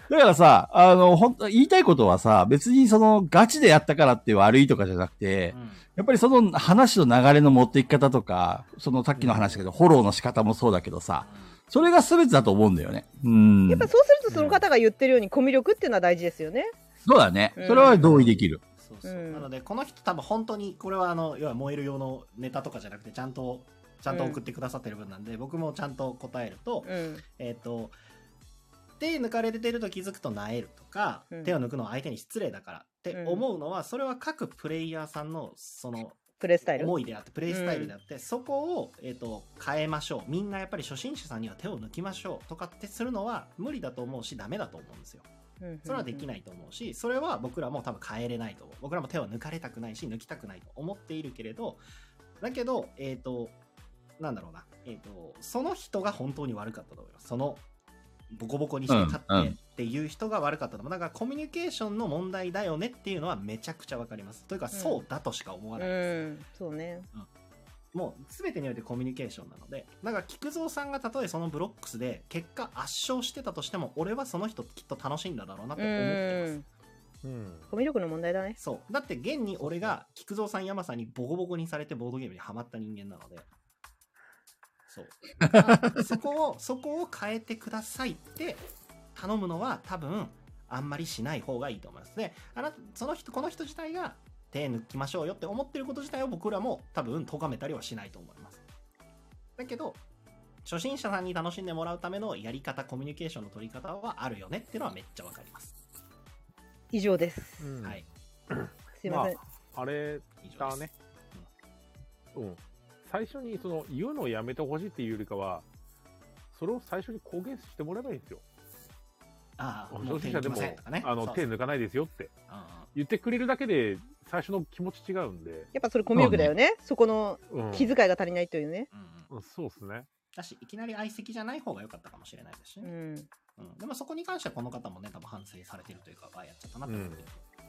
Speaker 3: らさ、あの、本当言いたいことはさ、別にそのガチでやったからって悪いとかじゃなくて、
Speaker 5: うん
Speaker 3: やっぱりその話の流れの持っていき方とか、そのさっきの話だけど、フォローの仕方もそうだけどさ、それが全てだと思うんだよね。うん。
Speaker 1: やっぱそうするとその方が言ってるようにコミュ力っていうのは大事ですよね。
Speaker 3: そうだね
Speaker 1: うん。
Speaker 3: それは同意できる。
Speaker 5: そうそう
Speaker 1: うん
Speaker 5: なのでこの人多分本当にこれはあの要は燃える用のネタとかじゃなくてちゃんとちゃんと送ってくださってる分なんで、僕もちゃんと答えると、
Speaker 1: うん
Speaker 5: えっ、と手抜かれてると気づくとなえるとか、
Speaker 1: うん
Speaker 5: 手を抜くのは相手に失礼だからって思うのは、それは各プレイヤーさんのその
Speaker 1: プレースタイル。
Speaker 5: 思いであってプレイスタイルであって、そこを、えー、と変えましょうみんなやっぱり初心者さんには手を抜きましょうとかってするのは無理だと思うしダメだと思うんですよそれはでき
Speaker 1: い。
Speaker 5: ないと思うしそれは僕らも多分変えれないと思う僕らも手を抜かれたくないし抜きたくないと思っているけれどだけどえっ、となんだろうな、えー、とその人が本当に悪かったと思いますそのボコボコにして勝
Speaker 3: うんう
Speaker 5: っ
Speaker 3: ん
Speaker 5: てっていう人が悪かったと思うだからコミュニケーションの問題だよねっていうのはめちゃくちゃわかりますというかそうだとしか思わ
Speaker 1: う
Speaker 5: ないです、
Speaker 1: ん、そうね。
Speaker 5: もう全てにおいてコミュニケーションなので、なんか菊蔵さんがたとえそのブロックスで結果圧勝してたとしても、俺はその人きっと楽しんだだろうなって
Speaker 1: う
Speaker 5: 思ってま
Speaker 1: ん、
Speaker 2: うん
Speaker 1: コミュ力の問題だね。
Speaker 5: す。そう。だって現に俺が菊蔵さん山さんにボコボコにされてボードゲームにハマった人間なので、そう。だ からそこを、そこを変えてくださいって頼むのは多分あんまりしない方がいいと思います。で、あなた、その人、この人自体が手抜きましょうよって思ってること自体を僕らも多分咎めたりはしないと思います。だけど、初心者さんに楽しんでもらうためのやり方、コミュニケーションの取り方はあるよねっていうのはめっちゃわかります。
Speaker 1: 以上です。
Speaker 2: うん
Speaker 5: はい。
Speaker 1: すいません。
Speaker 2: あれ
Speaker 5: 以上で
Speaker 2: だ
Speaker 5: す。
Speaker 2: ね。うん。最初に、その、言うのをやめてほしいっていうよりかは、それを最初に公言してもらえばいいんですよ。
Speaker 5: ああ、も
Speaker 2: 初
Speaker 5: う手
Speaker 2: 心者
Speaker 5: 抜き
Speaker 2: で
Speaker 5: ま
Speaker 2: も
Speaker 5: せんとかね。、
Speaker 2: あの、手
Speaker 5: 抜
Speaker 2: 抜かないですよって言ってくれるだけで、最初の気持ち違うんで。
Speaker 1: やっぱそれコミュ力だよね。そこの
Speaker 2: うん。
Speaker 1: 気遣いが足りないというね。
Speaker 2: うんそうですね。
Speaker 5: だし、いきなり相席じゃない方が良かったかもしれないですし
Speaker 1: う
Speaker 5: ね。
Speaker 1: ん。
Speaker 5: うん、でもそこに関してはこの方もね、多分反省されてるというか、ああやっちゃったなって思ってる、そ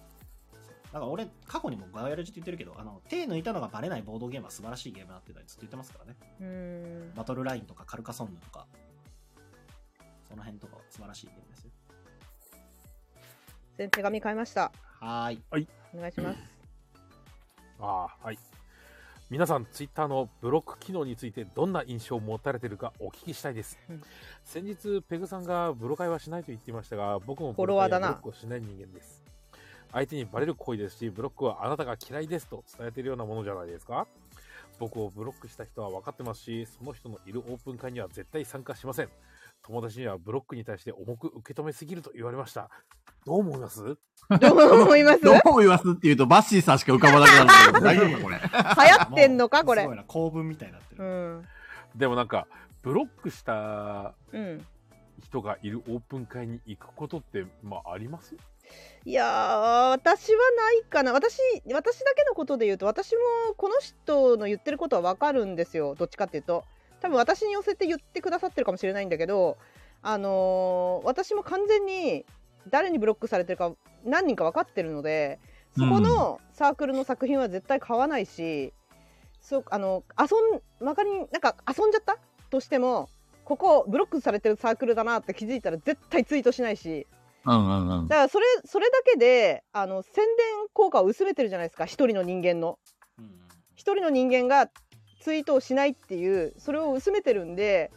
Speaker 5: うだから俺、過去にもガヤルジって言ってるけど、あの、手抜いたのがバレないボードゲームは素晴らしいゲームだっていうのはずっと言ってますからね。
Speaker 1: うん。
Speaker 5: バトルラインとかカルカソンヌとか、その辺とか素晴らしいゲームですよ。
Speaker 1: 先手紙買いました。
Speaker 5: はーい。
Speaker 1: お願いし ます。
Speaker 2: ああ、はい。皆さん、ツイッターのブロック機能についてどんな印象を持たれてるかお聞きしたいです
Speaker 1: うん。
Speaker 2: 先日、ペグさんがブロカイはしないと言っていましたが、僕も
Speaker 1: フォ
Speaker 2: ブ
Speaker 1: ロ
Speaker 2: ロ
Speaker 1: ワ
Speaker 2: カ
Speaker 1: ー
Speaker 2: イ
Speaker 1: だ
Speaker 2: は
Speaker 1: な
Speaker 2: ブロックをしない人間です。相手にバレる行為ですし、ブロックはあなたが嫌いですと伝えているようなものじゃないですか。僕をブロックした人は分かってますし、その人のいるオープン会には絶対参加しません。友達にはブロックに対して重く受け止めすぎると言われました。どう思います
Speaker 1: どう思います流
Speaker 3: どう思いますって言うと、バッシーさんしか浮かばなくな るんだけど、大丈夫かこれ。
Speaker 1: 行ってんのか、こ
Speaker 5: す
Speaker 1: れ
Speaker 5: ごい。な、構文みたいになって
Speaker 1: う
Speaker 5: る。
Speaker 1: ん。
Speaker 2: でもなんか、ブロックした
Speaker 1: うん。
Speaker 2: 人がいるオープン会に行くことって、まあ、あります
Speaker 1: いやー私はないかな私私だけのことで言うと私もこの人の言ってることは分かるんですよどっちかっていうと多分私に寄せて言ってくださってるかもしれないんだけどあのー私も完全に誰にブロックされてるか何人か分かってるのでそこのサークルの作品は絶対買わないし、そうあの遊んまかりなんか遊んじゃったとしてもここブロックされてるサークルだなって気づいたら絶対ツイートしないし
Speaker 6: うんうんうん。
Speaker 1: だからそれそれだけであの宣伝効果を薄めてるじゃないですか一人の人間の。
Speaker 5: うん
Speaker 1: 一人の人間がツイートをしないっていうそれを薄めてるんで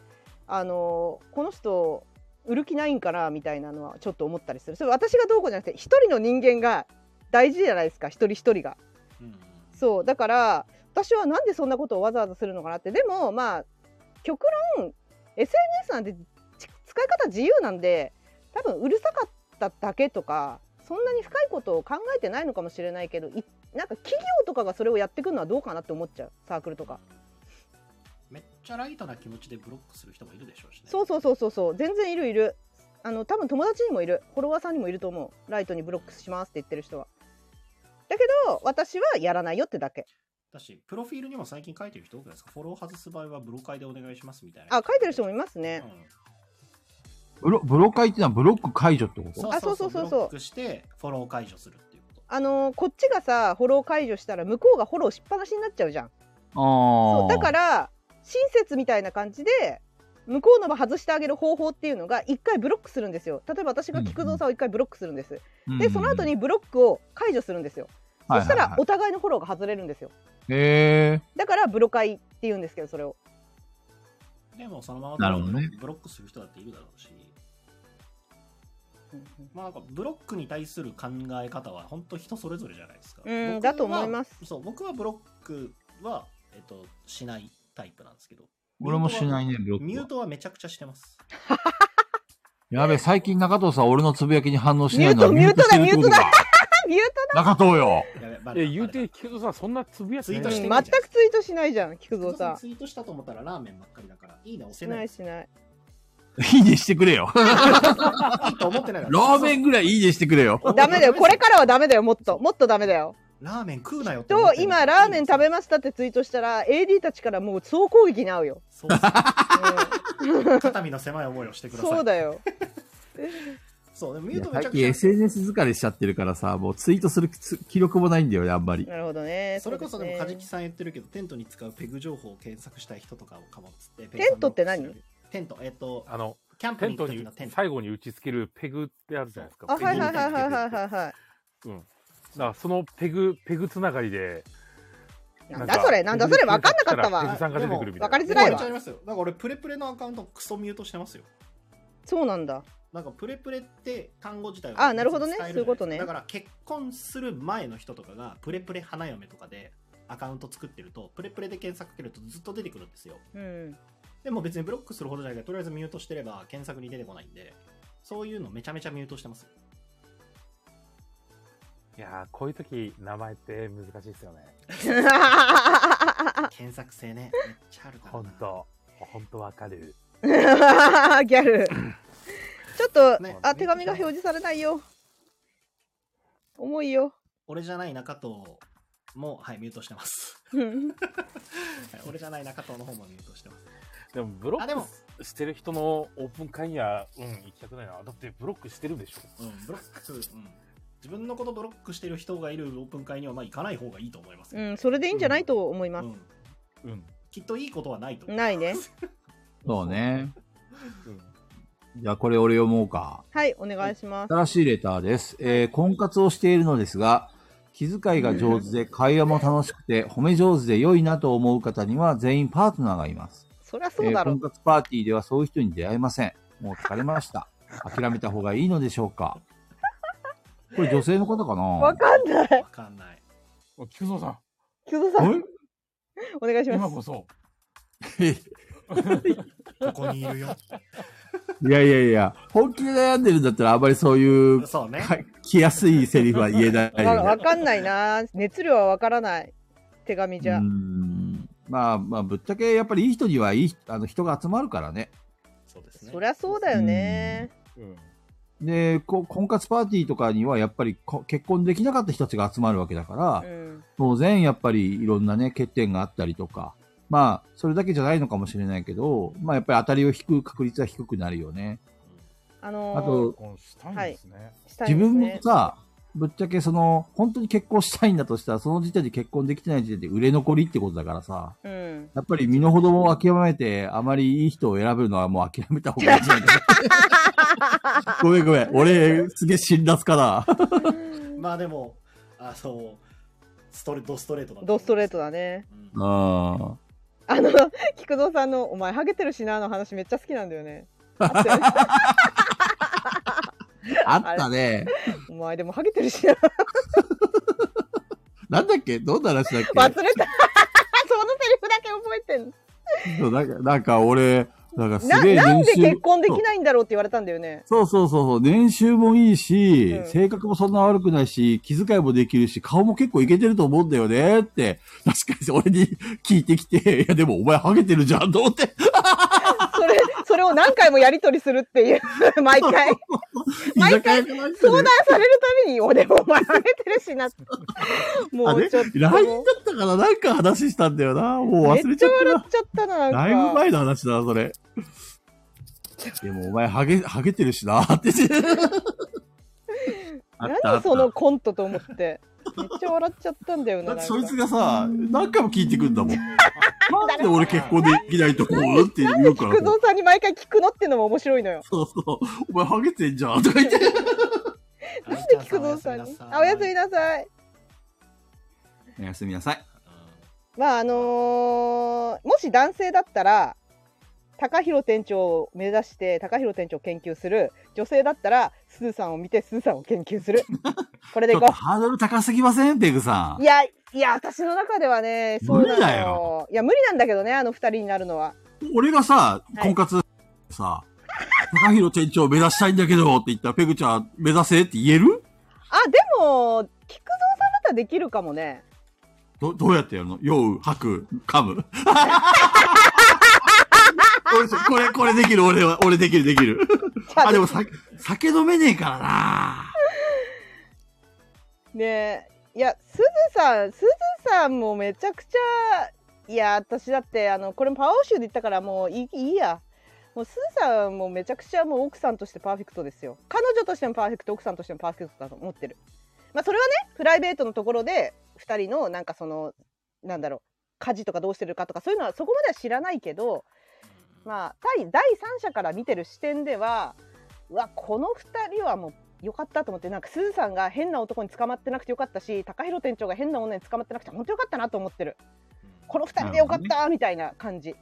Speaker 1: あのこの人売る気ないんかなみたいなのはちょっと思ったりするそれ私がどうこうじゃなくて一人の人間が大事じゃないですか一人一人が。
Speaker 5: うん
Speaker 1: そうだから私はなんでそんなことをわざわざするのかなってでもまあ極論 SNS なんてち使い方自由なんで多分うるさかっただけとかそんなに深いことを考えてないのかもしれないけどいなんか企業とかがそれをやってくるのはどうかなって思っちゃうサークルとか
Speaker 5: めっちゃライトな気持ちでブロックする人もいるでしょうしね。
Speaker 1: そうそうそうそうそう全然いるいるあの多分友達にもいるフォロワーさんにもいると思うライトにブロックしますって言ってる人はだけど私はやらないよってだけ
Speaker 5: だし、プロフィールにも最近書いてる人多くないですかフォロー外す場合はブロカイでお願いしますみたいな。
Speaker 1: あ書いてる人もいますね
Speaker 3: ブロ、ブロ解ってのはブロック解除ってこ
Speaker 5: うん
Speaker 3: と
Speaker 1: あそうそうそうそう
Speaker 5: ブロックして、フォロー解除するっていうこと。
Speaker 1: あのーこっちがさフォロー解除したら向こうがフォローしっぱなしになっちゃうじゃん
Speaker 3: あ
Speaker 1: そうだから親切みたいな感じで向こうのも外してあげる方法っていうのが一回ブロックするんですよ例えば私が菊蔵さんを一回ブロックするんです、
Speaker 3: ら
Speaker 1: でその後、にブロックを解除するんですよ、そしたら
Speaker 3: へ
Speaker 1: お互いのフォローが外れるんですよ
Speaker 3: え
Speaker 1: だからブロ解っていうんですけどそれを
Speaker 5: でもそのまま
Speaker 3: なるほどね
Speaker 5: ブロックする人だっているだろうし、まあなんかブロックに対する考え方は本当人それぞれじゃないですか。
Speaker 1: うん
Speaker 5: 僕は
Speaker 1: だと思います。
Speaker 5: そう、僕はブロックは、えっと、しないタイプなんですけど。。
Speaker 3: 俺もしないいね、ブロッ
Speaker 5: ミ
Speaker 3: ク
Speaker 5: ュ
Speaker 3: は
Speaker 5: ー。トはめちゃくちゃしてます。
Speaker 3: やべえ、最近中藤さん、俺のつぶやきに反応しないのは
Speaker 1: ミュート
Speaker 3: してるってことか
Speaker 1: ミューあミュー
Speaker 3: 中藤よ。
Speaker 5: やべ、 バレ
Speaker 2: え、
Speaker 5: た
Speaker 2: 言うて、
Speaker 5: バレた
Speaker 2: 菊蔵さん、そんなつぶやつ
Speaker 5: ツイー
Speaker 2: な
Speaker 5: ト
Speaker 2: い
Speaker 5: して
Speaker 1: 全
Speaker 5: ないじゃん
Speaker 1: くツイートしないじゃん菊蔵さん
Speaker 5: ツイートしたと思ったらラーメンばっかりだから、いいね押せ
Speaker 1: し
Speaker 5: な。
Speaker 1: ないい
Speaker 5: い
Speaker 1: しない
Speaker 3: いいねしてくれよ。
Speaker 5: いと思ってないか
Speaker 3: ラ
Speaker 5: ら。
Speaker 3: ーメンぐらいいいねしてくれよ。
Speaker 1: ダメだよこれからはダメだよもっともっとダメだよ
Speaker 5: ラーメン食うなよって思っ
Speaker 1: と
Speaker 5: てる
Speaker 1: 今ラーメン食べましたってツイートしたら AD たちからもう総攻撃に遭うよ、
Speaker 5: そうそう
Speaker 1: う
Speaker 5: 肩身の狭い思いをして
Speaker 1: ん
Speaker 5: ください。
Speaker 1: そうだよ
Speaker 5: そうでもミュートめちゃ
Speaker 3: 最
Speaker 5: く
Speaker 3: 近
Speaker 5: ちゃ。
Speaker 3: SNS 疲れしちゃってるからさ、もうツイートする記録もないんだよね、あんまり。
Speaker 1: なるほどね
Speaker 5: それこそでも、
Speaker 1: う
Speaker 5: カ
Speaker 1: す
Speaker 5: ジ
Speaker 1: ね
Speaker 5: キさん言ってるけど、テントに使うペグ情報を検索したい人とかをかもっつって。ペグ
Speaker 1: テントって何
Speaker 5: さんのテント、えっ、と、
Speaker 2: あの、
Speaker 5: キャンプ
Speaker 2: テ
Speaker 5: に
Speaker 2: ン
Speaker 5: 行
Speaker 2: ト
Speaker 5: く時
Speaker 2: に
Speaker 5: のテント。
Speaker 2: 最後に打ち付けるペグってあるじゃないですか。
Speaker 1: あはいはいはいはいはい
Speaker 2: だか
Speaker 1: はいは
Speaker 2: らそのペグ、ペグつながりで。
Speaker 1: いなんだそれなんだそれ分かんなかった
Speaker 2: ペグ
Speaker 1: わ
Speaker 2: さんが出てくるみたいな。
Speaker 1: わかりづらい
Speaker 5: もうや
Speaker 1: わ
Speaker 5: っちゃいますよ。なんか俺、プレプレのアカウントクソミュートしてますよ。
Speaker 1: そうなんだ
Speaker 5: なんかプレプレって単語自体を
Speaker 1: あなるほどね
Speaker 5: 別に使える
Speaker 1: そう
Speaker 5: じゃな
Speaker 1: いうことね
Speaker 5: だから結婚する前の人とかがプレプレ花嫁とかでアカウント作ってるとプレプレで検索かけるとずっと出てくるんですよ
Speaker 1: うん
Speaker 5: でも別にブロックするほどじゃないけどとりあえずミュートしてれば検索に出てこないんでそういうのめちゃめちゃミュートしてます
Speaker 2: いやー、こういう時、名前って難しいですよね。
Speaker 5: 検索性ねめっちゃあるから
Speaker 2: 本
Speaker 5: な
Speaker 2: 当本当わかる。
Speaker 1: ギャルちょっと、
Speaker 5: ね
Speaker 1: あ手紙が表示されないよ重いよ
Speaker 5: 俺じゃない中藤もはいミュートして ます、
Speaker 1: うん
Speaker 5: はい俺じゃない中藤の方もミュートしてます
Speaker 2: でも、ブロ
Speaker 5: あでも
Speaker 2: ックしてる人のオープン会には、うん、行きたくないな。だって、ブロックしてるでしょ。
Speaker 5: うんブロック、うん、自分のことブロックしてる人がいるオープン会にはまあ行かない方がいいと思いますよ、
Speaker 1: うん、それでいいんじゃないと思います、
Speaker 5: うん
Speaker 2: うん。
Speaker 5: きっといいことはないと思う。
Speaker 1: ないね
Speaker 3: そうね。
Speaker 2: うん
Speaker 3: じゃあこれ俺読もうか。
Speaker 1: はいお願いします
Speaker 3: 新しいレターです。えー婚活をしているのですが、気遣いが上手で会話も楽しくて、褒め上手で良いなと思う方には全員パートナーがいます。
Speaker 1: そりゃそうだろ
Speaker 3: えー婚活パーティーではそういう人に出会えません。もう疲れました。諦めた方がいいのでしょうかこれ女性の方か
Speaker 1: わ
Speaker 3: な
Speaker 1: かんない。
Speaker 5: わかんない。
Speaker 2: お菊蔵さん、
Speaker 1: 菊蔵さん、お願いします。
Speaker 2: こそ。
Speaker 5: ここにいるよ。
Speaker 3: いやいやいや、本気で悩んでるんだったらあんまりそういう、
Speaker 5: そうね。
Speaker 3: か来やすいセリフは言えない
Speaker 1: わ
Speaker 3: よね
Speaker 1: わ。かんないな。熱量はわからない。手紙じゃ
Speaker 3: う。んまあまあ、ぶっちゃけやっぱりいい人にはいいあの人が集まるからね。
Speaker 5: そうですね。
Speaker 1: そりゃそうだよね。
Speaker 2: うん。
Speaker 3: で、こ婚活パーティーとかにはやっぱりこ結婚できなかった人たちが集まるわけだから、
Speaker 1: うん。
Speaker 3: 当然やっぱりいろんなね、欠点があったりとか、まあ、それだけじゃないのかもしれないけど、まあやっぱり当たりを引く確率は低くなるよね。
Speaker 5: う
Speaker 1: あのー
Speaker 3: あと、
Speaker 2: 結婚したいんですね。
Speaker 1: したい
Speaker 3: 自
Speaker 1: です
Speaker 3: 分も
Speaker 1: ね
Speaker 3: さ、ぶっちゃけその、本当に結婚したいんだとしたら、その時点で結婚できてない時点で売れ残りってことだからさ、
Speaker 1: うん。
Speaker 3: やっぱり身の程を諦めて、あまりいい人を選ぶのはもう諦めた方がいいんじゃないかな。ごめんごめん。俺、すげえ辛辣かな。
Speaker 5: まあでも、あの、ストレドストレートだと思
Speaker 1: ド
Speaker 5: います
Speaker 1: ストレートだね。
Speaker 5: うん
Speaker 3: うん。
Speaker 1: あの、 菊蔵さんの、お前ハゲてるしなの話めっちゃ好きなんだよね。
Speaker 3: あったね。
Speaker 1: お前でもハゲてるしな。
Speaker 3: なんだっけどんな話だっけ
Speaker 1: 忘れた。そのセ リフだけ覚えてんの
Speaker 3: そうなんか、なんか俺、なんかすげえ
Speaker 1: ななんで
Speaker 3: 年収
Speaker 1: 結婚できないんだろうって言われたんだよね。
Speaker 3: そうそうそうそう、年収もいいし、
Speaker 1: うん
Speaker 3: 性格もそんな悪くないし、気遣いもできるし、顔も結構いけてると思うんだよねって、確かに俺に聞いてきて、いやでもお前ハゲてるじゃんと思って、
Speaker 1: それ、それを何回もやりとりするっていう、 毎回。
Speaker 3: 居
Speaker 1: 毎
Speaker 3: 酒
Speaker 1: 回
Speaker 3: 屋かなん
Speaker 1: 相
Speaker 3: か
Speaker 1: 談
Speaker 3: で、
Speaker 1: されるために、俺もお前ハゲてるしな。も
Speaker 3: あ
Speaker 1: う
Speaker 3: れ
Speaker 1: ちょっと。
Speaker 3: ?LINE だったからなんか話したんだよな。もう忘
Speaker 1: め
Speaker 3: れ
Speaker 1: っ
Speaker 3: ち
Speaker 1: ち
Speaker 3: ゃ
Speaker 1: ゃ
Speaker 3: っ
Speaker 1: 笑
Speaker 3: た
Speaker 1: っちゃったな。
Speaker 3: な。だいぶ
Speaker 1: なんか
Speaker 3: 前の話だな、そ れ。でもお前ハゲ、ハゲてるしな って。あったあ
Speaker 1: 何
Speaker 3: った
Speaker 1: そのコントと思って。めっちゃ笑っちゃったんだよ
Speaker 3: だ
Speaker 1: な。
Speaker 3: って
Speaker 1: なん
Speaker 3: そいつ
Speaker 1: か
Speaker 3: がさ、何回も聞いてく んだもん。なんで俺結婚できないと思うって言うから
Speaker 1: 菊。蔵さんに毎回聞くのってのも面白いのよ。
Speaker 3: そうそう。お前ハゲてんじゃんとか言 って。
Speaker 1: なんで菊蔵さんに。あ、おやすみなさい。
Speaker 3: おやすみなさい。
Speaker 1: まああのーもし男性だったら高弘店長を目指して高弘店長を研究する女性だったらスーさんを見てスーさんを研究するこれで
Speaker 3: ちょ
Speaker 1: い
Speaker 3: っ
Speaker 1: こと
Speaker 3: ハードル高すぎませんペグさ
Speaker 1: うんい。やいや私の中ではねそうな
Speaker 3: 無理
Speaker 1: の
Speaker 3: だよ
Speaker 1: いや無理なんだけどねあの二人になるのは
Speaker 3: 俺がさ、
Speaker 1: い
Speaker 3: 婚活 さ、高弘店長目指したいんだけどって言ったら、ペグちゃん目指せって言える
Speaker 1: あでも菊蔵さんだったらできるかもね
Speaker 3: ど、どうやってやるの酔う、吐く、噛む。 俺そこれ、これできる、俺は、俺できる、できる。
Speaker 1: じゃ
Speaker 3: あ、でもさ、酒飲めねえからな
Speaker 1: ねえいやすずさんすずさんもめちゃくちゃいや私だってあのこれもパワーオッシュで言ったからもういいいいやもうすずさんもめちゃくちゃもう奥さんとしてパーフェクトですよ彼女としてもパーフェクト奥さんとしてもパーフェクトだと思ってるまあそれはねプライベートのところで2人のなんかそのなんだろう家事とかどうしてるかとかそういうのはそこまでは知らないけどまあ対第三者から見てる視点ではうわこの2人はもうよかったと思ってなんかすずさんが変な男に捕まってなくてよかったし高弘店長が変な女に捕まってなくて本当よかったなと思ってるこの二人でよかったみたいな感じ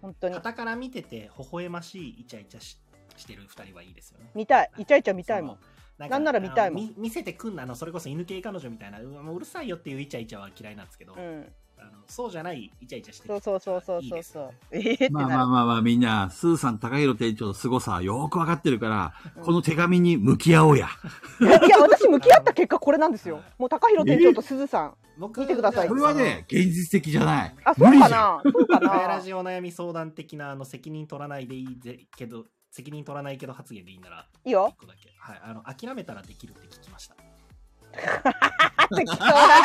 Speaker 1: 本当に
Speaker 5: 傍から見てて微笑ましいイチャイチャししてる二人はいいですよね。
Speaker 1: 見たいイチャイチャ見たいもん
Speaker 5: その。
Speaker 1: なんなら見たいもん
Speaker 5: あのみ見せてくんなあのそれこそ犬系彼女みたいなうわもううるさいよっていうイチャイチャは嫌いなんですけど、
Speaker 1: うん
Speaker 5: あのそうじゃないイチャイチャして
Speaker 1: そう
Speaker 5: る
Speaker 1: そうそうそう
Speaker 5: いい
Speaker 1: そう
Speaker 5: です
Speaker 1: そ
Speaker 5: よ
Speaker 1: う
Speaker 5: ね
Speaker 1: ええって
Speaker 3: まあま
Speaker 1: な
Speaker 3: あ
Speaker 1: る
Speaker 3: まあまあ、みんな、スーさん、高弘店長の凄さはよーくわかってるから、
Speaker 1: うん
Speaker 3: この手紙に向き合おうや。
Speaker 1: いや私向き合った結果これなんですよ
Speaker 5: はい
Speaker 1: もう高弘店長とすずさん
Speaker 5: 僕
Speaker 1: 見てください
Speaker 5: じゃ
Speaker 3: こ
Speaker 5: あ
Speaker 3: れはね、現実的じゃない。
Speaker 1: あそう
Speaker 3: 無理
Speaker 1: か
Speaker 3: じゃん
Speaker 1: なそうか
Speaker 5: ガヤラ
Speaker 1: な
Speaker 5: ジお悩み相談的なあの責任取らないでいいぜけど責任取らないけど発言でいいなら
Speaker 1: いいよ
Speaker 5: 一個だけはいあの諦めたらできるって聞きました
Speaker 1: 適当だな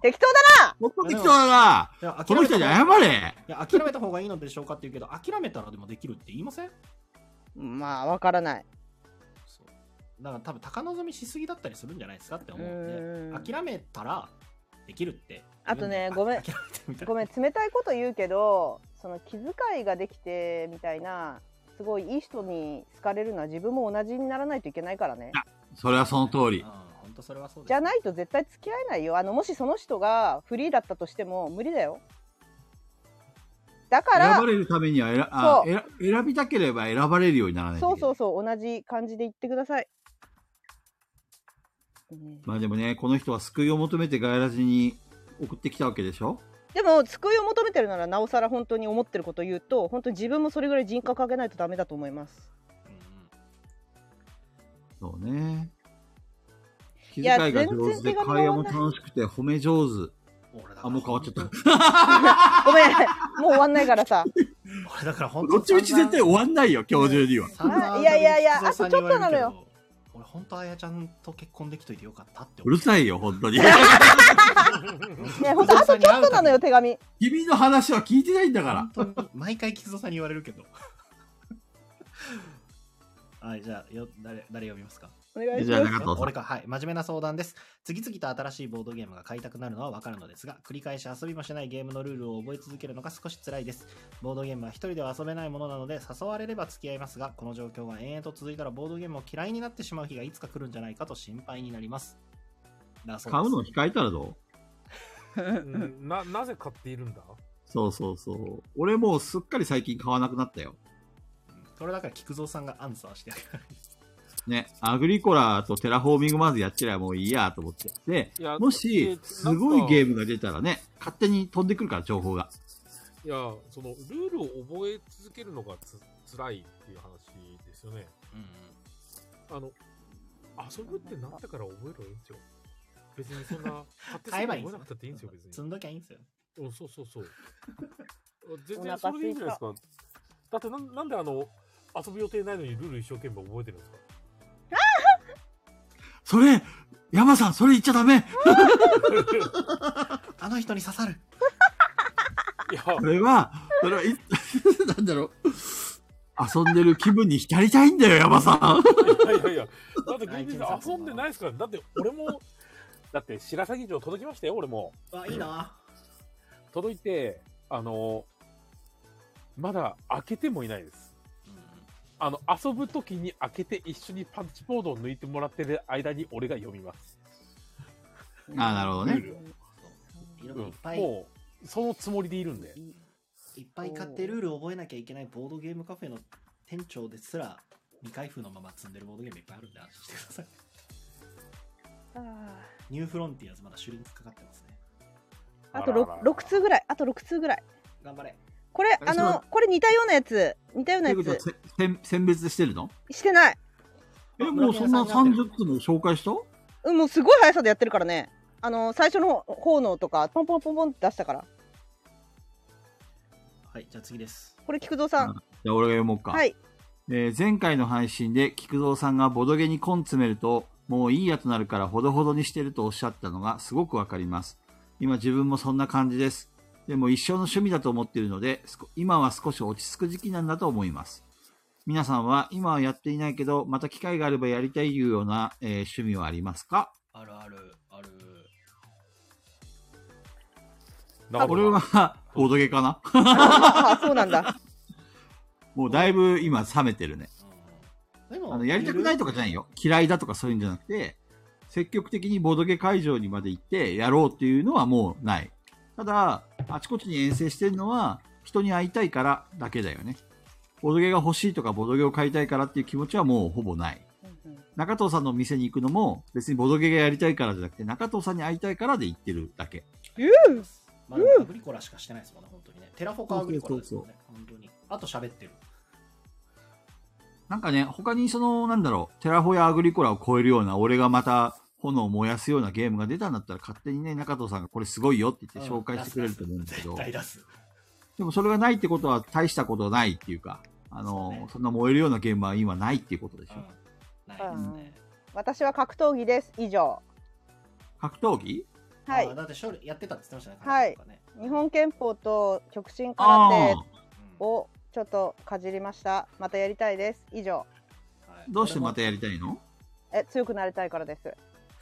Speaker 1: 適当だ
Speaker 3: ほっとってきたな。
Speaker 5: いや
Speaker 3: この人に謝
Speaker 5: い
Speaker 3: れ。
Speaker 5: や諦めた方がいいのでしょうかって言うけど諦めたらでもできるって言いません
Speaker 1: なまあわからない
Speaker 5: そうだから多分高望みしすぎだったりするんじゃないですかって思うん
Speaker 1: う
Speaker 5: で
Speaker 1: ん
Speaker 5: 諦めたらできるって
Speaker 1: あとねごめん
Speaker 5: 諦めてみたい
Speaker 1: ごめん冷たいこと言うけどその気遣いができてみたいなすごいいい人に好かれるのは自分も同じにならないといけないからね
Speaker 3: それはその通り
Speaker 5: うん。本当それはそうです
Speaker 1: じゃないと絶対付き合えないよあのもしその人がフリーだったとしても無理だよだか
Speaker 3: 選
Speaker 1: ら
Speaker 3: ばれるためには選あ
Speaker 1: そ
Speaker 3: 選選びたければ選ばれるようにならないといけ
Speaker 1: そ
Speaker 3: な
Speaker 1: う
Speaker 3: い
Speaker 1: そうそう同じ感じで言ってください、うん
Speaker 3: まあでもね、この人は救いを求めてガイラジに送ってきたわけでしょ
Speaker 1: でも救いを求めてるならなおさら本当に思ってることを言うと本当に自分もそれぐらい人格上げないとダメだと思います
Speaker 3: そうね。気
Speaker 1: いや
Speaker 3: 遣いが上手
Speaker 1: 全然
Speaker 3: で、
Speaker 1: 手紙
Speaker 3: 会話
Speaker 1: 終わん
Speaker 3: も
Speaker 1: ない
Speaker 3: 楽しくて、褒め上手。
Speaker 5: うん俺だから
Speaker 3: あ、もう変わっちゃった。
Speaker 1: ごめんもう終わんないからさ
Speaker 5: 俺だから本当
Speaker 3: どっちみち絶対
Speaker 5: 散
Speaker 3: 終わんないよ、今日中には。
Speaker 5: 々散々
Speaker 1: あいやいやいや
Speaker 5: 菊蔵さんに言われ
Speaker 1: あとちょっ
Speaker 5: るけど
Speaker 1: とな
Speaker 5: 俺本当あやちゃんと結婚できといてよかったって
Speaker 3: う
Speaker 5: 思
Speaker 3: るさいよ、本当に。
Speaker 1: ね本当あとちょっとなのよ手紙
Speaker 3: 君の話は聞いてないんだから。
Speaker 5: 本当に毎回菊蔵さんに言 われるけどはいじゃあよ誰誰読みますか
Speaker 1: お願いし
Speaker 3: じゃあ
Speaker 1: ます。
Speaker 3: 中藤さん
Speaker 5: 俺か、はい。真面目な相談です。次々と新しいボードゲームが買いたくなるのはわかるのですが、繰り返し遊びもしないゲームのルールを覚え続けるのが少し辛いです。ボードゲームは一人では遊べないものなので、誘われれば付き合いますが、この状況が延々と続いたらボードゲームを嫌いになってしまう日がいつか来るんじゃないかと心配になります。だそうです
Speaker 3: 買うのを控えたらどう
Speaker 2: うんな、なぜ買っているんだ
Speaker 3: そうそうそう。俺もうすっかり最近買わなくなったよ。
Speaker 5: それだから菊蔵さんがアンサーしてあげる。
Speaker 3: ね、アグリコラとテラフォーミングまずやってりゃもういいやと思って。で、
Speaker 2: いや
Speaker 3: も
Speaker 2: えー
Speaker 3: し
Speaker 2: なん、か
Speaker 3: すごいゲームが出たらね、勝手に飛んでくるから、情報が。
Speaker 2: いや、その、ルールを覚え続けるのがつ辛いっていう話ですよね。あの、遊ぶってなってから覚えろいいんですよ。別にそんな、買ってすぐ
Speaker 5: 買えば
Speaker 2: 覚え
Speaker 5: いいんです
Speaker 2: なくたっていいんですよ、別に
Speaker 5: 積。んどきゃいいんですよ。
Speaker 2: うん、そうそう そう。全
Speaker 1: お
Speaker 2: 然そ
Speaker 1: 腹
Speaker 2: れでいいんじゃないですか。だってなん、なんであの、遊ぶ予定ないのにルール一生懸命覚えてるんですか
Speaker 3: それ、山さん、それ言っちゃダメ
Speaker 5: あの人に刺さる。
Speaker 2: いや、
Speaker 3: それは、それは、い なんだろう。遊んでる気分に浸りたいんだよ、山さ
Speaker 2: い
Speaker 3: ん。
Speaker 2: やいやいや、だって、現実遊んでないですから、だって、俺も、だって、白鷺城届きましたよ、俺も。
Speaker 5: あ、いいな。
Speaker 2: 届いて、あの、まだ開けてもいないです。あの、遊ぶときに開けて一緒にパンチボードを抜いてもらってる間に俺が読みます。
Speaker 3: あなるほどね。
Speaker 5: いろ
Speaker 2: う
Speaker 5: いろい
Speaker 2: ん
Speaker 5: っぱい、
Speaker 2: もう、そのつもりでいるんで。
Speaker 5: いっぱい買ってルール覚えなきゃいけないボードゲームカフェの店長ですら未開封のまま積んでるボードゲームいっぱいあるんで安心してください。
Speaker 1: あ
Speaker 5: ニューフロンティアーズまだシュリンクかかってますね。
Speaker 1: ーあと
Speaker 2: あらあら
Speaker 1: 6, 六通ぐらい。あと6通ぐらい。
Speaker 5: 頑張れ。
Speaker 1: これ、
Speaker 3: あ
Speaker 1: あ
Speaker 3: そう
Speaker 1: の、これ似たようなやつ。似たよう
Speaker 3: と
Speaker 1: ないや
Speaker 3: うことは
Speaker 1: つ。
Speaker 3: せ選、選別してるの
Speaker 1: してない。
Speaker 3: え、もうそんな30つも紹介した
Speaker 1: うん、もうすごい速さでやってるからね。あの、最初の方方のとか、ポンポンポンポンって出したから。
Speaker 5: はい、じゃあ次です。
Speaker 1: これ、菊蔵さん。
Speaker 3: じゃあ俺が読もうか。
Speaker 1: はい。
Speaker 3: えー前回の配信で菊蔵さんがボドゲに根詰めるともういいやとなるからほどほどにしてるとおっしゃったのがすごくわかります。今自分もそんな感じです。でも一生の趣味だと思っているので少今は少し落ち着く時期なんだと思います。皆さんは今はやっていないけどまた機会があればやりたいいうような、えー趣味はありますか
Speaker 5: あるある、ある。
Speaker 2: なるほ
Speaker 3: 俺
Speaker 2: どな
Speaker 3: はボドゲかな
Speaker 1: あ、そうなんだ。
Speaker 3: もうだいぶ今冷めてるね。
Speaker 5: うん、でも
Speaker 3: あのやりたくないとかじゃないよ。嫌いだとかそういうんじゃなくて、積極的にボドゲ会場にまで行ってやろうっていうのはもうない。ただ、あちこちに遠征してるのは、人に会いたいからだけだよね。ボドゲが欲しいとか、ボドゲを買いたいからっていう気持ちはもうほぼない。中藤さんの店に行くのも、別にボドゲがやりたいからじゃなくて、中藤さんに会いたいからで行ってるだけ。
Speaker 5: まあ、でもアグリコラしかしてないですもんね、本当にね。テラフォカアグリコラですもんね、本当に。あと喋ってる。
Speaker 3: なんかね、他にその、なんだろう、テラフォやアグリコラを超えるような、俺がまた炎を燃やすようなゲームが出たんだったら、勝手にね、中藤さんがこれすごいよって言って紹介してくれると思うんだけど、
Speaker 5: 絶対出す。
Speaker 3: でもそれがないってことは大したことないっていうか、あの、
Speaker 5: そうね
Speaker 3: そんな燃えるようなゲームは今ないっていうことでし
Speaker 5: う
Speaker 3: ょ。
Speaker 5: ん。ないですね。
Speaker 1: 私は格闘技です。以上。
Speaker 3: 格闘技
Speaker 1: は
Speaker 5: あ
Speaker 1: い。
Speaker 5: だって勝利やってたって言ってましたね。
Speaker 1: はい
Speaker 5: 彼女とかね。
Speaker 1: 日本憲法と極真
Speaker 3: あ
Speaker 1: 空手
Speaker 5: うん
Speaker 1: をちょっとかじりました。またやりたいです。以上。
Speaker 5: はい
Speaker 3: ーどうしてまたやりたい の
Speaker 1: え、強くなりたいからです。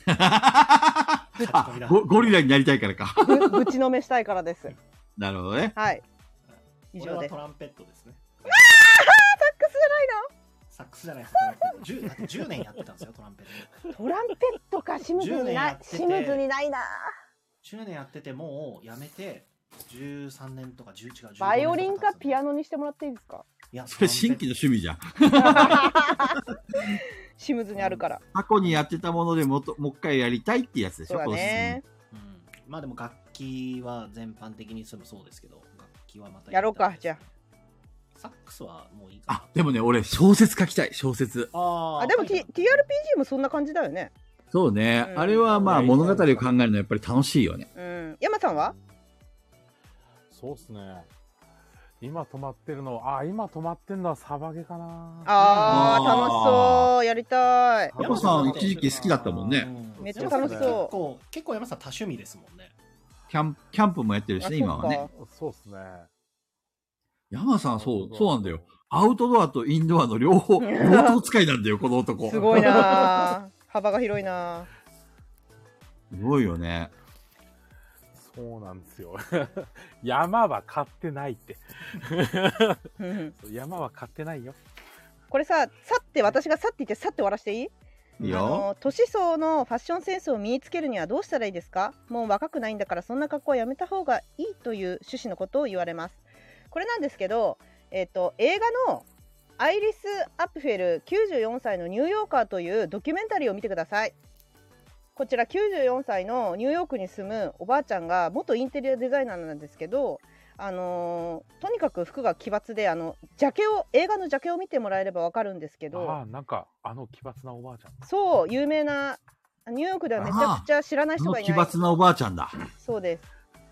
Speaker 3: あゴ、ゴリラになりたいから か。
Speaker 1: ぶ ぶちのめしたいからです。
Speaker 3: なるほどね。
Speaker 1: はい。以
Speaker 5: これ
Speaker 1: 上
Speaker 5: は
Speaker 1: です
Speaker 5: ト。ランペットですね。あサックスじゃないのサックスじゃないです。トランペット 10, 年やってたんですよ、トランペット。
Speaker 1: トランペットかシムズに
Speaker 5: 10
Speaker 1: な
Speaker 5: 年や
Speaker 1: い
Speaker 5: っ。てて
Speaker 1: シムズにないな。
Speaker 5: 10年やってて、もうやめて、13年とか11か15年とか
Speaker 1: バイオリンかピア
Speaker 5: ノ。
Speaker 1: ノにしてもらっていいです か。
Speaker 5: いや、
Speaker 3: それ新規の
Speaker 5: の。
Speaker 3: 趣味じゃん。
Speaker 1: シムズにあるから。
Speaker 3: 過去にやってたものでもっと、もう一回やりたいってやつでし
Speaker 1: そう
Speaker 3: ょ、
Speaker 1: だね。
Speaker 5: うんまあでも楽器は全般的にそれもそうですけど、楽器はまた
Speaker 1: やろうか
Speaker 5: りたいですね。サックスはもういいかな。
Speaker 3: あ、でもね、俺、小説書きたい、小説。
Speaker 5: あー
Speaker 1: あ、でも
Speaker 5: 書
Speaker 1: T
Speaker 5: い
Speaker 1: T.
Speaker 5: て
Speaker 1: R. P. G. もそんな感じだよね。
Speaker 3: そうね。
Speaker 1: うん
Speaker 3: あれはまあ、物語を考えるのやっぱり楽しいよね。
Speaker 1: うん。山さんは。
Speaker 2: そうっすね。今止まってるのは、あ、今止まってるのはサバゲかな。
Speaker 1: ああ、
Speaker 3: あー
Speaker 1: 楽しそう。やりたい。
Speaker 3: ヤマさん一時期好きだったもん
Speaker 5: あった
Speaker 3: ね。
Speaker 5: うん
Speaker 1: めっちゃ楽し
Speaker 5: 結
Speaker 1: そ
Speaker 5: 構、結構山さん多趣味ですもんね。
Speaker 3: キャンキャンプもやってるしね、今はね。
Speaker 1: あそっか
Speaker 2: そうっすね。
Speaker 3: 山さん、そう、そうなんだよ。アウトドアとインドアの両方、両方使いなんだよ、この男。
Speaker 1: すごいなあ幅が広いなあ
Speaker 3: すごいよね。
Speaker 2: そうなんですよ。 山は買ってないって。
Speaker 1: うん
Speaker 2: 山は買ってないよ。
Speaker 1: これささって私がさって言ってさって終わらせていい
Speaker 3: いい
Speaker 1: あ
Speaker 3: よ。
Speaker 1: の年相応のファッションセンスを身につけるにはどうしたらいいですかもう若くないんだからそんな格好はやめた方がいいという趣旨のことを言われますこれなんですけど、えっと映画のアイリス・アップフェル94歳のニューヨーカーというドキュメンタリーを見てくださいこちら94歳のニューヨークに住むおばあちゃんが元インテリアデザイナーなんですけどあのーとにかく服が奇抜であのジャケを映画のジャケを見てもらえればわかるんですけど
Speaker 2: ああ、なんか、あの奇抜なおばあちゃん。
Speaker 1: そう、有名な、ニューヨークではめちゃくちゃ知らない
Speaker 3: あ
Speaker 1: 人
Speaker 3: の
Speaker 1: がい
Speaker 3: 奇
Speaker 1: ない。
Speaker 3: 抜なおばあちゃんだ。
Speaker 1: そうです。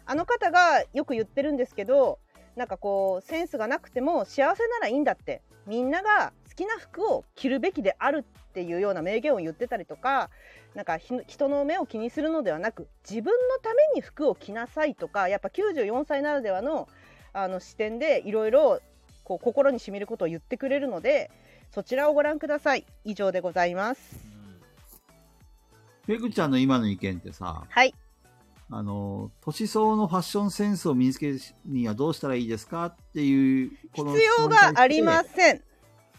Speaker 1: あの方がよく言ってるんですけど、なんかこう、センスがなくても幸せならいいんだって。みんなが好きな服を着るべきであるっていうような名言を言ってたりとか、なんかひ人の目を気にするのではなく、自分のために服を着なさいとか、やっぱ94歳ならではのあの視点でいろいろこう心にしみることを言ってくれるので、そちらをご覧ください。以上でございます。
Speaker 3: ペグちゃんの今の意見ってさ、
Speaker 1: はい。
Speaker 3: あの、年相応のファッションセンスを身につけるにはどうしたらいいですかっていう、この
Speaker 1: 必要がありま
Speaker 3: 質
Speaker 1: せん。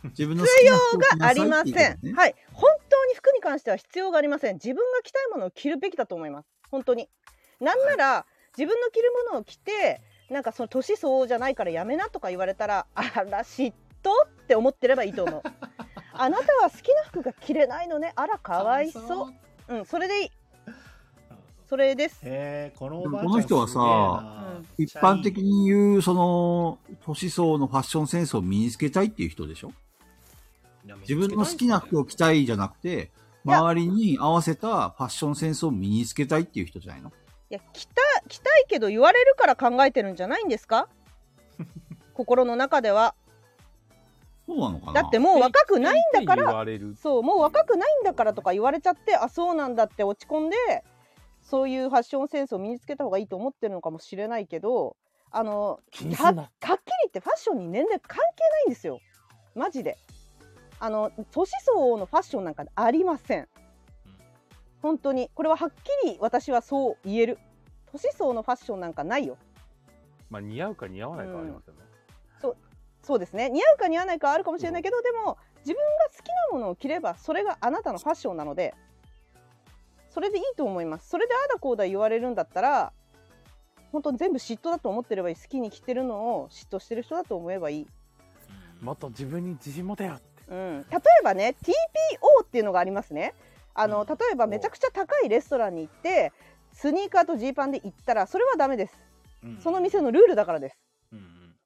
Speaker 3: 問に
Speaker 1: 必
Speaker 3: 対して。必
Speaker 1: 要がありません。
Speaker 3: ね、
Speaker 1: はい。本当に服に関しては必要がありません。自分が着たいものを着るべきだと思います。本当に。なんなら、自分の着るものを着て、なんかその年相応じゃないからやめなとか言われたら、あら、嫉妬って思ってればいいと思 う。あなたは好きな服が着れないのね。あら、かわいそう。うん、それでいい。それです。
Speaker 5: へえ、このお
Speaker 3: でも
Speaker 5: ばあちゃん
Speaker 3: この人はさ
Speaker 5: すげえな
Speaker 1: うん
Speaker 3: 一般的に言う、その、年相応のファッションセンスを身につけたいっていう人でしょ自分の好きな服を着たいじゃなくて、
Speaker 1: や
Speaker 3: 周りに合わせたファッションセンスを身につけたいっていう人じゃないの
Speaker 1: いや着た着たいけど言われるから考えてるんじゃないんです か心の中では
Speaker 3: そうなのか
Speaker 1: だ
Speaker 3: な
Speaker 1: ってもう若くないんだか
Speaker 2: 言
Speaker 1: ら
Speaker 2: われる。
Speaker 1: そうもう若くないんだからとか言われちゃってあそうなんだって落ち込んでそういうファッションセンスを身につけた方がいいと思ってるのかもしれないけどあの
Speaker 2: 気に
Speaker 1: はは
Speaker 2: す
Speaker 1: っきり
Speaker 2: んな。
Speaker 1: 言ってファッションに年齢関係ないんですよマジであの年相応のファッションなんかありません本当にこれははっきり私はそう言える年相応のファッションなんかないよ
Speaker 2: まあ、似合うか似合わないかありますよね。
Speaker 1: そうですね似合うか似合わないかはあるかもしれないけど、でも自分が好きなものを着ればそれがあなたのファッションなのでそれでいいと思いますそれでああだこうだ言われるんだったら本当に全部嫉妬だと思ってればいい好きに着てるのを嫉妬してる人だと思えばいい、
Speaker 2: もっと自分に自信持てよって。
Speaker 1: うん、例えばね TPO っていうのがありますねあの例えばめちゃくちゃ高いレストランに行ってスニーカーとジーパンで行ったらそれはダメですその店のルールだからです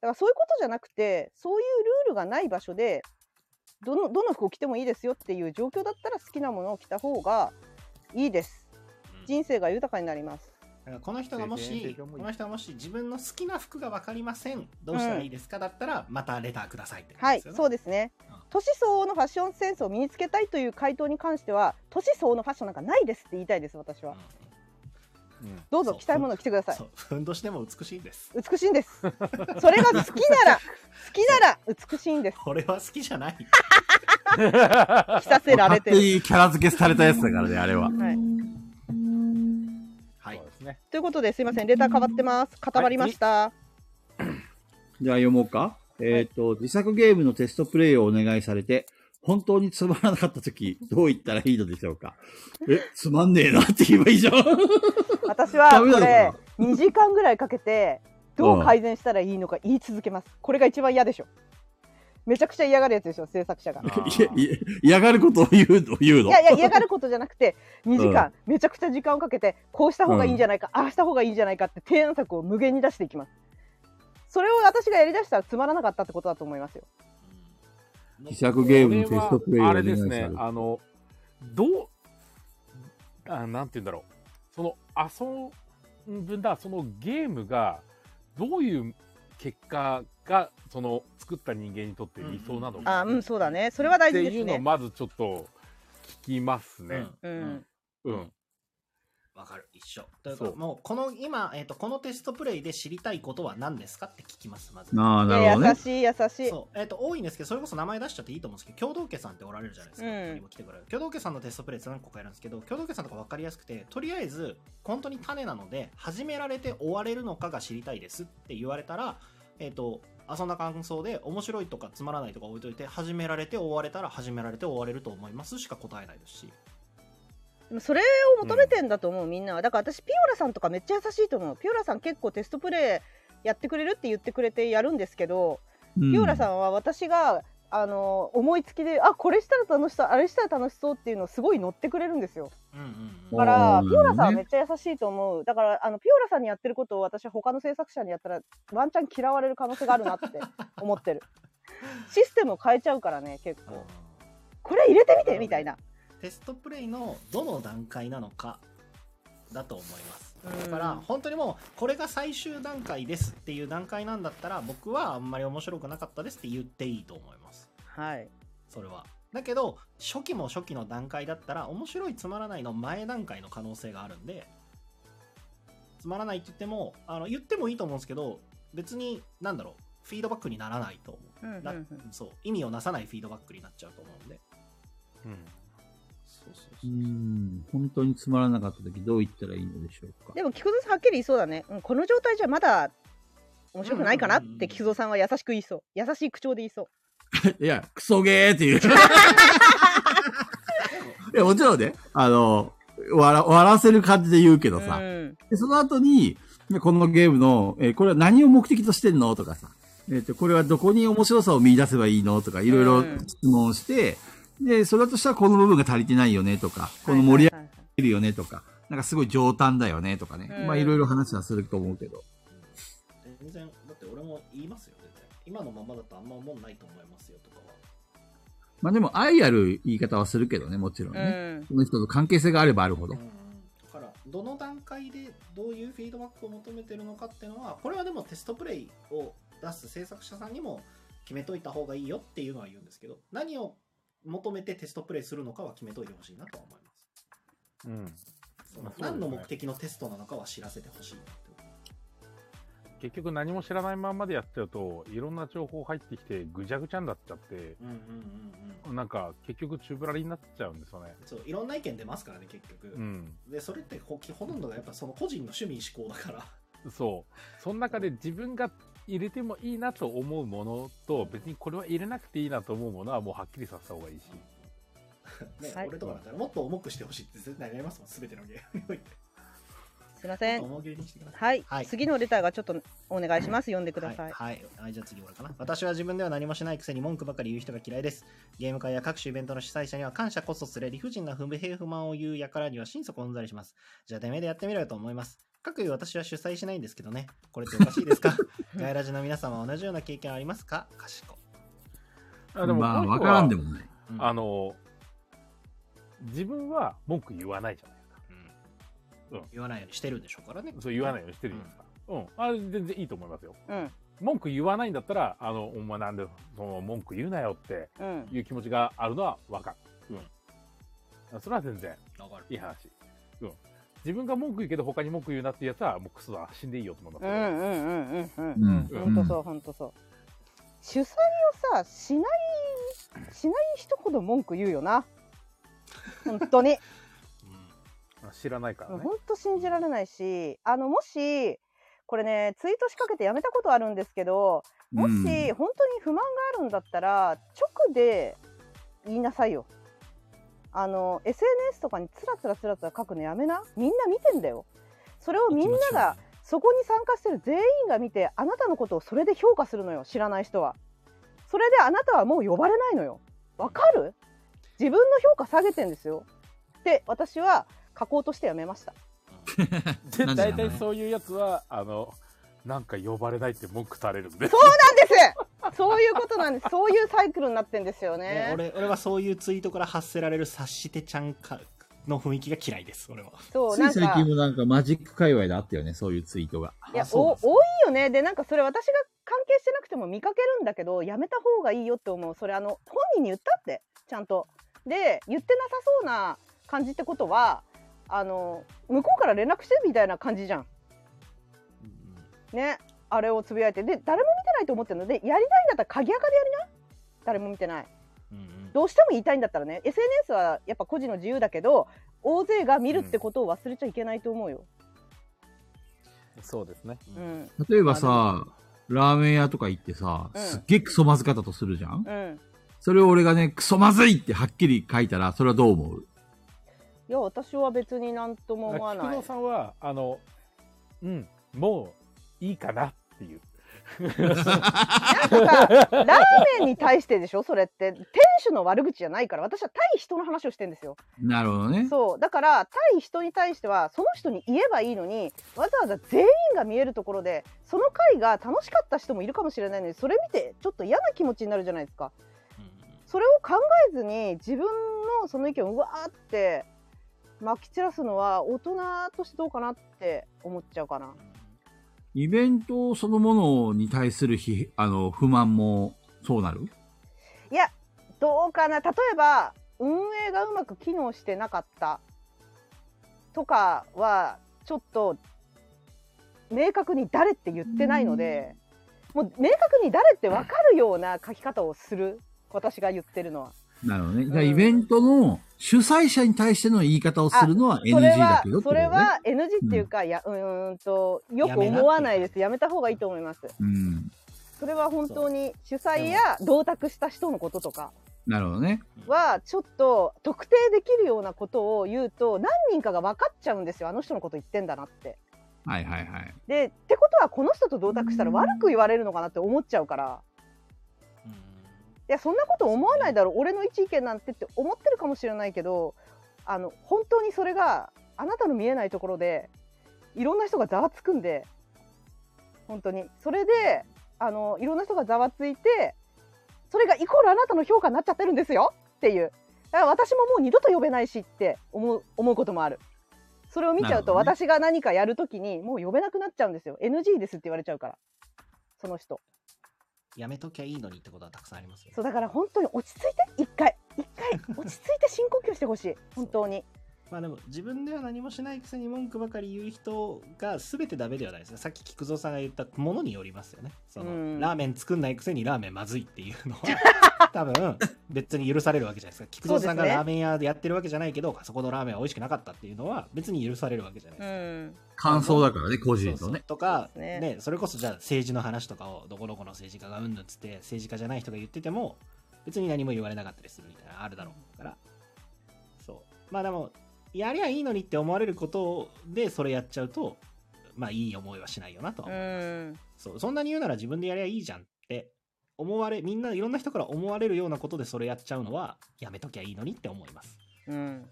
Speaker 1: だからそういうことじゃなくてそういうルールがない場所でどのどの服を着てもいいですよっていう状況だったら好きなものを着た方がいいです人生が豊かになります
Speaker 5: だからこの人がも
Speaker 2: 全然
Speaker 5: し、
Speaker 2: 全然
Speaker 5: この人がもし自分の好きな服が分かりません。どうしたらいいですか、だったら、またレターくださいって感
Speaker 1: は
Speaker 5: じ
Speaker 1: い
Speaker 5: ですよね。
Speaker 1: そうですね年相応のファッションセンスを身につけたいという回答に関しては年相応のファッションなんかないですって言いたいです私は
Speaker 2: うん
Speaker 1: どうぞ
Speaker 5: そう
Speaker 1: 着たいものを着てください
Speaker 5: そう、ふんどしでも美しいんです。
Speaker 1: 美しいんですそ れが好きなら好きなら美しいんです
Speaker 5: 俺は好きじ ゃない。
Speaker 1: 着させられ
Speaker 3: 勝
Speaker 1: て
Speaker 3: 手
Speaker 1: る
Speaker 3: にキャラ付けされたやつだからね、あれは。
Speaker 1: はい、
Speaker 5: はい
Speaker 2: そう。ですね。
Speaker 1: ということですいませんレター変わってます固まりました、
Speaker 3: じゃあ読もうか。えっ、と、自作ゲームのテストプレイをお願いされて、本当につまらなかった時、どう言ったらいいのでしょうか。え、つまんねえなって言えばいいじゃん。
Speaker 1: 私は
Speaker 3: ダメ
Speaker 1: こ
Speaker 3: なの
Speaker 1: れ
Speaker 3: か
Speaker 1: 2時間ぐらいかけてどう改善したらいいのか言い続けますこれが一番嫌でしょめちゃくちゃ嫌がるやつでしょ制作 者が
Speaker 2: あー
Speaker 3: いやいや嫌がることを言うの、言う
Speaker 1: い
Speaker 3: の。
Speaker 1: やいや嫌がることじゃなくて2時間、めちゃくちゃ時間をかけてこうした方がいいんじゃないか、ああした方がいいんじゃないかって提案策を無限に出していきますそれを私がやりだしたらつまらなかったってことだと思いますよ
Speaker 3: 自作ゲームのテ
Speaker 2: これは
Speaker 3: ストプレイをお
Speaker 2: あ
Speaker 3: 願
Speaker 2: れ
Speaker 3: いされ
Speaker 2: で
Speaker 3: て
Speaker 2: す。ね、あの、どう、あなんて言うんだろう。その、遊ぶんだ、そのゲームが、どういう結果が、その、作った人間にとって理想なのか。
Speaker 1: あうんそうだねそれは大
Speaker 2: って
Speaker 1: 事で
Speaker 2: い
Speaker 1: す
Speaker 2: うのを
Speaker 1: ね
Speaker 2: まずちょっと聞きますね。
Speaker 1: うん
Speaker 2: うん。
Speaker 5: わかる。一緒。ということもう、この、今、えっ、と、このテストプレイで知りたいことは何ですかって聞きます、まず。
Speaker 8: ああ、
Speaker 1: い
Speaker 8: なる
Speaker 1: や
Speaker 8: ほど
Speaker 1: 優
Speaker 8: ね。
Speaker 1: しい優しい。
Speaker 5: そう。えっ、と、多いんですけど、それこそ名前出しちゃっていいと思うんですけど、共同家さんっておられるじゃないですか。
Speaker 1: うん
Speaker 5: ここにも来てくれる。共同家さんのテストプレイって何個かやるんですけど、共同家さんとかわかりやすくて、とりあえず、本当に種なので、始められて終われるのかが知りたいですって言われたら、えっ、と、遊んだ感想で、面白いとかつまらないとか置いといて、始められて終われたら、始められて終われると思いますしか答えないですし。
Speaker 1: でもそれを求めてんだと思う、みんなはだから私ピオラさんとかめっちゃ優しいと思うピオラさん結構テストプレイやってくれるって言ってくれてやるんですけど、
Speaker 8: うん
Speaker 1: ピオラさんは私があの思いつきであこれしたら楽しそうあれしたら楽しそうっていうのをすごい乗ってくれるんですよ
Speaker 5: うんうんうん
Speaker 1: だから
Speaker 8: あー
Speaker 1: ピオラさん
Speaker 8: なるほど
Speaker 1: は
Speaker 8: ね
Speaker 1: めっちゃ優しいと思うだからあのピオラさんにやってることを私は他の制作者にやったらワンチャン嫌われる可能性があるなって思っ てるシステムを変えちゃうからね結
Speaker 5: あ
Speaker 1: 構
Speaker 5: ー
Speaker 1: これ入れてみてみたいな
Speaker 5: テストプレイのどの段階なのかだと思います
Speaker 1: うん
Speaker 5: だから本当にもうこれが最終段階ですっていう段階なんだったら僕はあんまり面白くなかったですって言っていいと思います
Speaker 1: はい
Speaker 5: それはだけど初期も初期の段階だったら面白いつまらないの前段階の可能性があるんでつまらないって言ってもあの言ってもいいと思うんですけど別になんだろうフィードバックにならないと思う,
Speaker 1: うんうんう
Speaker 5: な、
Speaker 1: ん
Speaker 5: そう意味をなさないフィードバックになっちゃうと思うんでそうそう
Speaker 8: う
Speaker 5: そう、
Speaker 8: ん、本当につまらなかった時どう言ったらいいのでしょうか。
Speaker 1: でも木久蔵さんはっきり言いそうだね、うん、この状態じゃまだ面白くないかなっ
Speaker 5: うんうんうんうん
Speaker 1: て木久蔵さんは優しく言いそう優しい口調で言いそう
Speaker 8: いや、クソゲーっていう。いや、もちろんね、あの、笑笑わせる感じで言うけどさ、
Speaker 1: うん
Speaker 8: でその後に、ねこのゲームの、えーこれは何を目的としてんのとかさ、えーと、これはどこに面白さを見出せばいいのとか、いろいろ
Speaker 1: うん
Speaker 8: 質問して、で、それだとしたらこの部分が足りてないよねとか、この盛り上
Speaker 1: はいはいは
Speaker 8: げ
Speaker 1: い
Speaker 8: るよねとか、なんかすごい上端だよねとかね、
Speaker 1: うん
Speaker 8: まあいろいろ話はすると思うけど。
Speaker 5: 全然だって俺も言いますよ全然今のままだとあんま思んないと思いますよとかは
Speaker 8: まあでも愛ある言い方はするけどね、もちろん
Speaker 1: う
Speaker 8: ね。
Speaker 1: ん
Speaker 8: その人と関係性があればあるほど。
Speaker 5: だからどの段階でどういうフィードバックを求めてるのかっていうのはこれはでもテストプレイを出す制作者さんにも決めといた方がいいよっていうのは言うんですけど何を求めてテストプレイするのかは決めといてほしいなとは思います
Speaker 2: うんうん
Speaker 5: その
Speaker 2: まあそうですね
Speaker 5: 何の目的のテストなのかは知らせてほしいなって思
Speaker 2: 結局何も知らないまんまでやっちゃうといろんな情報入ってきてぐちゃぐちゃになっちゃって
Speaker 5: ううんうんうんうん
Speaker 2: なんか結局宙ぶらりになっちゃうんですよね
Speaker 5: そういろんな意見出ますからね結局、
Speaker 2: うん
Speaker 5: でそれってほほとんどがやっぱその個人の趣味思考だから
Speaker 2: そうその中で自分が入れてもいいなと思うものと別にこれは入れなくていいなと思うものはもうはっきりさせた方がいいし
Speaker 5: ね、
Speaker 1: はい
Speaker 5: 俺とかだったらもっと重くしてほしいって絶対なりますもん、すべてのゲームにおいて。
Speaker 1: すいません
Speaker 5: 重げにしてください。
Speaker 1: はい、
Speaker 5: はい
Speaker 1: 次のレターがちょっとお願いします読んでください、
Speaker 5: はい、はいはいじゃあ次俺かな。私は自分では何もしないくせに文句ばかり言う人が嫌いです。ゲーム会や各種イベントの主催者には感謝こそすれ、理不尽な不平不満を言う輩には心底うんざりします。じゃあ、てめえでやってみろよと思います。かくいう私は主催しないんですけどね。これっておかしいです かガイラジの皆様は同じような経験ありますかかしこ。
Speaker 2: あでも
Speaker 8: まあ、
Speaker 2: この人は
Speaker 8: わからんでもない。
Speaker 5: うん
Speaker 2: あの自分は文句言わないじゃないですか
Speaker 5: うん
Speaker 2: うん
Speaker 5: 言わないようにしてるんでしょうからね。
Speaker 2: そう言わないようにしてるじゃないですかうん、あれ全然いいと思いますよ
Speaker 1: うん
Speaker 2: 文句言わないんだったらあのお前なんでその文句言うなよって
Speaker 1: うん
Speaker 2: いう気持ちがあるのはわかる、うん、それは全然
Speaker 5: わかる。
Speaker 2: いい話、うん、自分が文句言うけど他に文句言うなっていうやつはもうクソだ死んでいいよと思いま
Speaker 1: う
Speaker 2: すけど
Speaker 1: んうんうんうんうん
Speaker 8: うん。
Speaker 2: う
Speaker 1: 本
Speaker 2: ん
Speaker 1: 当そう本当そう主催をさしないしない人ほど文句言うよな本当に
Speaker 2: 知らないからね
Speaker 1: 本当信じられないしあのもしこれねツイート仕掛けてやめたことあるんですけどもし
Speaker 8: うん
Speaker 1: 本当に不満があるんだったら直で言いなさいよあの SNS とかにつらつらつらつら書くのやめなみんな見てんだよそれをみんながそこに参加してる全員が見てあなたのことをそれで評価するのよ知らない人はそれであなたはもう呼ばれないのよわかる自分の評価下げてんですよで私は書こうとしてやめ ました
Speaker 2: で
Speaker 8: なんで
Speaker 2: 大体そういうやつはあのなんか呼ばれないって文句垂れるんで
Speaker 1: そうなんですそういうことなんですそういうサイクルになってんですよ
Speaker 5: ね
Speaker 1: ね、
Speaker 5: 俺俺はそういうツイートから発せられる察してちゃんかの雰囲気が嫌いです俺は
Speaker 1: そう
Speaker 8: つ
Speaker 1: ないん
Speaker 8: 最
Speaker 1: か
Speaker 8: 近もなんかマジック界隈であったよね、そういうツイートが。
Speaker 1: いや
Speaker 5: あそうなん
Speaker 1: お
Speaker 5: ですね
Speaker 1: 多いよねでなんかそれ私が関係してなくても見かけるんだけどやめた方がいいよって思うそれあの本人に言ったってちゃんとで言ってなさそうな感じってことはあの向こうから連絡してみたいな感じじゃんねあれをつぶやいてで誰も見てないと思ってるのでやりたいんだったら鍵垢でやりな誰も見てない
Speaker 5: うんうん
Speaker 1: どうしても言いたいんだったらね SNS はやっぱ個人の自由だけど大勢が見るってことを忘れちゃいけないと思うよ、
Speaker 9: そうですね。
Speaker 1: うん
Speaker 3: 例えばさ、ラーメン屋とか行ってさ、
Speaker 1: うん
Speaker 3: すっげえクソまずかったとするじゃん
Speaker 1: うん、
Speaker 3: それを俺がね、クソまずいってはっきり書いたら、それはどう思う
Speaker 1: いや私は別になんとも思わ
Speaker 2: 菊
Speaker 1: ない
Speaker 2: 野さんは、あの、うん、もういいかなっていう。
Speaker 1: なんかさラーメンに対してでしょそれって店主の悪口じゃないから私は対人の話をしてんですよ
Speaker 3: なるほどね。
Speaker 1: そうだから対人に対してはその人に言えばいいのにわざわざ全員が見えるところでその回が楽しかった人もいるかもしれないのにそれ見てちょっと嫌な気持ちになるじゃないですかそれを考えずに自分のその意見をうわーってまき散らすのは大人としてどうかなって思っちゃうかな
Speaker 3: イベントそのものに対するひあの不満もそうなる
Speaker 1: いやどうかな例えば運営がうまく機能してなかったとかはちょっと明確に誰って言ってないので、もう明確に誰って分かるような書き方をする私が言ってるのは。
Speaker 3: なるほどね。だから
Speaker 1: うん
Speaker 3: イベントの主催者に対しての言い方をするのは NG
Speaker 1: それは
Speaker 3: だけどって
Speaker 1: そ
Speaker 3: こと
Speaker 1: れ
Speaker 3: ね。
Speaker 1: は NG っていうか、いやうーんとよく思わないですやめた方がいいと思います
Speaker 3: うん。
Speaker 1: それは本当に主催や同卓した人のこととか
Speaker 3: なるほどね。
Speaker 1: はちょっと特定できるようなことを言うと何人かが分かっちゃうんですよあの人のこと言ってんだなって。
Speaker 3: はいはいはい。
Speaker 1: でってことはこの人と同卓したら悪く言われるのかなって思っちゃうからいやそんなこと思わないだろう俺の一意見なんてって思ってるかもしれないけどあの本当にそれがあなたの見えないところでいろんな人がざわつくんで本当にそれであのいろんな人がざわついてそれがイコールあなたの評価になっちゃってるんですよっていうだから私ももう二度と呼べないしって思う思うこともあるそれを見ちゃうと
Speaker 3: なるほどね
Speaker 1: 私が何かやるときにもう呼べなくなっちゃうんですよ NG ですって言われちゃうからその人
Speaker 5: やめときゃいいのにってことはたくさんありますよね
Speaker 1: そうだから本当に落ち着いて一回一 回落ち着いて深呼吸してほしい本当に
Speaker 5: まあでも自分では何もしないくせに文句ばかり言う人が全てダメではないですね。さっき菊蔵さんが言ったものによりますよね。その、
Speaker 1: うん
Speaker 5: ラーメン作んないくせにラーメンまずいっていう のは多分別に許されるわけじゃないですか。菊蔵さん
Speaker 1: そう
Speaker 5: が
Speaker 1: ですね
Speaker 5: ラーメン屋でやってるわけじゃないけど、あそこのラーメンは美味しくなかったっていうのは別に許されるわけじゃないですか。
Speaker 1: ん
Speaker 3: 感想だからね、個
Speaker 5: そ
Speaker 3: 人
Speaker 5: うそ
Speaker 3: と
Speaker 5: う
Speaker 3: ね。
Speaker 5: とか
Speaker 1: そう
Speaker 5: ね
Speaker 1: ですね
Speaker 5: それこそじゃあ政治の話とかをどこどこの政治家がうんぬんつって政治家じゃない人が言ってても別に何も言われなかったりするみたいなのあるだろうからそうまあでもやりゃいいのにって思われることでそれやっちゃうとまあいい思いはしないよなとは
Speaker 1: う
Speaker 5: 思う、
Speaker 1: ん
Speaker 5: そうそんなに言うなら自分でやりゃいいじゃんって思われみんないろんな人から思われるようなことでそれやっちゃうのはやめときゃいいのにって思います
Speaker 1: うん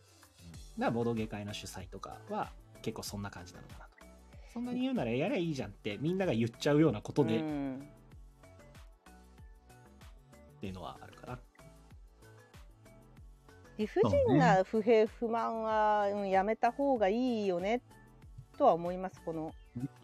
Speaker 5: だからボードゲー会の主催とかは結構そんな感じなのかなと。そんなに言うならやりゃいいじゃんってみんなが言っちゃうようなことでっ
Speaker 1: うん
Speaker 5: ていうのはあるかな。
Speaker 1: 理不尽な不平不満は、うん、やめた方がいいよねとは思いますこの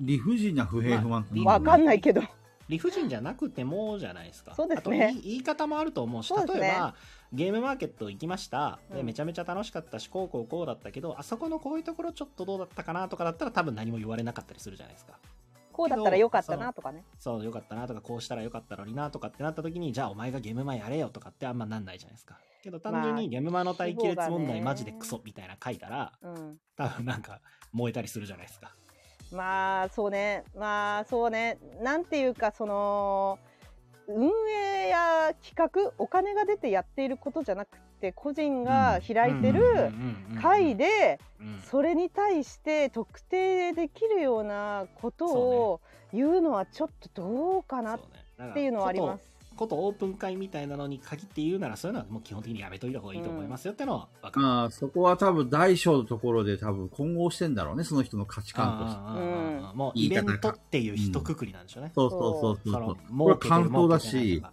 Speaker 3: 理不尽な不平不満って
Speaker 5: まあ
Speaker 3: な
Speaker 1: わ
Speaker 3: ん
Speaker 1: かん
Speaker 3: だろうね
Speaker 1: ないけど
Speaker 5: 理不尽じゃなくてもじゃないですか。
Speaker 1: そうですね
Speaker 5: あと言い言い方もあると思うし、
Speaker 1: そうです
Speaker 5: 例え
Speaker 1: ね
Speaker 5: ばゲームマーケット行きました。で
Speaker 1: うん
Speaker 5: めちゃめちゃ楽しかったし、こうこうこうだったけど、あそこのこういうところちょっとどうだったかなとかだったら多分何も言われなかったりするじゃないですか。
Speaker 1: こうだったらよかったなとかね
Speaker 5: そう、よかったなとか、こうしたらよかったのになとかってなった時に、じゃあお前がゲームマやれよとかってあんまなんないじゃないですか。けど単純
Speaker 1: まあ
Speaker 5: にゲームマの待機
Speaker 1: 規模が
Speaker 5: 列
Speaker 1: ね
Speaker 5: 問題マジでクソみたいな書いたら、
Speaker 1: うん
Speaker 5: 多分なんか燃えたりするじゃないですか。
Speaker 1: まあそうねまあそうねなんていうかその運営や企画お金が出てやっていることじゃなくて個人が開いてる会で、
Speaker 5: うん
Speaker 1: それに対して特定できるようなことを言うのはちょっとどうかなっ
Speaker 5: そうねだから
Speaker 1: ていうのはありま
Speaker 5: こ
Speaker 1: す。
Speaker 5: とことオープン会みたいなのに限って言うならそういうのはもう基本的にやめといた方がいいと思いますよってのは分かる。
Speaker 3: まあ、そこは多分大小のところで多分混合してんだろうね、その人の価値観として。
Speaker 5: あーあーあーもうイベントっていう一括りなんでしょうね。
Speaker 3: そうそうそう
Speaker 5: そ
Speaker 3: そう
Speaker 5: の。
Speaker 3: これ
Speaker 5: 儲けてる
Speaker 3: 感動だ
Speaker 5: 儲けてない
Speaker 3: し
Speaker 5: とか、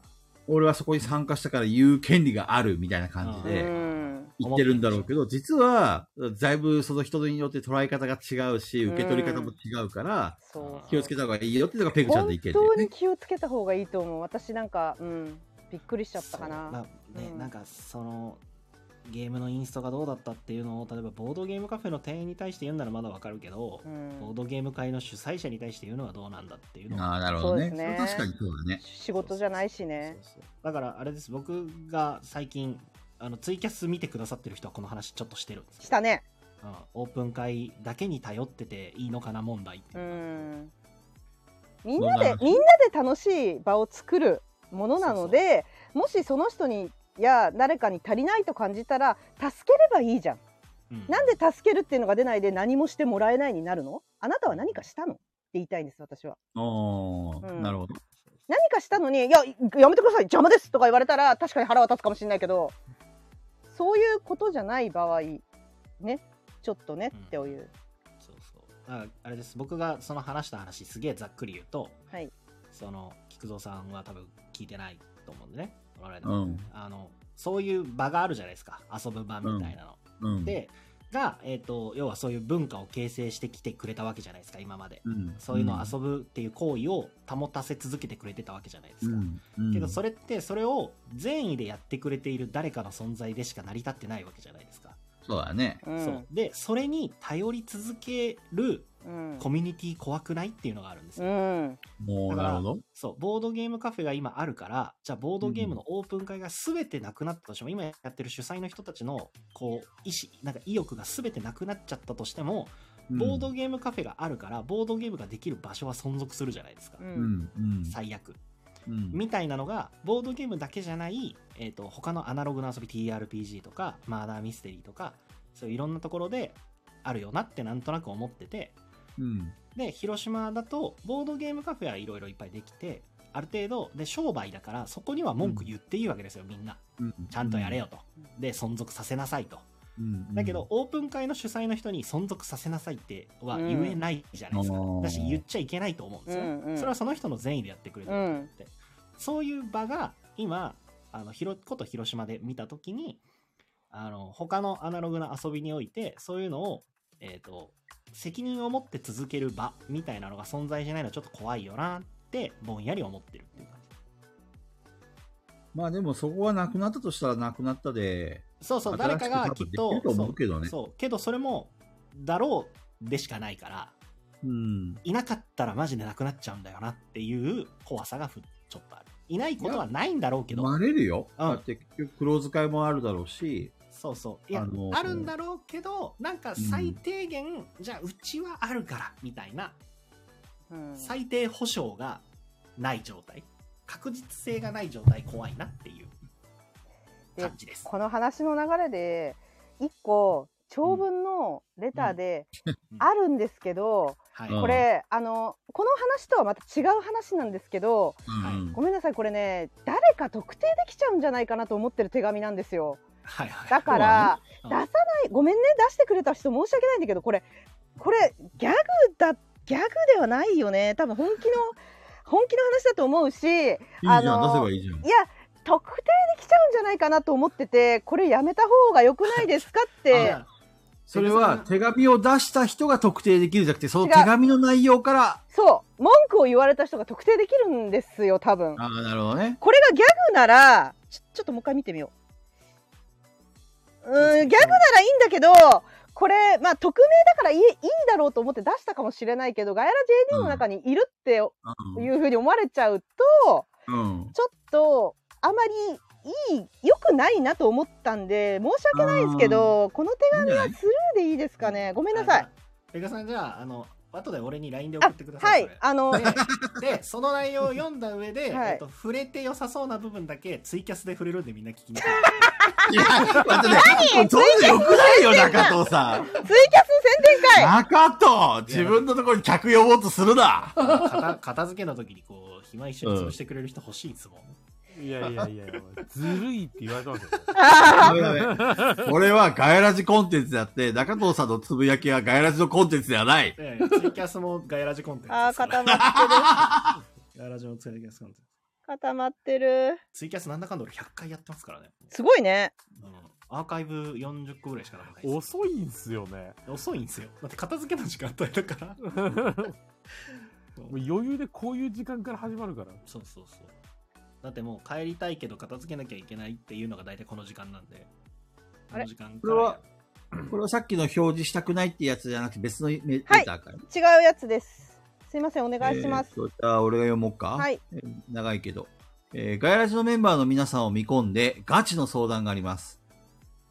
Speaker 3: 俺はそこに参加したから言う権利があるみたいな感じ
Speaker 5: う
Speaker 3: で。
Speaker 1: うん
Speaker 3: 言ってるんだろうけど、実は、だいぶその人によって捉え方が違うし、受け取り方も違うから、
Speaker 1: そう
Speaker 3: 気をつけた方がいいよっていうのがペグちゃんの
Speaker 1: 本
Speaker 3: 意見だ
Speaker 1: 当
Speaker 3: よ
Speaker 1: に
Speaker 3: ね。
Speaker 1: 気をつけた方がいいと思う私なんか、うん、びっくりしちゃったかな
Speaker 5: そうまあね
Speaker 1: うん
Speaker 5: なんかそのゲームのインストがどうだったっていうのを例えばボードゲームカフェの店員に対して言うならまだわかるけど、
Speaker 1: うん
Speaker 5: ボードゲーム会の主催者に対して言うのはどうなんだっていうの
Speaker 8: あ
Speaker 5: は
Speaker 8: あ、なるほどね。
Speaker 1: そ
Speaker 8: そうう
Speaker 1: ですね
Speaker 8: 確かにそうだね。
Speaker 1: 仕事じゃないしね。
Speaker 5: そうそうだからあれです僕が最近あのツイキャス見てくださってる人はこの話ちょっとしてるんですよ
Speaker 1: したね。
Speaker 5: うんオープン会だけに頼ってていいのかな問題って
Speaker 1: う
Speaker 5: いうのが
Speaker 1: ん。みんなで
Speaker 8: どうなの
Speaker 1: みんなで楽しい場を作るものなので、もしその人にや誰かに足りないと感じたら助ければいいじゃん。
Speaker 5: うん
Speaker 1: なんで助けるっていうのが出ないで何もしてもらえないになるの？あなたは何かしたの？って言いたいんです私は。
Speaker 8: お
Speaker 1: うん
Speaker 8: ー、なるほど。
Speaker 1: 何かしたのに「いややめてください邪魔です」とか言われたら確かに腹は立つかもしれないけどそういうことじゃない場合ねちょっとね
Speaker 5: うん
Speaker 1: っていう、
Speaker 5: そうそうああれです僕がその話した話すげえざっくり言うと、
Speaker 1: はい
Speaker 5: その菊蔵さんは多分聞いてないと思うんでねこの間
Speaker 8: う
Speaker 5: の
Speaker 8: ん。
Speaker 5: あのそういう場があるじゃないですか遊ぶ場みたいなの、
Speaker 8: うん。
Speaker 5: でが、えー、と要はそういう文化を形成してきてくれたわけじゃないですか今まで
Speaker 8: うん、
Speaker 5: そういうのを遊ぶっていう行為を保たせ続けてくれてたわけじゃないですか、
Speaker 8: うんうん
Speaker 5: けどそれってそれを善意でやってくれている誰かの存在でしか成り立ってないわけじゃないですか、
Speaker 8: そうだね。
Speaker 1: うん
Speaker 5: そうでそれに頼り続ける
Speaker 1: うん
Speaker 5: コミュニティ怖くないっていうのがあるんです
Speaker 1: う
Speaker 5: よ、
Speaker 1: ん
Speaker 8: もう、
Speaker 5: だか
Speaker 8: なる
Speaker 5: ら
Speaker 8: ほど。
Speaker 5: そうボードゲームカフェが今あるからじゃあボードゲームのオープン会が全てなくなったとしても、今やってる主催の人たちのこう意思なんか意欲が全てなくなっちゃったとしても、ボードゲームカフェがあるからボードゲームができる場所は存続するじゃないですか、
Speaker 1: うん
Speaker 8: うん、うん。
Speaker 5: 最悪
Speaker 8: うん
Speaker 5: みたいなのがボードゲームだけじゃない、えー、と他のアナログな遊び TRPG とかマーダーミステリーとかそういういろんなところであるよなってなんとなく思ってて
Speaker 8: うん。
Speaker 5: で広島だとボードゲームカフェはいろいろいっぱいできてある程度で商売だからそこには文句言っていいわけですよみんな
Speaker 8: うん
Speaker 5: ちゃんとやれ。よとで存続させなさいと
Speaker 8: うん
Speaker 5: だけど、、オープン会の主催の人に存続させなさいっては言えないじゃないですか、
Speaker 8: うん
Speaker 5: だし言っちゃいけないと思うんですよね、
Speaker 1: うんうん
Speaker 5: それはその人の善意でやってくれて
Speaker 1: う
Speaker 5: る、
Speaker 1: ん
Speaker 5: そういう場が今あのひろこと広島で見た時にあの他のアナログな遊びにおいてそういうのを、えー、と責任を持って続ける場みたいなのが存在しないのはちょっと怖いよなってぼんやり思ってるっていう感じ
Speaker 8: まあでもそこはなくなったとしたらなくなったで、
Speaker 5: そうそう誰
Speaker 8: 新し
Speaker 5: か
Speaker 8: く
Speaker 5: がきっと
Speaker 8: 多分できると思うけどね
Speaker 5: そうそうけどそれもだろうでしかないから
Speaker 8: うん。
Speaker 5: いなかったらマジでなくなっちゃうんだよなっていう怖さがふちょっとある。いないことはないんだろうけど、
Speaker 8: 割れるよ。
Speaker 5: うん
Speaker 8: だって結局、黒使いもあるだろうし、
Speaker 5: そうそう。いや、
Speaker 8: あの
Speaker 5: あるんだろうけど、なんか最低限、じゃあうちはあるから、みたいな、
Speaker 1: うん
Speaker 5: 最低保証がない状態。確実性がない状態怖いなっていう感じです。
Speaker 1: この話の流れで一個長文のレターで
Speaker 5: うん
Speaker 1: あるんですけど、
Speaker 8: う
Speaker 5: はい。
Speaker 8: ん
Speaker 1: これあのこの話とはまた違う話なんですけど
Speaker 5: ん
Speaker 1: ごめんなさいこれね誰か特定できちゃうんじゃないかなと思ってる手紙なんですよ。
Speaker 5: はいはい。
Speaker 1: だから、
Speaker 5: そう
Speaker 1: 出
Speaker 5: だねうん
Speaker 1: さない、ごめんね、出してくれた人申し訳ないんだけど、これ、これ、ギャグだ、ギャグではないよね。多分本気の、本気の話だと思うし、いや、
Speaker 8: いいじゃん、
Speaker 1: あのー
Speaker 8: 出せばいいじゃん。
Speaker 1: 特定できちゃうんじゃないかなと思ってて、これやめた方が良くないですかって、
Speaker 5: あ
Speaker 8: それは手紙を出した人が特定できるじゃなくて、その手紙の内容から、
Speaker 1: そう、文句を言われた人が特定できるんですよ、多分。
Speaker 8: ああ、なるほどね。
Speaker 1: これがギャグなら、ちょちょっともう一回見てみよう。うーん、ギャグならいいんだけど、これ、まあ、匿名だからいいいいだろうと思って出したかもしれないけど、ガヤラ JD の中にいるっていうふうに思われちゃうと、
Speaker 8: うん。
Speaker 1: ちょっと、あまりいい、良くないなと思ったんで、申し訳ないですけど、この手
Speaker 8: いいんじ
Speaker 1: 紙
Speaker 8: ゃ
Speaker 1: は
Speaker 8: ない
Speaker 1: スルーでいいですかね。ごめんなさ。
Speaker 5: あ
Speaker 1: い。
Speaker 5: じゃあペガさん、じゃあ、あの、後で俺に LINE で送
Speaker 1: あ
Speaker 5: ってくだ、さ。
Speaker 1: はいい、あの、
Speaker 5: それで、その内容を読んだ上で、
Speaker 1: はい
Speaker 5: えっと、触れて良さそうな部分だけツイキャスで触れるんでみんな聞きに 来て。
Speaker 8: いや、だってね、どうでよくないよ、中藤さん。
Speaker 1: ツイキャス宣伝会
Speaker 8: 中藤、自分のところに客呼ぼうとするな。
Speaker 5: 片片付けの時にこう暇一緒に潰してくれる人欲しいですもん、
Speaker 2: いやいやいやいや、ずるいって言われてますよ。
Speaker 8: ダメダメこれはガヤラジコンテンツであって、中藤さんのつぶやきはガヤラジのコンテンツではない。
Speaker 5: ええツイキャスもガヤラジコンテンツです
Speaker 1: あー、
Speaker 5: から
Speaker 1: 固まってる。
Speaker 5: ガヤラジもツイキャスコンテンツ
Speaker 1: 固まってる。
Speaker 5: ツイキャスなんだかんだ俺100回やってますからね、
Speaker 1: すごいね。
Speaker 5: うん、アーカイブ40個ぐらいしかないです
Speaker 2: 遅いんすよね。
Speaker 5: 遅いんですよだって片付けの時間帯だから
Speaker 2: もう余裕でこういう時間から始まるから。
Speaker 5: そうそうそうだってもう帰りたいけど片付けなきゃいけないっていうのが大体この時間なんでこの時間
Speaker 3: こ
Speaker 5: か
Speaker 3: れ
Speaker 5: らや
Speaker 3: は
Speaker 5: る。、
Speaker 3: これはさっきの表示したくないってやつじゃなくて別のメメーターから。
Speaker 1: 違うやつです。すいません、お願いします。
Speaker 3: えーとじゃあ、俺が読もうか。
Speaker 1: はい。
Speaker 3: えー長いけど。えーガイラジのメンバーの皆さんを見込んで、ガチの相談があります。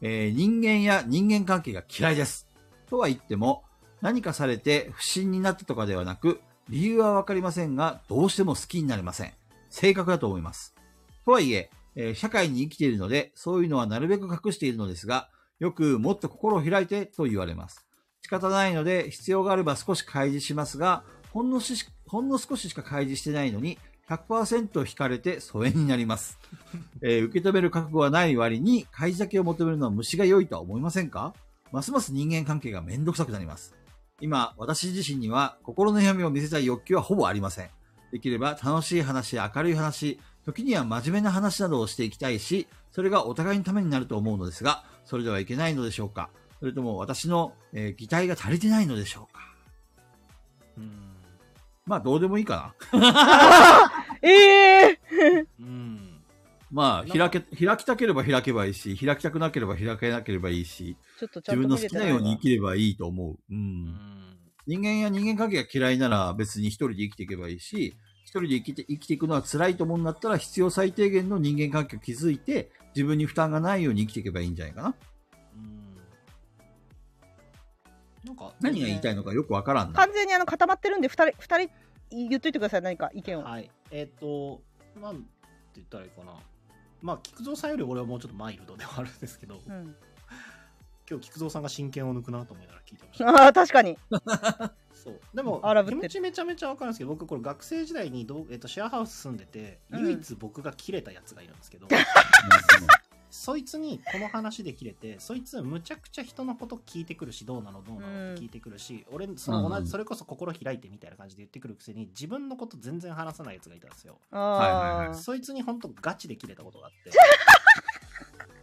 Speaker 3: えー人間や人間関係が嫌いです。とは言っても、何かされて不審になったとかではなく、理由はわかりませんが、どうしても好きになれません。正確だと思います。とはいええー社会に生きているので、そういうのはなるべく隠しているのですが、よくもっと心を開いてと言われます。仕方ないので、必要があれば少し開示しますが、ほんのししほんの少ししか開示してないのに、100%引かれて疎遠になります、 えー受け止める覚悟はない割に、開示だけを求めるのは虫が良いとは思いませんかますます人間関係がめんどくさくなります。今、私自身には心の闇を見せたい欲求はほぼありません。できれば楽しい話、明るい話、時には真面目な話などをしていきたいし、それがお互いのためになると思うのですが、それではいけないのでしょうかそれとも私の、えー擬態が足りてないのでしょうか
Speaker 5: うん。
Speaker 3: まあ、どうでもいいかな。
Speaker 1: ええ
Speaker 5: うん。
Speaker 3: まあ、開け、開きたければ開けばいいし、開きたくなければ開けなければいいし、
Speaker 1: ちょっとちゃ
Speaker 3: 自
Speaker 1: ん
Speaker 3: 分
Speaker 1: と
Speaker 3: の
Speaker 1: 見
Speaker 3: 好
Speaker 1: れ
Speaker 3: き
Speaker 1: て
Speaker 3: な
Speaker 1: ない
Speaker 3: ように
Speaker 1: わ
Speaker 3: 生。きればいいと思う。う。
Speaker 5: うんん。
Speaker 3: 人間や人間関係が嫌いなら別に一人で生きていけばいいし、一人で生きて、生きていくのは辛いと思うんだったら必要最低限の人間関係を築いて、自分に負担がないように生きていけばいいんじゃないかな。
Speaker 5: うんなんか、
Speaker 3: 何が言いたいのかよくわからんな。
Speaker 1: 完全にあの固まってるんで、二人、二人言っといてください、何か意見を。
Speaker 5: はい。えっ、と、なんて言ったらいいかな。まあ、菊蔵さんより俺はもうちょっとマイルドではあるんですけど、
Speaker 1: うん、
Speaker 5: 今日菊蔵さんが真剣を抜くなと思いながら聞いてました。
Speaker 1: ああ、確かに。
Speaker 5: そう。でも
Speaker 1: 荒、ぶっ
Speaker 5: 気
Speaker 1: てる
Speaker 5: 持ちめちゃめちゃわかるんですけど、僕、これ学生時代にどう、えっとシェアハウス住んでて、
Speaker 1: うん
Speaker 5: 唯一僕が切れたやつがいるんですけど、 そいつにこの話で切れて、そいつむちゃくちゃ人のこと聞いてくるし、どうなのどうなのって聞いてくるし、俺、その同
Speaker 3: うん
Speaker 5: じ、それこそ心開いてみたいな感じで言ってくるくせに、自分のこと全然話さないやつがいたんですよ。
Speaker 1: あ
Speaker 3: はいはい
Speaker 1: あ、
Speaker 5: そいつに本当ガチで切れたことが あって。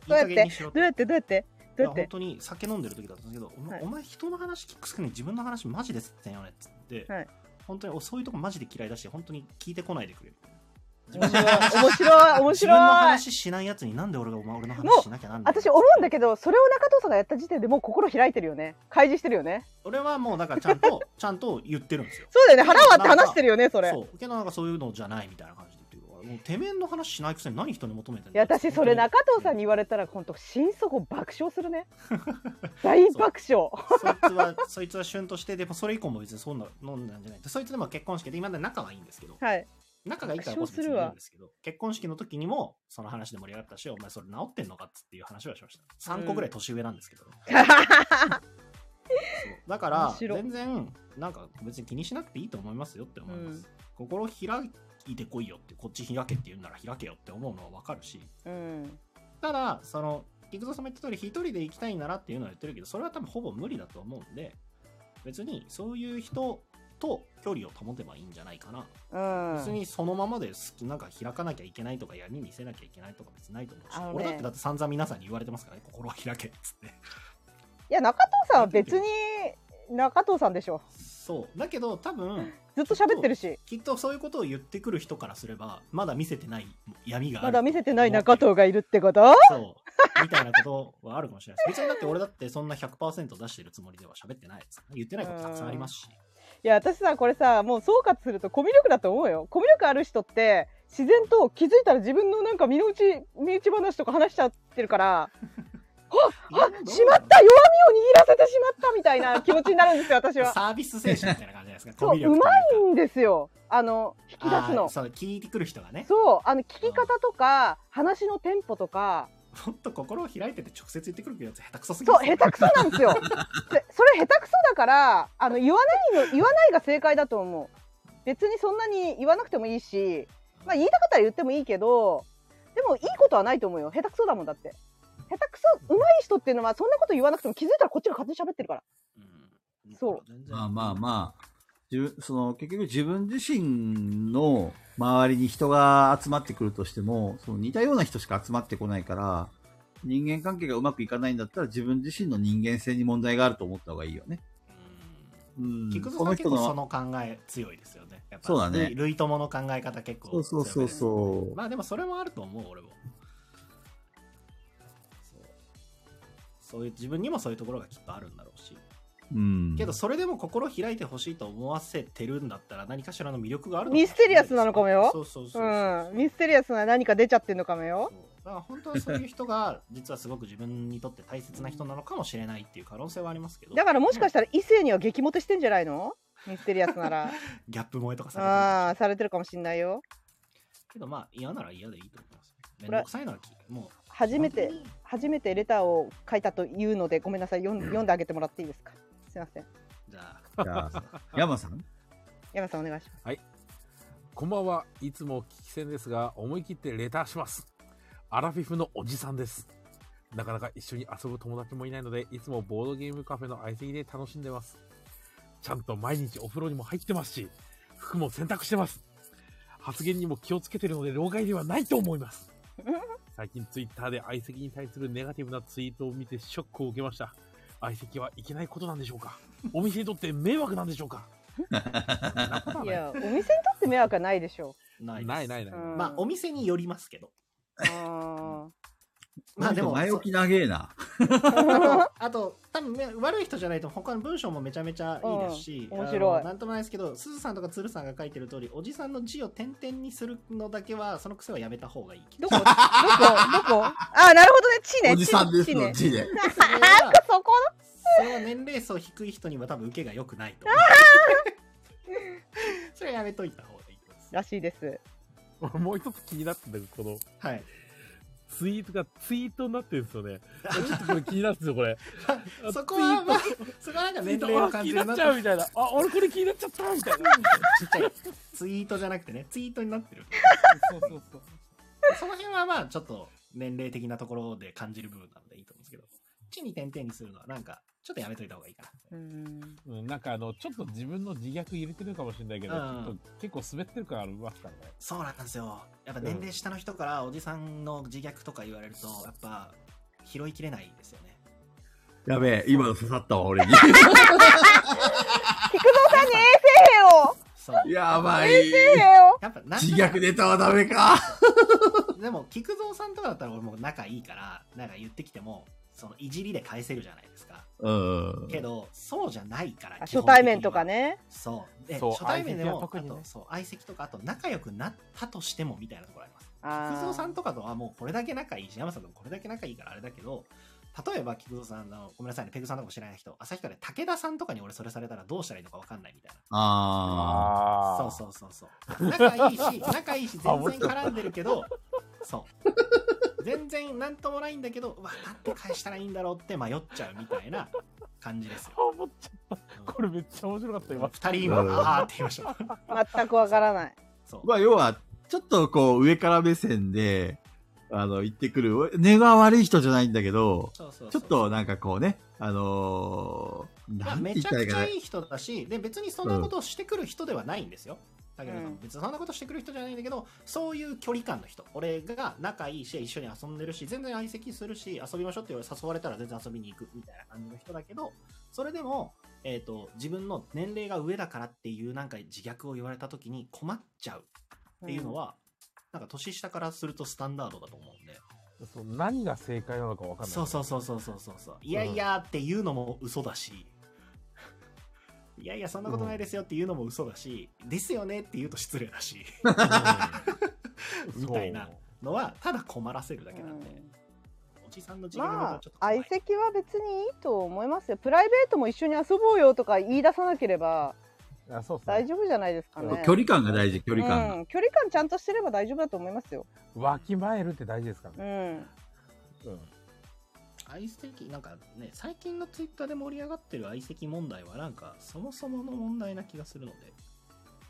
Speaker 1: どうやって
Speaker 5: いい加減にしろと
Speaker 1: どうやって、どうやって、どうやっ
Speaker 5: いや
Speaker 1: て
Speaker 5: 本。当に酒飲んでる時だったんですけど、お前
Speaker 1: はい
Speaker 5: お前人の話聞くすけに自分の話マジですってんよねっつって、
Speaker 1: はい
Speaker 5: 本当におそういうとこマジで嫌いだし、本当に聞いてこないでくれる。
Speaker 1: 面白い、面白い、面
Speaker 5: 自分の
Speaker 1: 白い。
Speaker 5: 話しないやつになんで俺がお前俺の
Speaker 1: もう
Speaker 5: 話しなきゃなんない
Speaker 1: 私思うんだけど、それを中藤さんがやった時点でもう心開いてるよね。開示してるよね。
Speaker 5: 俺はもうだからちゃ んと、ちゃんと言ってるんですよ。
Speaker 1: そうだよね、腹割って話してるよね、それ。い
Speaker 5: そう。けどなんかそういうのじゃないみたいな感じで言ってるから、もうてめえの話しないくせに何人に求めてんだ
Speaker 1: や、
Speaker 5: よ
Speaker 1: 私、それ中藤さんに言われたら、本当心底爆笑するね。大爆笑。
Speaker 5: そいつは、そいつは旬として、でもそれ以降も別にそんな飲んだんじゃない。でそいつでも結婚式で、今まで仲はいいんですけど、
Speaker 1: はい。
Speaker 5: 仲がいいからこそ別にいいんですけど、結婚式の時にも、その話で盛り上がったし、お前それ治ってんのかっつっていう話はしました。3個ぐらい年上なんです けど。そうだから
Speaker 1: 面、白い
Speaker 5: 全然、なんか別に気にしなくていいと思いますよって思います。心開いてこいよって、こっち開けって言うなら開けよって思うのはわかるし、
Speaker 1: うん。
Speaker 5: ただ、その、菊蔵さんも言った通り、一人で行きたいならっていうのは言ってるけど、それは多分ほぼ無理だと思うんで、別にそういう人と距離を保てばいいんじゃないかな。
Speaker 1: うん。
Speaker 5: 別にそのままで好き、なんか開かなきゃいけないとか、闇見せなきゃいけないとか別にないと思うし、
Speaker 1: あのね
Speaker 5: 俺だってだって散々皆さんに言われてますからね、心を開けっつって。
Speaker 1: いや、中藤さんは別に、中藤さんでしょ。
Speaker 5: そう。だけど、多分、
Speaker 1: ずっと喋ってるし、
Speaker 5: きっとそういうことを言ってくる人からすれば、まだ見せてない闇がある。
Speaker 1: まだ見せてない中藤がいるってこと
Speaker 5: そう。みたいなことはあるかもしれないです。別にだって俺だってそんな100%出してるつもりでは喋ってないです。言ってないことたくさんありますし。
Speaker 1: いや、私さ、これさ、もう総括するとコミュ力だと思うよ。コミュ力ある人って、自然と気づいたら自分のなんか身の内、身内話とか話しちゃってるから、あ、しまった弱みを握らせてしまったみたいな気持ちになるんですよ、私は。
Speaker 5: サービス精神みたいな感じじゃないですか。
Speaker 1: そう
Speaker 5: コミュ力と
Speaker 1: い
Speaker 5: い
Speaker 1: いんですよ。あの、引き出
Speaker 5: うか
Speaker 1: す
Speaker 5: あー
Speaker 1: の。
Speaker 5: そう、聞いてくる人がね。
Speaker 1: そう、あの、聞き方とか、話のテンポとか、
Speaker 5: ほんと心を開いてて直接言ってくるやつ下手くそすぎ
Speaker 1: そ
Speaker 5: ま
Speaker 1: う、
Speaker 5: す
Speaker 1: 下手くそなんです よ。でそれ下手くそだから、あの、言わないの、言わないが正解だと思う。別にそんなに言わなくてもいいし、まあ言いたかったら言ってもいいけど、でもいいことはないと思うよ。下手くそだもんだって。下手くそ、上手い人っていうのはそんなこと言わなくても気づいたらこっちが勝手に喋ってるから。
Speaker 5: うん
Speaker 1: そう
Speaker 5: 全然
Speaker 3: まあまあまあ、自分、その、結局自分自身の周りに人が集まってくるとしても、その似たような人しか集まってこないから、人間関係がうまくいかないんだったら自分自身の人間性に問題があると思った方がいいよね。うん。
Speaker 5: うん菊
Speaker 3: こ
Speaker 5: 蔵
Speaker 3: の
Speaker 5: さん結
Speaker 3: 人
Speaker 5: 構そ
Speaker 3: の、
Speaker 5: の考え強いですよね。やっぱ
Speaker 3: そうだね
Speaker 5: 類類友の考え方結構
Speaker 3: そうそうそう
Speaker 5: う。
Speaker 3: そう。
Speaker 5: まあでもそれもあると思う、俺も。そうそういう自分にもそういうところがきっとあるんだろうし
Speaker 3: うん。
Speaker 5: けどそれでも心開いてほしいと思わせてるんだったら何かしらの魅力がある
Speaker 1: ミステリアスなのかもよ
Speaker 5: そうそうそうそうそう、
Speaker 1: うん、ミステリアスな何か出ちゃってんのかもよ
Speaker 5: そうだから本当はそういう人が実はすごく自分にとって大切な人なのかもしれないっていう可能性はありますけど
Speaker 1: だからもしかしたら異性には激モテしてんじゃないのミステリアスな ら
Speaker 5: ギャップ萌えとかされてる
Speaker 1: ああされてるかもしんないよ
Speaker 5: けどまあ嫌なら嫌でいいと思いますめん
Speaker 1: れ
Speaker 5: どくさいのはきもう
Speaker 1: 初めて初めてレターを書いたというのでごめんなさい読ん読んであげてもらっていいですかすいません
Speaker 5: じゃあ
Speaker 3: じゃあ、山さん
Speaker 1: 山さんお願いします
Speaker 2: こんばんはいつもお聞き戦ですが思い切ってレターしますアラフィフのおじさんですなかなか一緒に遊ぶ友達もいないのでいつもボードゲームカフェの相席で楽しんでますちゃんと毎日お風呂にも入ってますし服も洗濯してます発言にも気をつけてるので老害ではないと思います最近ツイッターで相席に対するネガティブなツイートを見てショックを受けました相席はいけないことなんでしょうかお店にとって迷惑なんでしょうかそんなことはいない
Speaker 1: やお店にとって迷惑はないでしょ
Speaker 5: ないです
Speaker 2: ないないない。
Speaker 1: うん
Speaker 5: まあお店によりますけど
Speaker 1: あ
Speaker 5: まあでも
Speaker 3: 前置き長えな。
Speaker 5: あとあと多分ね悪い人じゃないと他の文章もめちゃめちゃいいですし、
Speaker 1: うん面白い
Speaker 5: あのなんともないですけどすずさんとかつるさんが書いてる通りおじさんの字を点々にするのだけはその癖はやめた方がいい
Speaker 1: ーどこどこどこあーなるほどね地ね
Speaker 8: おじさんです
Speaker 1: 地
Speaker 8: の
Speaker 1: ね
Speaker 8: 字で。
Speaker 5: それは
Speaker 1: そこ
Speaker 5: それは年齢層低い人には多分受けが良くないと思うそれはやめといた方がいいです
Speaker 1: らしいです
Speaker 2: 俺 もう一つ気になってたこの
Speaker 5: はい
Speaker 2: ツイートがツイートになってるんですよね。ちょっとこれ気になるんですよ、こ れ。あ
Speaker 5: そこは、まあ、そこはなんか
Speaker 2: ツイ
Speaker 5: 年
Speaker 2: ート
Speaker 5: 齢を
Speaker 2: あ
Speaker 5: 感
Speaker 2: 気
Speaker 5: じ
Speaker 2: に
Speaker 5: る
Speaker 2: な
Speaker 5: な
Speaker 2: っ
Speaker 5: っ
Speaker 2: ち
Speaker 5: て
Speaker 2: ゃうみたいな。あ、俺これ気になっちゃったみたいな。
Speaker 5: ちっちゃいツイートじゃなくてねツイートになってる
Speaker 2: そうそうそう。
Speaker 5: その辺はまあちょっと年齢的なところで感じる部分なのでいいと思うんですけど地に点々にするのはなんかちょっとやめといた方がいいか
Speaker 1: う
Speaker 5: な、
Speaker 1: ん
Speaker 2: うん、なんかあの、ちょっと自分の自虐入れてるかもしれないけど、
Speaker 5: うん
Speaker 2: ちょっと結構滑ってる感ありますからね。
Speaker 5: そうなんですよやっぱ年齢下の人からおじさんの自虐とか言われるとやっぱ拾いきれないですよね
Speaker 3: やべえ、今の刺さったわ、俺に。
Speaker 1: せえよ
Speaker 5: そう
Speaker 3: やばい。
Speaker 1: せえよ
Speaker 5: やっぱなん
Speaker 3: 自虐ネタはダメか。
Speaker 5: でも菊蔵さんとかだったら俺もう仲いいからなんか言ってきてもそのいじりで返せるじゃないですか
Speaker 3: うん。
Speaker 5: けどそうじゃないから
Speaker 1: あ
Speaker 5: 基
Speaker 1: 初
Speaker 5: 本的には
Speaker 1: 対面とかね
Speaker 5: そうで
Speaker 2: そう
Speaker 5: 初対面でも
Speaker 2: 相席は特にね
Speaker 5: あとそう相席とかあと仲良くなったとしてもみたいなところあります
Speaker 1: あー
Speaker 5: 菊蔵さんとかとはもうこれだけ仲いいし山さんともこれだけ仲いいからあれだけど例えば菊蔵さんのごめんなさいねペグさんとかも知らない人旭川で武田さんとかに俺それされたらどうしたらいいのか分かんないみたいな
Speaker 3: あ
Speaker 2: あ
Speaker 5: そうそうそうそう仲いいし仲いいし全然絡んでるけどそう全然なんともないんだけどうわなんて返したらいいんだろうって迷っちゃうみたいな感 じですよ
Speaker 2: う。思っちゃった。これめっちゃ面白かった、今。
Speaker 5: 2人今
Speaker 3: うん
Speaker 5: あーって言いました
Speaker 1: 全くわからない
Speaker 5: そう
Speaker 8: まあ、要は、ちょっとこう、上から目線で、あの、言ってくる、根が悪い人じゃないんだけど、
Speaker 5: そうそう
Speaker 8: ち
Speaker 5: そ
Speaker 8: ょ
Speaker 5: う
Speaker 8: っとなんかこうね、あのー、
Speaker 5: いや
Speaker 8: なんて
Speaker 5: め
Speaker 8: 言っ
Speaker 5: ちゃ
Speaker 8: たらいい
Speaker 5: く
Speaker 8: か
Speaker 5: ち
Speaker 8: な
Speaker 5: ゃいい人だしで別にそんなことをしてくる人ではないんですよ、だけど
Speaker 1: うん
Speaker 5: 別にそんなことしてくる人じゃないんだけどそういう距離感の人俺が仲いいし一緒に遊んでるし全然相席するし遊びましょうって誘われたら全然遊びに行くみたいな感じの人だけどそれでも、えー、と自分の年齢が上だからっていうなんか自虐を言われた時に困っちゃうっていうのは、なんか年下からするとスタンダードだと思うんで
Speaker 2: そう何が正解なのかわかんない。
Speaker 5: そうそ うそうそうそうそうそういやいやっていうのも嘘だし、いやいやそんなことないですよっていうのも嘘だし、ですよねって言うと失礼だし
Speaker 2: うん。
Speaker 5: みたいな
Speaker 2: そう
Speaker 5: のはただ困らせるだけなんで、
Speaker 1: うん
Speaker 5: おじさんの自分のこと
Speaker 1: ま
Speaker 5: は
Speaker 1: あ
Speaker 5: ちょっと怖い
Speaker 1: 相席は別にいいと思いますよプライベートも一緒に遊ぼうよとか言い出さなければ
Speaker 2: あそうですね
Speaker 1: 大丈夫じゃないですかね
Speaker 3: 距離感が大事、距離感が。
Speaker 1: うん、距離感ちゃんとしてれば大丈夫だと思いますよ
Speaker 2: わきまえるって大事ですから
Speaker 1: う
Speaker 2: ね。
Speaker 1: ん
Speaker 2: うん
Speaker 5: 相席なんかね最近のツイッターで盛り上がってる相席問題はなんかそもそもの問題な気がするので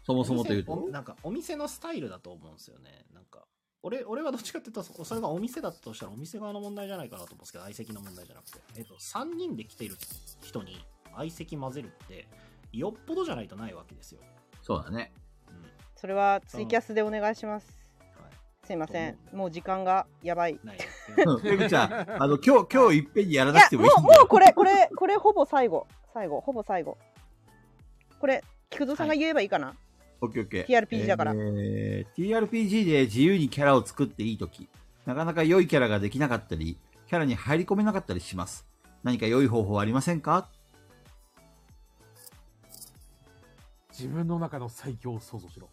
Speaker 3: そもそもという
Speaker 5: お
Speaker 3: と
Speaker 5: 店お。なんかお店のスタイルだと思うんですよねなんか俺俺はどっちかっていうとそそれがお店だったとしたらお店側の問題じゃないかなと思うんですけど相席の問題じゃなくて、えっと、3人で来ている人に相席混ぜるってよっぽどじゃないとないわけですよ、
Speaker 3: そう だね。
Speaker 5: うん
Speaker 1: それはツイキャスでお願いします
Speaker 5: は
Speaker 1: すいませんもう時間がやばいい
Speaker 5: い、ないです
Speaker 3: うんペグちゃん、あの、今日、今日いっぺんにやらなく
Speaker 1: や
Speaker 3: ても
Speaker 1: も
Speaker 3: いいん
Speaker 1: うも
Speaker 3: だよ
Speaker 1: うこれこ れこれほぼ最後最後ほぼ最後これ菊蔵さんが言えばいいかな、
Speaker 3: オッケーオッケー。
Speaker 1: TRPG だから
Speaker 3: えー TRPG で自由にキャラを作っていいとき、なかなか良いキャラができなかったり、キャラに入り込めなかったりします。
Speaker 8: 何か良い方法はありませんか
Speaker 2: 自分の中の最強を想像しろ。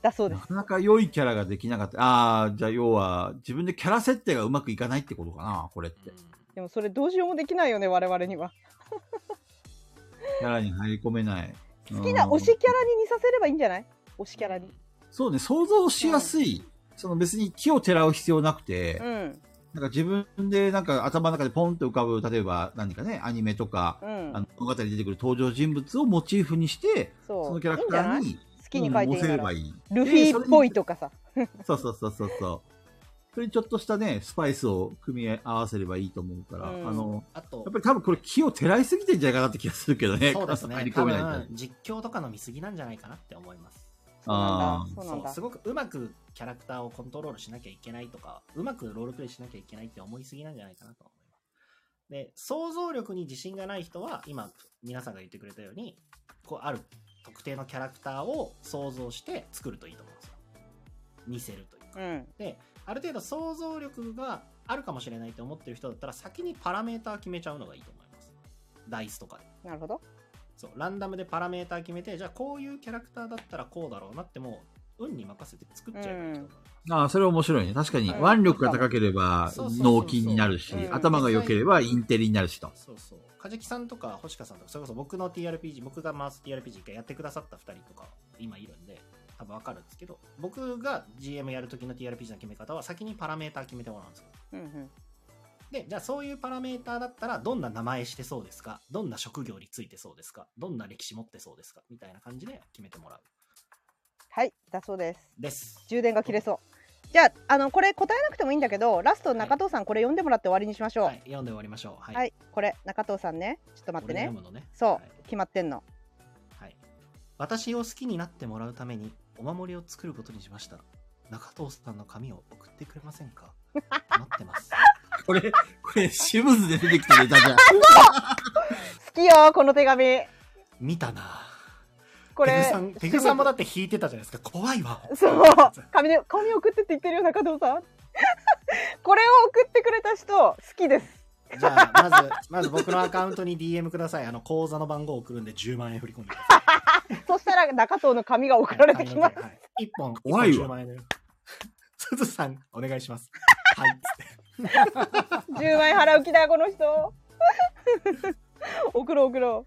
Speaker 7: だそうで
Speaker 8: な
Speaker 7: す。
Speaker 8: かなか良いキャラができなかった。ああ、じゃあ要は自分でキャラ設定がうまくいかないってことかな、これって。
Speaker 1: でもそれどうしようもできないよね我々には
Speaker 8: キャラに入り込めない。
Speaker 1: 好きな
Speaker 8: うん
Speaker 1: 推しキャラに似させればいいんじゃない推しキャラに
Speaker 8: そうね、想像しやすい。その別に木をてらう必要なくて、
Speaker 1: うん
Speaker 8: なんか自分でなんか頭の中でポンと浮かぶ、例えば何かね、アニメとか、
Speaker 1: うん
Speaker 8: あの物語に出てくる登場人物をモチーフにして、
Speaker 1: そう
Speaker 8: そのキャラ
Speaker 1: いい
Speaker 8: ク
Speaker 1: ん
Speaker 8: タ
Speaker 1: じゃな
Speaker 8: ー
Speaker 1: い好
Speaker 8: に
Speaker 1: きに書いて
Speaker 8: うん乗せ
Speaker 1: る
Speaker 8: れ
Speaker 1: か
Speaker 8: ば
Speaker 1: ら
Speaker 8: いい。
Speaker 1: ルフィっぽい
Speaker 8: と。
Speaker 1: とかさ
Speaker 8: そうそうそうそうそう。それにちょっとしたね、スパイスを組み合わせればいいと思うから、
Speaker 1: うん
Speaker 8: あの、
Speaker 5: あと
Speaker 8: やっぱり多分これ木をてらいすぎてんじゃないかなって気がするけどね。
Speaker 5: そうです
Speaker 8: 入
Speaker 5: ね
Speaker 8: り込
Speaker 5: 多
Speaker 8: めないから
Speaker 5: 分実況とかの見過ぎなんじゃないかなって思います
Speaker 1: そうな
Speaker 8: あ
Speaker 1: ん
Speaker 8: ー
Speaker 1: だそうな
Speaker 5: そ
Speaker 1: ん
Speaker 5: う
Speaker 1: だ
Speaker 5: すごくうまくキャラクターをコントロールしなきゃいけないとかうまくロールプレイしなきゃいけないって思いすぎなんじゃないかなと思いますで想像力に自信がない人は今皆さんが言ってくれたようにこうある特定のキャラクターを想像して作るといいと思うんですよ似せるというか
Speaker 1: うん
Speaker 5: である程度想像力があるかもしれないと思ってる人だったら先にパラメーター決めちゃうのがいいと思いますダイスとかで
Speaker 1: なるほど
Speaker 5: そうランダムでパラメーター決めてじゃあこういうキャラクターだったらこうだろうなってもう運に任せて作っちゃえばいいと思います、
Speaker 8: ああ、それ面白いね。確かに、
Speaker 1: うん
Speaker 8: 腕力が高ければ
Speaker 5: そうそうそうそう
Speaker 8: 脳筋になるし
Speaker 1: う、ん
Speaker 8: 頭が良ければインテリになるし と。
Speaker 5: そうそう梶木さんとか星香さんとかそれこそ僕の TRPG 僕が回す TRPG 一回やってくださった2人とか今いるんで多分わかるんですけど僕が GM やる時の TRPG の決め方は先にパラメーター決めてもらうんですよ
Speaker 1: うんうん
Speaker 5: で、じゃあそういうパラメーターだったら、どんな名前してそうですかどんな職業についてそうですかどんな歴史持ってそうですかみたいな感じで決めてもらう。
Speaker 1: はいだそうです
Speaker 5: です。
Speaker 1: 充電が切れそうじゃああのこれ答えなくてもいいんだけどラスト中藤さんこれ読んでもらって終わりにしましょう
Speaker 5: は、、
Speaker 1: はい
Speaker 5: 読んで終わりましょう。はい。
Speaker 1: これ中藤さんねちょっと待って
Speaker 5: 俺
Speaker 1: ね
Speaker 5: が読むのね。
Speaker 1: そう、
Speaker 5: はい
Speaker 1: 決まってんの
Speaker 5: はい。私を好きになってもらうために、お守りを作ることにしました。中藤さんの紙を送ってくれません か待ってます。
Speaker 8: これ、これ、シムズで出てきたネタじゃん。
Speaker 1: 好きよこの手紙
Speaker 5: 見たな
Speaker 1: こ
Speaker 5: ペ
Speaker 1: れ
Speaker 5: グさん、ペグさんもだって引いてたじゃないですか。怖いわ。
Speaker 1: そう紙で紙送ってって言ってるよ中藤さん これを送ってくれた人好きです
Speaker 5: じゃあ、まず、まず僕のアカウントに DM ください。あの、口座の番号を送るんで10万円振り込んでください。
Speaker 1: そしたら中藤の紙が送られてきます
Speaker 5: はい。一本、
Speaker 8: 怖いわ
Speaker 5: 一本10万円だよ。すずさん、お願いします。はい。
Speaker 1: 10万円払う気だこの人 送ろう送ろう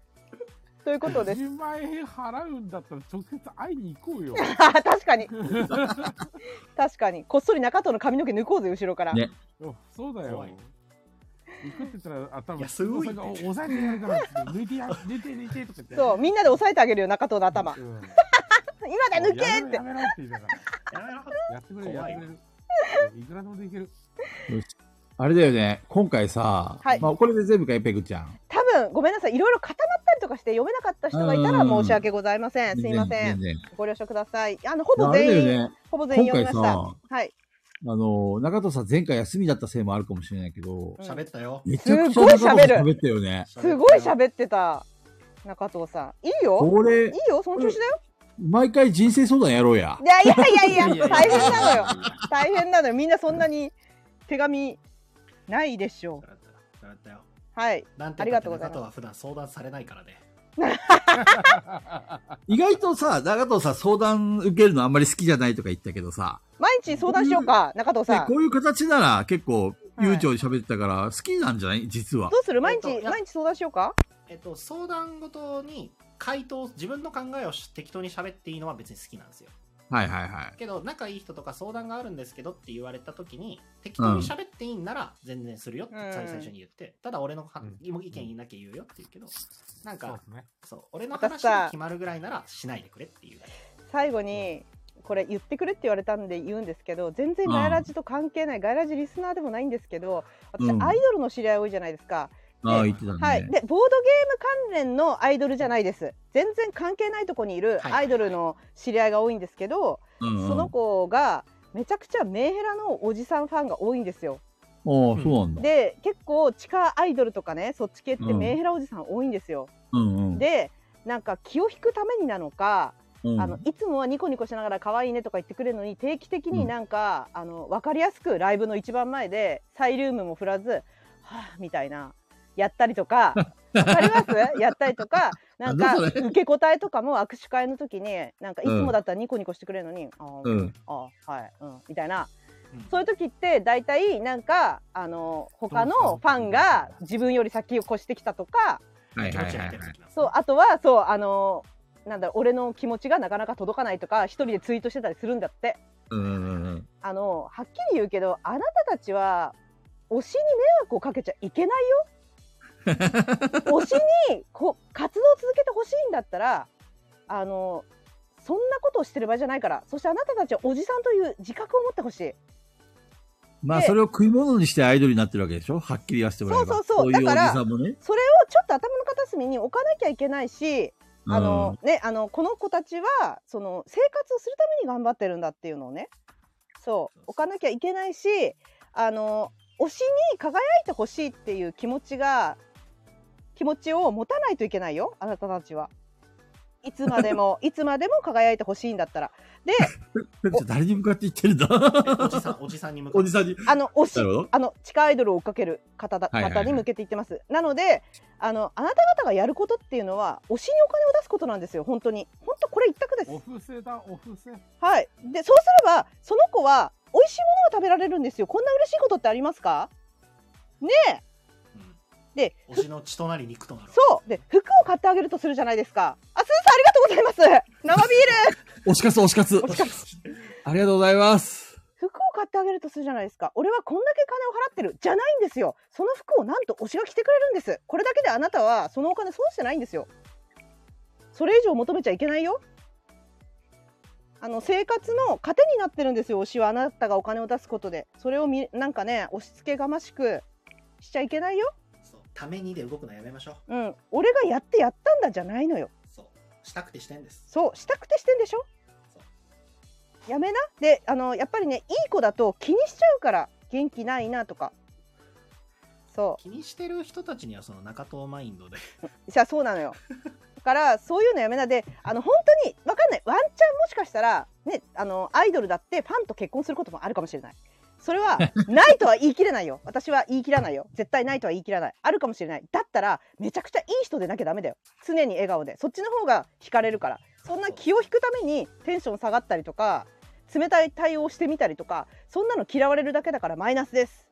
Speaker 1: ということです
Speaker 2: 10万円払うんだったら直接会いに行 こうよ。
Speaker 1: あー確かに確かにこっそり中藤の髪の毛抜こうぜ後ろから、
Speaker 8: ね
Speaker 2: おそうだよ
Speaker 5: 怖い。
Speaker 2: 行くって言ったら、あ、多分
Speaker 5: いやすごい
Speaker 2: お父さんがお抑えてやるからっつって、抜いてや、抜いて、抜いてとか言って。
Speaker 1: そうみんなで押さえてあげるよ中藤の頭
Speaker 2: う
Speaker 1: 今
Speaker 2: ん。
Speaker 1: だ抜けって
Speaker 2: やめろやめろって言いながら。
Speaker 5: やめろ
Speaker 2: やってくれる、やっ
Speaker 5: 怖い
Speaker 2: てく
Speaker 5: わ
Speaker 2: れる。いくらでもできる。
Speaker 3: あれだよね、今回さ、
Speaker 1: はい
Speaker 3: まあこれで全部かいペグちゃん。
Speaker 1: 多分ごめんなさいいろいろ固まったりとかして読めなかった人がいたら
Speaker 3: うん
Speaker 1: 申し訳ございませんすいません
Speaker 3: 全然。
Speaker 1: ご了承くださいあのほぼ
Speaker 3: あれ
Speaker 1: 全
Speaker 3: だ
Speaker 1: 員、
Speaker 3: よね、
Speaker 1: ほぼ全員
Speaker 3: 今
Speaker 1: 読
Speaker 3: 回
Speaker 1: みました
Speaker 3: さ、
Speaker 1: はい
Speaker 3: あの、中藤さん前回休みだったせいもあるかもしれないけど、
Speaker 1: うん
Speaker 5: 喋ったよ。
Speaker 3: めちゃくちゃ中藤さ
Speaker 1: す
Speaker 3: ん
Speaker 1: ごい喋る
Speaker 3: 喋ったよね。
Speaker 1: すごい
Speaker 5: 喋っ
Speaker 1: 喋ってた中藤さんいいよ
Speaker 3: こ
Speaker 1: い
Speaker 3: れ
Speaker 1: い、よその調子だよ
Speaker 3: 毎回人生相談やろうや
Speaker 1: い。やいやいやいや大変なのよ大変なのよみんなそんなに手紙ないでしょ
Speaker 5: た
Speaker 1: う
Speaker 5: よ。喋ったよ。
Speaker 1: はい
Speaker 5: なんて
Speaker 1: ありが
Speaker 5: 言っ
Speaker 1: とう
Speaker 5: たって
Speaker 1: ございます
Speaker 5: 中とは普段相談されないからね。
Speaker 8: 意外とさ、長藤さん相談受けるのあんまり好きじゃないとか言ったけどさ、
Speaker 1: 毎日相談しようか中藤
Speaker 8: ね
Speaker 1: さん
Speaker 8: こ
Speaker 1: ど
Speaker 8: ういう形なら結構悠長に喋ってたから好きなんじゃない実は。
Speaker 1: うする毎日
Speaker 5: えっといや
Speaker 1: 毎日相談しようか
Speaker 5: えっと、相談ごとに回答、自分の考えを適当に喋っていいのは別に好きなんですよ。
Speaker 8: はいはいはい。
Speaker 5: けど、仲いい人とか相談があるんですけどって言われた時に、適当に喋っていいんなら全然するよって最最初に言って、ただ俺のは
Speaker 2: うん
Speaker 5: 意見言いなきゃ言うよって言うけど、なん
Speaker 2: そう
Speaker 5: か
Speaker 2: ですね。
Speaker 5: そう、俺の
Speaker 1: 私
Speaker 5: 話
Speaker 1: さ
Speaker 5: が決まるぐらいならしないでくれっていうだけ。
Speaker 1: 最後にこれ言ってくれって言われたんで言うんですけど全然ガイラジと関係ないガイラジリスナーでもないんですけど私
Speaker 8: うん
Speaker 1: アイドルの知り合い多いじゃないですか、
Speaker 8: ああ、言ってたね。
Speaker 1: はい、でボードゲーム関連のアイドルじゃないです全然関係ないとこにいる
Speaker 5: はい
Speaker 1: アイドルの知り合いが多いんですけど、
Speaker 8: うんうん、
Speaker 1: その子がめちゃくちゃメンヘラのおじさんファンが多いんですよ
Speaker 8: ああ、そうなんだ。
Speaker 1: で結構地下アイドルとかねそっち系って
Speaker 8: うん
Speaker 1: メンヘラおじさん多いんですよ、
Speaker 8: うんうん。
Speaker 1: でなんか気を引くためになのか
Speaker 3: うん
Speaker 1: あのいつもはニコニコしながら可愛いねとか言ってくれるのに定期的になんか、あの分かりやすくライブの一番前でサイリウムも振らず「はあ」みたいなやったりと かわかりますやったりとかなんか
Speaker 3: なんだそ
Speaker 1: 受け答えとかも握手会の時になんかいつもだったらニコニコしてくれるのに「あー
Speaker 3: うん
Speaker 1: あーはい、うん」みたいな
Speaker 5: うん
Speaker 1: そういう時って大体なんかあの他のファンが自分より先を越してきたとか
Speaker 3: はい
Speaker 5: 気
Speaker 3: はい
Speaker 5: 持
Speaker 3: は
Speaker 5: ち
Speaker 3: い
Speaker 5: が
Speaker 3: は
Speaker 5: 入っ
Speaker 3: い
Speaker 5: てる。時なんですね
Speaker 1: そうあとはそうあのなんだろう俺の気持ちがなかなか届かないとか一人でツイートしてたりするんだって
Speaker 3: うんうんうん。
Speaker 1: あのはっきり言うけどあなたたちは推しに迷惑をかけちゃいけないよ推しにこ活動を続けてほしいんだったらあのそんなことをしてる場合じゃないからそしてあなたたちはおじさんという自覚を持ってほしい
Speaker 3: まあ、
Speaker 1: で
Speaker 3: それを食い物にしてアイドルになってるわけでしょはっきり言わせてもらえば。
Speaker 1: そうそうそう
Speaker 3: こういう
Speaker 1: だ
Speaker 3: おじ
Speaker 1: から
Speaker 3: さんもね。
Speaker 1: それをちょっと頭の片隅に置かなきゃいけないしあの、ね、あの、この子たちは、その、生活をするために頑張ってるんだっていうのをね、そう、置かなきゃいけないし、あの、推しに輝いてほしいっていう気持ちが、気持ちを持たないといけないよ、あなたたちは。いつまで も、いつまでも輝いてほしいんだったら。で、
Speaker 3: うんちょ誰に向かって言ってるんだ
Speaker 5: おじさん、おじさんに向 か
Speaker 3: おじさんに。
Speaker 1: あの、推し
Speaker 3: なるほど。
Speaker 1: あの地下アイドルを追っかける方だ、
Speaker 3: はいはいはい
Speaker 1: 方に向けて言ってます。なので、あのあなた方がやることっていうのは推しにお金を出すことなんですよ。本当に、本当これ一択です
Speaker 2: お。布施だ、お布施。
Speaker 1: はい。で、そうすればその子は美味しいものを食べられるんですよ。こんな嬉しいことってありますか？で、
Speaker 5: うん推しの血となり肉となる。
Speaker 1: そう。で、服を買ってあげるとするじゃないですか。あ、スーさんありがとうございます。生ビ
Speaker 3: 推し活、推し活
Speaker 1: ール。お。近く
Speaker 3: ありがとうございます。
Speaker 1: 服を買ってあげるとするじゃないですか。俺はこんだけ金を払ってるじゃないんですよ。その服をなんと推しが着てくれるんです。これだけであなたはそのお金損してないんですよ。それ以上求めちゃいけないよ。あの生活の糧になってるんですよ。推しはあなたがお金を出すことで、それをみなんかね押し付けがましくしちゃいけないよ。
Speaker 5: そうためにで動くのやめましょう。
Speaker 1: うん、俺がやってやったんだじゃないのよ。
Speaker 5: そう。したくてしてんです。
Speaker 1: そうしたくてしてんでしょやめなであのやっぱりねいい子だと気にしちゃうから元気ないなとかそ
Speaker 5: 気にしてる人たちにはその中東マインドで。
Speaker 1: うじゃあそうなのよだからそういうのやめなであの本当にわかんないワンチャンもしかしたらねあのアイドルだってファンと結婚することもあるかもしれないそれはないとは言い切れないよ私は言い切らないよ絶対ないとは言い切らないあるかもしれないだったらめちゃくちゃいい人でなきゃダメだよ常に笑顔でそっちの方が惹かれるからそんな気を引くためにテンション下がったりとか冷たい対応してみたりとかそんなの嫌われるだけだからマイナスです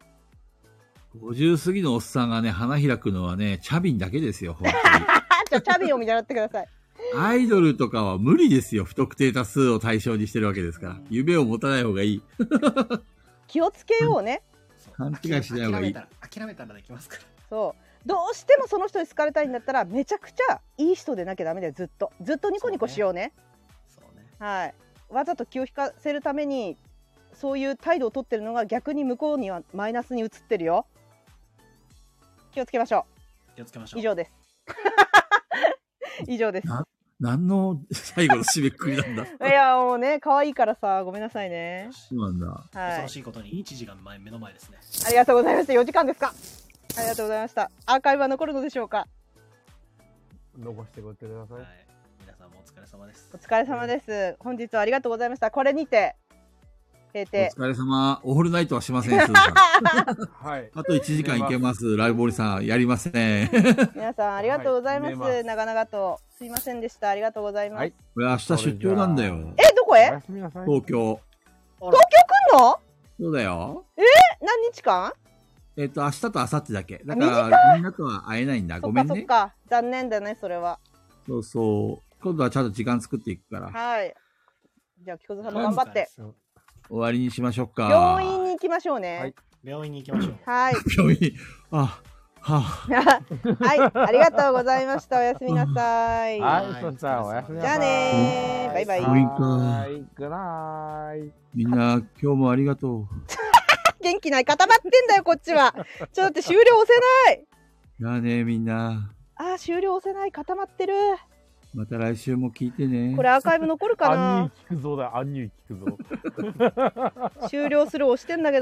Speaker 3: 50過ぎのおっさんがね、花開くのはね、チャビンだけですよ、本
Speaker 1: あじゃあチャビンを見習ってください
Speaker 3: 当に。ア イドルとかは無理ですよ、不特定多数を対象にしてるわけですから。夢を持たない方がいい。
Speaker 1: 気をつけようね
Speaker 5: そう
Speaker 3: 勘違いしない方がいい
Speaker 5: 諦めたら諦めたらできますから。
Speaker 1: そうどうしてもその人に好かれたいんだったらめちゃくちゃいい人でなきゃダメだよずっとずっとニコニコしようね
Speaker 5: そうね。
Speaker 1: はいわざと気を引かせるためにそういう態度を取ってるのが逆に向こうにはマイナスに映ってるよ気をつけましょ
Speaker 5: 気をつけまし
Speaker 1: う
Speaker 5: ょう。
Speaker 1: 以上です 以上です
Speaker 3: 何の最後の締めくくりなんだ。
Speaker 1: いやもうね可愛いからさごめんなさいね
Speaker 3: そうなんだ。
Speaker 1: は
Speaker 5: 恐
Speaker 1: い
Speaker 5: ろしいことに一時が前目の前ですね。
Speaker 1: ありがとうございました4時間ですかありがとうございましたアーカイブは残るのでしょうか
Speaker 2: 残してごってくださ
Speaker 5: はいい。。皆さんもお疲れ様です
Speaker 1: お。疲れ様です本日はありがとうございましたこれにて閉
Speaker 3: お
Speaker 1: 廷
Speaker 3: 疲れ様。オールナイトはしません、すずさん。
Speaker 2: はい。
Speaker 3: あと1時間いけます。ライボリさん、やりません。
Speaker 1: 皆さんありがとうございます,、
Speaker 2: はい見れます
Speaker 1: 長々とすいませんでしたありがとうございます、
Speaker 2: はい
Speaker 3: 俺明日出張なんだよ。
Speaker 1: えどこへ
Speaker 2: おやすみなさい。
Speaker 3: 東京。
Speaker 1: 来んの
Speaker 3: そうだよ。
Speaker 1: 何日間
Speaker 3: えっ、と、明日と明後日だけ。だから、みんなとは会えないんだ。
Speaker 1: そ
Speaker 3: ご
Speaker 1: っ
Speaker 3: め
Speaker 1: か
Speaker 3: ん
Speaker 1: そっ
Speaker 3: ね。
Speaker 1: か残念だねそれは
Speaker 3: そうそう。今度はちゃんと時間作っていくから。
Speaker 1: はいじゃあ木久さんも頑張って
Speaker 2: そう
Speaker 3: 終わりにしましょうか。
Speaker 1: 病院に行きましょうね
Speaker 5: 病院に行きましょう。
Speaker 1: はい
Speaker 3: 病院。あ、はあ。
Speaker 1: はい、ありがとうございましたおやすみなさい
Speaker 2: は
Speaker 5: はい
Speaker 2: い、そんちゃん、おやすみな
Speaker 1: じ
Speaker 2: さ
Speaker 1: ゃあ
Speaker 2: い。
Speaker 1: ねーバイバイ
Speaker 3: 病院か
Speaker 2: はい、グライ。
Speaker 3: みんな、今日もありがと。
Speaker 1: 元気ない固まってんだよこっちはちょっと待って終了押せないう
Speaker 3: じゃあね、みんな。
Speaker 1: あー終了押せない固まってる
Speaker 3: また来週も聞いてね。
Speaker 1: これアーカイブ残るか
Speaker 2: アンニュ
Speaker 1: な
Speaker 2: イ聞くぞだ、アンニュイ聞くぞ。
Speaker 1: 終了する押してんだけど